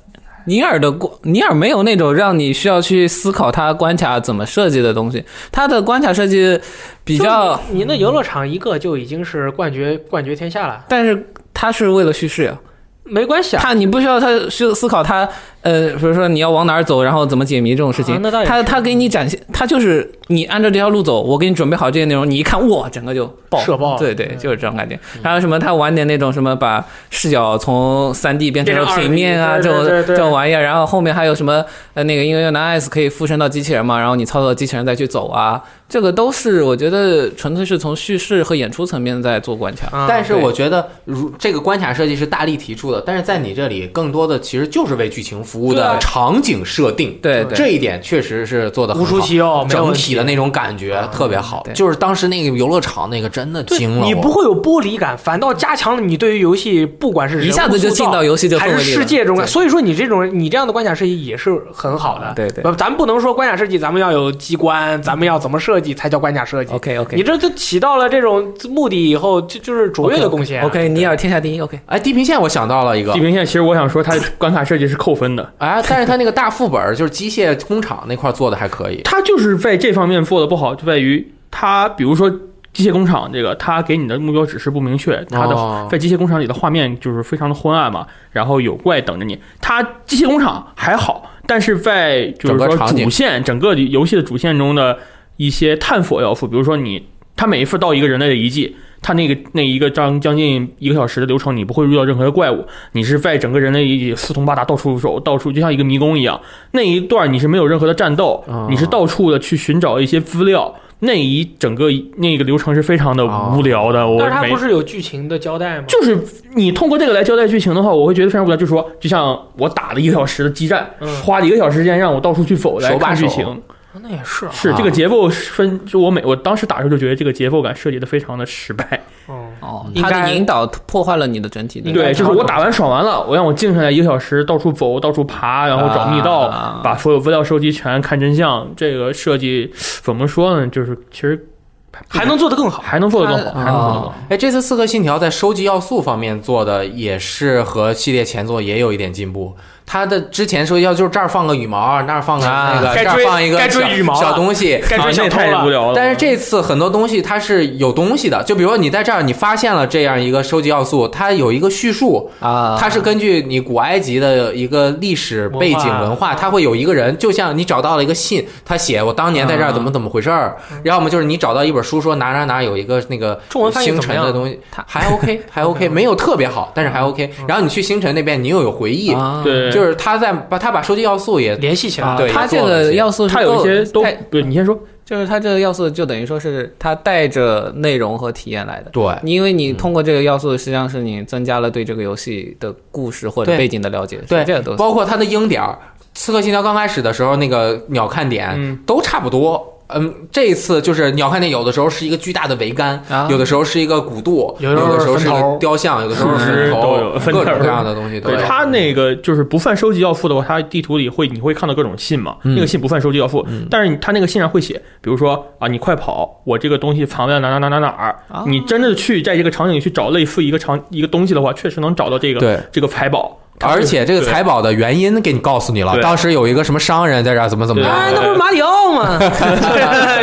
[SPEAKER 3] 尼尔的关，尼尔没有那种让你需要去思考它关卡怎么设计的东西，它的关卡设计比较，
[SPEAKER 1] 就你你那游乐场一个就已经是冠绝冠绝天下了，
[SPEAKER 3] 但是它是为了叙事呀、
[SPEAKER 1] 没关系啊。
[SPEAKER 3] 他你不需要他去思考他呃，比如说你要往哪儿走，然后怎么解谜这种事情。
[SPEAKER 1] 啊那倒也
[SPEAKER 3] 他
[SPEAKER 1] 是
[SPEAKER 3] 他给你展现，他就是你按照这条路走，我给你准备好这些内容，你一看哇，整个就爆
[SPEAKER 1] 射爆了
[SPEAKER 3] 对对，
[SPEAKER 1] 嗯
[SPEAKER 3] 就是这种感觉。还有什么他玩点那种什么把视角从三 D 变成了
[SPEAKER 1] 变成
[SPEAKER 3] 平面啊
[SPEAKER 1] 2D
[SPEAKER 3] 这种
[SPEAKER 1] 对对对
[SPEAKER 3] 这种玩意儿，然后后面还有什么呃那个因为用 NS 可以附身到机器人嘛，然后你操作机器人再去走啊，这个都是我觉得纯粹是从叙事和演出层面在做关卡。
[SPEAKER 1] 啊
[SPEAKER 2] 但是我觉得，如这个关卡设计是大力提出的，但是在你这里更多的其实就是为剧情服务
[SPEAKER 1] 对啊
[SPEAKER 2] 的场景设定，
[SPEAKER 3] 对对
[SPEAKER 2] 这一点确实是做的
[SPEAKER 1] 无出其右，没有
[SPEAKER 2] 整
[SPEAKER 1] 问
[SPEAKER 2] 体的那种感觉特别好
[SPEAKER 3] 对，
[SPEAKER 2] 就是当时那个游乐场那个真的
[SPEAKER 1] 嗯对，
[SPEAKER 2] 惊了我，
[SPEAKER 1] 你不会有剥离感，反倒加强了你对于游戏，不管是人物
[SPEAKER 3] 一下子就
[SPEAKER 1] 塑造
[SPEAKER 3] 进到游戏这个
[SPEAKER 1] 还是
[SPEAKER 3] 氛围里
[SPEAKER 1] 世
[SPEAKER 3] 了
[SPEAKER 1] 界中的。
[SPEAKER 3] 对
[SPEAKER 1] 所以说你这种你这样的关卡设计也是很好的。
[SPEAKER 3] 对对
[SPEAKER 1] 不，咱不能说关卡设计，咱们要有机关，咱们要怎么设计才叫关卡设计？
[SPEAKER 3] OK OK，
[SPEAKER 1] 你这就起到了这种目的以后，就就是卓越的贡献啊。
[SPEAKER 3] OK，尼尔天下第一。OK，
[SPEAKER 2] 哎，地平线我想到了，了一个
[SPEAKER 4] (laughs) 地，平线其实我想说，它的关卡设计是扣分的，
[SPEAKER 2] 哎，但是它那个大副本儿就是机械工厂那块儿做的还可以，
[SPEAKER 4] 它就是在这方面做的不好，就在于它，比如说机械工厂这个，它给你的目标指示不明确，它的
[SPEAKER 2] 哦
[SPEAKER 4] 在机械工厂里的画面就是非常的昏暗嘛，然后有怪等着你。它机械工厂还好，但是在就是
[SPEAKER 2] 整个
[SPEAKER 4] 说
[SPEAKER 2] 场景
[SPEAKER 4] 主线整个游戏的主线中的一些探索要素，比如说你它每一次到一个人类的遗迹。它那个那一个将将近一个小时的流程，你不会遇到任何的怪物，你是在整个人类遗迹四通八达到处走，到处就像一个迷宫一样。那一段你是没有任何的战斗，
[SPEAKER 2] 哦
[SPEAKER 4] 你是到处的去寻找一些资料。那一整个那个流程是非常的无聊的，我
[SPEAKER 1] 哦但是它
[SPEAKER 4] 没
[SPEAKER 1] 不是有剧情的交代吗？
[SPEAKER 4] 就是你通过这个来交代剧情的话，我会觉得非常无聊。就是说，就像我打了一个小时的激战，
[SPEAKER 1] 嗯
[SPEAKER 4] 花了一个小时时间让我到处去走来
[SPEAKER 2] 手把
[SPEAKER 4] 看
[SPEAKER 2] 手
[SPEAKER 4] 剧情，
[SPEAKER 1] 啊那也是啊，
[SPEAKER 4] 是
[SPEAKER 2] 啊
[SPEAKER 4] 这个节奏分，就我每我当时打的时候就觉得这个节奏感设计的非常的失败。
[SPEAKER 1] 哦，
[SPEAKER 3] 哦，
[SPEAKER 4] 应
[SPEAKER 3] 它
[SPEAKER 4] 该
[SPEAKER 3] 的引导破坏了你的整体的
[SPEAKER 1] 应该
[SPEAKER 4] 对，就是
[SPEAKER 1] 差不
[SPEAKER 4] 我
[SPEAKER 1] 多
[SPEAKER 4] 打完爽完了，我让我静下来一个小时，到处走，到处爬，然后找密道，
[SPEAKER 3] 啊
[SPEAKER 4] 把所有资料收集全，看真相。这个设计怎么说呢？就是其实
[SPEAKER 1] (laughs) 还能做得更好。
[SPEAKER 4] 还能做得更好，
[SPEAKER 3] 它
[SPEAKER 4] 还能做得更好。
[SPEAKER 2] 哎，这次《刺客信条》在收集要素方面做的也是和系列前作也有一点进步。它的之前收集要素就是这儿放个羽毛，那儿放个
[SPEAKER 3] 啊
[SPEAKER 2] 那个，
[SPEAKER 1] 该
[SPEAKER 2] 这儿
[SPEAKER 1] 追
[SPEAKER 2] 放一个
[SPEAKER 1] 该追
[SPEAKER 2] 小
[SPEAKER 1] 羽毛了哦
[SPEAKER 2] 小东西。
[SPEAKER 1] 该追
[SPEAKER 4] 啊
[SPEAKER 1] 小
[SPEAKER 4] 那
[SPEAKER 1] 偷
[SPEAKER 4] 太无
[SPEAKER 1] 了，
[SPEAKER 4] 聊了。
[SPEAKER 2] 但是这次很多东西它是有东西的，就比如说你在这儿你发现了这样一个收集要素，它有一个叙述，
[SPEAKER 3] 啊，
[SPEAKER 2] 它是根据你古埃及的一个历史背景
[SPEAKER 1] 文化
[SPEAKER 2] 文化，它会有一个人，就像你找到了一个信，他写我当年在这儿怎么怎么回事儿，要么就是你找到一本书说哪哪哪有一个那个
[SPEAKER 1] (laughs) 中文翻译
[SPEAKER 2] 星
[SPEAKER 1] 怎么
[SPEAKER 2] 辰
[SPEAKER 1] 样
[SPEAKER 2] 的
[SPEAKER 1] (laughs)
[SPEAKER 2] 东西，还 OK 还 OK，没有特别好，但是还 OK。然后你去星辰那边，你又有回忆，
[SPEAKER 3] 啊，
[SPEAKER 4] 对，
[SPEAKER 2] 就是他在把他把收集要素也
[SPEAKER 1] 联系起来
[SPEAKER 3] 啊
[SPEAKER 1] 了。
[SPEAKER 2] 对
[SPEAKER 3] 它
[SPEAKER 2] 也
[SPEAKER 3] 这
[SPEAKER 2] 做了一
[SPEAKER 3] 个
[SPEAKER 2] 些
[SPEAKER 3] 要素是
[SPEAKER 4] 它有一
[SPEAKER 3] 够
[SPEAKER 4] 些都
[SPEAKER 3] 太
[SPEAKER 4] 不，你先说。
[SPEAKER 3] 就是它这个要素就等于说是它带着内容和体验来的。
[SPEAKER 2] 对
[SPEAKER 3] 你因为你通过这个要素，实际上是你增加了对这个游戏的故事或者
[SPEAKER 2] 对
[SPEAKER 3] 背景的了解，
[SPEAKER 2] 对
[SPEAKER 3] 是这个东西。
[SPEAKER 2] 包括它的鹰点儿，《刺客信条》刚开始的时候那个鸟看点、
[SPEAKER 4] 嗯
[SPEAKER 2] 都差不多。嗯，这一次就是鸟看点，有的时候是一个巨大的桅杆，
[SPEAKER 3] 啊
[SPEAKER 2] 有的时候是一个古渡，
[SPEAKER 1] 有
[SPEAKER 2] 有
[SPEAKER 1] 的时候
[SPEAKER 2] 的时候
[SPEAKER 1] 是
[SPEAKER 2] 是
[SPEAKER 1] 坟
[SPEAKER 2] 一
[SPEAKER 1] 头
[SPEAKER 2] 个雕像，有的时候
[SPEAKER 4] 树
[SPEAKER 2] 是
[SPEAKER 4] 枝都有
[SPEAKER 2] 头，
[SPEAKER 4] 坟
[SPEAKER 2] 各
[SPEAKER 4] 头
[SPEAKER 2] 种各样的东西都
[SPEAKER 4] 对
[SPEAKER 2] 有。
[SPEAKER 4] 它那个就是不算收集要素的话，它地图里会你会看到各种信嘛，
[SPEAKER 2] 嗯
[SPEAKER 4] 那个信不算收集要素，但是你它那个信上会写，比如说啊，你快跑，我这个东西藏在哪哪哪哪哪儿
[SPEAKER 3] 啊，
[SPEAKER 4] 你真的去在这个场景里去找类似一个场一个东西的话，确实能找到这个
[SPEAKER 2] 对，
[SPEAKER 4] 这个财宝，
[SPEAKER 2] 而且这个财宝的原因给你告诉你了，
[SPEAKER 4] 对
[SPEAKER 2] 当时有一个什么商人在这儿怎么怎么
[SPEAKER 4] 对
[SPEAKER 1] 哎，
[SPEAKER 2] 样。
[SPEAKER 1] 那不是马里奥
[SPEAKER 4] (laughs)
[SPEAKER 1] 吗？ (laughs)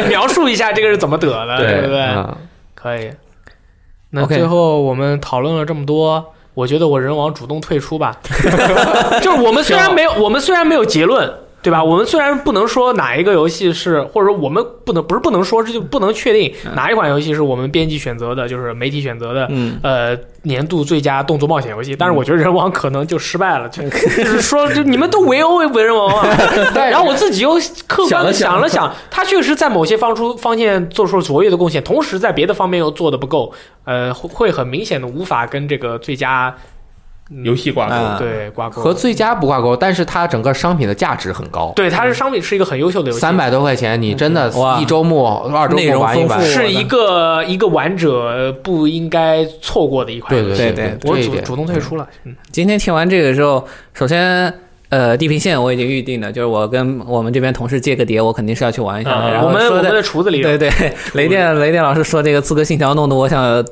[SPEAKER 1] 描述一下这个是怎么得的，对不
[SPEAKER 4] 啊
[SPEAKER 1] 对？
[SPEAKER 3] 啊
[SPEAKER 2] 嗯
[SPEAKER 1] 可以。那
[SPEAKER 2] OK
[SPEAKER 1] 最后我们讨论了这么多，我觉得我人王主动退出吧。 (laughs) 就是我们虽然没有，我们虽然没有结论，对吧？我们虽然不能说哪一个游戏是，或者说我们不能不是不能说，这就不能确定哪一款游戏是我们编辑选择的，就是媒体选择的，
[SPEAKER 3] 嗯，
[SPEAKER 1] 呃年度最佳动作冒险游戏，但是我觉得人王可能就失败了，就就是说就你们都围殴为人王啊。
[SPEAKER 2] 但
[SPEAKER 1] 然后我自己又客观的想
[SPEAKER 4] 想
[SPEAKER 1] 了
[SPEAKER 4] 了
[SPEAKER 1] 想，他确实在某些方出方面做出了卓越的贡献，同时在别的方面又做的不够，呃，会会很明显的无法跟这个最佳嗯
[SPEAKER 4] 游戏挂钩。
[SPEAKER 3] 啊
[SPEAKER 1] 对挂钩
[SPEAKER 2] 和最佳不挂钩，但是它整个商品的价值很高，
[SPEAKER 1] 对，它是商品是一个很优秀的游戏，
[SPEAKER 2] 三百多块钱，你真的
[SPEAKER 3] 哇
[SPEAKER 2] 一周目、二周
[SPEAKER 3] 内
[SPEAKER 2] 目
[SPEAKER 3] 容
[SPEAKER 2] 玩一
[SPEAKER 3] 丰富
[SPEAKER 2] 玩，
[SPEAKER 1] 是一个一个玩者不应该错过的一款
[SPEAKER 2] 对
[SPEAKER 1] 游
[SPEAKER 2] 对
[SPEAKER 1] 戏。
[SPEAKER 2] 对
[SPEAKER 3] 对，
[SPEAKER 1] 我
[SPEAKER 2] 这一
[SPEAKER 1] 主
[SPEAKER 2] 点
[SPEAKER 1] 主动退出了，嗯，
[SPEAKER 3] 今天听完这个之后，首先。呃，地平线我已经预定了，就是我跟我们这边同事借个碟，我肯定是要去玩一下的。
[SPEAKER 4] 啊
[SPEAKER 3] 然
[SPEAKER 1] 我
[SPEAKER 3] 后
[SPEAKER 1] 们我
[SPEAKER 3] 说
[SPEAKER 1] 们
[SPEAKER 3] 的
[SPEAKER 1] 的厨子里有
[SPEAKER 3] 对对，雷电雷电老师说这个《刺客信条》弄得我想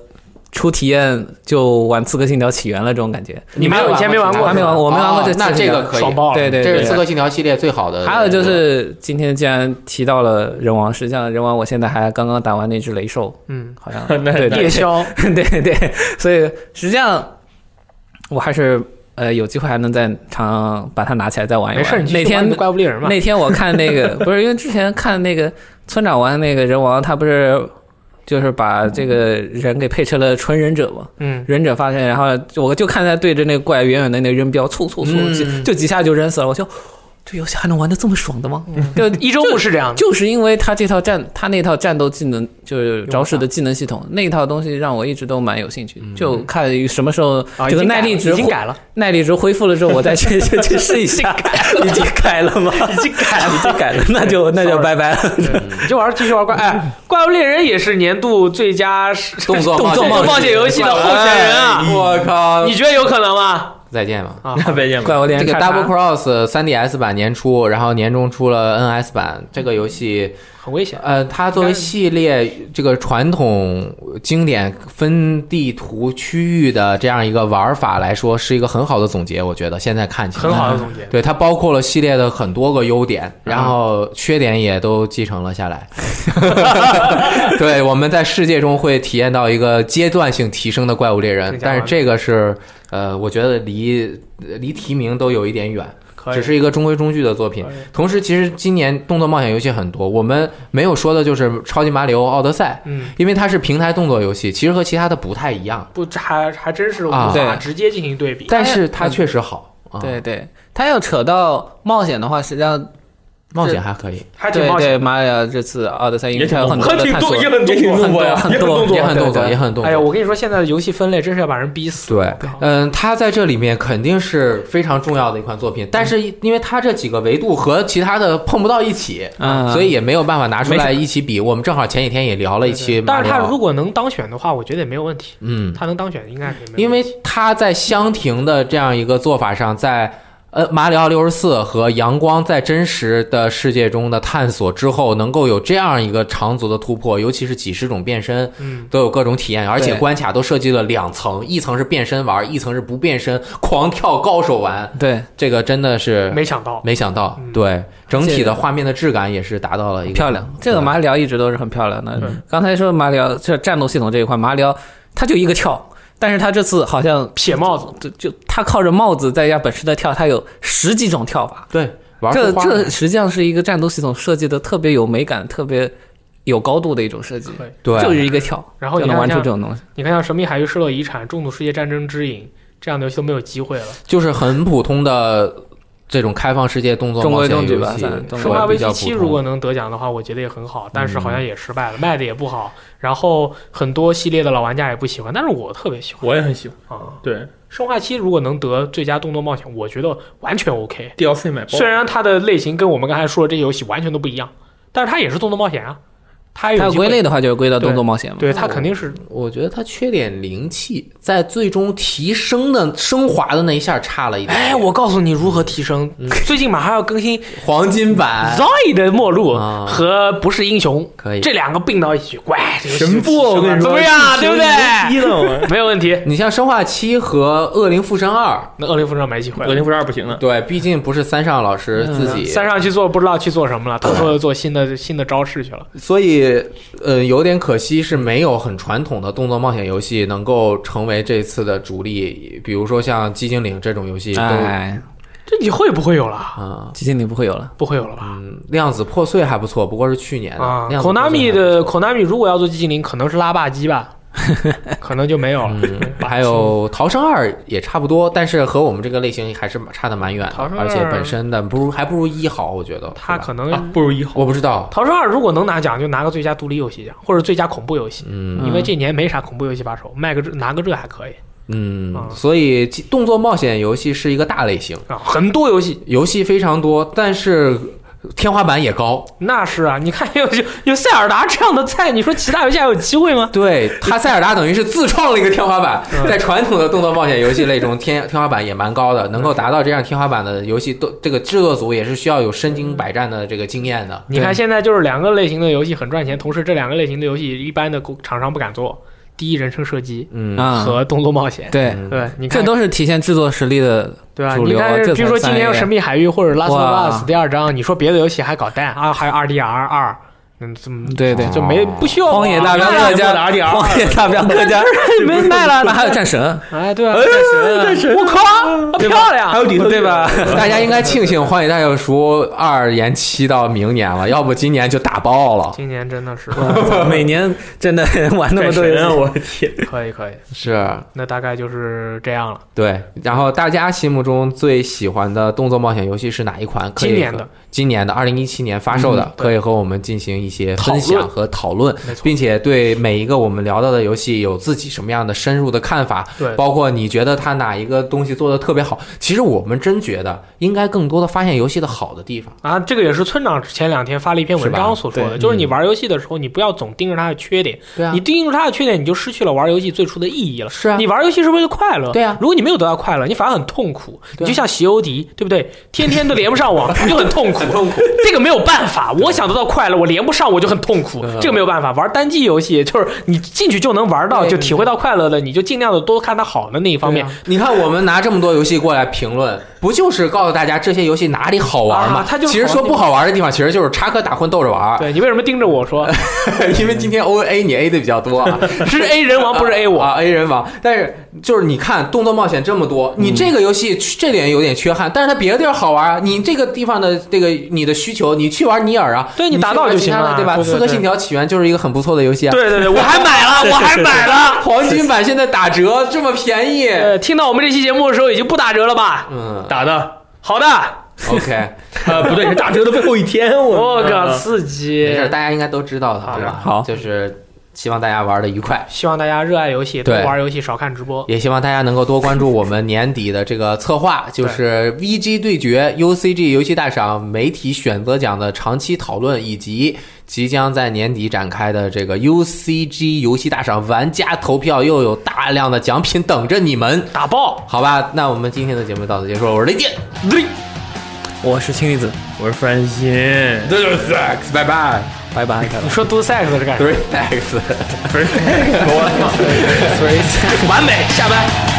[SPEAKER 3] 出体验就玩《刺客信条：起源》了，这种感觉。
[SPEAKER 1] 你没有以前没玩过
[SPEAKER 3] 还没玩过我没玩过
[SPEAKER 2] 哦
[SPEAKER 3] 这次
[SPEAKER 2] 那这个
[SPEAKER 3] 的
[SPEAKER 2] 可以
[SPEAKER 1] 爽。爆了，
[SPEAKER 3] 对对
[SPEAKER 2] 这
[SPEAKER 3] 对
[SPEAKER 2] 是《刺客信条》系列最好的。
[SPEAKER 3] 还有就是今天既然提到了人王，实际上人王我现在还刚刚打完那只雷兽，
[SPEAKER 1] 嗯，
[SPEAKER 3] 好像
[SPEAKER 4] 那
[SPEAKER 3] 对
[SPEAKER 1] 夜
[SPEAKER 3] 对
[SPEAKER 1] 宵
[SPEAKER 3] (laughs) 对对，所以实际上我还是呃有机会还能再常把它拿起来再玩一
[SPEAKER 1] 没事，
[SPEAKER 3] 玩。
[SPEAKER 1] 你
[SPEAKER 3] 那
[SPEAKER 1] 去玩
[SPEAKER 3] 天
[SPEAKER 1] 你的怪物猎人嘛，
[SPEAKER 3] 那天我看那个不是因为之前看那个村长玩那个人王，他不是就是把这个人给配成了纯忍者嘛？
[SPEAKER 1] 嗯，
[SPEAKER 3] 忍者发现，然后我就看他对着那个怪远远的那扔镖，促促促，
[SPEAKER 1] 嗯
[SPEAKER 3] 就就几下就扔死了。我就这游戏还能玩的这么爽的吗？
[SPEAKER 1] (laughs)
[SPEAKER 3] 就
[SPEAKER 1] 一周目是这样的，
[SPEAKER 3] 就是因为他这套战，他那套战斗技能就是招式的技能系统，那套东西让我一直都蛮有兴趣，就看什么时候
[SPEAKER 1] 嗯啊
[SPEAKER 3] 这
[SPEAKER 1] 已
[SPEAKER 3] 个
[SPEAKER 1] 经
[SPEAKER 3] 耐
[SPEAKER 1] 改
[SPEAKER 3] 力
[SPEAKER 1] 了
[SPEAKER 3] 值
[SPEAKER 1] 已经
[SPEAKER 3] 恢
[SPEAKER 1] 改了，
[SPEAKER 3] 耐力值恢复了之后，我再去 (laughs) 去去试一下。已经改了吗？
[SPEAKER 1] 已经改了。
[SPEAKER 3] 已经改了，那就那就拜拜了。
[SPEAKER 1] 你嗯就玩儿继续玩儿怪，哎，怪物猎人也是年度最佳是
[SPEAKER 2] 动作
[SPEAKER 3] 动作
[SPEAKER 1] 冒险游戏的候选人啊
[SPEAKER 2] 哎我靠！
[SPEAKER 1] 你觉得有可能吗？
[SPEAKER 2] 再见吧。
[SPEAKER 1] 啊，
[SPEAKER 4] 那 (laughs) 再见
[SPEAKER 3] (laughs)
[SPEAKER 4] 吧。
[SPEAKER 3] 怪物猎
[SPEAKER 2] 这
[SPEAKER 3] 人
[SPEAKER 2] 个
[SPEAKER 3] 看
[SPEAKER 2] Double Cross 3DS 版年初，然后年中出了 NS 版，这个游戏
[SPEAKER 1] 很危险。
[SPEAKER 2] 呃，它作为系列这个传统经典分地图区域的这样一个玩法来说，是一个很好的总结。我觉得现在看起来
[SPEAKER 1] 很好的总结，
[SPEAKER 2] 对它包括了系列的很多个优点，然后缺点也都继承了下来。对，我们在世界中会体验到一个阶段性提升的怪物猎人
[SPEAKER 1] 更，加
[SPEAKER 2] 但
[SPEAKER 1] 完美
[SPEAKER 2] 是这个是呃，我觉得离离提名都有一点远，
[SPEAKER 1] 可以
[SPEAKER 2] 只是一个中规中矩的作品
[SPEAKER 1] 可以。
[SPEAKER 2] 同时，其实今年动作冒险游戏很多，我们没有说的就是《超级马里奥奥德赛》，
[SPEAKER 1] 嗯，
[SPEAKER 2] 因为它是平台动作游戏，其实和其他的不太一样，
[SPEAKER 1] 不，这还还真是无
[SPEAKER 2] 啊
[SPEAKER 1] 法
[SPEAKER 3] 对
[SPEAKER 1] 直接进行对比。
[SPEAKER 2] 但是它确实好。啊，
[SPEAKER 3] 嗯对对，他要扯到冒险的话，实际上
[SPEAKER 2] 冒险还可以。
[SPEAKER 1] 还挺
[SPEAKER 3] 对
[SPEAKER 1] 冒险，
[SPEAKER 3] 对马里奥这次奥德赛因
[SPEAKER 4] 也
[SPEAKER 3] 为
[SPEAKER 4] 挺
[SPEAKER 3] 它有很
[SPEAKER 4] 动
[SPEAKER 3] 多
[SPEAKER 4] 作
[SPEAKER 3] 的
[SPEAKER 4] 也挺
[SPEAKER 3] 探 (laughs) 索
[SPEAKER 4] 动，也很动
[SPEAKER 3] 很
[SPEAKER 4] 作
[SPEAKER 3] 多
[SPEAKER 4] 呀，也很
[SPEAKER 3] 多
[SPEAKER 4] 动作
[SPEAKER 2] 也
[SPEAKER 4] 呀，
[SPEAKER 2] 很动作，
[SPEAKER 3] 对对
[SPEAKER 2] 也很动
[SPEAKER 1] 哎呀，
[SPEAKER 2] 作。
[SPEAKER 1] 我跟你说，现在的游戏分类真是要把人逼死。
[SPEAKER 2] 对
[SPEAKER 1] 对，
[SPEAKER 2] 嗯，它在这里面肯定是非常重要的一款作品，但是
[SPEAKER 1] 嗯
[SPEAKER 2] 因为它这几个维度和其他的碰不到一起，
[SPEAKER 3] 嗯，
[SPEAKER 2] 所以也没有办法拿出
[SPEAKER 3] 没
[SPEAKER 2] 来一起比。我们正好前几天也聊了一期马
[SPEAKER 1] 但
[SPEAKER 2] 里
[SPEAKER 1] 是
[SPEAKER 2] 奥，
[SPEAKER 1] 他如果能当选的话，我觉得也没有问题。
[SPEAKER 2] 嗯，
[SPEAKER 1] 他能当选应该是没有问题
[SPEAKER 2] 因为他在香亭的这样一个做法上，在呃马里奥六十四和阳光在真实的世界中的探索之后，能够有这样一个长足的突破，尤其是几十种变身，
[SPEAKER 1] 嗯，
[SPEAKER 2] 都有各种体验，而且
[SPEAKER 3] 对
[SPEAKER 2] 关卡都设计了两层，一层是变身玩，一层是不变身狂跳高手玩，
[SPEAKER 3] 对
[SPEAKER 2] 这个真的是
[SPEAKER 1] 没想到，
[SPEAKER 2] 没想到
[SPEAKER 1] 嗯，
[SPEAKER 2] 对整体
[SPEAKER 3] 这
[SPEAKER 2] 的
[SPEAKER 3] 个
[SPEAKER 2] 画面的质感也是达到了一个
[SPEAKER 3] 漂亮。这个马里奥一直都是很漂亮的
[SPEAKER 4] 对。
[SPEAKER 3] 刚才说马里奥这战斗系统这一块，马里奥他就一个跳，但是他这次好像
[SPEAKER 1] 撇帽子，
[SPEAKER 3] 就就他靠着帽子再加本事的跳，他有十几种跳法。
[SPEAKER 2] 对玩
[SPEAKER 3] 这
[SPEAKER 2] 出花来
[SPEAKER 3] 这实际上是一个战斗系统设计的特别有美感、特别有高度的一种设计，
[SPEAKER 1] 对
[SPEAKER 2] 对
[SPEAKER 3] 就是一个跳，
[SPEAKER 1] 然后
[SPEAKER 3] 就
[SPEAKER 1] 你
[SPEAKER 3] 能
[SPEAKER 1] 看
[SPEAKER 3] 玩出这
[SPEAKER 1] 像
[SPEAKER 3] 种东西。
[SPEAKER 1] 你看像《神秘海域》《失落遗产》《重度世界战争之影》这样的游戏都没有机会了。
[SPEAKER 2] 就是很普通的这种开放世界动作
[SPEAKER 3] 中
[SPEAKER 2] 冒
[SPEAKER 3] 规
[SPEAKER 2] 险游
[SPEAKER 3] 中
[SPEAKER 2] 戏
[SPEAKER 3] 矩吧算中，
[SPEAKER 2] 是
[SPEAKER 1] 生化
[SPEAKER 2] 吧？
[SPEAKER 1] 危
[SPEAKER 2] 比
[SPEAKER 1] 机
[SPEAKER 2] 较普
[SPEAKER 1] 七如
[SPEAKER 2] 通。
[SPEAKER 1] 果能得奖的话，我觉得也很好，但是好像也失败了，卖的也不好，然后很多系列的老玩家也不喜欢，但是我特别喜欢
[SPEAKER 4] 我也很喜欢。
[SPEAKER 1] 啊。
[SPEAKER 4] 对
[SPEAKER 1] 生化七如果能得最佳动作冒险，我觉得完全 OK。
[SPEAKER 4] ，DLC 买包
[SPEAKER 1] 虽，然它的类型跟我们刚才说的这些游戏完全都不一样，但是它也是动作冒险啊，它也
[SPEAKER 3] 它
[SPEAKER 1] 有
[SPEAKER 3] 要
[SPEAKER 1] 机会
[SPEAKER 3] 归类，的话，就是归到动作冒险嘛。
[SPEAKER 1] 对它肯定是
[SPEAKER 2] 我觉得它缺点灵气，在最终提升的升华的那一下差了一点。
[SPEAKER 1] 哎，我告诉你如何提升。最近马上要更新
[SPEAKER 2] 黄金版
[SPEAKER 1] Zoe 的末路
[SPEAKER 2] 哎啊
[SPEAKER 1] 和不是英雄，
[SPEAKER 2] 可以。
[SPEAKER 1] 这两个并到一起，乖，这个游戏
[SPEAKER 4] 神父，
[SPEAKER 1] 就
[SPEAKER 4] 我跟
[SPEAKER 1] 怎
[SPEAKER 4] 你说，
[SPEAKER 1] 么样？对不对？
[SPEAKER 4] 一呢， (laughs) 我
[SPEAKER 1] 没有问题。
[SPEAKER 2] 你像生化七和恶灵附身二，
[SPEAKER 1] 那恶灵附身没机会
[SPEAKER 4] 格
[SPEAKER 1] 了。
[SPEAKER 4] 林不是二不行
[SPEAKER 2] (laughs)
[SPEAKER 4] 了，
[SPEAKER 2] 对，毕竟不是三上老师自己，
[SPEAKER 1] 嗯三上去嗯做不知道去做什么了，偷偷的做新的新的招式去了。
[SPEAKER 2] 所以呃有点可惜是没有很传统的动作冒险游戏能够成为这次的主力，比如说像《寂静岭》这种游戏都啊、
[SPEAKER 3] 哎，
[SPEAKER 1] 这以后也不会有了，
[SPEAKER 3] 基金里不会有了。
[SPEAKER 1] 不会有了吧？
[SPEAKER 2] 嗯，量子破碎还不错，不过是去年的。
[SPEAKER 1] 啊
[SPEAKER 2] 量子破碎还不
[SPEAKER 1] ，Konami
[SPEAKER 2] 错
[SPEAKER 1] 的 Konami 如果要做寂静岭，可能是拉霸机 (laughs) 吧，可能就没有了。
[SPEAKER 2] 嗯，还有《逃生二》也差不多，但是和我们这个类型还是差的蛮远的
[SPEAKER 1] 逃生，二
[SPEAKER 2] 而且本身的不如还不如一好，我觉得。
[SPEAKER 1] 他
[SPEAKER 2] 是吧
[SPEAKER 1] 可能
[SPEAKER 4] 啊，不如一号。
[SPEAKER 2] 我不知道，
[SPEAKER 1] 逃生二如果能拿奖，就拿个最佳独立游戏奖或者最佳恐怖游戏，
[SPEAKER 2] 嗯
[SPEAKER 1] 因为这年没啥恐怖游戏把手，卖个这拿个这还可以
[SPEAKER 2] 嗯
[SPEAKER 1] 啊，
[SPEAKER 2] 所以动作冒险游戏是一个大类型，
[SPEAKER 1] 啊，很多游戏
[SPEAKER 2] 游戏非常多，但是天花板也高。
[SPEAKER 1] 那是啊，你看有有有塞尔达这样的菜，你说其他游戏还有机会吗？
[SPEAKER 2] 对他，塞尔达等于是自创了一个天
[SPEAKER 1] (laughs)
[SPEAKER 2] 花板，
[SPEAKER 1] 嗯
[SPEAKER 2] 在传统的动作冒险游戏类中，天天花板也蛮高
[SPEAKER 1] 嗯
[SPEAKER 2] 的，能够达到这样天花板的游戏，都这个制作组也是需要有身经百战的这个经验的。
[SPEAKER 1] 你看现在就是两个类型的游戏很赚钱，同时这两个类型的游戏一般的厂商不敢做，第一人称射击
[SPEAKER 2] 嗯，
[SPEAKER 3] 啊，
[SPEAKER 1] 和动作冒险。
[SPEAKER 3] 对，
[SPEAKER 2] 嗯
[SPEAKER 1] 对，你看
[SPEAKER 3] 这都是体现制作实力的。
[SPEAKER 1] 对啊，
[SPEAKER 3] 主
[SPEAKER 1] 你
[SPEAKER 3] 流啊
[SPEAKER 1] 看，
[SPEAKER 3] 这
[SPEAKER 1] 比如说
[SPEAKER 3] 才
[SPEAKER 1] 今年有《
[SPEAKER 3] 三 A
[SPEAKER 1] 神秘海域》或者《Last of
[SPEAKER 3] 哇
[SPEAKER 1] Us》第二章，你说别的游戏还搞蛋啊，还有 RDR 二，嗯，怎么
[SPEAKER 3] 对对
[SPEAKER 1] 就没不需要
[SPEAKER 3] 荒野大镖
[SPEAKER 1] 卖
[SPEAKER 3] 客
[SPEAKER 1] 了
[SPEAKER 3] 加荒野大镖
[SPEAKER 1] (laughs)
[SPEAKER 3] 客加，
[SPEAKER 1] 没
[SPEAKER 3] (laughs)
[SPEAKER 1] 卖了，
[SPEAKER 3] 那还有
[SPEAKER 1] (laughs)
[SPEAKER 3] 战神，啊
[SPEAKER 1] 哎，对啊，
[SPEAKER 4] 战神
[SPEAKER 1] 我靠，
[SPEAKER 4] 对吧
[SPEAKER 1] 漂亮，
[SPEAKER 4] 还有底特律
[SPEAKER 3] 对吧？
[SPEAKER 2] 大家应该庆幸《荒野大救赎二》延期到明
[SPEAKER 1] (laughs)
[SPEAKER 2] 年了，要不今年就打爆了。
[SPEAKER 1] 今年真的
[SPEAKER 3] (laughs)
[SPEAKER 1] 是
[SPEAKER 3] 每年真的 (laughs) 玩那么多
[SPEAKER 4] 战
[SPEAKER 3] 游
[SPEAKER 4] 神啊，
[SPEAKER 3] 戏，
[SPEAKER 4] 我的天！
[SPEAKER 1] 可以可以，
[SPEAKER 2] 是
[SPEAKER 1] 那大概就是这样了。
[SPEAKER 2] 对。然后大家心目中最喜欢的动作冒险游戏是哪一款？可以
[SPEAKER 1] 今年的，
[SPEAKER 2] 今年的二零一七年发售的，
[SPEAKER 1] 嗯对
[SPEAKER 2] 可以和我们进行一些
[SPEAKER 1] 讨
[SPEAKER 2] 分
[SPEAKER 1] 论
[SPEAKER 2] 享和讨论，
[SPEAKER 1] 没错
[SPEAKER 2] 并且对每一个我们聊到的游戏有自己什么样的深入的看法。
[SPEAKER 1] 对，
[SPEAKER 2] 包括你觉得它哪一个东西做的特别好，其实我们真觉得应该更多的发现游戏的好的地方。
[SPEAKER 1] 啊，这个也是村长前两天发了一篇文章所说
[SPEAKER 3] 是吧
[SPEAKER 1] 的，
[SPEAKER 3] 对
[SPEAKER 1] 就是你玩游戏的时候，你不要总盯着它的缺点，
[SPEAKER 2] 嗯对啊，
[SPEAKER 1] 你盯住它的缺点，你就失去了玩游戏最初的意义了。
[SPEAKER 2] 是啊
[SPEAKER 1] 你玩游戏是为了快乐。
[SPEAKER 2] 对啊
[SPEAKER 1] 如果你没有得到快乐，你反而很痛苦。
[SPEAKER 2] 对
[SPEAKER 1] 你
[SPEAKER 2] 啊
[SPEAKER 1] 就像席欧迪，
[SPEAKER 2] (laughs)
[SPEAKER 1] 对不对？天天都连不上网，你就很痛苦。很痛苦。这个没有办法，我想得到快乐，我连不上我就很痛苦
[SPEAKER 2] 嗯，
[SPEAKER 1] 这个没有办法。玩单机游戏就是你进去就能玩到，
[SPEAKER 2] 对
[SPEAKER 1] 就体会到快乐的，你就尽量的多看它好的那一方面。
[SPEAKER 2] 你看，我们拿这么多游戏过来评论，不就是告诉大家这些游戏哪里好玩吗？
[SPEAKER 1] 啊它就是
[SPEAKER 2] 其实说不好玩的地方，其实就是插科打诨逗着玩儿。
[SPEAKER 1] 对你为什么盯着我说
[SPEAKER 2] (laughs) 因为今天 O A 你 A 的比较多啊，
[SPEAKER 1] 是 A 人王不是 A
[SPEAKER 2] (laughs)
[SPEAKER 1] 我？
[SPEAKER 2] 啊 A 人王。但是就是你看动作冒险这么多，
[SPEAKER 1] 嗯
[SPEAKER 2] 你这个游戏这点有点缺憾，但是它别的地儿好玩啊。你这个地方的这个你的需求，你去玩尼尔啊，
[SPEAKER 1] 对
[SPEAKER 2] 你
[SPEAKER 1] 你达到就行
[SPEAKER 2] 去玩其他
[SPEAKER 1] 了
[SPEAKER 2] 的对吧？
[SPEAKER 1] 对对对
[SPEAKER 2] 刺客信条起源就是一个很不错的游戏啊。啊
[SPEAKER 1] 对对对， (laughs) 我还买了，我还买了。
[SPEAKER 2] 黄金版现在打折这么便宜，
[SPEAKER 1] 呃，听到我们这期节目的时候已经不打折了吧？
[SPEAKER 2] 嗯
[SPEAKER 4] 打的，
[SPEAKER 1] 好的， (laughs)
[SPEAKER 2] ，OK，
[SPEAKER 4] 呃，不对，是打折的最后一天，我
[SPEAKER 1] 我靠，
[SPEAKER 4] 嗯
[SPEAKER 1] 哦刺
[SPEAKER 2] 没
[SPEAKER 1] 激
[SPEAKER 2] 事儿，！大家应该都知道的，
[SPEAKER 1] 好
[SPEAKER 2] 对吧？
[SPEAKER 3] 好
[SPEAKER 2] 就是希望大家玩的愉快。
[SPEAKER 1] 希望大家热爱游戏，多
[SPEAKER 2] 对
[SPEAKER 1] 玩游戏，少看直播。
[SPEAKER 2] 也希望大家能够多关注我们年底的这个策划，就是 VG 对决、UCG 游戏大赏媒体选择奖的长期讨论，以及即将在年底展开的这个 UCG 游戏大赏玩家投票，又有大量的奖品等着你们，
[SPEAKER 1] 打爆！
[SPEAKER 2] 好吧？那我们今天的节目到此结束了，我是雷电，
[SPEAKER 1] 对。
[SPEAKER 3] 我是氢离子，
[SPEAKER 4] 我是范鑫。
[SPEAKER 2] 这就是 X，拜拜
[SPEAKER 3] 拜拜。
[SPEAKER 1] 你说 do sex
[SPEAKER 2] (laughs)
[SPEAKER 1] 是干什么？
[SPEAKER 2] ，Three X。
[SPEAKER 1] 完美，下班。